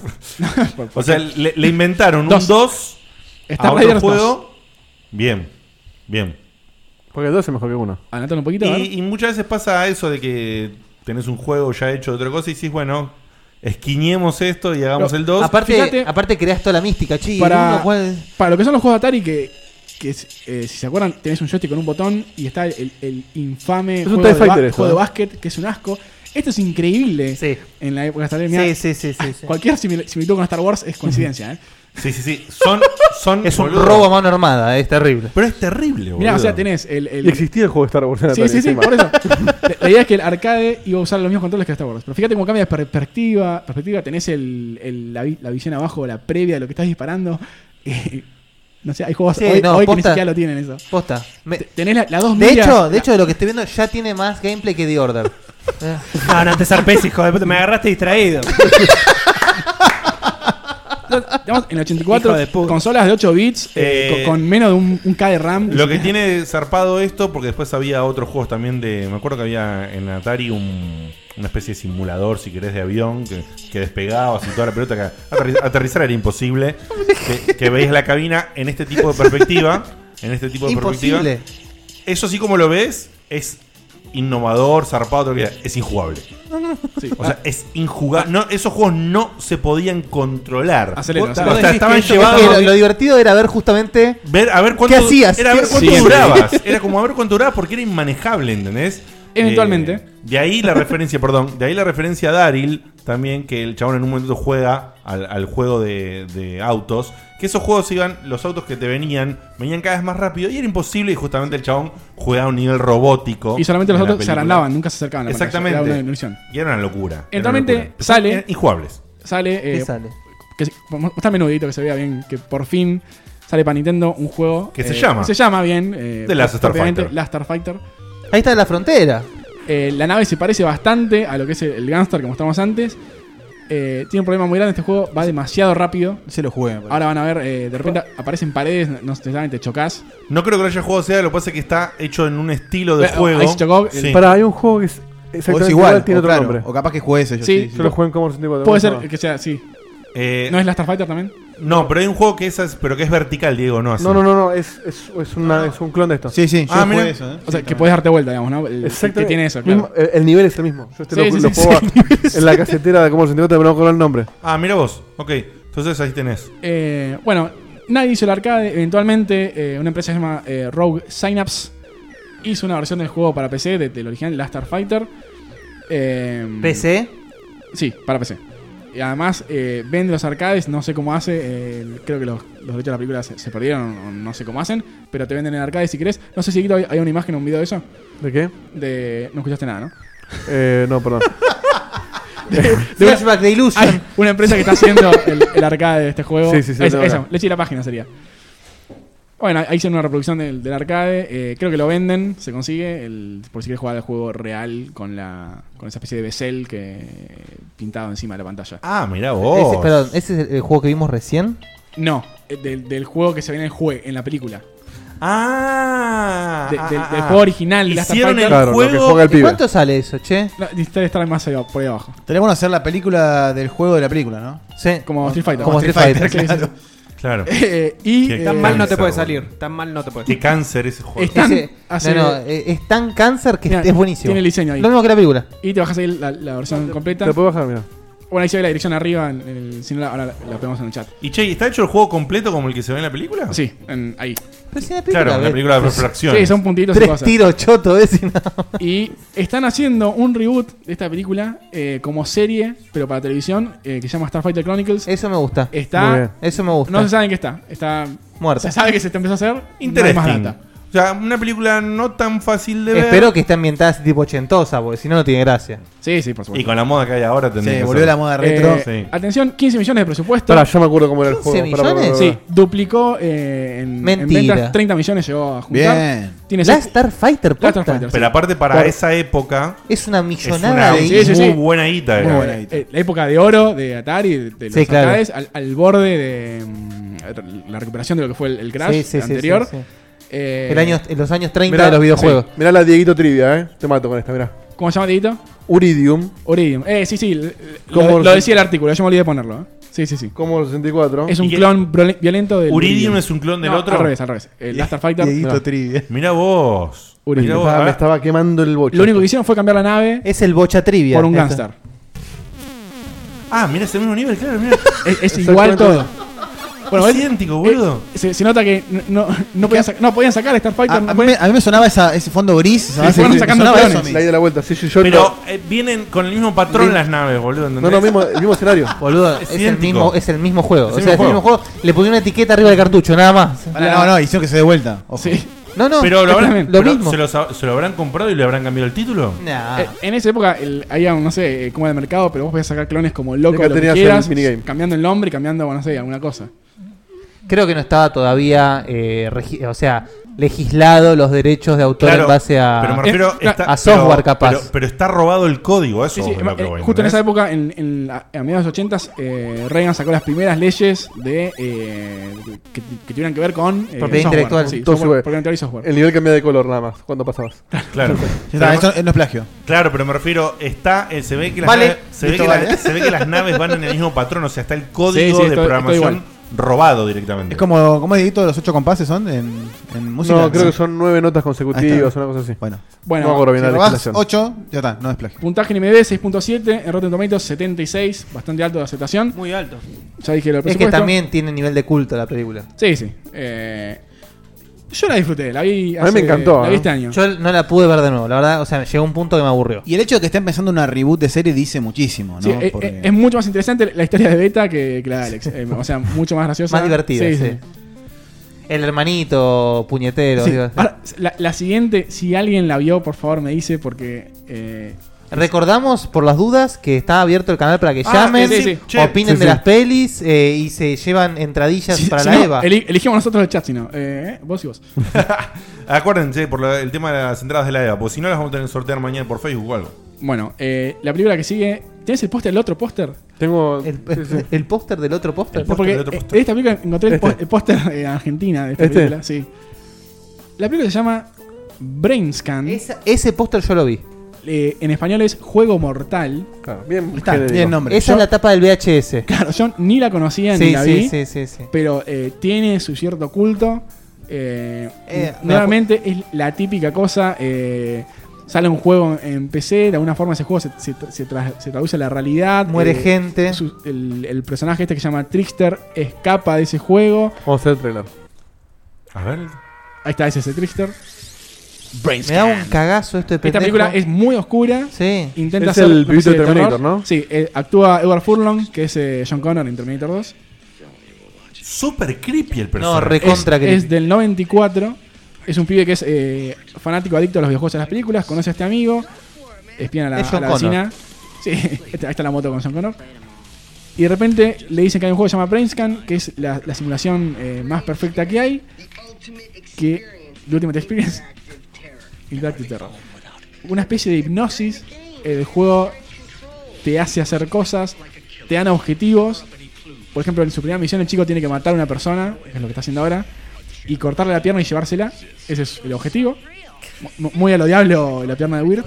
Speaker 3: O sea, le, le inventaron
Speaker 5: Dos.
Speaker 3: un 2
Speaker 5: Star
Speaker 3: a otro
Speaker 5: Raiders
Speaker 3: juego.
Speaker 5: 2.
Speaker 3: Bien, bien.
Speaker 4: Porque dos es mejor que uno.
Speaker 5: Anotalo un poquito. a ver.
Speaker 3: Y, y muchas veces pasa eso de que tenés un juego ya hecho de otra cosa y decís, bueno, esquiñemos esto y hagamos el 2.
Speaker 6: Aparte, aparte creas toda la mística, chi. el
Speaker 5: para,
Speaker 6: uno, ¿cuál?
Speaker 5: para lo que son los juegos de Atari, que, que es, eh, si se acuerdan, tenés un joystick con un botón y está el, el infame
Speaker 6: Es un
Speaker 5: juego,
Speaker 6: TIE
Speaker 5: de, ba-
Speaker 6: Fighter esto,
Speaker 5: juego
Speaker 6: ¿eh?
Speaker 5: de básquet, que es un asco. Esto es increíble en la época de Atari. Mirá, ah,
Speaker 6: Sí, sí, sí, sí, sí.
Speaker 5: Cualquier simil- similitud con Star Wars es coincidencia, ¿eh?
Speaker 3: Sí, sí, sí. Son, son
Speaker 6: Es un
Speaker 3: boludo.
Speaker 6: robo a mano armada, es terrible.
Speaker 3: Pero es terrible,
Speaker 5: Mirá, o sea, tenés el. el-
Speaker 4: Y existía el juego de Star Wars. en
Speaker 5: Sí,
Speaker 4: Atari,
Speaker 5: sí, sí,
Speaker 4: encima.
Speaker 5: por eso. La- La idea es que el arcade iba a usar los mismos controles que Star Wars. Pero fíjate cómo cambia de perspectiva. perspectiva tenés el, el- la, vi- la visión abajo, la previa de lo que estás disparando. eh, no sé, hay juegos
Speaker 6: Sí,
Speaker 5: hoy,
Speaker 6: no,
Speaker 5: hoy que ni
Speaker 6: posta.
Speaker 5: siquiera lo tienen eso.
Speaker 6: Posta. Me-
Speaker 5: Te- Tenés la- las dos
Speaker 6: de
Speaker 5: miras.
Speaker 6: hecho, de hecho, de lo que estoy viendo ya tiene más gameplay que The
Speaker 3: [laughs]
Speaker 6: Order. Eh,
Speaker 8: No, no te zarpes, hijo de puta. Me agarraste distraído.
Speaker 5: Estamos en el 84,
Speaker 3: Hijo de puta.
Speaker 5: consolas de 8 bits, eh,
Speaker 3: Eh,
Speaker 5: con, con menos de un, un K de RAM.
Speaker 3: Lo que tiene zarpado esto, porque después había otros juegos también de. Me acuerdo que había en Atari un- una especie de simulador, si querés, de avión que, que despegabas y toda la pelota. Que aterri- aterrizar era imposible. Que, que veías la cabina en este tipo de perspectiva. En este tipo de
Speaker 6: Imposible.
Speaker 3: perspectiva. Eso, sí, como lo ves, es innovador, zarpado, todo lo que sea, es injugable. O sea, es injugable. No, esos juegos no se podían controlar.
Speaker 6: Acelera,
Speaker 3: O
Speaker 6: acelera.
Speaker 3: sea, estaban
Speaker 6: Es que
Speaker 3: llevados.
Speaker 6: lo- lo divertido era ver justamente
Speaker 3: ver, a ver cuánto,
Speaker 6: qué hacías.
Speaker 3: Era a ver cuánto
Speaker 6: Siempre. [laughs]
Speaker 3: durabas. Era como a ver cuánto durabas porque era inmanejable, ¿entendés?
Speaker 5: Eventualmente.
Speaker 3: Eh, de ahí la referencia, perdón. De ahí la referencia a Daryl también, que el chabón en un momento juega al, al juego de, de autos. Que esos juegos iban, los autos que te venían, venían cada vez más rápido y era imposible. Y justamente el chabón jugaba a un nivel robótico.
Speaker 5: Y solamente los
Speaker 3: en la
Speaker 5: autos se
Speaker 3: película.
Speaker 5: agrandaban, nunca se acercaban a la pantalla.
Speaker 3: Exactamente.
Speaker 5: Era una ilusión.
Speaker 3: Y era una locura. era una
Speaker 5: Eventualmente
Speaker 3: locura. Eh,
Speaker 5: sale.
Speaker 3: Injugables.
Speaker 5: Sale.
Speaker 3: ¿Qué
Speaker 5: eh,
Speaker 3: sale?
Speaker 5: Que, se- mostrame un menudito que se vea bien. Que por fin sale para Nintendo un juego.
Speaker 3: Que se llama.
Speaker 5: Se llama bien. eh,
Speaker 3: The Last
Speaker 5: propiamente,
Speaker 3: Starfighter.
Speaker 5: Last Starfighter.
Speaker 6: Ahí está la frontera.
Speaker 5: la nave se parece bastante a lo que es el, el Gunstar que mostramos antes. Eh, tiene un problema muy grande este juego, va demasiado rápido.
Speaker 6: Se lo jugué.
Speaker 5: Ahora van a ver, eh, de repente aparecen paredes, no necesariamente chocas.
Speaker 3: No creo que lo haya jugado sea, lo que pasa es que está hecho en un estilo de
Speaker 5: Pero,
Speaker 3: juego.
Speaker 5: ahí se chocó el-
Speaker 3: Sí.
Speaker 4: Para, hay un juego que es exactamente
Speaker 3: es
Speaker 4: igual,
Speaker 3: igual,
Speaker 4: tiene
Speaker 3: o
Speaker 4: otro
Speaker 3: claro,
Speaker 4: nombre.
Speaker 3: o capaz que juegue ese, yo
Speaker 5: Sí,
Speaker 3: sí,
Speaker 4: Yo lo jugué en Commodore 64.
Speaker 5: Puede
Speaker 4: ¿cómo se
Speaker 5: ser
Speaker 4: llama?
Speaker 5: que sea así.
Speaker 3: Eh,
Speaker 5: ¿No es la Starfighter también?
Speaker 3: No, pero hay un juego que es, as- pero que es vertical, Diego,
Speaker 5: Ah,
Speaker 3: no así.
Speaker 4: No, no, no, no, es, es, es, una, es un clon de esto.
Speaker 3: Sí, sí, yo Ah, jugué mira.
Speaker 5: eso, ¿eh? O sea, que podés darte vuelta, digamos, ¿no? El- que tiene eso, claro.
Speaker 4: Mismo- el, el nivel es el mismo. Yo este
Speaker 5: Sí,
Speaker 4: lo,
Speaker 5: sí,
Speaker 4: lo
Speaker 5: sí,
Speaker 4: puedo
Speaker 5: sí, el nivel es
Speaker 4: en la
Speaker 5: el-
Speaker 4: casetera de Commodore 64, pero no con el nombre.
Speaker 3: Ah, mira vos. Ok, entonces ahí tenés.
Speaker 5: Eh, bueno, nadie hizo el arcade. Eventualmente, eh, una empresa que se llama eh, Rogue Synapse hizo una versión del juego para PC, de- del original Last Starfighter. Eh,
Speaker 6: ¿PC?
Speaker 5: Sí, para PC. Y además eh, vende los arcades, no sé cómo hace. eh, creo que los, los derechos de la película se, se perdieron, o no sé cómo hacen, pero te venden el arcade si querés. No sé si Guido, hay, hay una imagen o un video de eso.
Speaker 4: ¿De qué?
Speaker 5: De. No escuchaste nada, ¿no?
Speaker 4: Eh, no,
Speaker 6: [laughs]
Speaker 4: perdón.
Speaker 5: Flashback de Illusion. Hay una empresa que está haciendo el, el arcade de este juego.
Speaker 4: Sí, sí, sí,
Speaker 5: Eso,
Speaker 4: lo veo.
Speaker 5: eso, le eché la página sería. Bueno, ahí hicieron una reproducción del, del arcade. eh, creo que lo venden, se consigue. el- por si quieres jugar al juego real con la con esa especie de bezel que pintado encima de la pantalla.
Speaker 3: Ah, mirá
Speaker 6: Ese, perdón, ¿ese es el, el juego que vimos recién?
Speaker 5: No, eh, del, del juego que se ve en el juego, en la película.
Speaker 3: Ah,
Speaker 5: De-
Speaker 3: ah,
Speaker 5: del,
Speaker 3: ah,
Speaker 5: del
Speaker 3: ah.
Speaker 5: juego original de Last
Speaker 3: Hicieron
Speaker 5: Starfighter.
Speaker 3: el Claro, lo que juego- juega el
Speaker 6: ¿Y
Speaker 3: pibe.
Speaker 6: ¿Cuánto sale eso, che?
Speaker 5: No, debe estar más ahí, por ahí abajo.
Speaker 10: Tenemos que hacer la película del juego de la película, ¿no?
Speaker 6: Sí.
Speaker 5: Como Street Fighter. [laughs]
Speaker 10: Como Street Fighter,
Speaker 5: Sí, sí,
Speaker 10: claro.
Speaker 5: sí.
Speaker 3: Claro.
Speaker 5: [laughs] Eh, y
Speaker 3: Qué
Speaker 5: eh,
Speaker 8: Tan mal no te
Speaker 3: cáncer,
Speaker 8: puede
Speaker 3: boludo.
Speaker 8: salir. Tan mal no te puede
Speaker 3: Qué cáncer ese juego.
Speaker 5: Están-
Speaker 6: Ese-
Speaker 5: hace-
Speaker 6: no, no, eh, es tan cáncer que
Speaker 5: Mirá,
Speaker 6: es buenísimo.
Speaker 5: Ah, Tiene el diseño ahí.
Speaker 6: Lo mismo que la película.
Speaker 5: Y te bajas ahí la, la versión completa.
Speaker 4: Te puedo bajar, mira.
Speaker 5: Bueno, ahí se ve la dirección arriba. en el- si no, la- ahora la, la pegamos en el chat.
Speaker 3: Y che, ¿y ¿está hecho el juego completo como el que se ve en la película?
Speaker 5: Sí, en- ahí.
Speaker 6: Pero si
Speaker 3: Claro, en la película pues, de refracción.
Speaker 5: Sí, son puntitos
Speaker 6: Tres
Speaker 5: y cosas.
Speaker 6: tiros choto, ¿ves? Y no.
Speaker 5: Y están haciendo un reboot de esta película eh, como serie, pero para televisión, eh, que se llama Starfighter Chronicles.
Speaker 6: Eso me gusta.
Speaker 5: Está.
Speaker 6: Muy bien. Eso me gusta.
Speaker 5: No se sabe en qué está. Está.
Speaker 6: Muerta.
Speaker 5: Se sabe que se está empezó a hacer. No hay más
Speaker 3: Interesting.
Speaker 5: data.
Speaker 3: O sea, una película no tan fácil de ver.
Speaker 6: Espero que esté ambientada así tipo ochentosa, porque si no, no tiene gracia.
Speaker 5: Sí, sí, por supuesto.
Speaker 3: Y con la moda que hay ahora tendría que ser.
Speaker 5: Eh, Atención, 15 millones de presupuesto.
Speaker 4: Pará, yo me acuerdo cómo era el juego.
Speaker 5: 15
Speaker 4: Pará, pará,
Speaker 5: millones.
Speaker 4: pará, pará.
Speaker 5: Sí, duplicó eh, en, en
Speaker 6: Mentira.
Speaker 5: ventas. 30 millones llegó a juntar.
Speaker 6: Bien.
Speaker 5: Tiene
Speaker 6: La
Speaker 5: seis-
Speaker 6: Starfighter,
Speaker 5: La
Speaker 6: posta.
Speaker 5: Starfighter, sí.
Speaker 3: Pero aparte para
Speaker 5: Claro.
Speaker 3: esa época
Speaker 6: Es una
Speaker 3: millonada
Speaker 6: millonada
Speaker 3: de
Speaker 6: de
Speaker 3: guita. Muy buena guita
Speaker 5: Muy
Speaker 3: era.
Speaker 5: buena guita. Eh, la época de oro de Atari, de, de los
Speaker 6: Sí, claro.
Speaker 5: arcades, al, al borde de mm, la recuperación de lo que fue el, el crash
Speaker 6: Sí, sí, sí,
Speaker 5: anterior.
Speaker 6: sí, sí.
Speaker 5: Eh,
Speaker 6: El año- los años 30
Speaker 4: Mirá-
Speaker 6: de los videojuegos.
Speaker 4: sí. Mirá la Dieguito Trivia, eh. Te mato con esta, mirá.
Speaker 5: ¿Cómo se llama, Dieguito?
Speaker 4: Uridium.
Speaker 5: Uridium. Eh, sí, sí. l-
Speaker 4: Como
Speaker 5: Lo,
Speaker 4: el-
Speaker 5: lo decía el artículo, yo me olvidé de ponerlo. ¿eh? Sí, sí, sí.
Speaker 4: Como el 64.
Speaker 5: Es un
Speaker 4: ¿Y qué-
Speaker 5: clon brole- violento del.
Speaker 3: Uridium es un clon del
Speaker 5: No,
Speaker 3: otro.
Speaker 5: Al revés, al revés. El Last Fighter. no.
Speaker 3: Trivia. Mira vos.
Speaker 5: Uri,
Speaker 3: Mirá
Speaker 5: me
Speaker 3: vos,
Speaker 5: estaba-
Speaker 3: a
Speaker 4: Me
Speaker 3: ver.
Speaker 4: estaba quemando el bocho.
Speaker 5: Lo único que hicieron fue cambiar la nave.
Speaker 6: Es el Bocha Trivia.
Speaker 5: Por un
Speaker 6: Esto.
Speaker 5: Gunstar.
Speaker 3: Ah, mira ese mismo nivel, claro, mira.
Speaker 5: [laughs] Es, es igual todo.
Speaker 3: es
Speaker 5: ¿ves?
Speaker 3: idéntico, boludo.
Speaker 5: Eh, se, se nota que n- no, no, podían sac- no podían sacar Star Fighter.
Speaker 10: A,
Speaker 5: no
Speaker 10: a mí,
Speaker 5: podían-
Speaker 10: me- a mí me sonaba esa- ese fondo gris. esa base
Speaker 5: fueron
Speaker 10: gris, me
Speaker 5: sacando
Speaker 10: sonaba
Speaker 5: clones.
Speaker 10: eso a mí.
Speaker 4: La ida y la vuelta. Sí, sí, yo
Speaker 3: Pero eh, vienen con el mismo patrón
Speaker 10: Sí.
Speaker 3: las naves, boludo.
Speaker 4: No, no, mismo, el mismo escenario.
Speaker 6: [laughs] Boludo, es, el
Speaker 3: idéntico.
Speaker 6: mismo, es el mismo juego.
Speaker 3: Es
Speaker 6: o
Speaker 3: el
Speaker 6: sea,
Speaker 3: mismo
Speaker 6: es el mismo juego. Le pusieron una etiqueta arriba del cartucho, nada más.
Speaker 10: Pará, no, no, hicieron que se dé vuelta. Ojo.
Speaker 5: Sí.
Speaker 6: No, no,
Speaker 3: pero lo, habrán,
Speaker 6: lo
Speaker 3: pero
Speaker 6: mismo.
Speaker 3: ¿se, los ha- ¿Se lo habrán comprado y le habrán cambiado el título?
Speaker 5: Eh, en esa época el, había, un, no sé eh, cómo era el mercado, pero vos podías sacar clones como loco,
Speaker 4: Acá
Speaker 5: lo que
Speaker 4: tenías el
Speaker 5: quieras,
Speaker 4: minigame.
Speaker 5: cambiando el nombre y cambiando, bueno, no sé, alguna cosa.
Speaker 6: Creo que no estaba todavía, eh, regi- o sea, legislado los derechos de autor en base a,
Speaker 3: pero me refiero,
Speaker 6: a
Speaker 3: está-
Speaker 6: software
Speaker 3: pero-
Speaker 6: capaz.
Speaker 3: Pero, pero está robado el código, eso
Speaker 5: Sí, sí,
Speaker 3: es lo que
Speaker 5: eh,
Speaker 3: voy,
Speaker 5: justo en
Speaker 3: ¿entendés?
Speaker 5: esa época, en, en la- a mediados de los 80 eh, Reagan sacó las primeras leyes de eh, que, que tuvieran que ver con eh, software.
Speaker 6: Propiedad intelectual.
Speaker 5: Sí,
Speaker 4: Entonces,
Speaker 5: software,
Speaker 4: güey,
Speaker 5: propiedad intelectual y software.
Speaker 4: El nivel cambia de color nada más cuando pasabas.
Speaker 5: [laughs]
Speaker 3: Claro.
Speaker 10: está, eso no es plagio.
Speaker 3: Claro, pero me refiero, está, eh, se ve que las
Speaker 10: Vale,
Speaker 3: naves, se, ve
Speaker 10: listo,
Speaker 3: que
Speaker 10: vale.
Speaker 3: las- se ve que las naves van en el mismo patrón, o sea, está el código
Speaker 5: Sí, sí,
Speaker 3: de
Speaker 5: esto- esto
Speaker 3: programación
Speaker 5: igual.
Speaker 3: robado directamente.
Speaker 11: Es como, ¿cómo es Dieguito? ¿Los ocho compases son en, en música?
Speaker 4: No, creo que son nueve notas
Speaker 11: Ahí
Speaker 4: consecutivas,
Speaker 11: está.
Speaker 4: una cosa así.
Speaker 11: Bueno,
Speaker 5: Bueno,
Speaker 4: no acuerdo bien
Speaker 5: si
Speaker 4: la
Speaker 5: robás
Speaker 4: legislación.
Speaker 11: ocho, ya está, no es plagio.
Speaker 5: Puntaje en IMDb 6.7, en Rotten Tomatoes 76, bastante alto de aceptación.
Speaker 6: Muy alto.
Speaker 5: Ya dije lo del
Speaker 6: Es que
Speaker 5: presupuesto.
Speaker 6: también tiene nivel de culto la película.
Speaker 5: Sí, sí. Eh, yo la disfruté, la vi
Speaker 6: A mí me
Speaker 5: hace-
Speaker 6: encantó,
Speaker 5: La
Speaker 6: ¿eh?
Speaker 5: vi este año.
Speaker 6: Yo no la pude ver de nuevo, la verdad, o sea, llegó un punto que me aburrió.
Speaker 11: Y el hecho de que estén pensando una reboot de serie dice muchísimo, ¿no?
Speaker 5: Sí, eh,
Speaker 11: Porque-
Speaker 5: eh, es mucho más interesante la historia de Beta que, que la de Alex. Eh, o sea, mucho más graciosa.
Speaker 6: Más divertida,
Speaker 5: Sí,
Speaker 6: sí.
Speaker 5: sí.
Speaker 6: El hermanito, puñetero,
Speaker 5: Sí. Ah,
Speaker 6: digo.
Speaker 5: Ahora, la, la siguiente, si alguien la vio, por favor me dice, porque. eh,
Speaker 6: Recordamos por las dudas que está abierto el canal para que
Speaker 5: Ah,
Speaker 6: llamen,
Speaker 5: sí, sí, sí.
Speaker 6: opinen
Speaker 5: Sí,
Speaker 6: de
Speaker 5: sí.
Speaker 6: las pelis eh, y se llevan entradillas para
Speaker 5: si
Speaker 6: la
Speaker 5: no,
Speaker 6: Eva.
Speaker 5: eli- elegimos nosotros el chat, si no. Eh, vos y vos.
Speaker 3: Acuérdense por la- el tema de las entradas de la EVA, porque si no las vamos a tener que sortear mañana por Facebook o algo.
Speaker 5: Bueno, eh, la película que sigue. ¿Tienes el póster, el otro póster?
Speaker 4: Tengo.
Speaker 5: ¿El,
Speaker 6: sí. el póster del otro póster?
Speaker 5: No, porque
Speaker 6: El póster del otro
Speaker 5: eh,
Speaker 6: póster.
Speaker 5: en esta película encontré el
Speaker 6: Este.
Speaker 5: pó- el póster eh, argentina de esta
Speaker 6: Este.
Speaker 5: película. Sí. La película se llama Brain Scan. Eh,
Speaker 6: ese póster yo lo vi.
Speaker 5: en español es Juego Mortal.
Speaker 4: bien,
Speaker 6: Está, bien nombre. Esa es la tapa del VHS.
Speaker 5: Claro, yo ni la conocía ni
Speaker 6: Sí,
Speaker 5: la
Speaker 6: sí,
Speaker 5: vi.
Speaker 6: sí, sí, sí.
Speaker 5: Pero eh, tiene su cierto culto. Eh,
Speaker 6: Eh,
Speaker 5: nuevamente es la típica cosa. eh, sale un juego en PC, de alguna forma ese juego se, se tra- se tra- se traduce a la realidad. eh,
Speaker 6: Muere gente.
Speaker 5: su- el, el personaje este que se llama Trickster escapa de ese juego.
Speaker 4: Vamos a hacer el trailer.
Speaker 3: A ver.
Speaker 5: Ahí está, ese es el Trickster.
Speaker 6: Me da un cagazo esto de
Speaker 5: Esta
Speaker 6: pendejo.
Speaker 5: película es muy oscura.
Speaker 6: Sí.
Speaker 5: Intenta
Speaker 4: Es
Speaker 5: hacer
Speaker 4: el
Speaker 5: una
Speaker 4: pibito
Speaker 5: especie
Speaker 4: de Terminator,
Speaker 5: terror.
Speaker 4: ¿no?
Speaker 5: Sí, eh, actúa Edward Furlong, que es eh, John Connor en Terminator 2.
Speaker 3: Super creepy el
Speaker 6: personaje.
Speaker 3: personaje.
Speaker 6: recontra
Speaker 5: es,
Speaker 6: creepy.
Speaker 5: es del 94. Es un pibe que es eh, fanático, adicto a los videojuegos y a las películas. Conoce a este amigo. Espían a la,
Speaker 6: Es John
Speaker 5: a la
Speaker 6: Connor.
Speaker 5: vecina. [laughs] Sí, está- ahí está la moto con John Connor. Y de repente le dicen que hay un juego que se llama Brainscan, que es la, la simulación eh, más perfecta que hay. Que. The Ultimate Experience. [laughs] Interactive Terror. Una especie de hipnosis. El juego te hace hacer cosas, te dan objetivos. Por ejemplo, en su primera misión el chico tiene que matar a una persona, que es lo que está haciendo ahora, y cortarle la pierna y llevársela. Ese es el objetivo. Mu- Muy a lo diablo la pierna de Weird.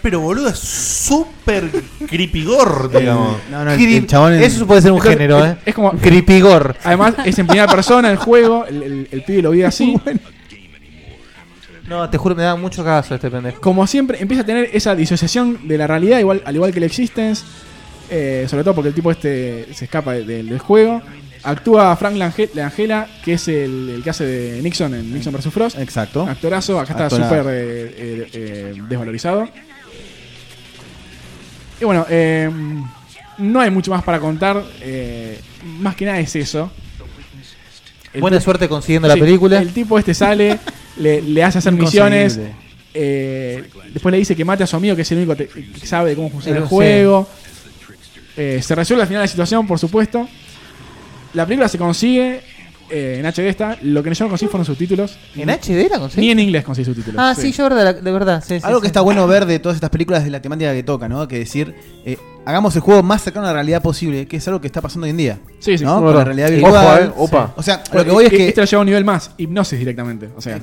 Speaker 3: Pero boludo, es súper creepy gore, digamos.
Speaker 6: No, no, el- el Creep- chabón en- eso puede ser un género,
Speaker 5: es,
Speaker 6: ¿eh?
Speaker 5: [laughs] Es como.
Speaker 6: Creepy gore.
Speaker 5: Además, es en primera persona el juego, el, el- el pibe lo vive así.
Speaker 6: No, te juro, me da mucho cagazo este pendejo.
Speaker 5: Como siempre, empieza a tener esa disociación de la realidad, igual, al igual que el Existence. eh, sobre todo porque el tipo este se escapa de- de- del juego. Actúa Frank Lange- Langella, que es el, el que hace de Nixon en Nixon vs. Frost.
Speaker 11: Exacto.
Speaker 5: Actorazo, acá está
Speaker 11: Actorado.
Speaker 5: súper eh, eh, eh, desvalorizado. Y bueno, eh, no hay mucho más para contar. eh, más que nada es eso. El
Speaker 6: Buena
Speaker 5: tipo-
Speaker 6: suerte consiguiendo la película.
Speaker 5: El tipo este sale, le, le hace hacer misiones.
Speaker 6: Inconcebible.
Speaker 5: eh, después le dice que mate a su amigo, que es el único te- que sabe cómo funciona
Speaker 6: Pero
Speaker 5: el
Speaker 6: sí.
Speaker 5: juego. Eh, se resuelve al final la situación, por supuesto. La película se consigue eh, en HD está. Lo que yo no conseguí fueron subtítulos.
Speaker 6: ¿En HD la conseguiste?
Speaker 5: Ni en inglés conseguí subtítulos.
Speaker 6: Ah, sí, yo de verdad, de verdad. sí, sí,
Speaker 11: Algo
Speaker 6: sí.
Speaker 11: que está bueno ver de todas estas películas es la temática que toca, ¿no? Que decir, eh, hagamos el juego más cercano a la realidad posible, que es algo que está pasando hoy en día.
Speaker 5: Sí, sí.
Speaker 11: ¿no? Con
Speaker 5: Bueno.
Speaker 11: la realidad
Speaker 5: Sí.
Speaker 11: virtual.
Speaker 5: Ojo, eh, opa.
Speaker 11: Sí. O sea, lo
Speaker 5: Bueno,
Speaker 11: que voy es
Speaker 5: e-
Speaker 11: que.
Speaker 5: esto lo lleva a un nivel más, hipnosis directamente. O sea,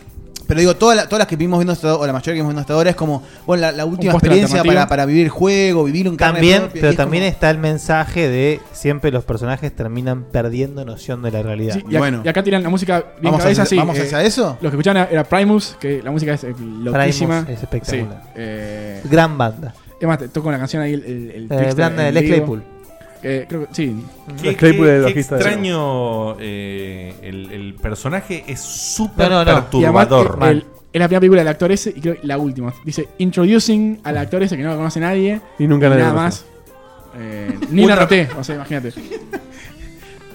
Speaker 11: Pero digo, todas las, todas las que vimos viendo hasta ahora, o la mayoría que hemos visto hasta ahora, es como, bueno, la, la última
Speaker 6: postre
Speaker 11: experiencia
Speaker 6: alternativo.
Speaker 11: para, para vivir el juego, vivir un carne
Speaker 6: También,
Speaker 11: propia, y
Speaker 6: pero
Speaker 11: es
Speaker 6: también
Speaker 11: como-
Speaker 6: está el mensaje de siempre los personajes terminan perdiendo noción de la realidad.
Speaker 5: Sí, y, ac- y acá tiran la música bien
Speaker 6: Vamos a-
Speaker 5: cabeza, sí, eh.
Speaker 6: vamos hacia eso.
Speaker 5: Lo que escuchaban era Primus, que la música es eh, loquísima.
Speaker 6: es espectacular.
Speaker 5: Sí, eh,
Speaker 6: Gran banda.
Speaker 5: Es más, te toco una canción ahí, el, el, el
Speaker 6: Eh,
Speaker 5: Trickster
Speaker 6: banda de
Speaker 5: en
Speaker 6: Les
Speaker 5: vivo.
Speaker 6: Claypool.
Speaker 5: Eh, creo que sí.
Speaker 3: Qué, qué- qué extraño eh, el, el personaje es súper
Speaker 5: Y además,
Speaker 3: perturbador.
Speaker 5: el- el- es la primera película del actor ese y creo que la última. Dice Introducing al actor ese que no lo conoce nadie.
Speaker 4: Y nunca nadie
Speaker 5: Nada
Speaker 4: lo
Speaker 5: más. Eh, ni la
Speaker 4: Una-
Speaker 5: noté, o sea, imagínate.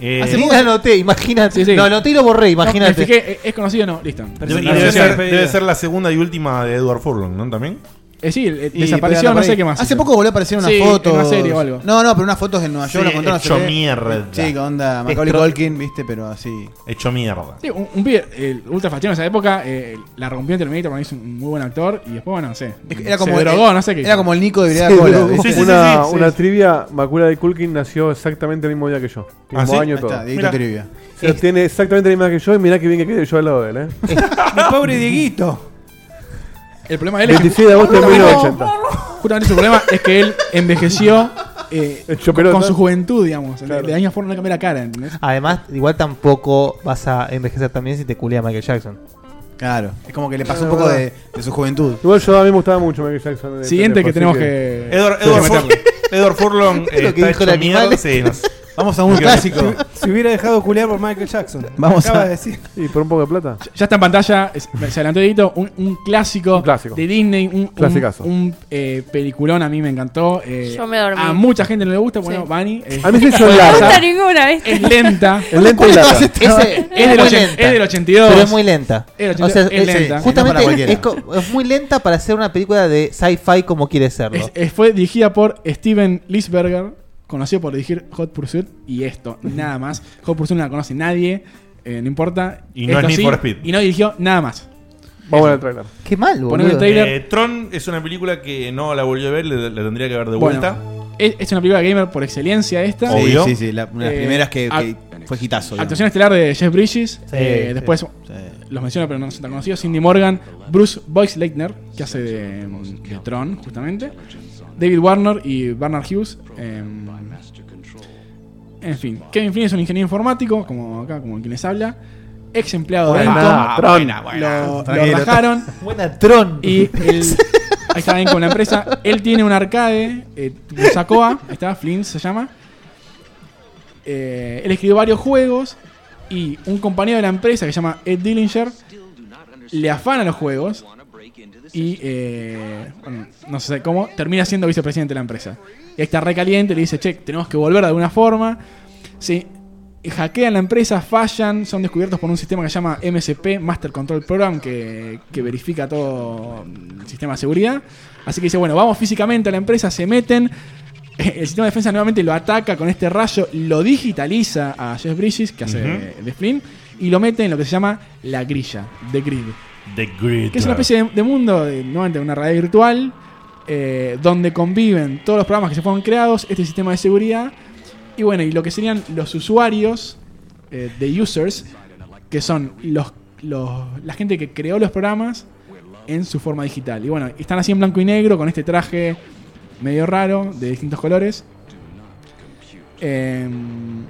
Speaker 3: Eh,
Speaker 6: Hace poco la anoté, imagínate.
Speaker 5: Sí, sí.
Speaker 6: Lo anoté y lo borré,
Speaker 5: No, me
Speaker 6: imagínate.
Speaker 5: fijé, eh, ¿Es conocido o no? Listo.
Speaker 3: Debe, y debe ser, debe ser la segunda y última de Edward Furlong, ¿no? También.
Speaker 5: Eh, sí, eh,
Speaker 11: Y
Speaker 5: desapareció,
Speaker 11: pegarla
Speaker 5: no
Speaker 11: por
Speaker 5: sé
Speaker 11: ahí.
Speaker 5: qué más.
Speaker 11: Hace
Speaker 5: hizo.
Speaker 11: poco volvió a aparecer una
Speaker 5: Sí,
Speaker 11: foto.
Speaker 5: En una serie o algo.
Speaker 11: No, no, pero unas fotos en Nueva York,
Speaker 3: Sí,
Speaker 11: lo contaron hace
Speaker 3: hecho
Speaker 11: poco.
Speaker 3: mierda.
Speaker 11: Sí, con onda Macaulay Culkin, viste, pero así.
Speaker 3: Hecho mierda.
Speaker 5: Sí, un, un pibe eh, ultra fachero en esa época, eh, la rompió en Terminator, para mí es un muy buen actor, y después, bueno, no sé.
Speaker 11: era como
Speaker 5: se
Speaker 11: el-
Speaker 5: drogó, no sé qué.
Speaker 11: era como el Nico de Brigada
Speaker 5: Sí,
Speaker 11: Cola,
Speaker 5: drogó.
Speaker 11: ¿viste?
Speaker 5: Sí, sí, sí,
Speaker 4: una
Speaker 5: sí, sí.
Speaker 4: una trivia, Macula de Culkin nació exactamente el mismo día que yo. Mismo
Speaker 11: ¿Ah, sí?
Speaker 4: año
Speaker 11: Ahí
Speaker 4: todo.
Speaker 11: está, Dieguito Mirá. Trivia.
Speaker 4: O sea, Tiene exactamente la misma que yo y mirá que bien que quede yo al lado de él, ¿eh? [laughs]
Speaker 23: Mi pobre Dieguito.
Speaker 5: El problema de él es que-
Speaker 4: 26 de agosto de
Speaker 5: Justamente-
Speaker 4: 1980.
Speaker 5: [laughs] Justamente su problema es que él envejeció eh,
Speaker 4: El
Speaker 5: con,
Speaker 4: choperón,
Speaker 5: con
Speaker 4: ¿no?
Speaker 5: su juventud, digamos.
Speaker 4: Claro.
Speaker 5: De la misma forma no le cambia la cara, ¿entendés?
Speaker 15: Además, igual tampoco vas a envejecer también si te culea Michael Jackson.
Speaker 11: Claro, es como que le pasó
Speaker 4: Es
Speaker 11: un poco
Speaker 4: verdad.
Speaker 11: de, de su juventud.
Speaker 4: Igual yo a mí me gustaba mucho Michael Jackson.
Speaker 11: Siguiente que tenemos que- Edward- Edward Furlong-
Speaker 8: Edward [laughs] Furlong,
Speaker 11: eh, Lo que está dijo el hecho animal. mierda,
Speaker 8: [laughs]
Speaker 11: sí, nos- vamos a un clásico.
Speaker 8: Si, si hubiera dejado culear por Michael Jackson.
Speaker 5: Vamos
Speaker 8: Acaba
Speaker 5: a-
Speaker 8: de decir.
Speaker 4: Y por un poco de plata.
Speaker 5: Ya está en pantalla, es- se adelantó Edito, un, un clásico, de Disney, un, un-
Speaker 4: Clasicazo.
Speaker 5: un, eh, peliculón a mí me encantó. eh,
Speaker 9: Yo me dormí.
Speaker 5: A mucha gente no le gusta, bueno,
Speaker 9: Sí.
Speaker 5: Bunny. eh,
Speaker 9: [laughs]
Speaker 4: A mí se hizo
Speaker 5: [laughs] puede
Speaker 4: larga.
Speaker 5: pasar.
Speaker 9: gusta ninguna, ¿viste?
Speaker 5: Es lenta.
Speaker 4: [laughs] Es lenta y larga.
Speaker 5: No, [laughs] es, del ochen- es del 82.
Speaker 15: Pero es muy lenta.
Speaker 5: Es, del
Speaker 15: O sea,
Speaker 5: 82, es
Speaker 15: es-
Speaker 5: lenta.
Speaker 15: Justamente es, co- es muy lenta para hacer una película de sci-fi como quiere serlo.
Speaker 5: Es- es- fue dirigida por Steven Lisberger, conocido por dirigir Hot Pursuit y esto, nada más. Hot Pursuit no la conoce nadie, eh, no importa.
Speaker 3: Y no
Speaker 5: Esto
Speaker 3: es Need for Speed.
Speaker 5: Y no dirigió nada más.
Speaker 4: Vamos a ver el trailer.
Speaker 15: Qué mal,
Speaker 5: Poneme el trailer.
Speaker 3: Eh, Tron es una película que no la volví a ver, le- la tendría que ver de
Speaker 5: Bueno,
Speaker 3: vuelta.
Speaker 5: es, es una película gamer por excelencia esta.
Speaker 3: Sí, Obvio. sí,
Speaker 11: sí, la- una de las primeras que-
Speaker 5: ac-
Speaker 11: que fue hitazo, digamos.
Speaker 5: Actuación estelar de Jeff Bridges. eh,
Speaker 11: sí,
Speaker 5: después
Speaker 11: sí.
Speaker 5: los menciono, pero no son tan conocidos. Cindy Morgan, Bruce Boyce Leitner, que hace de, de Tron, justamente. David Warner y Bernard Hughes. eh, en fin, Kevin Flynn es un ingeniero informático, como acá, como quien les habla. Ex empleado de
Speaker 15: Buena,
Speaker 5: Intel.
Speaker 15: Tron. Buena, buena,
Speaker 5: Lo, lo
Speaker 15: tranquilo.
Speaker 5: rajaron.
Speaker 15: Buena, Tron.
Speaker 5: Y
Speaker 15: [laughs]
Speaker 5: el, Ahí está bien con la empresa. [laughs] Él tiene un arcade, eh, tipo Sacoa, ahí está, Flynn se llama. Eh, él escribió varios juegos y un compañero de la empresa que se llama Ed Dillinger le afana los juegos y, eh, bueno, no sé cómo, termina siendo vicepresidente de la empresa. Y ahí está recaliente, le dice, che, tenemos que volver de alguna forma. Se hackean la empresa, fallan, son descubiertos por un sistema que se llama MSP, Master Control Program, que, que verifica todo el sistema de seguridad. Así que dice, bueno, vamos físicamente a la empresa, se meten. [laughs] El sistema de defensa nuevamente lo ataca con este rayo, lo digitaliza a Jeff Bridges, que hace
Speaker 3: Ujú.
Speaker 5: de Flynn, y lo mete en lo que se llama la grilla, The Grid.
Speaker 3: The Grid.
Speaker 5: Que es una especie de, de mundo, de, nuevamente una realidad virtual, eh, donde conviven todos los programas que se fueron creados, este sistema de seguridad, y bueno, y lo que serían los usuarios, eh, de users, que son los, los- la gente que creó los programas en su forma digital. Y bueno, están así en blanco y negro, con este traje medio raro, de distintos colores. Em,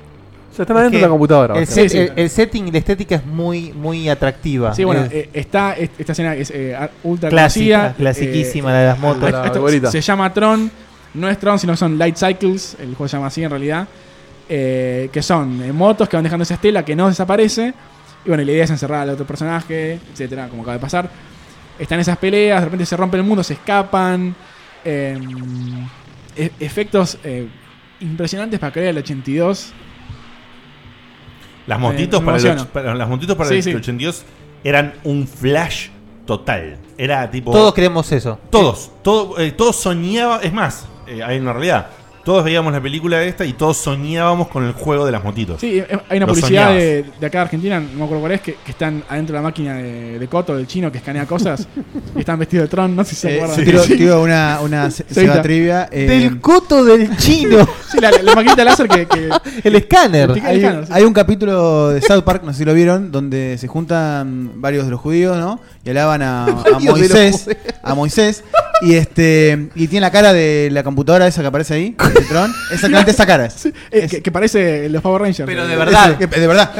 Speaker 4: Se están adentro de la computadora.
Speaker 15: El, set- el- el setting y la estética es muy, muy atractiva.
Speaker 5: Sí, bueno,
Speaker 15: Es-
Speaker 5: eh, está est- esta escena que es eh, ar- ultra
Speaker 15: Clásica,
Speaker 5: conocida. eh,
Speaker 15: clasiquísima, la de las motos.
Speaker 5: esto-
Speaker 15: La
Speaker 5: esto
Speaker 15: gorita.
Speaker 5: se llama Tron. No es Tron, sino son Light Cycles. El juego se llama así en realidad. eh, que son eh, motos que van dejando esa estela que no desaparece. Y bueno, y la idea es encerrar al otro personaje, etcétera, como acaba de pasar. Están esas peleas, de repente se rompe el mundo, se escapan. eh, e- efectos eh, impresionantes para crear el 82.
Speaker 3: Las
Speaker 5: Me-
Speaker 3: motitos
Speaker 5: Eh, me
Speaker 3: para, el
Speaker 5: emociono.
Speaker 3: och- para- las motitos para
Speaker 5: Sí,
Speaker 3: el
Speaker 5: sí.
Speaker 3: 82 eran un flash total. Era tipo.
Speaker 15: Todos queremos eso.
Speaker 3: Todos. Todo, eh, todos soñaban. Es más, eh, hay una realidad. Todos veíamos la película esta y todos soñábamos con el juego de las motitos.
Speaker 5: Sí, eh, hay una
Speaker 3: Lo
Speaker 5: publicidad
Speaker 3: soñabas.
Speaker 5: de, de acá de Argentina, no me acuerdo cuál es, que, que están adentro de la máquina de, de Coto, del chino, que escanea cosas, [laughs] y están vestidos de Tron, no sé si se
Speaker 11: Eh,
Speaker 5: acuerdan.
Speaker 11: sí,
Speaker 5: [laughs]
Speaker 11: tiro- tiro [laughs] una- una se-
Speaker 5: Sí, está.
Speaker 11: seba trivia, eh, Del
Speaker 15: coto del chino.
Speaker 5: [laughs] Sí, la, la maquinita láser
Speaker 11: [laughs]
Speaker 5: que... que-
Speaker 15: El escáner.
Speaker 5: El
Speaker 11: Hay,
Speaker 5: escáner, sí.
Speaker 11: hay un capítulo de South Park, no sé si lo vieron, donde se juntan varios de los judíos, ¿no? Y alaban
Speaker 5: [laughs]
Speaker 11: a, a
Speaker 15: Varios de los
Speaker 11: Moisés, a Moisés, y este y tiene la cara de la computadora esa que aparece ahí, de
Speaker 5: [laughs]
Speaker 11: Tron, exactamente esa cara. es.
Speaker 5: eh, que, que parece los Power Rangers. Eh, Pero
Speaker 11: de verdad. de verdad.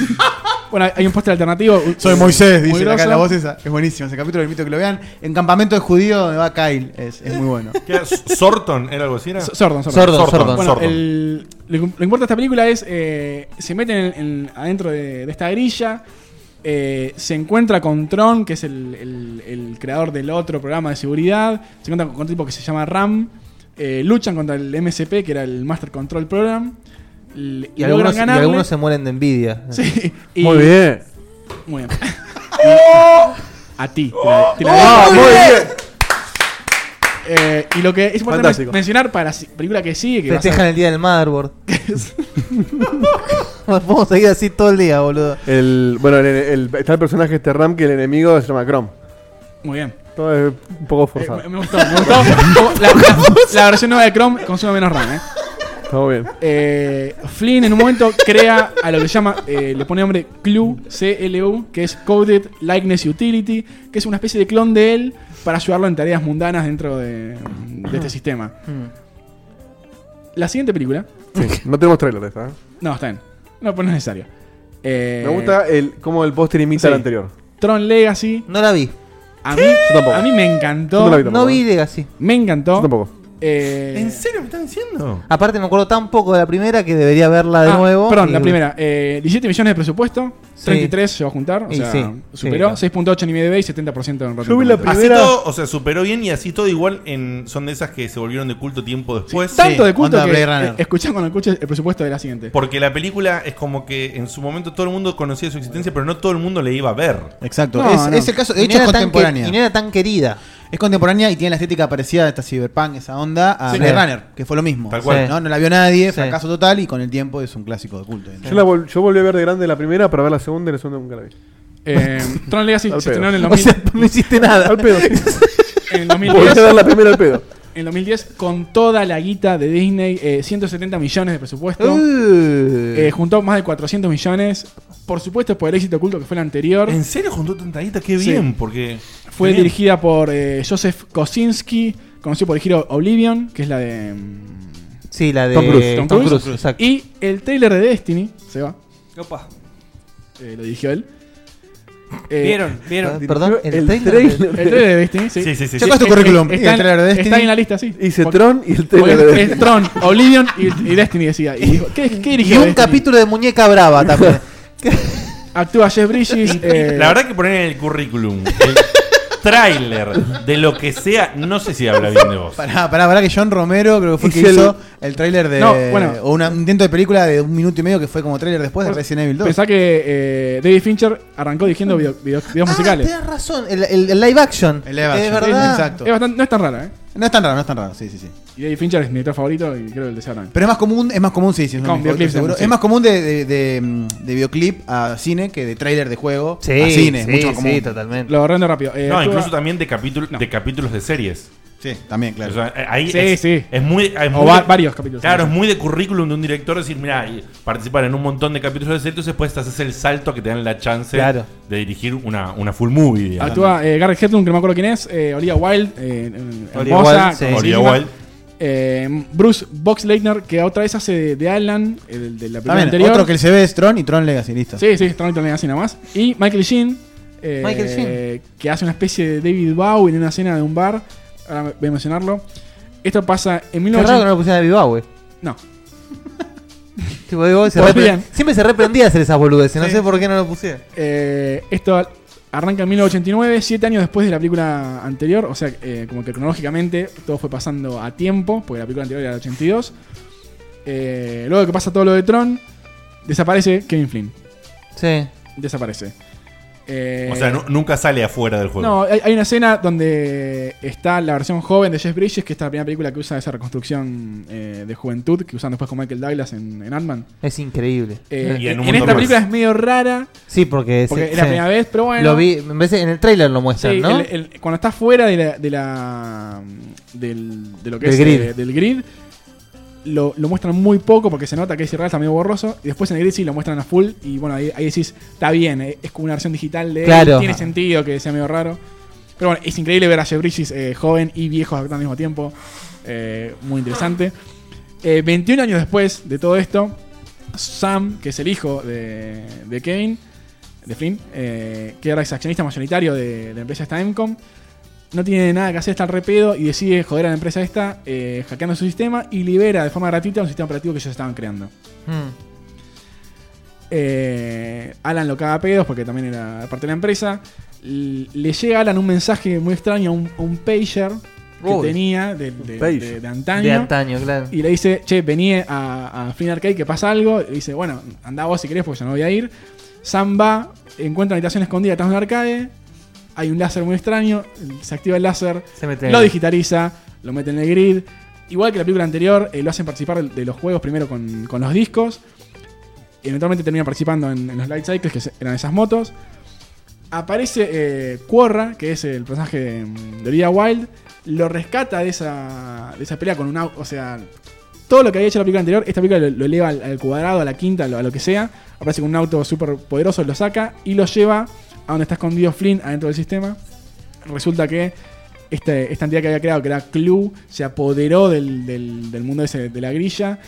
Speaker 5: [laughs] bueno, hay un póster alternativo.
Speaker 11: [laughs] Soy Moisés,
Speaker 5: Muy
Speaker 11: dice la,
Speaker 5: grosso.
Speaker 11: la voz esa. Es buenísimo ese capítulo, les invito a que lo vean. En Campamento de Judío, donde va Kyle, es, es muy bueno.
Speaker 3: ¿Qué era? ¿Sorton era algo así? Era?
Speaker 5: S- Sordon, Sordon. Bueno, el- lo, que- lo que importa de esta película es. eh, se meten en- en- adentro de, de esta grilla. eh, se encuentra con Tron, que es el, el- el creador del otro programa de seguridad. Se encuentra con, con un tipo que se llama Ram. eh, luchan contra el MCP, que era el Master Control Program. l-
Speaker 15: Y
Speaker 5: logran
Speaker 15: algunos, y
Speaker 5: ganarle.
Speaker 15: algunos se mueren de envidia.
Speaker 5: Sí, y-
Speaker 15: Muy bien. [laughs]
Speaker 5: Muy bien. [laughs] Y- a ti. te la- te la dejo.
Speaker 15: ¡Oh, muy bien!
Speaker 5: Eh, y lo que es importante
Speaker 15: Fantástico.
Speaker 5: men- mencionar para la si- película que sigue, que va a ser-
Speaker 15: Festejan el día del
Speaker 5: [laughs]
Speaker 15: motherboard. [laughs] Vamos a seguir así todo el día, boludo.
Speaker 4: El, bueno, el- el- está el personaje este Ram que el enemigo se llama Chrome.
Speaker 5: Muy bien. Eh,
Speaker 4: Todo es un poco forzado.
Speaker 5: Me gustó, me gustó. Como
Speaker 4: [laughs]
Speaker 5: La, la- la versión nueva de Chrome consume menos RAM, ¿eh?
Speaker 4: Está muy bien.
Speaker 5: Eh, Flynn en un momento crea a lo que llama, eh, le pone nombre CLU, CLU, que es Coded Likeness Utility, que es una especie de clon de él para ayudarlo en tareas mundanas dentro de, de este sistema. la siguiente película.
Speaker 4: Sí, no tenemos trailer de esta. ¿eh?
Speaker 5: No, está bien. No, pues no es necesario. Eh,
Speaker 4: Me gusta el, cómo el póster imita
Speaker 5: Sí.
Speaker 4: al anterior.
Speaker 5: Tron Legacy.
Speaker 6: No la vi.
Speaker 5: A mí, a mí me encantó.
Speaker 4: Yo no la vi tampoco. No vi
Speaker 6: Legacy.
Speaker 5: Me encantó.
Speaker 4: Yo tampoco.
Speaker 5: ¿En
Speaker 6: serio me están
Speaker 5: diciendo?
Speaker 6: Aparte me acuerdo tan poco de la primera que debería verla de nuevo.
Speaker 5: Ah, Perdón,
Speaker 6: Y-
Speaker 5: la primera. Eh, 17 millones de presupuesto.
Speaker 6: Sí.
Speaker 5: 33 se va a juntar. O
Speaker 6: Y
Speaker 5: sea,
Speaker 6: sí,
Speaker 5: superó.
Speaker 6: sí,
Speaker 5: 6.8 en IMDb y 70% en Rotten
Speaker 3: Yo vi la
Speaker 5: Tomatoes.
Speaker 3: primera- Así todo, o sea, superó bien y así todo igual en, son de esas que se volvieron de culto tiempo después.
Speaker 5: Tanto de culto que eh, escuchá cuando escuches el presupuesto de la siguiente.
Speaker 3: Porque la película es como que en su momento todo el mundo conocía su existencia, pero no todo el mundo le iba a ver.
Speaker 11: Exacto. es, es el caso. De
Speaker 3: Y
Speaker 11: hecho,
Speaker 3: no
Speaker 11: es
Speaker 3: era tan
Speaker 11: contemporánea.
Speaker 3: que- y
Speaker 6: no era tan querida.
Speaker 11: Es contemporánea y tiene la estética parecida a esta Cyberpunk, esa onda, a
Speaker 4: Sí.
Speaker 11: Blade
Speaker 4: Sí.
Speaker 11: Runner, que fue lo mismo.
Speaker 4: Tal cual.
Speaker 11: ¿no? No la vio nadie,
Speaker 4: Sí.
Speaker 11: fracaso total y con el tiempo es un clásico de culto.
Speaker 4: Yo, la vol- yo volví a ver de grande la primera para ver la segunda y la segunda nunca la vi.
Speaker 5: Eh, Tron Legacy
Speaker 4: [laughs] Al
Speaker 5: se
Speaker 4: pedo.
Speaker 5: estrenó
Speaker 15: [laughs]
Speaker 5: en el
Speaker 4: O
Speaker 5: 2000.
Speaker 4: sea, no hiciste nada. Al [laughs] pedo.
Speaker 5: En el 2010.
Speaker 4: Volví a dar la primera al pedo.
Speaker 5: En el 2010, con toda la guita de Disney, eh, 170 millones de presupuesto.
Speaker 4: Uh.
Speaker 5: Eh, juntó más de 400 millones. Por supuesto, por el éxito oculto que fue el anterior.
Speaker 3: ¿En serio juntó tanta guita? Qué
Speaker 5: Sí.
Speaker 3: bien, porque.
Speaker 5: Fue
Speaker 3: qué bien.
Speaker 5: dirigida por eh, Joseph Kosinski, conocido por el giro Oblivion, que es la de. mm,
Speaker 6: Sí, la de
Speaker 5: Tom Cruise.
Speaker 6: Tom Cruise, exacto.
Speaker 5: Y el trailer de Destiny, se va,
Speaker 8: Opa.
Speaker 5: eh, lo dirigió él.
Speaker 8: Vieron, vieron.
Speaker 6: Perdón, el trailer de-
Speaker 5: trailer de... el trailer de Destiny, sí.
Speaker 6: Sí, sí, sí.
Speaker 5: Yo
Speaker 6: Checa tu currículum. Y el
Speaker 5: Está, en-
Speaker 6: trailer de
Speaker 5: está
Speaker 6: Destiny.
Speaker 5: en la lista, sí.
Speaker 4: Hice
Speaker 5: Porque-
Speaker 4: Tron y el trailer de
Speaker 5: porque
Speaker 4: Destiny.
Speaker 5: Es Tron, Oblivion y, y Destiny decía. Y dijo, ¿qué, qué
Speaker 6: Y
Speaker 5: dirigió
Speaker 6: un
Speaker 5: Destiny?
Speaker 6: capítulo de Muñeca Brava también.
Speaker 5: Actúa Jeff Bridges. eh,
Speaker 3: La verdad que poner en el currículum el tráiler de lo que sea, no sé si habla bien de vos.
Speaker 11: Pará, pará, pará, que John Romero creo que fue el que
Speaker 3: Hice el-
Speaker 11: hizo el tráiler de.
Speaker 3: No, bueno.
Speaker 11: O una- un intento de película de un minuto y medio que fue como tráiler después de
Speaker 5: Pues,
Speaker 11: [laughs] Resident Evil 2.
Speaker 5: Pensá que eh, David Fincher arrancó dirigiendo video- video- videos musicales.
Speaker 6: Tienes razón, el, el- el live action.
Speaker 11: El live action,
Speaker 6: Ah, Es
Speaker 11: sí,
Speaker 6: verdad.
Speaker 11: exacto.
Speaker 5: Es bastante- no es tan rara, ¿eh?
Speaker 11: No es tan raro, no es tan raro, sí, sí, sí.
Speaker 5: Y David Fincher es mi director favorito y creo que el de Sara también.
Speaker 11: Pero es más común, es más común, sí, sí, es,
Speaker 5: Con
Speaker 11: un-
Speaker 5: videoclips,
Speaker 11: seguro.
Speaker 5: sí.
Speaker 11: Es más común de, de, de, mm, de videoclip a cine que de tráiler de juego
Speaker 6: Sí,
Speaker 11: a cine.
Speaker 6: sí,
Speaker 11: mucho más común.
Speaker 6: sí, totalmente.
Speaker 5: Lo arrendo rápido. Eh,
Speaker 3: no,
Speaker 5: actúa-
Speaker 3: incluso también de, capítulo, de capítulos de series.
Speaker 11: Sí, también, claro.
Speaker 3: O sea, eh, ahí
Speaker 5: Sí,
Speaker 3: es,
Speaker 5: sí.
Speaker 3: es muy. es
Speaker 5: O
Speaker 3: muy
Speaker 5: va-
Speaker 3: de-
Speaker 5: varios capítulos.
Speaker 3: Claro, es muy de currículum de un director decir, mira, participar en un montón de capítulos de series, entonces después haces el salto que te dan la chance
Speaker 5: Claro.
Speaker 3: de dirigir una, una full movie. digamos.
Speaker 5: Actúa eh, Garrett Hedlund, que no me acuerdo quién es. eh, Olivia Wilde. eh, eh,
Speaker 3: Olivia
Speaker 5: hermosa,
Speaker 3: Wilde, sí.
Speaker 5: conocidísima.
Speaker 3: Olivia Wilde.
Speaker 5: Eh, Bruce Boxleitner, que otra vez hace de, de Alan, el de la película
Speaker 11: También,
Speaker 5: anterior.
Speaker 11: Ah, otro que se ve es Tron y Tron Legacy, listo.
Speaker 5: Sí, sí, Tron también así nada más. Y Michael Sheen. eh,
Speaker 11: Michael
Speaker 5: Que hace una especie de David Bowie en una cena de un bar. Ahora me- voy a mencionarlo. Esto pasa en
Speaker 6: Qué raro que no
Speaker 5: 1980.
Speaker 6: lo pusieron a David Bowie.
Speaker 5: No.
Speaker 6: Tipo, David Bowie se
Speaker 5: Pues
Speaker 6: repre-
Speaker 5: bien.
Speaker 6: Siempre se reprendía hacer esas boludeces. No sé por qué no lo pusieron.
Speaker 5: Eh, esto arranca en 1989, siete años después de la película anterior. O sea, eh, como que cronológicamente todo fue pasando a tiempo, porque la película anterior era del 82. Eh, luego de que pasa todo lo de Tron, desaparece Kevin Flynn.
Speaker 6: Sí.
Speaker 5: Desaparece. Eh,
Speaker 3: O sea, nu- nunca sale afuera del juego.
Speaker 5: No, hay, hay una escena donde está la versión joven de Jeff Bridges, que es la primera película que usa esa reconstrucción eh, de juventud que usan después con Michael Douglas en, en Ant-Man.
Speaker 6: Es increíble.
Speaker 5: Eh,
Speaker 6: Y en
Speaker 5: en
Speaker 6: un montón
Speaker 5: esta
Speaker 6: más.
Speaker 5: película es medio rara.
Speaker 6: Sí, porque,
Speaker 5: Porque
Speaker 6: sí,
Speaker 5: es la
Speaker 6: sí.
Speaker 5: primera vez, pero bueno.
Speaker 6: Lo vi, en vez de- en el tráiler lo muestran,
Speaker 5: Sí,
Speaker 6: ¿no?
Speaker 5: el- el- cuando está fuera de la, de la- mm, del, de lo que
Speaker 6: Del
Speaker 5: es
Speaker 6: grid.
Speaker 5: eh, del grid lo, lo muestran muy poco porque se nota que es irreal, está medio borroso. Y después en el grid sí lo muestran a full. Y bueno, ahí, ahí decís, está bien, eh, es como una versión digital de él,
Speaker 6: Claro.
Speaker 5: tiene sentido que sea medio raro. Pero bueno, es increíble ver a Jeff Bridges eh, joven y viejo actuando al mismo tiempo. Eh, muy interesante. Eh, 21 años después de todo esto, Sam, que es el hijo de, de Kevin, de Flynn, eh, que ahora es accionista mayoritario de, de la empresa esta Emcom, no tiene nada que hacer, está al repedo y decide joder a la empresa esta, eh, hackeando su sistema y libera de forma gratuita un sistema operativo que ellos estaban creando. Eh, Alan lo caga a pedos porque también era parte de la empresa. L- le llega a Alan un mensaje muy extraño, un, un pager que
Speaker 6: Uy.
Speaker 5: tenía de, de-
Speaker 6: Pager.
Speaker 5: de- de antaño.
Speaker 6: De antaño, claro.
Speaker 5: Y le dice, che, vení a, a Flynn Arcade que pasa algo. Y dice, bueno, andá vos si querés porque yo no voy a ir. Sam va, encuentra una habitación escondida detrás de un arcade. Hay un láser muy extraño. Se activa el láser.
Speaker 6: Se mete
Speaker 5: lo
Speaker 6: en-
Speaker 5: digitaliza, lo mete en el grid. Igual que la película anterior, eh, lo hacen participar de- de los juegos primero con, con los discos. Eventualmente termina participando en, en los Light Cycles, que se- eran esas motos. Aparece eh, Quorra, que es el personaje de, de Olivia Wilde. Lo rescata de esa, de esa pelea con un auto. O sea, todo lo que había hecho la película anterior, esta película lo, lo eleva al, al cuadrado, a la quinta, a lo, a lo que sea. Aparece con un auto súper poderoso, lo saca y lo lleva a donde está escondido Flynn adentro del sistema. Resulta que este- esta entidad que había creado, que era Clue, se apoderó del, del- del mundo ese de la grilla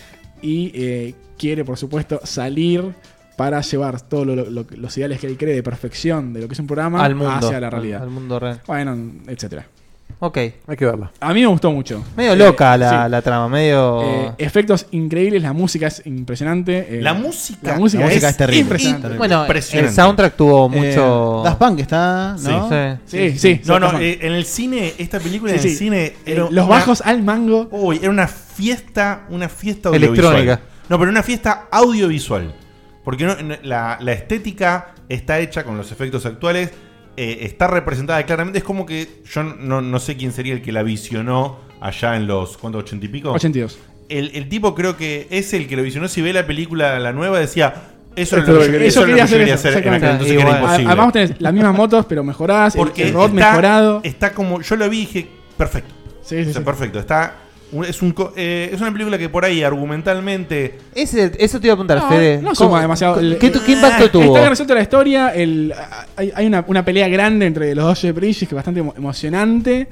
Speaker 5: y eh, quiere, por supuesto, salir para llevar todos lo- lo- los ideales que él cree de perfección de lo que es un programa
Speaker 15: Al mundo,
Speaker 5: hacia la realidad.
Speaker 15: al- al mundo real.
Speaker 5: Bueno, etcétera.
Speaker 15: Ok.
Speaker 4: Hay que verla.
Speaker 5: A mí me gustó mucho.
Speaker 15: Medio
Speaker 5: Eh,
Speaker 15: loca la,
Speaker 5: sí.
Speaker 15: la trama, medio.
Speaker 5: Eh, efectos increíbles, la música es impresionante. eh,
Speaker 15: La música-
Speaker 5: la música
Speaker 15: la música
Speaker 5: es,
Speaker 15: es terrible.
Speaker 5: Impresionante.
Speaker 15: Y- bueno, el soundtrack tuvo mucho-
Speaker 11: Eh, Daft Punk está, ¿no?
Speaker 5: Sí, sí,
Speaker 3: No,
Speaker 5: sí,
Speaker 3: no,
Speaker 5: Daft Punk.
Speaker 3: eh, en el cine, esta película
Speaker 5: Sí,
Speaker 3: en el
Speaker 5: sí.
Speaker 3: cine.
Speaker 5: Eh, los bajos al mango.
Speaker 3: Uy, era una fiesta, una fiesta audiovisual.
Speaker 15: Electrónica.
Speaker 3: No, pero una fiesta audiovisual. Porque no- no- la, la estética está hecha con los efectos actuales, eh, está representada claramente. Es como que yo no, no sé quién sería el que la visionó allá en los, ¿cuánto? ¿80 y pico?
Speaker 5: 82.
Speaker 3: El, el tipo creo que es el que lo visionó. Si ve la película, la nueva, decía, eso era
Speaker 5: Esto lo
Speaker 3: lo que yo
Speaker 5: que-
Speaker 3: quería,
Speaker 5: eso
Speaker 3: eso era lo
Speaker 5: quería
Speaker 3: que yo quería
Speaker 5: hacer
Speaker 3: hacer.
Speaker 5: eso,
Speaker 3: en aquel
Speaker 5: exactamente.
Speaker 3: entonces que era
Speaker 5: Igual.
Speaker 3: imposible.
Speaker 5: Además tenés las mismas motos, pero mejoradas, el-
Speaker 3: Porque
Speaker 5: el rod
Speaker 3: está-
Speaker 5: mejorado.
Speaker 3: Está como. Yo lo vi y dije, perfecto.
Speaker 5: Sí,
Speaker 3: O sea, perfecto. Está. un- Es, un, co- eh, es una película que por ahí argumentalmente.
Speaker 15: Ese- eso te iba a preguntar,
Speaker 5: No,
Speaker 15: Fede.
Speaker 5: no
Speaker 15: ¿Cómo-
Speaker 5: suma demasiado. El-
Speaker 15: ¿Qué, tu- qué
Speaker 3: Ah,
Speaker 15: impacto tuvo?
Speaker 5: Está bien resuelta la historia. el- hay hay una, una pelea grande entre los dos Jeff Bridges que es bastante emo- emocionante.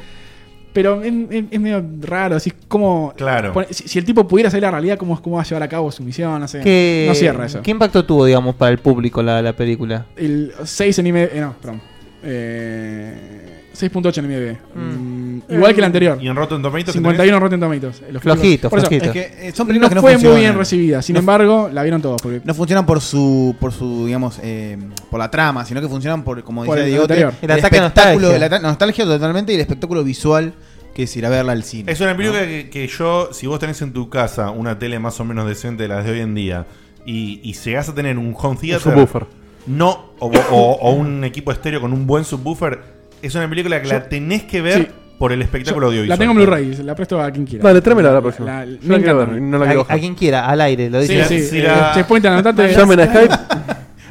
Speaker 5: Pero es, es- es medio raro. Así como.
Speaker 15: Claro.
Speaker 5: pone- si, si el tipo pudiera saber la realidad, ¿cómo, ¿cómo va a llevar a cabo su misión? No sé.
Speaker 15: ¿Qué,
Speaker 5: No cierra eso.
Speaker 15: ¿Qué impacto tuvo, digamos, para el público la, la película?
Speaker 5: El 6 en IMDb. eh, no, perdón. Eh, 6.8 en IMDb. Mm,
Speaker 3: Eh,
Speaker 5: Igual que el anterior.
Speaker 3: ¿Y en Rotten Tomatoes qué
Speaker 5: 51 en Rotten Tomatoes. Eh, los
Speaker 15: Flojito,
Speaker 5: películas- por eso,
Speaker 15: flojito.
Speaker 5: es que, eh,
Speaker 11: Son películas
Speaker 5: no
Speaker 11: que no
Speaker 5: fue muy
Speaker 11: funcionan.
Speaker 5: bien recibida. Sin
Speaker 11: No-
Speaker 5: embargo, la vieron todos. Porque
Speaker 11: No funcionan por su, por su digamos, eh, por la trama, sino que funcionan por, como
Speaker 5: Por
Speaker 11: decía
Speaker 5: el
Speaker 11: Diego,
Speaker 5: anterior.
Speaker 11: el,
Speaker 5: El ataque a
Speaker 11: espectáculo, la
Speaker 5: nostalgia.
Speaker 11: ta- nostalgia totalmente y el espectáculo visual que es ir a verla al cine.
Speaker 3: Es una película que, que yo, si vos tenés en tu casa una tele más o menos decente de las de hoy en día y, y llegás a tener un home theater.
Speaker 4: subwoofer.
Speaker 3: No, o, o- o un equipo estéreo con un buen subwoofer. Es una película que
Speaker 5: Yo-
Speaker 3: la tenés que ver
Speaker 5: Sí.
Speaker 3: por el espectáculo
Speaker 5: Yo
Speaker 3: audiovisual.
Speaker 5: La tengo en Blu-ray, se la presto a quien quiera.
Speaker 3: Dale, tráemela la próxima.
Speaker 5: la-
Speaker 3: Yo
Speaker 5: me
Speaker 3: la quiero
Speaker 5: encanta.
Speaker 3: ver, no la quiero
Speaker 15: a, a quien quiera, al aire, lo
Speaker 5: Sí,
Speaker 15: dice.
Speaker 5: sí, eh, Checkpoint, anotate.
Speaker 15: Llamen a Skype.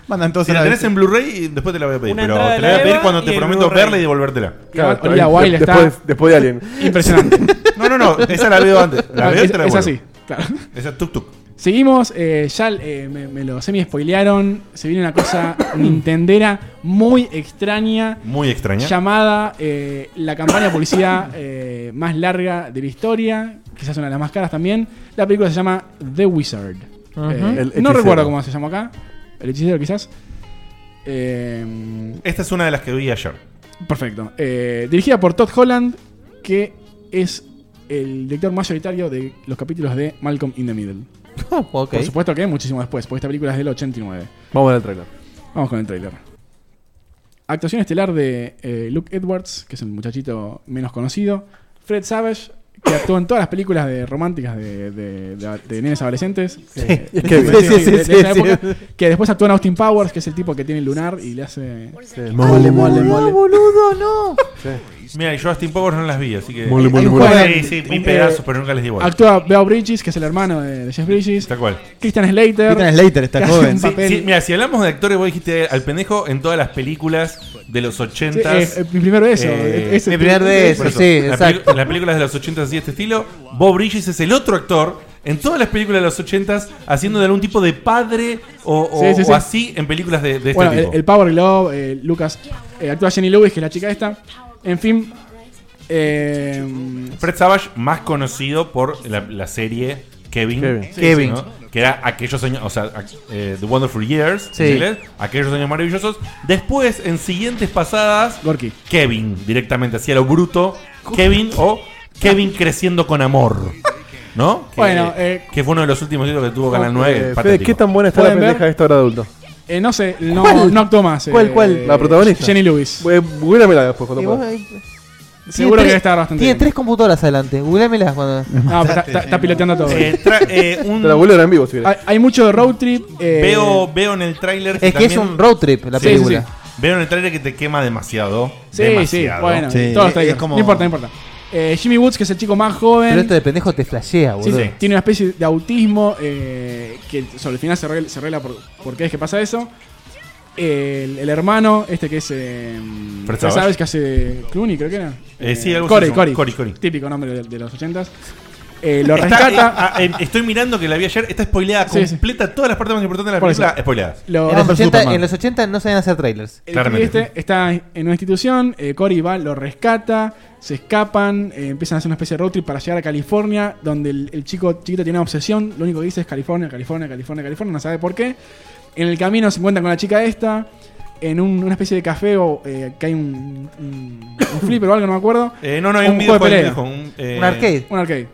Speaker 11: Mandan todos
Speaker 3: Si
Speaker 11: a
Speaker 3: la
Speaker 11: la
Speaker 3: tenés
Speaker 11: vez.
Speaker 3: en Blu-ray, y después te la voy a pedir.
Speaker 11: Una
Speaker 3: pero te
Speaker 11: entrada
Speaker 3: la
Speaker 11: de
Speaker 3: voy
Speaker 11: la
Speaker 3: a pedir
Speaker 11: Eva
Speaker 3: cuando
Speaker 11: y
Speaker 3: te
Speaker 11: el
Speaker 3: prometo
Speaker 11: Blu-ray.
Speaker 3: verla y devolvértela.
Speaker 5: Claro, Olivia de- Wilde está-
Speaker 4: después, después de Alien.
Speaker 5: Impresionante.
Speaker 3: [laughs] No, no, no, esa la veo antes. La veo y
Speaker 5: Ah, es,
Speaker 3: te la
Speaker 5: es
Speaker 3: devuelvo.
Speaker 5: así, claro.
Speaker 3: Esa es tuk-tuk.
Speaker 5: Seguimos, eh, ya eh, me, me lo semi-spoilearon. Se viene una
Speaker 3: [coughs]
Speaker 5: cosa nintendera muy extraña.
Speaker 3: Muy extraña.
Speaker 5: Llamada eh, la campaña de publicidad eh, más larga de la historia. Quizás una de las más caras también. La película se llama The Wizard.
Speaker 15: Ajá.
Speaker 5: Eh,
Speaker 15: El
Speaker 5: no
Speaker 15: hechicero.
Speaker 5: recuerdo cómo se llama acá. El hechicero, quizás. Eh,
Speaker 3: Esta es una de las que vi ayer.
Speaker 5: Perfecto. Eh, dirigida por Todd Holland, que es el director mayoritario de los capítulos de Malcolm in the Middle.
Speaker 15: Oh, ok.
Speaker 5: Por supuesto que muchísimo después, porque esta película es del 89.
Speaker 4: Vamos a ver el trailer.
Speaker 5: Vamos con el tráiler. Actuación estelar de eh, Luke Edwards, que es el muchachito menos conocido. Fred Savage, que actuó en todas las películas de románticas de, de, de- de nenes adolescentes. eh,
Speaker 4: [laughs] es
Speaker 5: [laughs] de-
Speaker 4: que-
Speaker 5: de-
Speaker 4: sí, sí,
Speaker 5: de- de
Speaker 4: sí,
Speaker 5: esa
Speaker 4: sí,
Speaker 5: época,
Speaker 4: sí.
Speaker 5: Que después actúa en Austin Powers, que es el tipo que tiene el lunar y le hace...
Speaker 4: mole, mole,
Speaker 5: mole.
Speaker 15: boludo, no.
Speaker 3: Mira, yo Austin Powers no las vi, así que.
Speaker 4: [laughs] Mole, mole,
Speaker 3: Hay
Speaker 4: mole.
Speaker 3: juegos-
Speaker 5: Bueno,
Speaker 3: Sí, sí, vi
Speaker 5: eh,
Speaker 3: pedazos, pero nunca les di bola.
Speaker 5: Actúa Beau Bridges, que es el hermano de, de Jeff Bridges.
Speaker 3: Tal cual.
Speaker 5: Christian Slater.
Speaker 11: Christian Slater está
Speaker 5: que hace un
Speaker 11: joven.
Speaker 3: Sí,
Speaker 5: papel-
Speaker 3: sí, mira, si hablamos de actores, vos dijiste al pendejo en todas las películas de los 80.
Speaker 5: Sí, eh, mi primer beso, es el Mi primer primer beso,
Speaker 3: por eso.
Speaker 5: sí,
Speaker 3: La
Speaker 5: exacto.
Speaker 3: pelicu- Las películas de los 80 así de este estilo. Bob Bridges es el otro actor en todas las películas de los 80 haciendo de algún tipo de padre o, o-
Speaker 5: Sí, sí, sí.
Speaker 3: o así en películas de, de este
Speaker 5: bueno,
Speaker 3: tipo.
Speaker 5: el, el Power Glove, eh, Lucas. eh, actúa Jenny Lewis, que es la chica esta. En fin. eh,
Speaker 3: Fred Savage, más conocido por la, la serie Kevin.
Speaker 5: Kevin.
Speaker 3: Sí,
Speaker 5: Kevin.
Speaker 3: ¿no? Que era aquellos años, o sea, a- eh, The Wonderful Years,
Speaker 5: Sí.
Speaker 3: en inglés, aquellos años maravillosos. Después, en siguientes pasadas, Kevin, directamente, hacía lo bruto, Kevin o Kevin creciendo con amor. ¿No? Que,
Speaker 5: Bueno, eh,
Speaker 3: que fue uno de los últimos títulos que tuvo Canal 9.
Speaker 4: Eh, Fede,
Speaker 3: patético.
Speaker 4: ¿qué tan buena está la
Speaker 5: ¿Pueden ver?
Speaker 4: pendeja de esta hora de adulto?
Speaker 5: eh, no sé, no,
Speaker 4: ¿Cuál?
Speaker 5: no actuó más. eh,
Speaker 4: ¿Cuál, cuál? ¿La protagonista?
Speaker 5: Jenny Lewis.
Speaker 4: Eh, googleamela después cuando puedas.
Speaker 5: Seguro que
Speaker 15: Tiene tres-
Speaker 5: debe estar bastante
Speaker 15: Tiene
Speaker 5: bien.
Speaker 15: tres computadoras adelante. Googleamelas cuando.
Speaker 5: No, pero está, está- está piloteando todo.
Speaker 3: Eh, [laughs] tra- eh,
Speaker 6: [laughs]
Speaker 3: un-
Speaker 15: Te la vuelvo a ver en vivo, si
Speaker 5: hay,
Speaker 15: querés.
Speaker 5: hay mucho de road trip. eh,
Speaker 3: Veo, veo en el tráiler
Speaker 15: Es que es
Speaker 3: también-
Speaker 15: un road trip la
Speaker 3: Sí, sí,
Speaker 15: película.
Speaker 3: sí. Veo en el tráiler que te quema demasiado.
Speaker 5: Sí,
Speaker 3: demasiado.
Speaker 5: sí, bueno, todos los trailers. No importa, no importa. Eh, Jimmy Woods, que es el chico más joven.
Speaker 15: Pero esto de pendejo te flashea,
Speaker 5: Sí,
Speaker 15: boludo.
Speaker 5: sí. Tiene una especie de autismo eh, que sobre el final se arregla, se arregla por, por qué es que pasa eso. El, el hermano, este que es. eh,
Speaker 3: Fred
Speaker 5: ya
Speaker 3: Savage.
Speaker 5: ¿Sabes que hace Clooney, creo que era?
Speaker 3: Eh, sí, algo así
Speaker 5: Corey,
Speaker 3: se llama.
Speaker 5: Corey,
Speaker 3: Corey, Corey.
Speaker 5: Típico nombre de, de los ochentas. eh, lo
Speaker 3: Está-
Speaker 5: rescata.
Speaker 3: ah, ah, eh, estoy mirando que la vi ayer. Está spoileada
Speaker 5: Sí, sí.
Speaker 3: completa todas las partes más importantes de la
Speaker 5: Por eso.
Speaker 3: película. Spoileadas.
Speaker 5: Lo-
Speaker 6: en, los 80, en los 80 no sabían hacer trailers.
Speaker 5: El pibe este está en una institución, eh, Cory va, lo rescata, se escapan, eh, empiezan a hacer una especie de road trip para llegar a California, donde el, el chico chiquito tiene una obsesión, lo único que dice es California, California, California, California, no sabe por qué. En el camino se encuentran con la chica esta, en un- una especie de café o eh, que hay un, un, un flipper o algo, no me acuerdo.
Speaker 3: Eh, no, no, hay un
Speaker 5: juego de
Speaker 3: videojuego,
Speaker 5: pelea.
Speaker 3: un viejo, un, eh, Un arcade.
Speaker 5: Un arcade.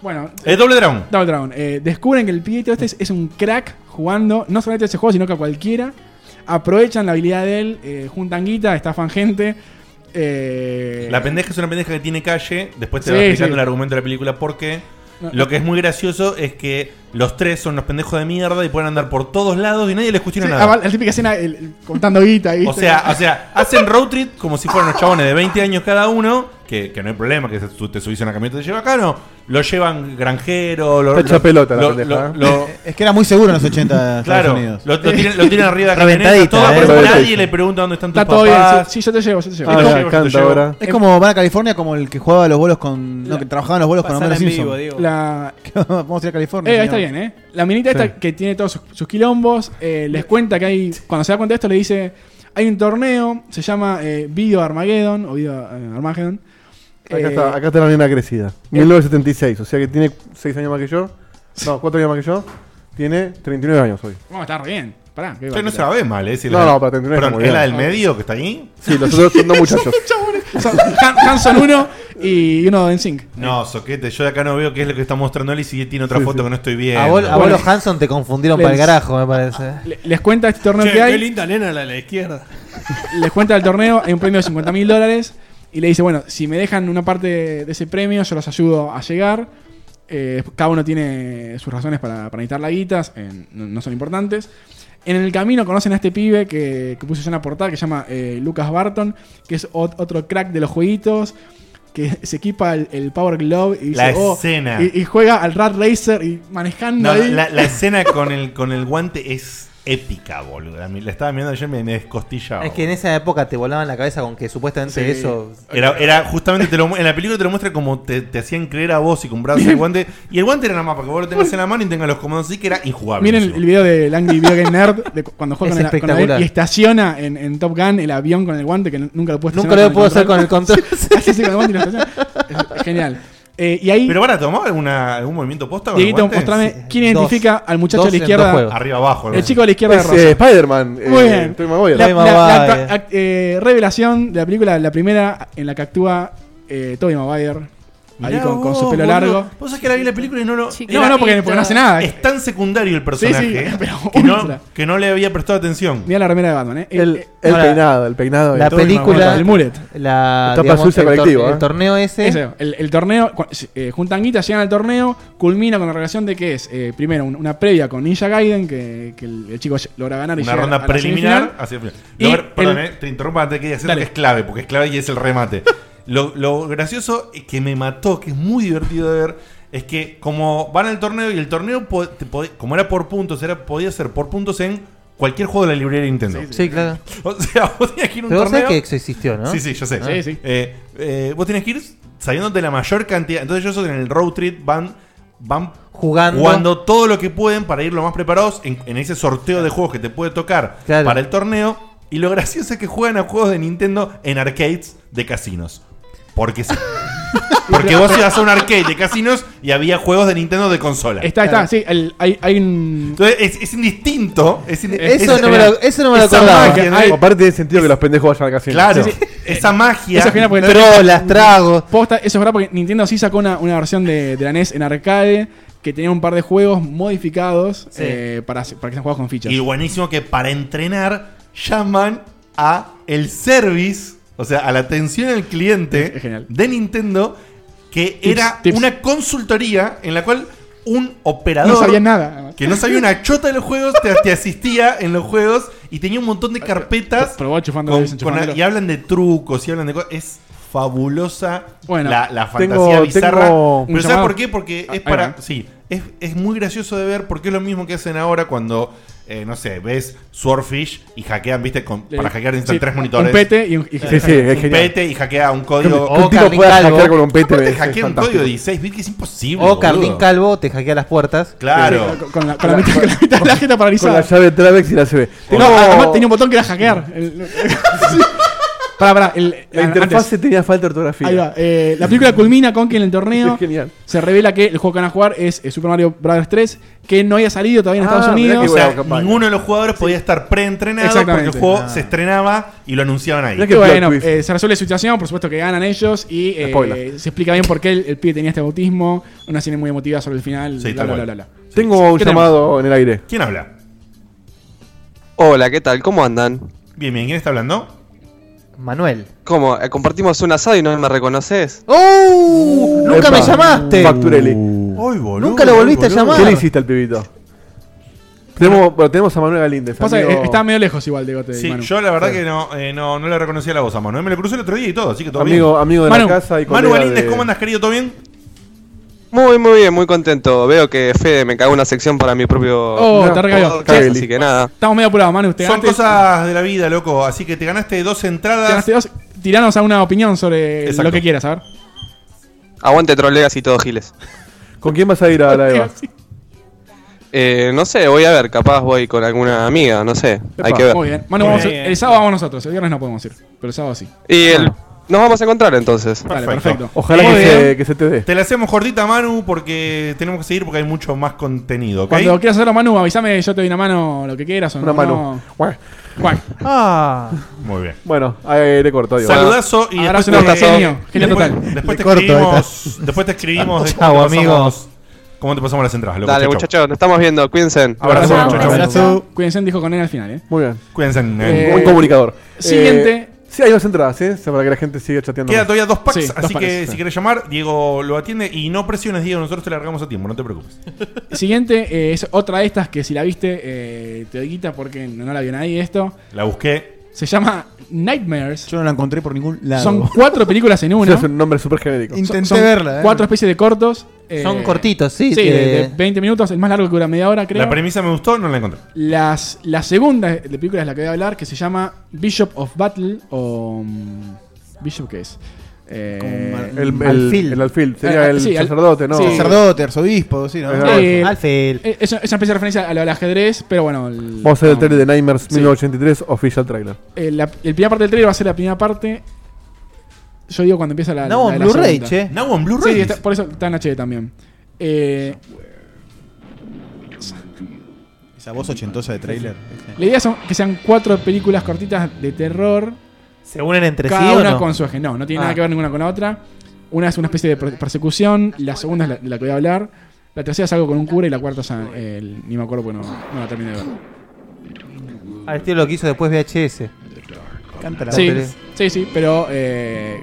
Speaker 5: Bueno.
Speaker 3: Eh, Double Dragon.
Speaker 5: Double Dragon. Eh, descubren que el pibito este es, es un crack jugando, no solamente a ese juego, sino que a cualquiera. Aprovechan la habilidad de él, eh, juntan guita, estafan gente. eh,
Speaker 3: La pendeja es una pendeja que tiene calle. Después te
Speaker 5: Sí,
Speaker 3: va explicando
Speaker 5: sí.
Speaker 3: el argumento de la película porque
Speaker 5: No.
Speaker 3: lo que es muy gracioso es que los tres son los pendejos de mierda y pueden andar por todos lados y nadie les cuestiona
Speaker 5: sí,
Speaker 3: nada.
Speaker 5: ah, va, la típica escena el- el- contando guita. ¿viste? Eh,
Speaker 3: O sea, o sea, hacen road trip como si fueran los chabones de 20 años cada uno, que, que no hay problema, que se- tú te subís en la camioneta y te lleva acá, no. Lo llevan granjero, lo.
Speaker 4: Te echa
Speaker 3: lo-
Speaker 4: pelota la
Speaker 3: lo-
Speaker 5: ¿eh?
Speaker 4: pendeja, ¿eh?
Speaker 3: lo- lo-
Speaker 11: Es que era muy seguro en los 80 Estados
Speaker 3: Claro,
Speaker 11: Unidos.
Speaker 3: lo, lo tiran, lo
Speaker 11: [laughs]
Speaker 3: tiran arriba de la camioneta,
Speaker 11: Reventadita,
Speaker 3: toda,
Speaker 11: eh.
Speaker 3: pero nadie
Speaker 11: Reventadita.
Speaker 3: le pregunta dónde están tus
Speaker 5: Está todo bien,
Speaker 3: papás.
Speaker 5: sí, sí, yo te llevo, yo te llevo.
Speaker 3: Ah,
Speaker 5: Yo te
Speaker 3: ya,
Speaker 5: llevo, yo te
Speaker 3: canta
Speaker 5: llevo.
Speaker 3: ahora.
Speaker 11: Es como van a California como el que jugaba los bolos con. No, que trabajaba en los bolos con Homero
Speaker 5: Pasala en
Speaker 11: Simpson.
Speaker 5: vivo, Diego.
Speaker 11: [laughs]
Speaker 5: La-
Speaker 11: Vamos a ir a California.
Speaker 5: Eh, ahí está
Speaker 11: señor.
Speaker 5: bien, ¿eh? La minita
Speaker 11: Sí.
Speaker 5: esta que tiene todos sus, sus quilombos, eh, les cuenta que hay, cuando se da cuenta de esto, le dice, hay un torneo, se llama eh, Video Armageddon, o Video eh, Armageddon.
Speaker 4: Acá,
Speaker 5: Eh,
Speaker 4: está, acá está la nena crecida. 1976, o sea que tiene 6 años más que yo. No, 4 años más que yo. Tiene 39 años hoy.
Speaker 5: Vamos a estar re bien. Pará, que
Speaker 3: Usted no se la ve mal, ¿eh? Si
Speaker 4: No,
Speaker 3: la-
Speaker 4: no, para 39
Speaker 3: Perdón,
Speaker 4: está muy [laughs]
Speaker 3: ¿es la del
Speaker 4: bien.
Speaker 3: medio que está ahí?
Speaker 4: Sí, los otros son dos muchachos.
Speaker 5: [laughs] Son Han- Hanson 1 y uno de NSYNC.
Speaker 3: [laughs] No, Soquete, yo de acá no veo qué es lo que está mostrando él y si tiene otra foto que no estoy viendo.
Speaker 6: A vos, a vos los Hanson te confundieron
Speaker 5: Les-
Speaker 6: para el carajo, me parece.
Speaker 5: Le- Les cuenta este torneo
Speaker 6: Che,
Speaker 5: que hay.
Speaker 6: qué
Speaker 5: linda nena la de la izquierda. Les cuenta el torneo, hay un premio de 50 mil dólares. Y le dice, bueno, si me dejan una parte de ese premio, yo los ayudo a llegar. Eh, cada uno tiene sus razones para, para necesitar la guita, eh, no, no son importantes. En el camino conocen a este pibe que, que puse yo en la portada, que se llama eh, Lucas Barton, que es ot- otro crack de los jueguitos, que se equipa el, el Power Glove y,
Speaker 3: La
Speaker 5: dice, "Oh",
Speaker 3: escena.
Speaker 5: y, y juega al Rat Racer y manejando
Speaker 3: No,
Speaker 5: ahí.
Speaker 3: la, la escena con el, con el guante es épica, boludo. A mí- La estaba mirando ayer y me, me descostillaba.
Speaker 6: Es que en esa época te volaban la cabeza con que supuestamente
Speaker 3: Sí.
Speaker 6: eso.
Speaker 3: Era, era justamente, te lo mu- en la película te lo muestra como te, te hacían creer a vos y comprabas el guante. Y el guante era nada más para que vos lo tengas en la mano y tengas los comandos así que era injugable.
Speaker 5: Miren el, el video de Angry Video Game Nerd de cu- cuando juega
Speaker 3: Es
Speaker 5: con el- con el,
Speaker 3: espectacular.
Speaker 5: y estaciona en, en Top Gun el avión con el guante que n- nunca lo puedo
Speaker 6: Nunca lo puedo hacer con el
Speaker 5: control. [laughs] Hace así con el guante y lo
Speaker 3: [laughs]
Speaker 5: estaciona. Es- es Genial. Eh, y ahí.
Speaker 3: Pero para tomar alguna, algún movimiento posta con el
Speaker 5: Dieguito,
Speaker 3: guante?
Speaker 5: mostrame
Speaker 3: Sí.
Speaker 5: quién
Speaker 3: Dos.
Speaker 5: identifica al muchacho de
Speaker 3: Dos
Speaker 5: la
Speaker 3: en dos
Speaker 5: izquierda.
Speaker 3: juegos. Arriba, abajo,
Speaker 5: El
Speaker 3: ¿no?
Speaker 5: chico de la izquierda
Speaker 4: Es,
Speaker 5: de Rosa.
Speaker 4: eh, Spider-Man, eh,
Speaker 5: Muy bien.
Speaker 4: Tobey Maguire.
Speaker 5: La,
Speaker 4: Tobey
Speaker 5: la- la-
Speaker 4: Maguire.
Speaker 5: act- eh, revelación de la película, la primera en la que actúa eh, Tobey Maguire. Ahí
Speaker 3: Mirá
Speaker 5: con, con
Speaker 3: vos,
Speaker 5: su pelo
Speaker 3: boludo.
Speaker 5: largo.
Speaker 3: Vos sabés que la vi la película y no lo.
Speaker 5: No, no, porque- porque no hace nada.
Speaker 3: Es tan secundario el personaje ¿eh?
Speaker 5: Sí, sí, [laughs] pero
Speaker 3: que,
Speaker 5: ultra.
Speaker 3: no, que no le había prestado atención.
Speaker 5: Mira la remera de Batman, ¿eh?
Speaker 4: El,
Speaker 5: Eh,
Speaker 4: el
Speaker 5: ahora-
Speaker 4: peinado, el peinado.
Speaker 5: la
Speaker 4: Todo el
Speaker 5: película-
Speaker 4: mamuelo.
Speaker 5: el mullet.
Speaker 6: La,
Speaker 4: Tapa
Speaker 6: digamos,
Speaker 4: sucia
Speaker 6: el tor-
Speaker 4: colectivo,
Speaker 6: el
Speaker 4: ¿eh?
Speaker 6: torneo ese.
Speaker 5: Eso, el, el torneo, cu- eh, juntan guita, llegan al torneo, culmina con la relación de que es, eh, primero, un- una previa con Ninja Gaiden, que, que el, el chico ll- logra ganar y
Speaker 3: Una
Speaker 5: llega a
Speaker 3: ronda
Speaker 5: la
Speaker 3: preliminar.
Speaker 5: semifinal.
Speaker 3: hacia el final.
Speaker 5: Y
Speaker 3: Lo ver- perdón,
Speaker 5: el-
Speaker 3: eh, te interrumpo antes que digas esto, que es clave, porque es clave y es
Speaker 5: [laughs]
Speaker 3: el remate. lo, lo gracioso es que me mató, que es muy divertido de ver, es que como van al torneo y el torneo, po- te pod- como era por puntos, era podía ser por puntos en cualquier juego de la librería de Nintendo.
Speaker 6: Sí, sí, claro.
Speaker 3: [laughs] O sea, vos tenías que ir a un
Speaker 6: Pero vos
Speaker 3: torneo.
Speaker 6: sabés que eso existió, ¿no? Ah.
Speaker 3: Sí, sí, yo sé.
Speaker 6: Sí, sí.
Speaker 3: Eh, eh, vos tenés que ir sabiéndote la mayor cantidad. Entonces, ellos en el road trip van. Van
Speaker 6: Jugando.
Speaker 3: jugando todo lo que pueden para ir lo más preparados en, en ese sorteo de juegos que te puede tocar
Speaker 6: Claro.
Speaker 3: para el torneo. Y lo gracioso es que juegan a juegos de Nintendo en arcades de casinos.
Speaker 6: [laughs]
Speaker 3: Porque sí. Porque vos ibas a un arcade de casinos y había juegos de Nintendo de consola.
Speaker 5: Está, está, sí, el- hay, hay un...
Speaker 3: Entonces es, es indistinto. es indi- es- esa magia, ¿no?
Speaker 4: Hay- Aparte tiene sentido que los pendejos vayan al casino.
Speaker 3: Claro. [laughs] Esa magia.
Speaker 5: Eso es genial porque-
Speaker 3: Trolas, [laughs] tragos.
Speaker 5: Posta, eso es verdad porque Nintendo sí sacó una, una versión de, de la NES en arcade que tenía un par de juegos modificados
Speaker 3: Sí.
Speaker 5: eh, para, para que sean jugados con fichas.
Speaker 3: Y buenísimo que para entrenar llaman a el service, o sea, a la atención al cliente de Nintendo, que
Speaker 5: Tips,
Speaker 3: era
Speaker 5: tips.
Speaker 3: una consultoría en la cual un operador
Speaker 5: No sabía nada.
Speaker 3: que no sabía una chota de los juegos te, te asistía en los juegos y tenía un montón de carpetas
Speaker 5: Pero vos chufándolo,
Speaker 3: con-
Speaker 5: desenchufándolo.
Speaker 3: con- y hablan de trucos y hablan de cosas. Es fabulosa
Speaker 5: Bueno,
Speaker 3: la, la
Speaker 5: tengo-
Speaker 3: fantasía bizarra.
Speaker 5: tengo un
Speaker 3: Pero ¿sabes
Speaker 5: llamado.
Speaker 3: por qué? Porque
Speaker 5: Ah,
Speaker 3: es
Speaker 5: ahí
Speaker 3: para.
Speaker 5: va.
Speaker 3: Sí, es, es muy gracioso de ver porque es lo mismo que hacen ahora cuando, eh, no sé, ves Swordfish y hackean, viste, Con- para hackear necesitan
Speaker 5: sí,
Speaker 3: tres
Speaker 5: un
Speaker 3: monitores.
Speaker 5: pete y un- y-
Speaker 4: Sí, sí, es
Speaker 3: Un
Speaker 4: genial.
Speaker 3: pete y hackea un código. Oh,
Speaker 4: Que un tipo
Speaker 3: Carlin
Speaker 4: pueda
Speaker 3: Calvo.
Speaker 4: hackear con un pete
Speaker 3: Aparte,
Speaker 4: es
Speaker 3: hackea un
Speaker 4: fantástico.
Speaker 3: código de 16 bits que es imposible.
Speaker 6: O Carlín
Speaker 3: boludo.
Speaker 6: Calvo te hackea las puertas.
Speaker 3: Claro.
Speaker 5: Con, con la, con la mitad, con la mitad de la jeta
Speaker 4: Con
Speaker 5: paralizada.
Speaker 4: la llave Travex y la CB.
Speaker 5: Tengo- Además tenía un botón que
Speaker 4: [laughs]
Speaker 5: era hackear. El- [laughs] Pará, pará. el-
Speaker 4: La
Speaker 5: an-
Speaker 4: interfaz
Speaker 5: antes.
Speaker 4: tenía falta de ortografía.
Speaker 5: Ahí va. Eh, la película culmina con que en el torneo
Speaker 4: Es genial.
Speaker 5: se revela que el juego que van a jugar es eh, Super Mario Bros. 3, que no había salido todavía en
Speaker 3: Ah,
Speaker 5: Estados
Speaker 3: mirá
Speaker 5: Unidos.
Speaker 3: que bueno, capaz. ninguno de los jugadores podía estar preentrenado porque el
Speaker 5: Exactamente.
Speaker 3: juego
Speaker 5: Ah.
Speaker 3: se estrenaba y lo anunciaban ahí.
Speaker 5: Y bueno, eh, se resuelve la situación, por supuesto que ganan ellos y eh,
Speaker 3: Spoiler.
Speaker 5: se explica bien por qué el, el pibe tenía este bautismo, una escena muy emotiva sobre el final, bla, bla, bla, bla, bla.
Speaker 4: Tengo
Speaker 5: sí.
Speaker 4: un
Speaker 5: ¿Qué
Speaker 4: llamado en el aire.
Speaker 3: ¿Quién habla?
Speaker 16: Hola, ¿qué tal? ¿Cómo andan?
Speaker 3: Bien, bien, ¿quién está hablando?
Speaker 16: Manuel. ¿Cómo? Eh, ¿Compartimos un asado y no me reconoces?
Speaker 6: ¡Oh! ¡Nunca me llamaste!
Speaker 4: Facturelli.
Speaker 6: Nunca lo volviste a llamar.
Speaker 4: ¿Qué le hiciste al pibito? Tenemos, bueno, tenemos a Manuel Galíndez.
Speaker 5: Pasa que eh,
Speaker 4: amigo-
Speaker 5: está medio lejos igual de Gote. y
Speaker 3: Sí,
Speaker 5: Manu.
Speaker 3: yo la verdad que no, eh, no, no le reconocía la voz a Manuel. Me lo crucé el otro día y todo, así que todo
Speaker 4: Amigo-
Speaker 3: bien.
Speaker 4: amigo de la
Speaker 3: Manu,
Speaker 4: casa y
Speaker 3: Manu
Speaker 4: colega
Speaker 3: Galíndez,
Speaker 4: de-
Speaker 3: ¿cómo andas, querido? ¿Todo bien?
Speaker 16: Muy, muy bien, muy contento. Veo que Fede me cagó una sección para mi propio.
Speaker 5: Oh, te regaló.
Speaker 16: podcast,
Speaker 5: Che.
Speaker 16: Así que nada.
Speaker 5: Estamos medio apurados, Manu. Te
Speaker 3: Son
Speaker 5: ganaste-
Speaker 3: cosas de la vida, loco. Así que te ganaste dos
Speaker 5: te
Speaker 3: entradas.
Speaker 5: ganaste dos. Tiranos a una opinión sobre
Speaker 16: Exacto.
Speaker 5: lo que quieras, a ver.
Speaker 16: Aguante trolegas y todo giles.
Speaker 4: ¿Con quién vas a ir a la
Speaker 3: [laughs]
Speaker 4: EVA?
Speaker 16: Eh, no sé, voy a ver, capaz voy con alguna amiga, no sé. Hay que ver.
Speaker 5: Muy bien. Manu,
Speaker 16: Muy
Speaker 3: Eh,
Speaker 5: vamos a-
Speaker 16: bien.
Speaker 5: el sábado vamos nosotros, el viernes no podemos ir, pero el sábado sí.
Speaker 16: Y el- nos vamos a encontrar entonces.
Speaker 5: Dale, perfecto.
Speaker 3: Muy bien.
Speaker 4: te dé.
Speaker 3: Te la hacemos cortita, Manu, porque tenemos que seguir porque hay mucho más contenido, ¿ok?
Speaker 5: Cuando quieras hacerlo, Manu, avísame, yo te doy una mano, lo que quieras. o
Speaker 3: Una
Speaker 5: no.
Speaker 3: mano.
Speaker 5: Juan. Juan.
Speaker 4: Ah.
Speaker 3: Muy bien.
Speaker 4: Bueno, ahí le corto. adiós.
Speaker 3: Saludazo y
Speaker 5: Abrazo
Speaker 3: después
Speaker 5: enorme,
Speaker 3: te-
Speaker 5: genio. Genio
Speaker 3: después-
Speaker 5: total.
Speaker 3: Después te
Speaker 5: Le corto
Speaker 3: escribimos.
Speaker 5: esta.
Speaker 3: Después te escribimos de
Speaker 5: [laughs] Chau,
Speaker 3: cómo te
Speaker 5: amigos.
Speaker 3: pasamos- ¿Cómo te pasamos las entradas, loco?
Speaker 16: Dale,
Speaker 3: Chau, chau.
Speaker 16: muchachos, nos estamos viendo. Cuídense.
Speaker 5: Abrazo,
Speaker 3: Abrazo, muchachos.
Speaker 5: abrazo. Cuídense, dijo con él al final, ¿eh?
Speaker 4: Muy bien.
Speaker 3: Cuídense. Un
Speaker 5: Eh,
Speaker 4: buen comunicador.
Speaker 5: Siguiente.
Speaker 4: Eh, sí, hay dos entradas, ¿eh? O sea, Para que la gente siga chateando.
Speaker 3: Queda
Speaker 4: más.
Speaker 3: todavía dos packs,
Speaker 4: Sí, dos
Speaker 3: así que
Speaker 4: packs.
Speaker 3: si quieres llamar, Diego lo atiende y no presiones, Diego, nosotros te largamos a tiempo, no te preocupes.
Speaker 5: Siguiente eh, es otra de estas que si la viste, eh, te doy guita porque no la vio nadie esto.
Speaker 3: La busqué.
Speaker 5: Se llama Nightmares.
Speaker 11: Yo no la encontré por ningún lado. [laughs]
Speaker 5: Son cuatro
Speaker 4: [laughs]
Speaker 5: películas en una.
Speaker 4: Ese es un nombre súper genérico.
Speaker 5: Son- son Cuatro especies de cortos. eh,
Speaker 6: Son cortitos, sí,
Speaker 5: Sí,
Speaker 6: que-
Speaker 5: de, de 20 minutos, el más largo que dura media hora, creo.
Speaker 3: La premisa me gustó, no la encontré.
Speaker 5: Las, la segunda de película es la que voy a hablar, que se llama Bishop of Battle o... mm, ¿Bishop qué es? Eh,
Speaker 11: Como
Speaker 4: el- el- el alfil, sería el sacerdote, ¿no?
Speaker 11: Sacerdote, arzobispo, sí, ¿no?
Speaker 5: Eh,
Speaker 6: Alfil.
Speaker 5: eh, Es, una- es una especie de referencia a lo del ajedrez, pero bueno... el-
Speaker 4: Vamos a ver el
Speaker 5: no.
Speaker 4: trailer de Nightmares
Speaker 5: Sí.
Speaker 4: 1983, official trailer.
Speaker 5: Eh, la, el primera parte del trailer va a ser la primera parte. Yo digo cuando empieza la.
Speaker 6: Now
Speaker 5: la-
Speaker 6: on
Speaker 5: la
Speaker 6: Blu-ray,
Speaker 5: segunda.
Speaker 6: che. Now on Blu-ray.
Speaker 5: Sí, está- por eso está en HD también. Eh,
Speaker 11: Esa voz ochentosa de trailer.
Speaker 5: la idea son que sean cuatro películas cortitas de terror.
Speaker 11: ¿Se unen entre
Speaker 5: cada
Speaker 11: sí o
Speaker 5: una
Speaker 11: no?
Speaker 5: con su eje. No, no tiene nada
Speaker 11: Ah.
Speaker 5: que ver ninguna con la otra. Una es una especie de per- persecución. La segunda es la, la que voy a hablar. La tercera es algo con un cura y la cuarta es ah, el- ni me acuerdo porque no, no la terminé de ver.
Speaker 6: Al estilo lo que hizo después VHS. Canta la
Speaker 5: sí,
Speaker 6: tele.
Speaker 5: sí, sí, pero eh,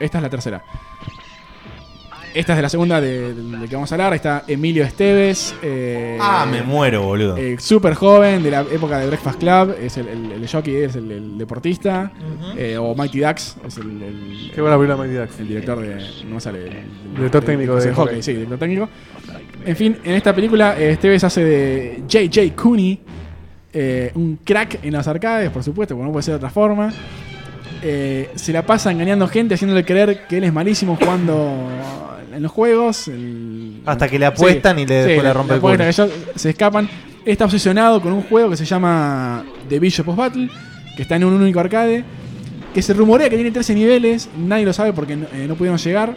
Speaker 5: esta es la tercera. Esta es de la segunda de, de- de que vamos a hablar. Ahí Está Emilio Esteves. eh,
Speaker 3: Ah, me muero, boludo.
Speaker 5: eh, Súper joven, de la época de Breakfast Club. Es el, el- el jockey, es el, el deportista. Eh, o Mighty Ducks. Es el, el-
Speaker 4: Qué buena película Mighty Ducks.
Speaker 5: El director de... No me sale. el-
Speaker 4: Director técnico de
Speaker 5: el hockey.
Speaker 4: hockey.
Speaker 5: Sí, director técnico. En fin, en esta película eh, Esteves hace de J.J. Cooney. eh, un crack en las arcades, por supuesto, porque no puede ser de otra forma. Eh, se la pasa engañando gente, haciéndole creer que él es malísimo jugando en los juegos. el-
Speaker 6: Hasta que le apuestan y le- después le rompe el
Speaker 5: apuestan,
Speaker 6: culo.
Speaker 5: ellos se escapan. Está obsesionado con un juego que se llama The Bishop of Battle, que está en un único arcade, que se rumorea que tiene 13 niveles, nadie lo sabe porque no, eh, no pudieron llegar.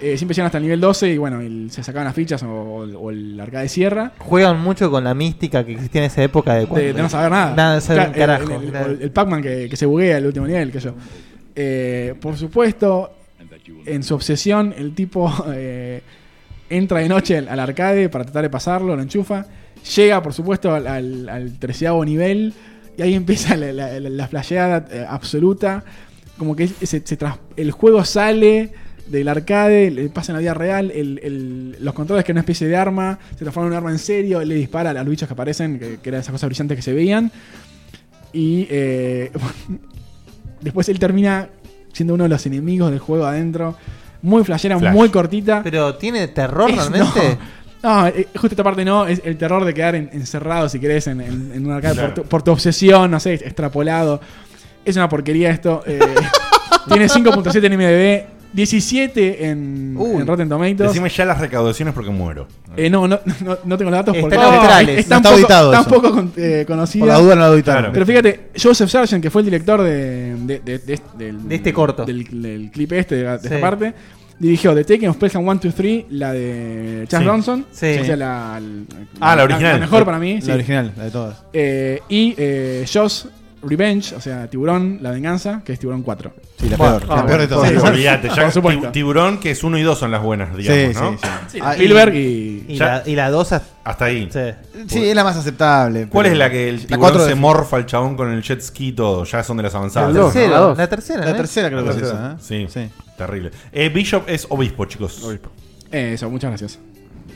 Speaker 5: Eh, siempre llegan hasta el nivel 12 y bueno, y se sacaban las fichas o, o el arcade cierra.
Speaker 6: Juegan mucho con la mística que existía en esa época de,
Speaker 5: De, de no saber nada.
Speaker 6: Nada, de saber un
Speaker 5: Claro, el-
Speaker 6: carajo.
Speaker 5: El,
Speaker 6: claro.
Speaker 5: el- el Pac-Man que, que se buguea el último nivel, que yo. Eh, por supuesto, en su obsesión, el tipo [laughs] eh, entra de noche al, al arcade para tratar de pasarlo, lo enchufa. Llega, por supuesto, al, al, al treceavo nivel. Y ahí empieza la, la, la- la flasheada eh, absoluta. Como que se- se tras- el juego sale del arcade, le pasa en la vida real. el- el- los controles, que es una especie de arma, se transforma en un arma en serio. Le dispara a los bichos que aparecen, que, que eran esas cosas brillantes que se veían. Y eh, [laughs] después él termina siendo uno de los enemigos del juego adentro. Muy flashera,
Speaker 6: Flash.
Speaker 5: muy cortita.
Speaker 6: Pero tiene terror
Speaker 5: [laughs] Es-
Speaker 6: realmente.
Speaker 5: no. No, eh, justo esta parte no, es el terror de quedar en- encerrado, si querés, en, en- en un arcade
Speaker 3: Claro.
Speaker 5: por, tu, por tu obsesión, no sé, extrapolado. Es una porquería esto.
Speaker 6: [laughs]
Speaker 5: eh, tiene 5.7 en MDB, 17 en, en Rotten Tomatoes.
Speaker 3: Decime ya las recaudaciones porque muero.
Speaker 5: Eh, no, no, no, no tengo los datos
Speaker 3: Están
Speaker 5: porque
Speaker 3: arbitrales,
Speaker 5: es
Speaker 3: no
Speaker 5: tan
Speaker 3: está
Speaker 5: poco-
Speaker 3: auditado
Speaker 5: tan
Speaker 3: eso.
Speaker 5: poco con- eh, conocida.
Speaker 3: Por la duda no lo auditaron.
Speaker 5: Pero fíjate, Joseph Sargent, que fue el director de, de, de- de- del-
Speaker 6: De este corto.
Speaker 5: Del, del clip este, de, la- de
Speaker 6: Sí.
Speaker 5: esta parte, dirigió The Taking of Pelham 1, 2, 3, la de Charles
Speaker 6: Sí.
Speaker 5: Bronson.
Speaker 6: Sí.
Speaker 5: O sea, la,
Speaker 6: Ah, la original.
Speaker 5: mejor para mí.
Speaker 6: La
Speaker 5: sí.
Speaker 6: original, la de todas.
Speaker 5: Eh, y eh, Jaws Revenge, o sea, Tiburón, La Venganza, que es Tiburón 4.
Speaker 3: Sí,
Speaker 5: Sí, sí.
Speaker 3: Olvídate, ya
Speaker 5: Por supuesto.
Speaker 3: Tib- tiburón que es uno y dos son las buenas, digamos,
Speaker 5: Sí,
Speaker 3: ¿no?
Speaker 5: sí, sí. Sí, Ah, Spielberg y- y
Speaker 3: Ya-
Speaker 6: Y la 2
Speaker 3: hasta ahí.
Speaker 11: Sí, es la más aceptable.
Speaker 3: ¿Cuál
Speaker 11: pero-
Speaker 3: es la que el
Speaker 11: La
Speaker 3: tiburón
Speaker 11: cuatro
Speaker 3: se
Speaker 11: de-
Speaker 3: morfa al chabón con el jet ski y todo? Ya son de las avanzadas.
Speaker 11: La tercera,
Speaker 3: ¿no? dos.
Speaker 11: la tercera, La ¿no? tercera creo
Speaker 3: La
Speaker 11: que es
Speaker 3: tercera.
Speaker 11: esa,
Speaker 3: Sí, terrible. Eh, Bishop es obispo, chicos.
Speaker 5: Eh, eso, muchas gracias.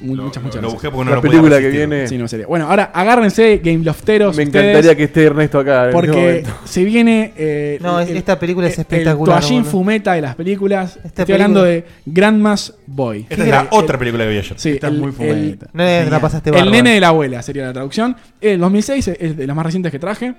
Speaker 5: Mu- muchas, muchas gracias.
Speaker 3: lo busqué porque no La lo podía película que resistir.
Speaker 4: viene-
Speaker 5: Sí, no sería. Bueno, ahora agárrense, Game Lofteros.
Speaker 4: Me
Speaker 5: ustedes,
Speaker 4: encantaría que esté Ernesto acá. en este
Speaker 5: Porque
Speaker 3: [laughs]
Speaker 4: momento.
Speaker 5: se viene. eh,
Speaker 6: No, es- esta película es
Speaker 5: el
Speaker 6: espectacular,
Speaker 5: toallín
Speaker 6: boludo.
Speaker 5: fumeta de las películas. Estoy
Speaker 6: película-
Speaker 5: hablando de Grandma's Boy.
Speaker 3: Esta es la otra película que vi ayer.
Speaker 5: Sí,
Speaker 3: Esta es
Speaker 5: el-
Speaker 3: muy fumeta.
Speaker 5: el-
Speaker 3: No, la
Speaker 5: Bien.
Speaker 3: pasaste
Speaker 5: El
Speaker 3: bárbaro.
Speaker 5: nene de la abuela sería la traducción. El 2006 es de las más recientes que traje.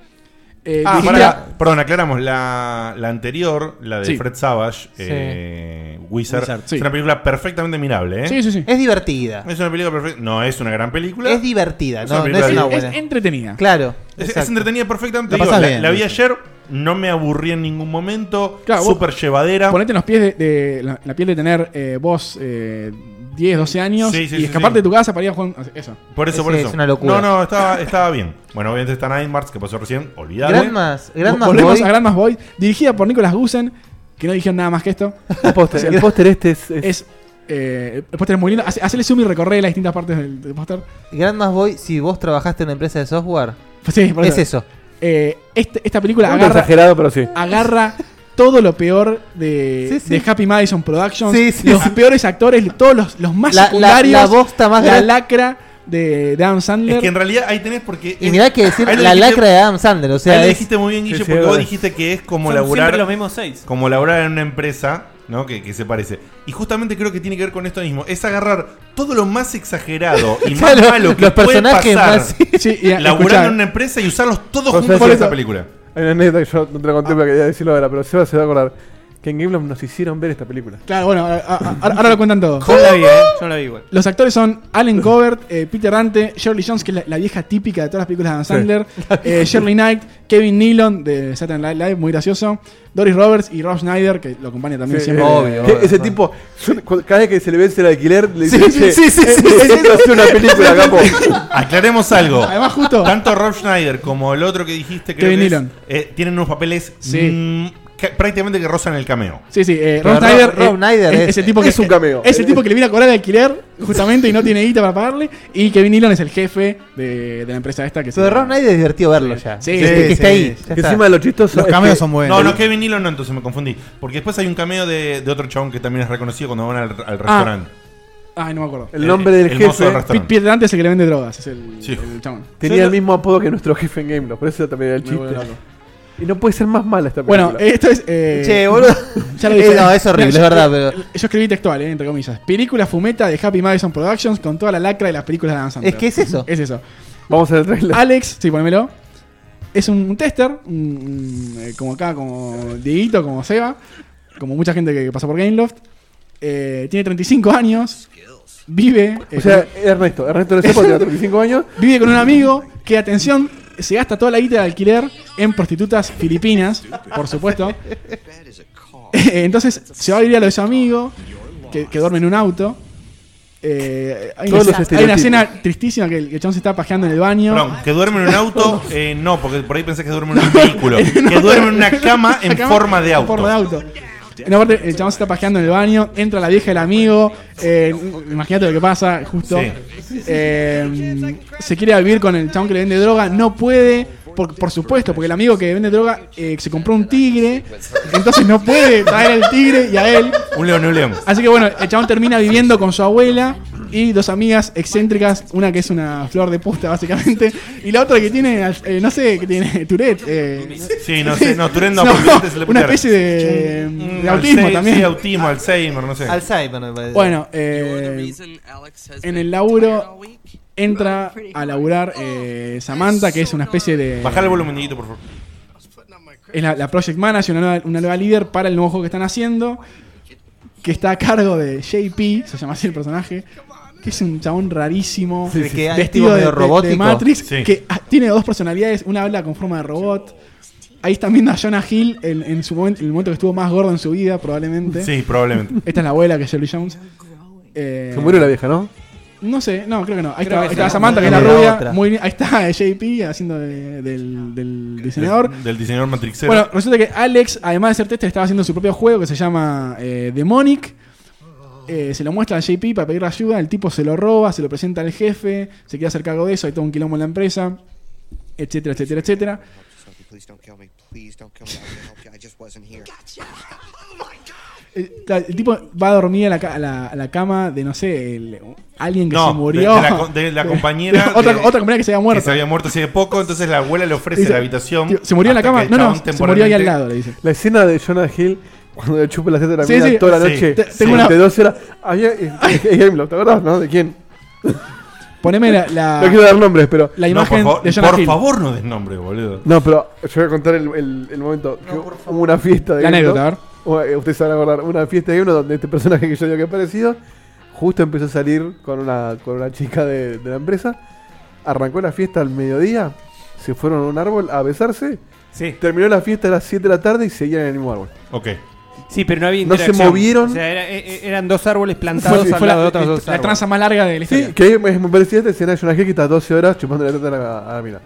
Speaker 5: Eh,
Speaker 3: Ah,
Speaker 5: dirigida-
Speaker 3: pará, perdón, aclaramos. La, la anterior, la de
Speaker 5: Sí.
Speaker 3: Fred Savage,
Speaker 5: Sí.
Speaker 3: eh, Wizard,
Speaker 5: Wizard,
Speaker 3: es
Speaker 5: sí.
Speaker 3: una película perfectamente mirable. ¿eh?
Speaker 5: Sí, sí, sí.
Speaker 6: Es divertida.
Speaker 3: Es una película perfecta. No es una gran película.
Speaker 6: Es divertida, no,
Speaker 3: una
Speaker 6: no
Speaker 3: película
Speaker 6: es una
Speaker 3: bien.
Speaker 6: buena.
Speaker 5: Es entretenida.
Speaker 6: Claro.
Speaker 3: Es, es
Speaker 6: exacto.
Speaker 3: entretenida perfectamente.
Speaker 6: La
Speaker 3: Digo, La,
Speaker 6: pasás bien,
Speaker 3: la vi
Speaker 6: sí.
Speaker 3: ayer, no me aburrí en ningún momento.
Speaker 5: Claro, vos
Speaker 3: Súper llevadera.
Speaker 5: Ponete en los pies de, de la, la piel de tener eh, vos eh, 10, 12 años
Speaker 3: Sí, sí,
Speaker 5: y
Speaker 3: sí,
Speaker 5: escaparte de
Speaker 3: sí.
Speaker 5: tu casa para ir a jugar. Eso.
Speaker 3: Por eso, por eso. No, no, estaba, estaba bien. Bueno, obviamente está Nightmares, que pasó recién. Olvidable.
Speaker 5: Volvemos a Grandmas Boy, dirigida por Nicolas Gusen, que no dijeron nada más que esto. El [laughs]
Speaker 4: póster- el póster este es- es-
Speaker 5: eh, el póster es muy lindo. Hace- Hacele zoom y recorré las distintas partes del, del póster.
Speaker 6: Grandmas Boy, si vos trabajaste en una empresa de software,
Speaker 5: Sí, por
Speaker 6: es eso.
Speaker 5: Eh, este- esta película
Speaker 6: Un
Speaker 5: agarra,
Speaker 6: poco exagerado, pero sí.
Speaker 5: agarra todo lo peor de,
Speaker 6: Sí, sí.
Speaker 5: de Happy Madison Productions.
Speaker 6: Sí, sí,
Speaker 5: los
Speaker 6: sí.
Speaker 5: peores actores, todos los, los más
Speaker 6: La- la-
Speaker 5: secundarios.
Speaker 6: la bosta más
Speaker 5: La
Speaker 6: grande.
Speaker 5: lacra de, de Adam Sandler.
Speaker 3: Es que en realidad ahí tenés porque.
Speaker 6: Y mirá que decir
Speaker 3: ahí lo
Speaker 6: la
Speaker 3: dijiste-
Speaker 6: lacra de Adam Sandler, o sea,
Speaker 3: ahí lo
Speaker 6: es-
Speaker 3: dijiste muy bien, Guille,
Speaker 6: Sí, sí,
Speaker 3: porque
Speaker 6: es
Speaker 3: vos
Speaker 6: verdad.
Speaker 3: dijiste que es como
Speaker 6: Son
Speaker 3: laburar.
Speaker 6: siempre los mismos seis.
Speaker 3: Como laburar en una empresa, ¿no? Que, que se parece. Y justamente creo que tiene que ver con esto mismo. Es agarrar todo lo más
Speaker 6: [laughs]
Speaker 3: exagerado y más
Speaker 6: Claro,
Speaker 3: malo que
Speaker 6: los
Speaker 3: puede
Speaker 6: personajes
Speaker 3: pasar.
Speaker 6: más- [laughs] Sí, y a-
Speaker 3: laburar
Speaker 6: escuchá.
Speaker 3: en una empresa y usarlos todos
Speaker 4: Por
Speaker 3: juntos en
Speaker 4: eso- [laughs]
Speaker 3: esa película.
Speaker 4: Hay una anécdota que yo no te la conté, pero quería decirlo ahora, pero Seba se va a acordar. Que en Gameloft nos hicieron ver esta película.
Speaker 5: Claro, bueno, a- a- ahora, ahora lo cuentan todo.
Speaker 4: Yo la vi, ¿eh? Yo la vi igual.
Speaker 5: Los actores son Alan Covert, eh, Peter Dante, Shirley Jones, que es la, la vieja típica de todas las películas de Adam Sandler, eh, Shirley Knight, Kevin Nealon de Saturday Night Live, muy gracioso, Doris Roberts y Rob Schneider, que lo acompaña también
Speaker 4: Sí,
Speaker 5: siempre.
Speaker 4: eh, que ese tipo, yo- cu- cada vez que se le vence el alquiler, le
Speaker 5: Sí,
Speaker 4: dice:
Speaker 5: sí, sí, sí,
Speaker 4: "Eh,
Speaker 5: sí,
Speaker 4: eh,
Speaker 5: sí,
Speaker 4: esto
Speaker 5: sí,
Speaker 4: es una
Speaker 5: sí.
Speaker 4: película, capo.
Speaker 3: Aclaremos algo.
Speaker 5: Además, justo.
Speaker 3: Tanto Rob Schneider como el otro que dijiste, creo
Speaker 5: Kevin
Speaker 3: que es,
Speaker 5: Nealon.
Speaker 3: eh, tienen unos papeles mm, que prácticamente que rozan el cameo.
Speaker 5: Sí, sí, eh,
Speaker 3: Pero
Speaker 5: Rob
Speaker 3: Rob-
Speaker 5: Schneider, eh,
Speaker 3: Rob Schneider
Speaker 5: es,
Speaker 3: es-
Speaker 5: el
Speaker 6: [laughs]
Speaker 5: tipo que
Speaker 3: es un cameo.
Speaker 5: Es el tipo que le viene a cobrar de alquiler justamente y no tiene guita para pagarle y Kevin Nealon es el jefe de, de la empresa esta que se
Speaker 6: Pero Rob Schneider es divertido verlo ya.
Speaker 5: Sí,
Speaker 6: Que- que está ahí. ya está.
Speaker 3: No, no, Kevin Nealon no, entonces me confundí. Porque después hay un cameo de, de otro chabón que también es reconocido cuando van al,
Speaker 5: Ah.
Speaker 3: al restaurante.
Speaker 5: Ay, no me acuerdo.
Speaker 3: El nombre del El jefe- mozo del restaurante.
Speaker 5: Peter Dante es el que le vende drogas, es el, el chabón.
Speaker 4: Tenía el mismo apodo que nuestro jefe en Gameloft, por eso también era el
Speaker 5: vuelve
Speaker 4: chiste.
Speaker 5: loco.
Speaker 4: Y no puede ser más mala esta película.
Speaker 5: Bueno, esto es. eh,
Speaker 4: Che, boludo.
Speaker 5: [laughs] ya lo dije.
Speaker 4: Eh, [laughs] no, es horrible,
Speaker 5: Mira,
Speaker 4: es
Speaker 5: yo-
Speaker 4: verdad,
Speaker 5: Yo escribí textual, eh, entre comillas. Película fumeta de Happy Madison Productions con toda la lacra de las películas de Adam Sandler.
Speaker 6: Es que es eso.
Speaker 5: Es eso.
Speaker 4: Vamos al trailer.
Speaker 5: Alex, sí, ponémelo. Es un tester, un- un, eh, como acá, como Dieguito, como Seba, como mucha gente que, que pasa por Gameloft. Eh, tiene 35 años. Vive. eh,
Speaker 4: O sea,
Speaker 5: con-
Speaker 4: Ernesto, Ernesto Lesopo tiene 35 años.
Speaker 5: Vive con un amigo que, atención, se gasta toda la guita de alquiler en prostitutas filipinas, por supuesto. [laughs] Entonces se va a vivir a los amigos que, que duermen en un auto. Eh, hay, una,
Speaker 3: Todos los
Speaker 5: hay una
Speaker 3: estereotipos.
Speaker 5: escena tristísima que el, que el chabón se está pajeando en el baño.
Speaker 3: Perdón, que duerme en
Speaker 5: [laughs]
Speaker 3: un auto, eh, no, porque por ahí pensé que duerme en un vehículo. que duerme en una cama
Speaker 5: [laughs]
Speaker 3: en
Speaker 5: Acá,
Speaker 3: forma de
Speaker 5: en
Speaker 3: auto.
Speaker 5: forma de auto. En aparte, el chabón se está pajeando en el baño, entra la vieja del amigo, eh, imagínate lo que pasa, justo. Eh, se quiere vivir con el chabón que le vende droga, no puede, por, por supuesto, porque el amigo que vende droga eh, se compró un tigre, entonces no puede traer al tigre y a él.
Speaker 3: Un león, un león.
Speaker 5: Así que bueno, el chabón termina viviendo con su abuela y dos amigas excéntricas, una que es una flor de puta básicamente, y la otra que tiene, eh, no sé, que tiene Tourette. eh,
Speaker 3: Sí, no sé, no,
Speaker 5: [laughs]
Speaker 3: Turendo
Speaker 5: No,
Speaker 3: aparentemente se le
Speaker 5: Una
Speaker 3: putearon.
Speaker 5: especie de,
Speaker 3: Mm,
Speaker 5: de autismo
Speaker 3: Alzheimer,
Speaker 5: también.
Speaker 3: Sí, autismo, Alzheimer, no sé.
Speaker 6: Alzheimer, me parece.
Speaker 5: Bueno, eh, en el laburo entra a laburar eh, Samantha, que es una especie de...
Speaker 3: Baja el volumen, Dieguito, por favor.
Speaker 5: Es la, la project manager, una nueva, una nueva líder para el nuevo juego que están haciendo, que está a cargo de JP, se llama así el personaje. Que es un chabón rarísimo,
Speaker 6: Sí, sí, sí. Tipo
Speaker 5: vestido de,
Speaker 6: medio
Speaker 5: de- de
Speaker 6: robótico.
Speaker 5: Matrix,
Speaker 6: Sí.
Speaker 5: que ah, tiene dos personalidades, una habla con forma de robot. Ahí están viendo a Jonah Hill en, en su momento, en el momento que estuvo más gordo en su vida, probablemente.
Speaker 3: Sí, probablemente.
Speaker 5: Esta es la abuela que es Shirley Jones. Eh,
Speaker 4: Se murió la vieja, ¿no?
Speaker 5: no sé, no, creo que no. Ahí
Speaker 4: Creo
Speaker 5: está,
Speaker 4: que
Speaker 5: ahí está
Speaker 4: sí.
Speaker 5: Samantha, que es la
Speaker 4: Era
Speaker 5: rubia.
Speaker 4: otra.
Speaker 5: Muy bien. Ahí está [laughs] JP haciendo de- eh, del, del diseñador.
Speaker 3: Del, del diseñador Matrixero.
Speaker 5: Bueno, resulta que Alex, además de ser tester, estaba haciendo su propio juego que se llama eh, Demonic. Eh, se lo muestra a JP para pedir ayuda. El tipo se lo roba, se lo presenta al jefe, se quiere hacer cargo de eso. Hay todo un quilombo en la empresa, etcétera, etcétera, etcétera.
Speaker 24: Please don't kill me. Please don't kill me. I can help you. I just wasn't here.
Speaker 5: Eh, claro, El tipo va a dormir a la, ca- a la- a la cama de, no sé, el- alguien que
Speaker 3: No,
Speaker 5: se murió.
Speaker 3: De, de la, co-
Speaker 5: [laughs]
Speaker 3: de la compañera.
Speaker 5: otra,
Speaker 3: de-
Speaker 5: otra compañera que se había muerto.
Speaker 3: Que se había muerto hace poco, entonces la abuela le ofrece
Speaker 5: Dice,
Speaker 3: la habitación.
Speaker 5: tío, ¿se murió en la
Speaker 3: hasta
Speaker 5: cama?
Speaker 3: que el
Speaker 5: No, no,
Speaker 3: chabón
Speaker 5: se murió ahí al
Speaker 3: temporalmente-
Speaker 5: lado, le dice.
Speaker 4: La escena de Jonah Hill cuando le chupa la teta de la
Speaker 5: Sí,
Speaker 4: mina
Speaker 5: sí.
Speaker 4: toda la
Speaker 5: Sí.
Speaker 4: noche.
Speaker 5: Te- tengo
Speaker 4: durante
Speaker 5: una-
Speaker 4: 12 horas. Había. eh, eh, Gameloft, ¿te acordás, no? ¿De quién?
Speaker 5: Poneme la- la-
Speaker 4: No quiero dar nombres, pero.
Speaker 5: la
Speaker 3: No,
Speaker 5: imagen
Speaker 3: por favor,
Speaker 5: de Jonah
Speaker 3: por
Speaker 5: Hill.
Speaker 3: favor, no des nombre, boludo.
Speaker 4: No, pero yo voy a contar el, el- el momento. que hubo una fiesta de
Speaker 5: La
Speaker 4: Gameloft.
Speaker 5: anécdota,
Speaker 4: Bueno, eh, Ustedes se van a acordar. Una fiesta de uno donde este personaje que yo digo que ha aparecido justo empezó a salir con una, con una chica de, de la empresa. Arrancó la fiesta al mediodía. Se fueron a un árbol a besarse. Terminó la fiesta a las 7 de la tarde y seguían en el mismo árbol.
Speaker 3: Ok.
Speaker 8: Sí, pero no había
Speaker 4: No se
Speaker 8: interacción.
Speaker 4: movieron.
Speaker 8: O sea, era- e- e- eran dos árboles plantados
Speaker 4: Fue-
Speaker 8: al
Speaker 4: fue
Speaker 8: lado
Speaker 4: la-
Speaker 8: de otros
Speaker 4: la-
Speaker 8: dos
Speaker 4: la
Speaker 8: árboles.
Speaker 5: tranza más larga de la historia.
Speaker 4: Sí, que me, me parecía esta escena de Jonah Hill que está 12 horas chupando la teta a la, a la mina.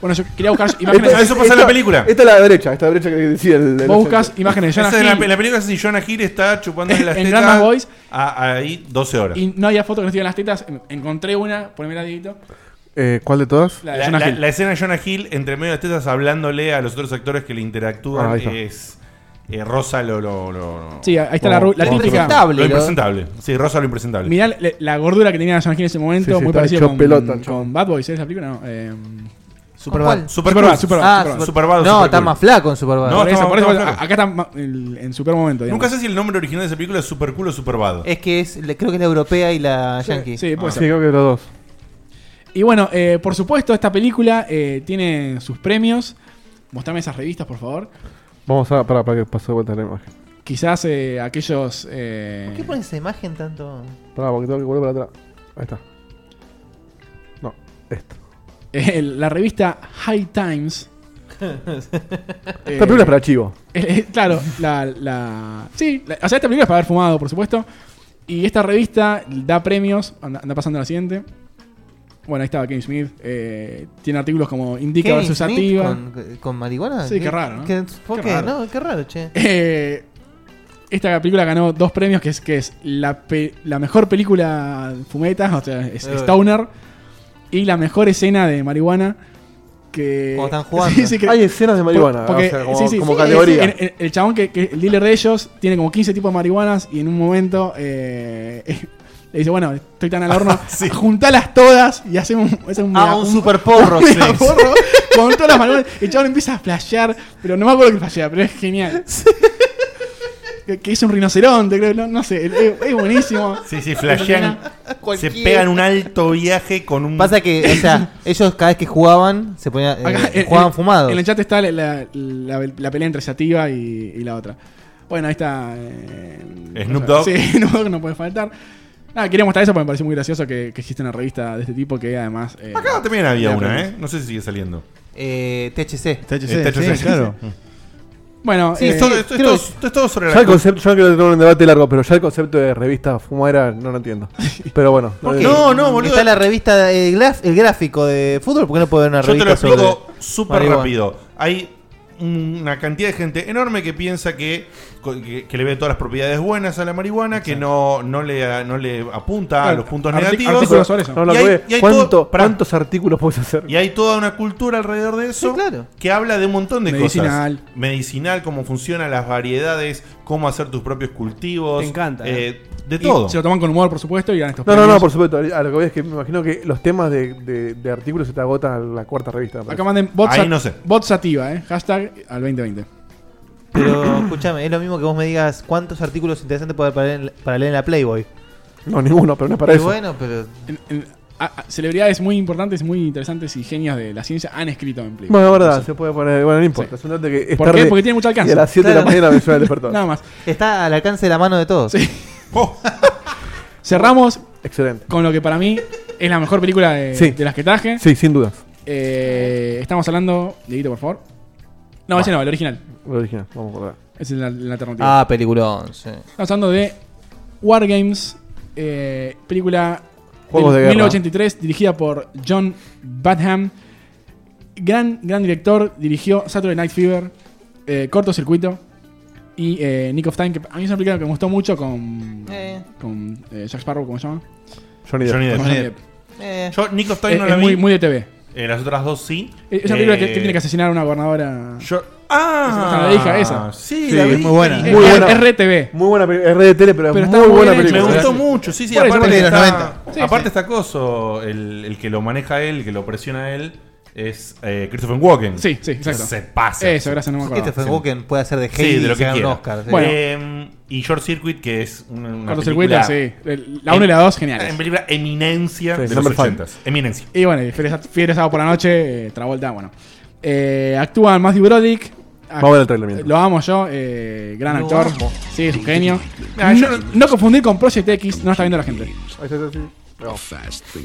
Speaker 5: Bueno, yo
Speaker 4: [laughs]
Speaker 5: quería buscar imágenes.
Speaker 4: esta- Esta es la derecha, esta derecha que decía el. el-
Speaker 5: Vos buscas imágenes de Jonah
Speaker 3: Esa es la,
Speaker 5: Hill.
Speaker 3: la película es así: Jonah Hill
Speaker 5: [laughs]
Speaker 3: está chupando las
Speaker 5: En
Speaker 3: tetas.
Speaker 5: Grandma's Boys.
Speaker 3: a- ahí 12 horas.
Speaker 5: Y no había foto que no estuvieran las tetas. Encontré una, poneme la Dieguito.
Speaker 4: Eh, ¿Cuál de todas?
Speaker 5: La-
Speaker 3: La,
Speaker 5: de Jonah
Speaker 3: la-
Speaker 5: Hill.
Speaker 3: la escena de Jonah Hill entre medio de las tetas hablándole a los otros actores que le interactúan
Speaker 4: Ah, ahí está.
Speaker 3: es. eh, Rosa lo, lo, lo- Oh,
Speaker 5: Sí, ahí está la ru- la
Speaker 3: lo-
Speaker 5: típica-
Speaker 3: Lo impresentable. Sí, Rosa lo impresentable.
Speaker 5: Mirá la, la gordura que tenía John Hill en ese momento,
Speaker 3: Sí, sí,
Speaker 5: muy
Speaker 3: estaba
Speaker 5: parecida
Speaker 3: hecho
Speaker 5: con,
Speaker 3: pelota, el
Speaker 5: con Bad Boys, ¿eh? ¿Esa película? No. Eh,
Speaker 6: Superbad.
Speaker 5: Superbad,
Speaker 6: Superbad,
Speaker 5: Superbad,
Speaker 6: Ah,
Speaker 5: Superbad.
Speaker 6: Super- Superbad o No, Supercool. está más flaco en Superbad.
Speaker 5: No,
Speaker 6: No,
Speaker 5: por
Speaker 6: está
Speaker 5: eso,
Speaker 6: más-
Speaker 5: por eso,
Speaker 6: está más
Speaker 5: acá está ma- el- en super momento. digamos.
Speaker 3: Nunca sé si el nombre original de esa película es Super Cool o Super Bad.
Speaker 6: Es que es, le- creo que es la europea y la yankee. Ah.
Speaker 5: sí, Eh, puede
Speaker 4: Ah, Sí, creo que los dos.
Speaker 5: Y bueno, eh, por supuesto, esta película eh, tiene sus premios. Mostrame esas revistas, por favor.
Speaker 4: Vamos a. Para, para que pase de vuelta la imagen.
Speaker 5: Quizás eh, aquellos. eh,
Speaker 6: ¿Por qué pones esa imagen tanto?
Speaker 4: Para, porque tengo que volver para atrás. Ahí está. No, esto.
Speaker 5: el- Eh, la revista High
Speaker 6: [laughs]
Speaker 5: Times. Eh,
Speaker 4: película es para chivo.
Speaker 5: eh, claro, la, la- Sí, la- o sea, esta película es para haber fumado, por supuesto. Y esta revista da premios. Anda, anda pasando a la siguiente. Bueno, ahí estaba Kevin Smith. eh, tiene artículos como Indica
Speaker 6: ¿Kevin
Speaker 5: versus
Speaker 6: Smith
Speaker 5: Sativa.
Speaker 6: con- eh, con marihuana?
Speaker 5: Sí,
Speaker 6: ¿Qué-
Speaker 5: qué raro, ¿no?
Speaker 6: qué- por qué?
Speaker 5: raro.
Speaker 6: No, qué raro, che.
Speaker 5: Eh, esta película ganó dos premios, que es, que es la, pe- la mejor película fumeta, o sea, es
Speaker 6: Eh.
Speaker 5: Stoner, y la mejor escena de marihuana. Que...
Speaker 6: Cuando
Speaker 5: [laughs]
Speaker 6: están jugando.
Speaker 5: Eh, que-
Speaker 4: Hay escenas de marihuana,
Speaker 5: porque-
Speaker 4: o sea, como-
Speaker 5: sí, sí,
Speaker 4: como
Speaker 5: sí,
Speaker 4: categoría.
Speaker 5: es- el, el chabón, que, que el dealer de ellos, tiene como 15 tipos de marihuanas y en un momento eh, [laughs] le dice, bueno, estoy tan al
Speaker 3: [laughs]
Speaker 5: horno, juntalas todas y hacemos un, hacemos un,
Speaker 6: Ah,
Speaker 5: mega-
Speaker 6: un super porro,
Speaker 5: [laughs] un mega
Speaker 6: sí.
Speaker 5: porro con todas las marihuanas. El chabón empieza a flashear, pero no me acuerdo que flashea, pero es
Speaker 3: [laughs]
Speaker 5: genial. Que, que es un rinoceronte, creo, no, no sé, es, es buenísimo.
Speaker 3: Sí, sí, flashean. Se pegan un alto viaje con un.
Speaker 6: Pasa que, o
Speaker 3: [laughs]
Speaker 6: sea, ellos cada vez que jugaban, se ponían, eh,
Speaker 5: Acá, en-
Speaker 6: jugaban
Speaker 5: en-
Speaker 6: fumados.
Speaker 5: En el chat está la, la- la- la pelea entre Sativa y, y la otra. Bueno, ahí está. eh,
Speaker 3: Snoop Dogg.
Speaker 5: Sí, [laughs] Snoop Dogg no puede faltar. Nada, quería mostrar eso porque me pareció muy gracioso que, que existe una revista de este tipo que además. eh,
Speaker 3: Acá también había
Speaker 5: da
Speaker 3: una,
Speaker 5: premios.
Speaker 3: ¿eh? No sé si sigue saliendo.
Speaker 6: Eh, THC.
Speaker 3: THC, Eh, THC, sí, claro.
Speaker 6: "Mm,
Speaker 5: Bueno,
Speaker 6: Sí,
Speaker 5: eh,
Speaker 6: sí,
Speaker 5: esto-
Speaker 6: creo
Speaker 5: esto-
Speaker 6: que-
Speaker 5: esto es- esto es todo sobre
Speaker 4: Ya el concepto, yo no quiero tener un debate largo, pero ya el concepto de revista fumadera no lo
Speaker 5: [laughs]
Speaker 4: entiendo. Pero bueno.
Speaker 6: ¿Por
Speaker 4: lo
Speaker 6: qué?
Speaker 4: digo.
Speaker 6: Está la revista, eh, graf- el, gráfico de fútbol, ¿por qué no puede haber una
Speaker 3: Yo te
Speaker 6: revista
Speaker 3: lo explico
Speaker 6: sobre
Speaker 3: súper
Speaker 6: marihuana?
Speaker 3: rápido. Hay una cantidad de gente enorme que piensa que, que, que le ve todas las propiedades buenas a la marihuana, que no, no, le, no le apunta a
Speaker 5: Ah,
Speaker 4: Claro,
Speaker 3: los puntos
Speaker 4: arti-
Speaker 3: negativos.
Speaker 4: artículos sobre eso. No, no,
Speaker 3: Y hay-
Speaker 4: porque
Speaker 3: y hay
Speaker 4: ¿cuánto-
Speaker 3: todo- pará,
Speaker 4: ¿Cuántos artículos puedes hacer?
Speaker 3: y hay toda una cultura alrededor de eso que habla de un montón de
Speaker 4: Medicinal.
Speaker 3: cosas. Medicinal, cómo funcionan las variedades, cómo hacer tus propios cultivos.
Speaker 5: Te encanta,
Speaker 3: eh, de
Speaker 5: Y
Speaker 3: todo.
Speaker 5: se lo toman con humor, por supuesto, y ganan estos
Speaker 4: No, no, no,
Speaker 5: premios.
Speaker 4: por supuesto. A lo que voy es que me imagino que los temas de, de- de artículos se te agotan a la cuarta revista. me parece.
Speaker 5: Acá manden bot, sat- bot sativa, eh. Hashtag al 2020.
Speaker 6: Pero escúchame, es lo mismo que vos me digas cuántos artículos interesantes puede haber para leer, para leer en la Playboy.
Speaker 4: No, ninguno, pero no es
Speaker 6: Y bueno, pero.
Speaker 5: En- en- a- a- celebridades muy importantes, muy interesantes y genios de la ciencia han escrito en películas.
Speaker 4: Bueno, es verdad, se puede poner. Bueno, no importa. Es un dato que es
Speaker 5: ¿Por
Speaker 4: tarde
Speaker 5: qué? Porque tiene mucho
Speaker 4: Y
Speaker 5: alcance.
Speaker 4: a las 7 de la
Speaker 5: Claro.
Speaker 4: mañana me
Speaker 5: [laughs]
Speaker 4: suena el despertador. Oh.
Speaker 5: Nada más.
Speaker 6: Está al alcance de la mano de todos.
Speaker 5: [laughs] Cerramos
Speaker 4: Excelente.
Speaker 5: con lo que para mí es la mejor película de,
Speaker 4: Sí.
Speaker 5: de las que traje.
Speaker 4: Sí, sin dudas.
Speaker 5: Eh, estamos hablando. Dieguito, por favor. No, ese no, el original.
Speaker 4: El original, vamos a acordar.
Speaker 5: Ese Es la, la alternativa.
Speaker 6: Ah, peliculón, sí.
Speaker 5: Estamos hablando de War Games, eh, película
Speaker 6: Juegos
Speaker 5: del
Speaker 6: de guerra.
Speaker 5: 1983, dirigida por John Badham. Gran, gran director, dirigió Saturday Night Fever, eh, Corto Circuito y eh, Nick of Time, que a mí es una película que me gustó mucho con, con eh, Jack Sparrow, ¿cómo se llama?
Speaker 4: Johnny Depp.
Speaker 5: Con
Speaker 4: Johnny Depp.
Speaker 5: Johnny Depp.
Speaker 3: Yo, Nick of Time
Speaker 5: Eh,
Speaker 3: no
Speaker 5: es
Speaker 3: la vi.
Speaker 5: muy- muy de TV.
Speaker 3: Eh, las otras dos sí.
Speaker 5: Eh, Es una
Speaker 3: Eh,
Speaker 5: película que, que tiene que asesinar a una gobernadora.
Speaker 3: Ah,
Speaker 5: Esa, la hija, esa.
Speaker 3: Sí, la vi.
Speaker 5: Es,
Speaker 4: Muy buena.
Speaker 5: RTV.
Speaker 4: Muy buena película. Es de tele, pero,
Speaker 5: Pero
Speaker 4: es
Speaker 5: está
Speaker 4: muy
Speaker 5: muy
Speaker 4: buena
Speaker 5: bien
Speaker 4: película. ¿eh?
Speaker 5: hecho.
Speaker 3: Me gustó
Speaker 5: Gracias.
Speaker 3: mucho, sí, sí.
Speaker 5: Por eso,
Speaker 3: Aparte
Speaker 5: de los
Speaker 4: ah,
Speaker 3: está,
Speaker 5: 90. Sí,
Speaker 3: aparte está coso, el, el que lo maneja él, el que lo presiona él, es eh, Christopher Walken.
Speaker 5: Sí, sí, exacto.
Speaker 3: Se pasa.
Speaker 5: Eso, gracias, no me
Speaker 3: Este
Speaker 5: acuerdo.
Speaker 6: Christopher Walken puede hacer de
Speaker 3: Sí,
Speaker 6: Hades
Speaker 3: de lo
Speaker 6: y
Speaker 3: que
Speaker 6: ganar un
Speaker 3: quiera.
Speaker 6: Oscar, sí.
Speaker 3: Bueno.
Speaker 6: Bueno.
Speaker 3: Eh, y Short Circuit, que es una, una
Speaker 5: Corto
Speaker 3: película...
Speaker 5: Circuito, sí. El- la uno y la dos, geniales.
Speaker 3: En película Eminencia
Speaker 5: Sí,
Speaker 3: de los
Speaker 5: number five.
Speaker 3: 80s. Eminencia.
Speaker 5: Y bueno, y Fiebre Fiebre Sábado por la Noche, eh, Travolta, bueno. Eh, actúan Matthew Broderick.
Speaker 4: Vamos a ver el trailer mientras.
Speaker 5: Lo amo yo, eh, gran
Speaker 4: Lo
Speaker 5: actor.
Speaker 4: amo.
Speaker 5: Sí, es un genio.
Speaker 4: Ah,
Speaker 5: No,
Speaker 4: yo-
Speaker 5: no confundir con Project X, no está viendo la gente.
Speaker 4: Ahí está, sí. Pero-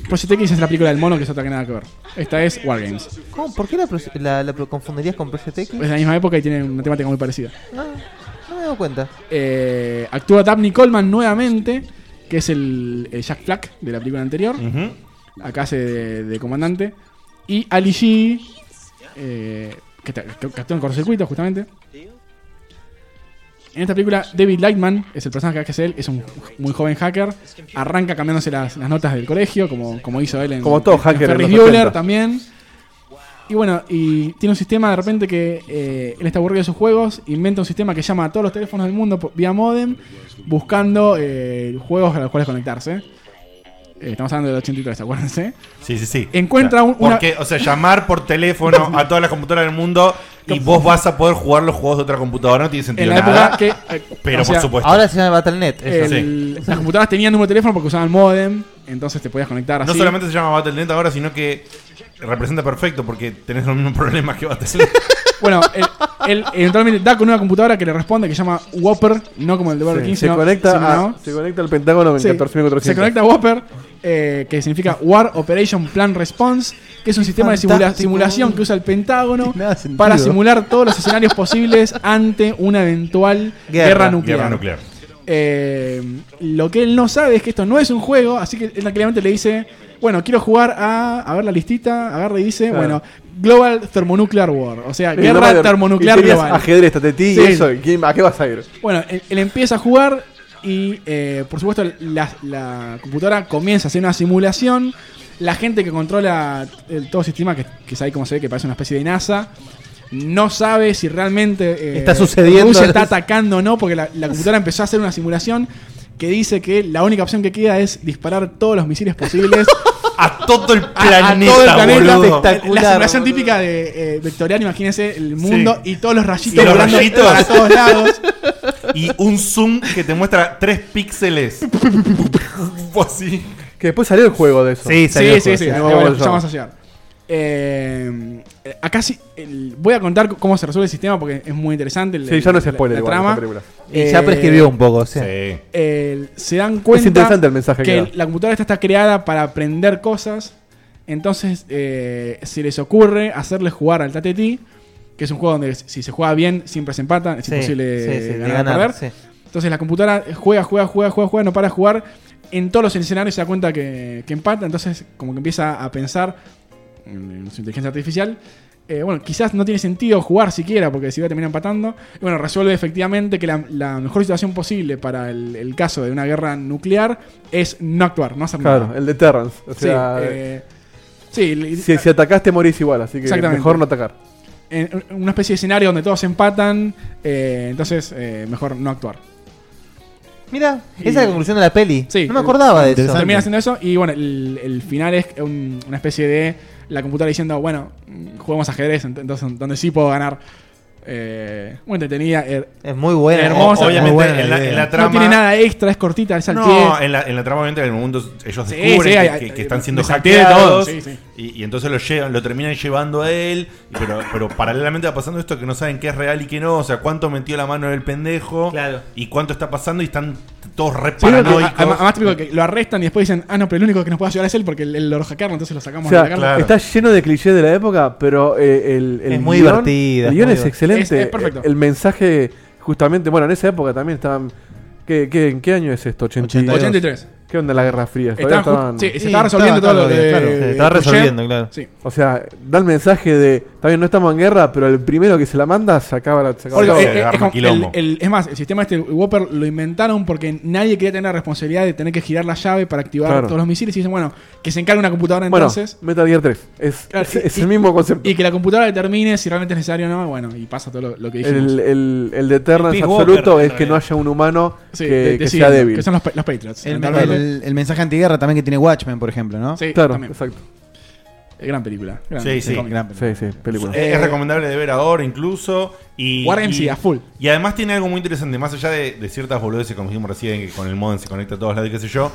Speaker 5: Project X es la película del mono que es otra que nada que ver. Esta es War Games.
Speaker 6: ¿Cómo? ¿Por qué la, pro- la- la pro- confundirías con Project X?
Speaker 5: Es de la misma época y tiene una temática muy parecida.
Speaker 6: No, no me he dado cuenta.
Speaker 5: Eh, actúa Daphne Coleman nuevamente, que es el, el Jack Flack de la película anterior. Acá hace de, de comandante. Y Ali G, eh, que, ta- que- que actúa en cortocircuito, justamente. En esta película, David Lightman es el personaje que hace él, es un muy joven hacker. Arranca cambiándose las, las notas del colegio, como, como hizo él en,
Speaker 4: Como todo
Speaker 5: en
Speaker 4: hacker en
Speaker 5: Ferris
Speaker 4: los
Speaker 5: Bueller
Speaker 4: 80.
Speaker 5: también. Y bueno, y tiene un sistema de repente que eh, él está aburrido de sus juegos, inventa un sistema que llama a todos los teléfonos del mundo por- vía modem, buscando eh, juegos a los cuales conectarse. Eh, estamos hablando del 83, acuérdense.
Speaker 3: Sí, sí, sí.
Speaker 5: Encuentra un- una-
Speaker 3: Porque, o sea, llamar por teléfono a todas las computadoras del mundo y vos vas a poder jugar los juegos de otra computadora, no tiene
Speaker 5: En
Speaker 3: sentido
Speaker 5: la
Speaker 3: nada.
Speaker 5: época que. eh,
Speaker 3: pero
Speaker 5: o sea,
Speaker 3: por supuesto.
Speaker 6: Ahora se llama Battle.net. eso.
Speaker 5: el- Las computadoras tenían número de teléfono porque usaban modem, entonces te podías conectar así.
Speaker 3: No solamente se llama Battle.net ahora, sino que representa perfecto porque tenés los mismos [laughs] problemas que Battle.net.
Speaker 5: Bueno, él, él eventualmente da con una computadora que le responde que se llama Whopper, no como el de Burger
Speaker 4: Sí,
Speaker 5: King,
Speaker 4: se,
Speaker 5: sino-
Speaker 4: conecta
Speaker 5: sino
Speaker 4: a-
Speaker 5: no.
Speaker 4: se conecta al Pentágono en
Speaker 5: Sí,
Speaker 4: 14.400.
Speaker 5: Se conecta a Whopper, eh, que significa War Operation Plan Response, que es un sistema de simula-
Speaker 6: Fantástico.
Speaker 5: simulación que usa el Pentágono
Speaker 6: sentido.
Speaker 5: para simular todos los escenarios posibles ante una eventual guerra, nuclear.
Speaker 3: Guerra nuclear.
Speaker 5: Eh, lo que él no sabe es que esto no es un juego, así que él tranquilamente le dice, bueno, quiero jugar a, a ver la listita, agarra y dice,
Speaker 4: Claro.
Speaker 5: bueno, Global Thermonuclear War, o sea,
Speaker 4: Y
Speaker 5: guerra
Speaker 4: no,
Speaker 5: termonuclear
Speaker 4: y tenías
Speaker 5: global.
Speaker 4: Ajedrez, tatetí
Speaker 5: Sí.
Speaker 4: y eso. ¿y quién- ¿A qué vas a ir?
Speaker 5: Bueno, él, él empieza a jugar y, eh, por supuesto, la, la computadora comienza a hacer una simulación. La gente que controla el, todo el sistema, que, que es ahí como se ve, que parece una especie de NASA, no sabe si realmente eh,
Speaker 6: Está sucediendo.
Speaker 5: Rusia está atacando o no, porque la, la computadora empezó a hacer una simulación que dice que la única opción que queda es disparar todos los misiles posibles
Speaker 3: [laughs] a todo el
Speaker 5: a
Speaker 3: planeta,
Speaker 5: todo el planeta.
Speaker 3: boludo.
Speaker 5: La
Speaker 3: Espectacular,
Speaker 5: simulación típica de eh, vectorial, imagínense el mundo y todos los rayitos,
Speaker 3: Y los
Speaker 5: volando
Speaker 3: rayitos.
Speaker 5: para
Speaker 4: [laughs]
Speaker 5: todos lados.
Speaker 3: Y un zoom que te muestra tres
Speaker 5: [laughs]
Speaker 3: píxeles. Así.
Speaker 4: Que después salió el juego de eso.
Speaker 5: sí, sí, sí, ahí va, ya vamos a llegar. Eh, acá sí, el- voy a contar cómo se resuelve el sistema porque es muy interesante. el-
Speaker 4: Sí, ya no es
Speaker 5: el-
Speaker 4: spoiler
Speaker 5: la
Speaker 4: igual,
Speaker 5: trama. Eh,
Speaker 4: esta película.
Speaker 6: Y ya prescribió un poco, o sea.
Speaker 3: Sí.
Speaker 5: el- se dan cuenta
Speaker 4: Es interesante el mensaje que
Speaker 5: que
Speaker 4: da.
Speaker 5: la computadora esta está creada para aprender cosas. Entonces eh, se les ocurre hacerle jugar al Tateti, que es un juego donde si se juega bien siempre se empata, es
Speaker 6: Sí,
Speaker 5: imposible
Speaker 6: sí, sí, de
Speaker 5: ganar, o
Speaker 6: ganar,
Speaker 5: perder. Entonces la computadora juega, juega, juega, juega, juega, no para de jugar. En todos los escenarios se da cuenta que, que empata, entonces como que empieza a pensar en su inteligencia artificial eh, bueno, quizás no tiene sentido jugar siquiera porque si va a terminar empatando. Y bueno, resuelve efectivamente que la, la mejor situación posible para el, el caso de una guerra nuclear es no actuar, no hacer nada.
Speaker 4: Claro, el de Terrence. O
Speaker 5: Sí,
Speaker 4: sea,
Speaker 5: eh, sí, le-
Speaker 4: si, si atacaste morís igual, así que
Speaker 5: Exactamente.
Speaker 4: mejor no atacar.
Speaker 5: en en una especie de escenario donde todos empatan, eh, entonces eh, mejor no actuar.
Speaker 6: Mira, esa
Speaker 5: Y-
Speaker 6: es la conclusión de la peli.
Speaker 5: Sí.
Speaker 6: No me acordaba de eso.
Speaker 5: Termina haciendo eso y bueno, el, el final es un- una especie de la computadora diciendo, bueno, mm, juguemos ajedrez, ent- entonces donde sí puedo ganar. Eh, muy entretenida.
Speaker 6: es muy
Speaker 5: buena. Hermosa.
Speaker 6: Obviamente,
Speaker 5: muy buena
Speaker 6: en la- en la
Speaker 5: idea.
Speaker 6: trama-
Speaker 5: No tiene nada extra, es cortita, es al pie.
Speaker 3: No, en la, en la trama obviamente en el momento ellos
Speaker 5: Sí,
Speaker 3: descubren
Speaker 5: sí,
Speaker 3: que,
Speaker 5: hay-
Speaker 3: que- que
Speaker 5: hay-
Speaker 3: están siendo
Speaker 5: les hackearon,
Speaker 3: hackeados
Speaker 5: sí, sí.
Speaker 3: Y, y entonces lo llevan, lo terminan llevando a él, y pero, pero paralelamente va pasando esto que no saben qué es real y qué no, o sea, cuánto metió la mano en el pendejo y cuánto está pasando y están todos re
Speaker 5: Sí, creo que-
Speaker 3: paranoicos.
Speaker 5: además, además típico que lo arrestan y después dicen, ah, no, pero el único que nos puede ayudar es él porque el, el lo hackearon, entonces lo sacamos
Speaker 4: O sea,
Speaker 5: de la cárcel.
Speaker 4: está lleno de clichés de la época, pero eh, el, el
Speaker 5: Es muy
Speaker 4: guión-
Speaker 5: divertida,
Speaker 4: El
Speaker 5: es
Speaker 4: guión
Speaker 5: muy
Speaker 4: es
Speaker 5: divertida.
Speaker 4: excelente.
Speaker 5: Es- es perfecto.
Speaker 4: El mensaje, justamente, bueno, en esa época también estaban. ¿Qué, qué, en qué año es esto? 82.
Speaker 5: 83.
Speaker 4: ¿Qué onda la Guerra Fría? Todavía
Speaker 5: Estaban ju- sí, se estaba resolviendo
Speaker 4: estaba-
Speaker 5: todo lo
Speaker 4: estaba
Speaker 5: de-
Speaker 4: bien,
Speaker 5: de- de Pinochet. Sí.
Speaker 4: O sea, da el mensaje de. También no estamos en guerra, pero el primero que se la manda se acaba la. se acaba
Speaker 5: Oiga,
Speaker 4: la-
Speaker 5: eh, eh, es, como el- el- es más, el sistema este el Whopper lo inventaron porque nadie quería tener la responsabilidad de tener que girar la llave para activar
Speaker 4: Claro.
Speaker 5: todos los misiles. Y dicen, bueno, que se encargue una computadora
Speaker 4: Bueno,
Speaker 5: entonces.
Speaker 4: Metal Gear 3. Es,
Speaker 5: Claro,
Speaker 4: es-
Speaker 5: y-
Speaker 4: es
Speaker 5: y-
Speaker 4: el mismo concepto.
Speaker 5: Y que la computadora determine si realmente es necesario o no. Bueno, y pasa todo lo, lo que dijimos.
Speaker 4: El, el, el de Terrence
Speaker 5: Peace
Speaker 4: absoluto
Speaker 5: Walker,
Speaker 4: es que no haya un humano
Speaker 5: Sí,
Speaker 4: que,
Speaker 5: de-
Speaker 4: que sea
Speaker 5: decidiendo,
Speaker 4: débil.
Speaker 5: que son los pa- los Patriots.
Speaker 10: El,
Speaker 5: Lamentablemente.
Speaker 10: el- el mensaje antiguerra también que tiene Watchmen, por ejemplo, ¿no?
Speaker 5: Sí, también. Eh, gran película. gran- Eh,
Speaker 3: Sí, sí.
Speaker 5: cómic.
Speaker 4: Sí, sí, película.
Speaker 3: Es, es recomendable de ver ahora incluso. Y,
Speaker 5: War
Speaker 3: y-
Speaker 5: MC a full.
Speaker 3: Y además tiene algo muy interesante, más allá de, de ciertas boludeces como dijimos recién, que con el modem se conecta a todos lados y qué
Speaker 5: [laughs]
Speaker 3: sé yo.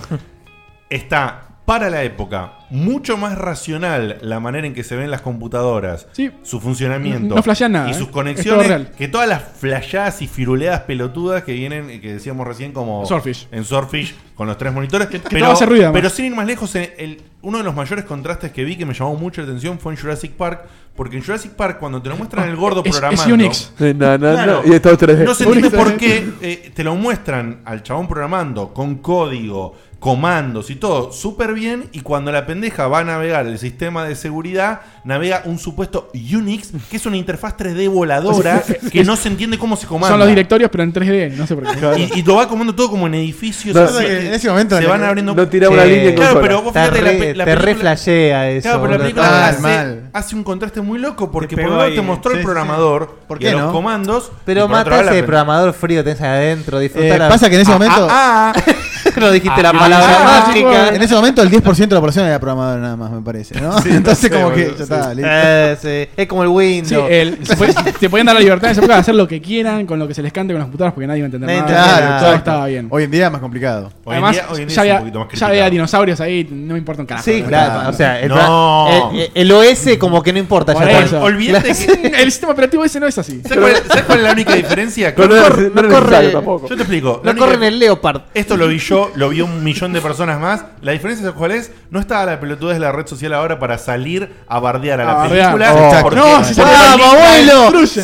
Speaker 3: está para la época mucho más racional la manera en que se ven las computadoras, su funcionamiento
Speaker 5: No flashean nada,
Speaker 3: y
Speaker 5: ¿eh?
Speaker 3: sus
Speaker 5: Es
Speaker 3: conexiones
Speaker 5: todo real.
Speaker 3: que todas las flashadas y firuleadas pelotudas que vienen eh, que decíamos recién como
Speaker 5: Swordfish.
Speaker 3: en Swordfish con los tres monitores,
Speaker 5: todo hace ruido, además.
Speaker 3: pero sin ir más lejos, en el- uno de los mayores contrastes que vi que me llamó mucho la atención fue en Jurassic Park, porque en Jurassic Park cuando te lo muestran el gordo
Speaker 4: Ah, Es- es
Speaker 3: programando,
Speaker 4: Unix. Sí, na, na, na, y está otra vez.
Speaker 3: no se entiende
Speaker 4: Unix.
Speaker 3: por qué eh, te lo muestran al chabón programando con código, comandos y todo súper bien y cuando la pendeja va a navegar el sistema de seguridad, navega un supuesto Unix, que es una interfaz
Speaker 4: [laughs]
Speaker 3: 3D voladora que no se entiende cómo se comanda.
Speaker 5: Son los directorios, pero en 3D. No sé por qué.
Speaker 3: Y, y lo va comando todo como en edificios.
Speaker 5: No,
Speaker 3: así,
Speaker 5: pasa que en ese momento
Speaker 3: se
Speaker 5: no-
Speaker 3: van abriendo.
Speaker 5: no tiraba una línea en
Speaker 3: Claro,
Speaker 5: consola.
Speaker 3: pero vos
Speaker 5: Te
Speaker 3: fíjate la, pe-
Speaker 5: re-
Speaker 3: la
Speaker 5: te
Speaker 3: película-
Speaker 6: reflashea eso,
Speaker 3: Claro, pero la
Speaker 6: boludo.
Speaker 3: película
Speaker 6: Mal,
Speaker 3: hace,
Speaker 6: mal.
Speaker 3: hace un contraste muy loco porque por
Speaker 6: pegó
Speaker 3: un lado
Speaker 6: ahí.
Speaker 3: te mostró
Speaker 6: Sí, sí,
Speaker 3: el
Speaker 6: sí.
Speaker 3: programador
Speaker 6: ¿Por
Speaker 3: y
Speaker 6: qué
Speaker 3: a los
Speaker 6: no?
Speaker 3: comandos. y
Speaker 6: Pero
Speaker 3: por otro
Speaker 6: mata
Speaker 3: lado la
Speaker 6: ese
Speaker 3: pen-
Speaker 6: programador frío tenés adentro, disfrutar.
Speaker 10: Eh, pasa que en ese momento-
Speaker 6: ah,
Speaker 3: [laughs]
Speaker 6: no dijiste
Speaker 3: Ah,
Speaker 5: Ah,
Speaker 6: la palabra mágica.
Speaker 10: En ese momento el 10% de la población era programador nada más, me parece,
Speaker 5: [laughs]
Speaker 10: ¿no? [laughs] Entonces como que ya está, listo.
Speaker 6: Eh, sí. Es como el Windows.
Speaker 5: Sí, el- se, puede- se podían dar la libertad en esa época de hacer lo que quieran con lo que se les cante con las computadoras porque nadie va a entender
Speaker 10: Nadie
Speaker 5: nada.
Speaker 10: entendía nada.
Speaker 5: todo
Speaker 10: Exacto.
Speaker 5: estaba bien.
Speaker 10: Hoy en día es más complicado.
Speaker 5: Además, ya, había, ya había dinosaurios ahí, no me importa un
Speaker 6: [laughs]
Speaker 5: carajo.
Speaker 6: Sí, claro. O sea, el,
Speaker 5: No.
Speaker 6: el- eh, el- el OS como que no importa.
Speaker 5: Por
Speaker 6: ya
Speaker 5: eso.
Speaker 6: cuando-
Speaker 5: Olvídate
Speaker 6: [laughs]
Speaker 5: que [laughs] el sistema operativo ese no es así.
Speaker 3: ¿Sabes cuál, sabes cuál es la única diferencia?
Speaker 5: No
Speaker 3: Que
Speaker 5: era-
Speaker 3: corre-
Speaker 5: no era necesario tampoco.
Speaker 3: Yo te explico.
Speaker 5: No corre en el
Speaker 6: Leopard.
Speaker 3: Esto lo vi yo, lo vi un millón de personas más. La diferencia es cuál es. No estaba la pelotudez de la red social ahora para salir a bardear a la
Speaker 4: A bardear.
Speaker 3: película.
Speaker 4: Oh.
Speaker 3: porque-
Speaker 4: No, si se
Speaker 3: porque
Speaker 4: ¡Vamos,
Speaker 3: Linux-
Speaker 4: abuelo!
Speaker 3: ¡Sí!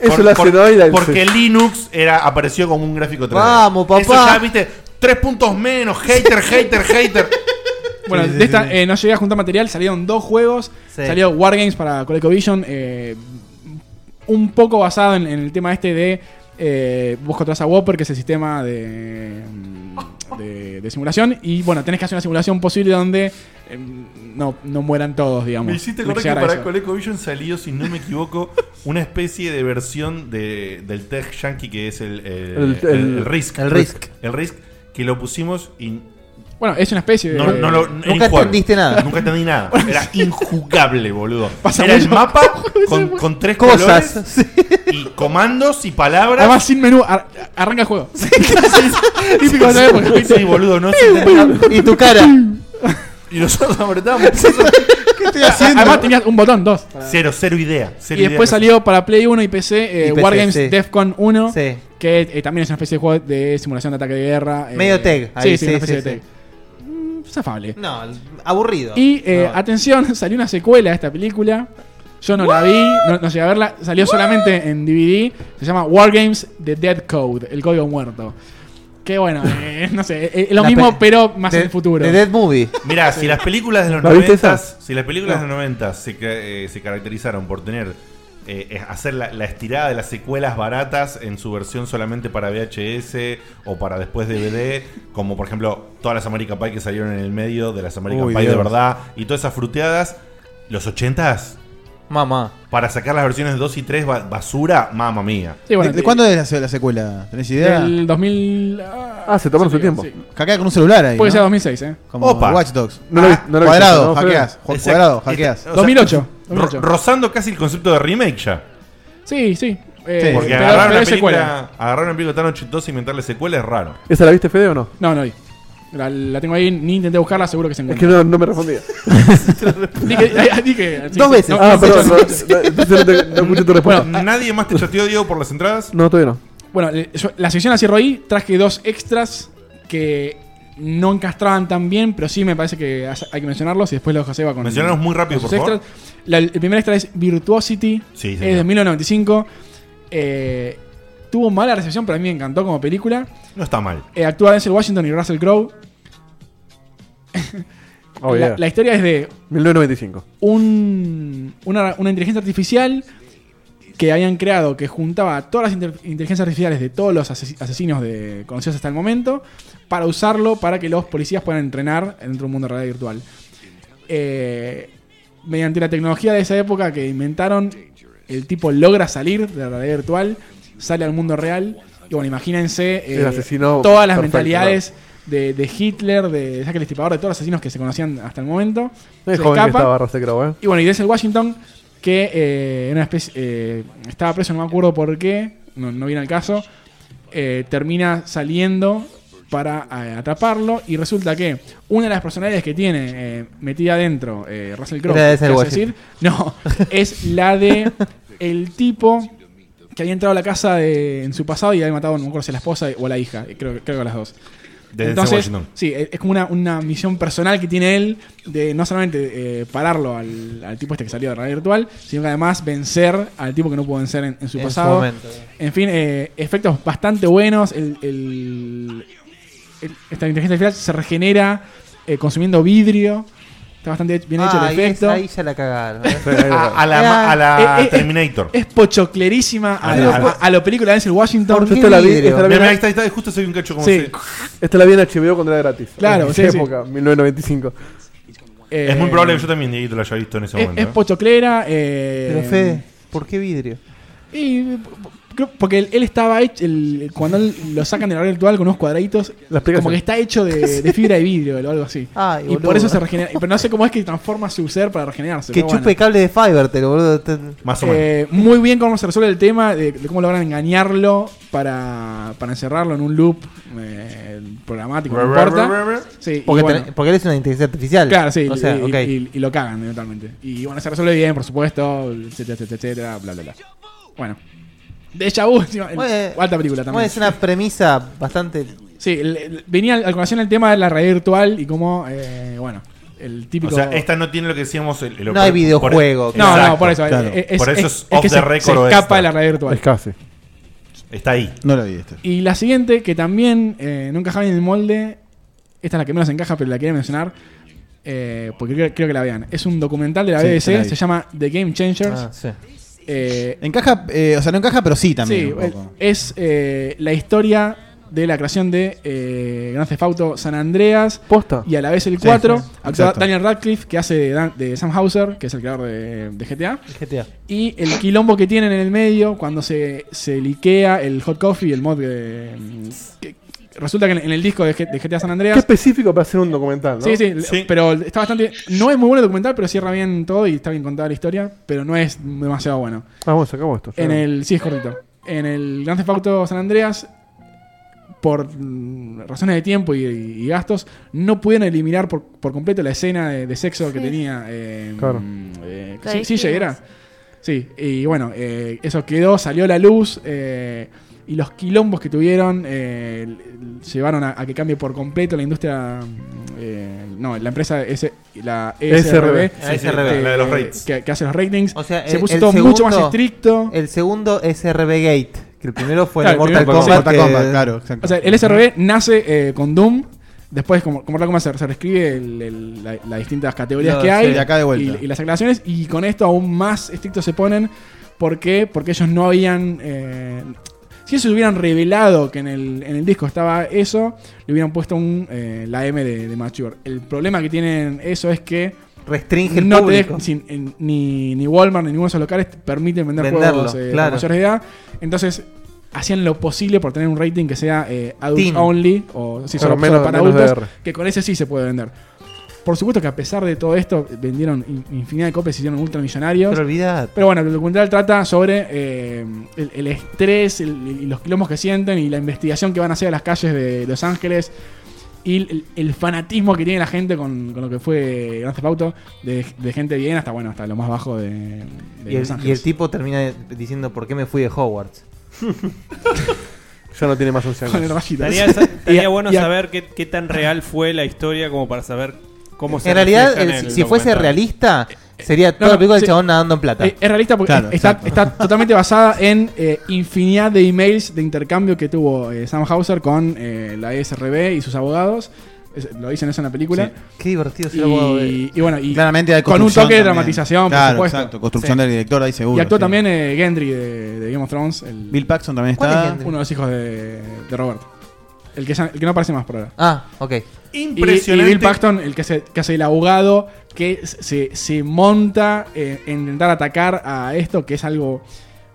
Speaker 4: Eso lo hace hoy la-
Speaker 3: Porque Linux era, apareció como un gráfico 3D.
Speaker 6: Vamos, papá.
Speaker 3: Eso ya, viste, tres puntos menos, hater, hater, hater.
Speaker 5: Bueno,
Speaker 3: Sí, sí,
Speaker 5: de esta
Speaker 3: sí.
Speaker 5: eh, no llegué a juntar material, salieron dos juegos.
Speaker 3: Sí.
Speaker 5: Salió Wargames para ColecoVision, eh, un poco basado en, en el tema este de eh, vos contratás a Whopper, que es el sistema de, de, de simulación. Y bueno, tenés que hacer una simulación posible donde eh, no, no mueran todos, digamos.
Speaker 3: Me hiciste
Speaker 5: Tenés
Speaker 3: acordar
Speaker 5: llegar
Speaker 3: que
Speaker 5: a
Speaker 3: para
Speaker 5: eso.
Speaker 3: ColecoVision salió, si no me equivoco, una especie de versión de, del Tech Yankee que es el, el,
Speaker 5: El-
Speaker 3: el-
Speaker 5: el-
Speaker 3: el Risk.
Speaker 5: el Risk.
Speaker 3: El Risk, que lo pusimos y.
Speaker 5: Bueno, es una especie de-
Speaker 3: No, no lo- era
Speaker 5: Nunca
Speaker 3: injugable.
Speaker 5: entendiste nada.
Speaker 3: Nunca entendí nada. Era injugable, boludo.
Speaker 5: [laughs] Pasa
Speaker 3: era el
Speaker 5: mucho.
Speaker 3: mapa con, con tres
Speaker 5: Cosas,
Speaker 3: colores y comandos y palabras.
Speaker 5: Además, sin menú, ar- arranca el juego. [laughs] Típico de la época, ¿viste?
Speaker 3: Sí, boludo, no se entendía.
Speaker 6: Y tu cara.
Speaker 3: Y nosotros apretábamos. ¿Qué estoy haciendo?
Speaker 5: Además, tenías un botón, dos.
Speaker 3: Cero, cero idea. cero
Speaker 5: Y después
Speaker 3: idea.
Speaker 5: salió para Play 1 y PC, eh,
Speaker 3: Y PC,
Speaker 5: Wargames
Speaker 3: sí.
Speaker 5: Defcon 1,
Speaker 3: Sí.
Speaker 5: que eh, también es una especie de juego de simulación de ataque de guerra. eh,
Speaker 6: Medio tag, ahí,
Speaker 5: sí, sí,
Speaker 6: sí,
Speaker 5: una especie
Speaker 6: sí,
Speaker 5: de
Speaker 6: sí.
Speaker 5: tag. Mm, Zafable.
Speaker 6: No, aburrido.
Speaker 5: Y eh, atención, [laughs] salió una secuela de esta película. Yo no la vi, no, no llegué a verla. Salió solamente en DVD. Se llama Wargames The Dead Code, el código muerto. Que bueno, eh, no sé, eh, lo
Speaker 3: La
Speaker 5: mismo,
Speaker 3: pe-
Speaker 5: pero más en el futuro.
Speaker 3: Mirá, si las películas de los
Speaker 5: ¿La viste
Speaker 3: 90
Speaker 5: esa?
Speaker 3: si las películas
Speaker 5: No.
Speaker 3: de los 90 se, ca- eh, se caracterizaron por tener eh, eh, hacer la, la estirada de las secuelas baratas en su versión solamente para VHS o para después DVD, como por ejemplo todas las American Pie que salieron en el medio de las American
Speaker 15: Uy,
Speaker 3: Pie de
Speaker 15: Dios.
Speaker 3: verdad y todas esas fruteadas, los 80s
Speaker 15: Mamá.
Speaker 3: para sacar las versiones 2 y 3 ba- basura, mamá mía.
Speaker 5: Sí, bueno,
Speaker 11: ¿De, de cuándo es la, se- la secuela? ¿Tenés idea?
Speaker 5: Del 2000.
Speaker 4: Ah, se tomaron su tiempo.
Speaker 11: Hackea con un celular ahí.
Speaker 5: Puede
Speaker 11: ¿no?
Speaker 5: ser 2006, ¿eh?
Speaker 11: Como Watch Dogs. cuadrado, hackeas. Juan
Speaker 3: Exacto.
Speaker 11: Cuadrado,
Speaker 3: Está-
Speaker 11: hackeas.
Speaker 3: o sea,
Speaker 5: 2008.
Speaker 3: ro- rozando casi el concepto de remake ya.
Speaker 5: Sí, sí. Eh,
Speaker 3: Porque
Speaker 5: pero-
Speaker 3: agarrar,
Speaker 5: pero
Speaker 3: una
Speaker 5: es secuela.
Speaker 3: película, agarrar una película tan ochentosa y inventarle secuela es raro.
Speaker 4: ¿Esa la viste, Fede, o no?
Speaker 5: No, no vi. La, la tengo ahí, ni intenté buscarla, seguro que se
Speaker 4: Es
Speaker 5: encuentra.
Speaker 4: que no, no me respondía.
Speaker 5: [laughs] Dije- eh, dije- sí, sí, no,
Speaker 4: ah, perdón. No,
Speaker 5: no, no, no,
Speaker 4: no, entonces no te- no escuché tu respuesta.
Speaker 3: Bueno, ¿nadie más te chateó, Diego, por las entradas?
Speaker 4: No, todavía no.
Speaker 5: Bueno, le- yo- la sección la cierro ahí. Traje dos extras que no encastraban tan bien, pero sí me parece que has- hay que mencionarlos y después los Joseba con.
Speaker 3: Mencionalos muy rápido,
Speaker 5: con
Speaker 3: por
Speaker 5: sus
Speaker 3: favor.
Speaker 5: La- el primer extra es Virtuosity.
Speaker 3: Sí, señor.
Speaker 5: es de 1995. Eh, tuvo mala recepción, pero a mí me encantó como película.
Speaker 3: No está mal.
Speaker 5: Eh, actúa Denzel Washington y Russell Crowe.
Speaker 4: Oh,
Speaker 5: la,
Speaker 4: yeah.
Speaker 5: la historia es de
Speaker 4: 1995.
Speaker 5: un, una, una inteligencia artificial que habían creado que juntaba todas las inter- inteligencias artificiales de todos los ases- asesinos de, conocidos hasta el momento para usarlo para que los policías puedan entrenar dentro de un mundo de realidad virtual. Eh, mediante la tecnología de esa época que inventaron, el tipo logra salir de la realidad virtual, sale al mundo real. Y bueno, imagínense eh,
Speaker 4: El asesino
Speaker 5: todas las
Speaker 4: perfecto,
Speaker 5: mentalidades de, de Hitler, de Jack el Destripador, de todos los asesinos que se conocían hasta el momento.
Speaker 4: No es
Speaker 5: Se
Speaker 4: joven que
Speaker 5: escapa.
Speaker 4: estaba Russell Crowe, ¿eh?
Speaker 5: Y bueno, y Denzel Washington, que eh, era una especie, eh, estaba preso, no me acuerdo por qué, no, no viene al caso, eh, termina saliendo para eh, atraparlo y resulta que una de las personalidades que tiene eh, metida adentro eh, Russell Crowe,
Speaker 15: Era Denzel
Speaker 5: quiero
Speaker 15: Washington.
Speaker 5: no, es la de el tipo que había entrado a la casa de, en su pasado y había matado, no me acuerdo si a la esposa o a la hija, eh, creo, creo que a las dos.
Speaker 3: De Denzel Washington.
Speaker 5: sí, e, es es como una, una misión personal que tiene él de no solamente eh, pararlo al, al tipo este que salió de realidad virtual, sino que además vencer al tipo que no pudo vencer en, en su
Speaker 15: En su
Speaker 5: pasado.
Speaker 15: momento.
Speaker 5: En fin, eh, efectos bastante buenos. El, el- el- esta inteligencia artificial se regenera eh, consumiendo vidrio. Está bastante bien hecho
Speaker 15: Ah,
Speaker 5: el
Speaker 15: ahí es-
Speaker 5: efecto. Ah,
Speaker 15: ahí se la cagaron. ¿eh?
Speaker 3: A- a la ma- a la Terminator.
Speaker 5: Es, pochoclerísima a,
Speaker 3: A
Speaker 5: la,
Speaker 3: la-
Speaker 5: a, a lo película de Denzel Washington.
Speaker 4: Yo esta la vi- esta la vi-
Speaker 3: Mirá, mirá, ahí está, ahí está, justo se vio un cacho como
Speaker 5: Sí.
Speaker 4: Esta la vi en HBO cuando era gratis.
Speaker 5: Claro,
Speaker 4: en
Speaker 5: sí,
Speaker 4: esa
Speaker 5: sí.
Speaker 4: época, 1995.
Speaker 5: Eh,
Speaker 3: es muy probable que yo también, Dieguito, lo haya visto en ese
Speaker 5: Es,
Speaker 3: momento.
Speaker 5: es
Speaker 3: ¿eh?
Speaker 5: pochoclera. eh,
Speaker 3: Pero, Fede,
Speaker 15: ¿por qué vidrio?
Speaker 5: Y, creo- porque él, él estaba hecho. el- cuando él lo sacan de la red virtual con unos cuadraditos, como que está hecho de, de fibra de vidrio o algo así.
Speaker 15: Ay,
Speaker 5: y
Speaker 15: boludo.
Speaker 5: por eso se regenera. Pero no sé cómo es que transforma su ser para regenerarse.
Speaker 15: Que
Speaker 5: pero
Speaker 15: chupe
Speaker 5: bueno.
Speaker 15: cable de Fivertel, boludo. Te-
Speaker 5: Eh, muy bien cómo se resuelve el tema de, de cómo logran engañarlo para, para encerrarlo en un loop eh, programático, no importa. Eh, Sí, y
Speaker 15: porque,
Speaker 5: bueno.
Speaker 15: ten- porque él es una inteligencia artificial.
Speaker 5: Claro, sí,
Speaker 15: O sea,
Speaker 5: y,
Speaker 15: ok.
Speaker 5: y- y lo cagan eventualmente. Y bueno, se resuelve bien, por supuesto, etcétera, etcétera, etcétera, bla, bla, bla. Bueno. De Vu, encima,
Speaker 15: Bueno,
Speaker 5: alta película también.
Speaker 15: bueno, es una premisa bastante.
Speaker 5: Sí, el- el- venía al, al colación el tema de la realidad virtual y cómo, eh, bueno, el típico...
Speaker 3: O sea, esta no tiene lo que decíamos. El, el-
Speaker 5: No hay videojuego,
Speaker 3: por-
Speaker 5: No,
Speaker 3: Exacto,
Speaker 5: no, por eso,
Speaker 3: claro.
Speaker 5: eh, es-
Speaker 3: por eso
Speaker 5: es-
Speaker 3: es,
Speaker 5: es
Speaker 3: off
Speaker 5: que
Speaker 3: the
Speaker 5: se-
Speaker 3: record.
Speaker 5: se
Speaker 3: o
Speaker 5: escapa
Speaker 3: extra.
Speaker 5: de la realidad virtual. Es casi.
Speaker 3: Está ahí.
Speaker 11: No lo vi este.
Speaker 5: Y la siguiente, que también eh, no encajaba en el molde, esta es la que menos encaja, pero la quería mencionar, eh, porque creo, creo que la vean. Es un documental de la
Speaker 11: Sí,
Speaker 5: BBC,
Speaker 11: la vi.
Speaker 5: se llama The Game Changers.
Speaker 11: Ah, sí.
Speaker 5: Eh,
Speaker 11: Encaja, eh, o sea, no encaja, pero sí también.
Speaker 5: Sí,
Speaker 11: un poco.
Speaker 5: es eh, la historia de la creación de eh, Grand Theft Auto San Andreas y a la vez el
Speaker 15: Sí,
Speaker 5: 4.
Speaker 15: sí,
Speaker 5: actúa
Speaker 15: exacto.
Speaker 5: Daniel Radcliffe, que hace de, Dan- de Sam Hauser, que es el creador de, de GTA.
Speaker 15: GTA.
Speaker 5: Y el quilombo que tienen en el medio cuando se, se liquea el hot coffee y el mod de- que- Resulta que en, en el disco de, G- de GTA San Andreas.
Speaker 4: Qué específico para hacer un documental, ¿no?
Speaker 5: Sí, sí, pero está bastante. No es muy bueno el documental, pero cierra bien todo y está bien contada la historia, pero no es demasiado bueno.
Speaker 4: Vamos, Ah, sacamos esto.
Speaker 5: En el, sí, es correcto. En el Grand Theft Auto San Andreas, por mm, razones de tiempo y, y gastos, no pudieron eliminar por, por completo la escena de, de sexo que
Speaker 15: Sí.
Speaker 5: tenía. eh,
Speaker 15: Claro.
Speaker 5: mm, eh,
Speaker 15: La
Speaker 5: sí, sí,
Speaker 15: dijimos.
Speaker 5: era. Sí, y bueno, eh, eso quedó, salió a la luz. eh, y los quilombos que tuvieron eh, l- l- llevaron a, a que cambie por completo la industria. mm, eh, no, la empresa, S, la SRB,
Speaker 6: Ah,
Speaker 15: Sí, sí, la de los rates.
Speaker 5: eh, que, que hace los ratings.
Speaker 15: O sea,
Speaker 5: se
Speaker 15: el-
Speaker 5: puso
Speaker 15: el
Speaker 5: todo mucho más
Speaker 15: segundo-
Speaker 5: estricto.
Speaker 15: El segundo es RB Gate,
Speaker 6: Que el primero fue
Speaker 5: Claro,
Speaker 6: el Mortal
Speaker 5: primero
Speaker 6: Kombat.
Speaker 5: fue-
Speaker 6: que-
Speaker 5: sí. O sea, el SRB nace eh, con Doom. Después, como, como Mortal Kombat se, se reescribe el- el- la- las distintas categorías
Speaker 25: No,
Speaker 5: que
Speaker 25: sí,
Speaker 5: hay
Speaker 25: de acá de vuelta.
Speaker 5: Y, y las aclaraciones, y con esto aún más estrictos se ponen. ¿Por qué? Porque ellos no habían. eh, si ellos hubieran revelado que en el, en el disco estaba eso, le hubieran puesto un, eh, la M de, de Mature. El problema que tienen eso es que.
Speaker 6: Restringe el
Speaker 5: no te
Speaker 6: público.
Speaker 5: deja- sin- en- ni, ni Walmart ni ninguno de esos locales te permiten vender
Speaker 6: Venderlo,
Speaker 5: juegos eh,
Speaker 6: claro.
Speaker 5: a mayores de edad. Entonces, hacían lo posible por tener un rating que sea eh, adult
Speaker 6: Teen.
Speaker 5: only o sí,
Speaker 4: Claro,
Speaker 5: solo,
Speaker 4: menos-
Speaker 5: solo para
Speaker 4: menos
Speaker 5: adultos,
Speaker 4: DR.
Speaker 5: que con ese sí se puede vender. Por supuesto que a pesar de todo esto, vendieron in- infinidad de copias y hicieron ultramillonarios.
Speaker 6: Pero olvidate.
Speaker 5: Pero bueno, el documental trata sobre eh, el, el estrés el- el- y los quilombos que sienten y la investigación que van a hacer a las calles de Los Ángeles y el, el fanatismo que tiene la gente con, con lo que fue Grand Theft Auto, de, de gente bien hasta bueno hasta lo más bajo de, de
Speaker 6: Y el,
Speaker 5: Los
Speaker 6: y
Speaker 5: Ángeles.
Speaker 6: el tipo termina diciendo por qué me fui de
Speaker 3: [laughs]
Speaker 6: Hogwarts.
Speaker 4: Ya no tiene más opciones.
Speaker 5: Con el rayito.
Speaker 6: Daniel,
Speaker 8: Estaría,
Speaker 6: [laughs]
Speaker 5: [laughs]
Speaker 6: Y
Speaker 8: estaría
Speaker 6: a-
Speaker 8: bueno
Speaker 6: y a-
Speaker 8: saber qué, qué tan real fue la historia como para saber cómo se
Speaker 6: en realidad,
Speaker 8: refleja
Speaker 6: el-
Speaker 8: en
Speaker 6: si-
Speaker 8: el
Speaker 6: si fuese
Speaker 8: documental.
Speaker 6: realista,
Speaker 11: Eh,
Speaker 6: sería
Speaker 5: No,
Speaker 6: todo
Speaker 5: no,
Speaker 6: el pico del
Speaker 5: sí.
Speaker 6: chabón nadando en plata.
Speaker 5: Eh, es realista porque
Speaker 6: Claro,
Speaker 5: está,
Speaker 6: exacto. [laughs]
Speaker 5: está totalmente basada en eh, infinidad de emails de intercambio que tuvo eh, Sam Hauser con eh, la SRB y sus abogados. Es- lo dicen eso en la película.
Speaker 6: Sí. Qué divertido ser
Speaker 5: y,
Speaker 6: abogado de-
Speaker 5: y bueno, y
Speaker 6: Claramente hay
Speaker 5: con un
Speaker 6: construcción
Speaker 5: toque de
Speaker 6: también.
Speaker 5: dramatización,
Speaker 6: Claro,
Speaker 5: por supuesto.
Speaker 6: exacto, construcción del director ahí seguro,
Speaker 5: Y actuó
Speaker 6: sí.
Speaker 5: también eh, Gendry de, de Game of Thrones. el-
Speaker 6: Bill Paxton también ¿Cuál está. es Gendry?
Speaker 5: uno de los hijos de, de Robert. El que, ya- el que no aparece más por ahora.
Speaker 6: Ah, ok.
Speaker 5: Y, y Bill Paxton, el que hace, que hace el abogado, que se, se monta eh, en intentar atacar a esto, que es algo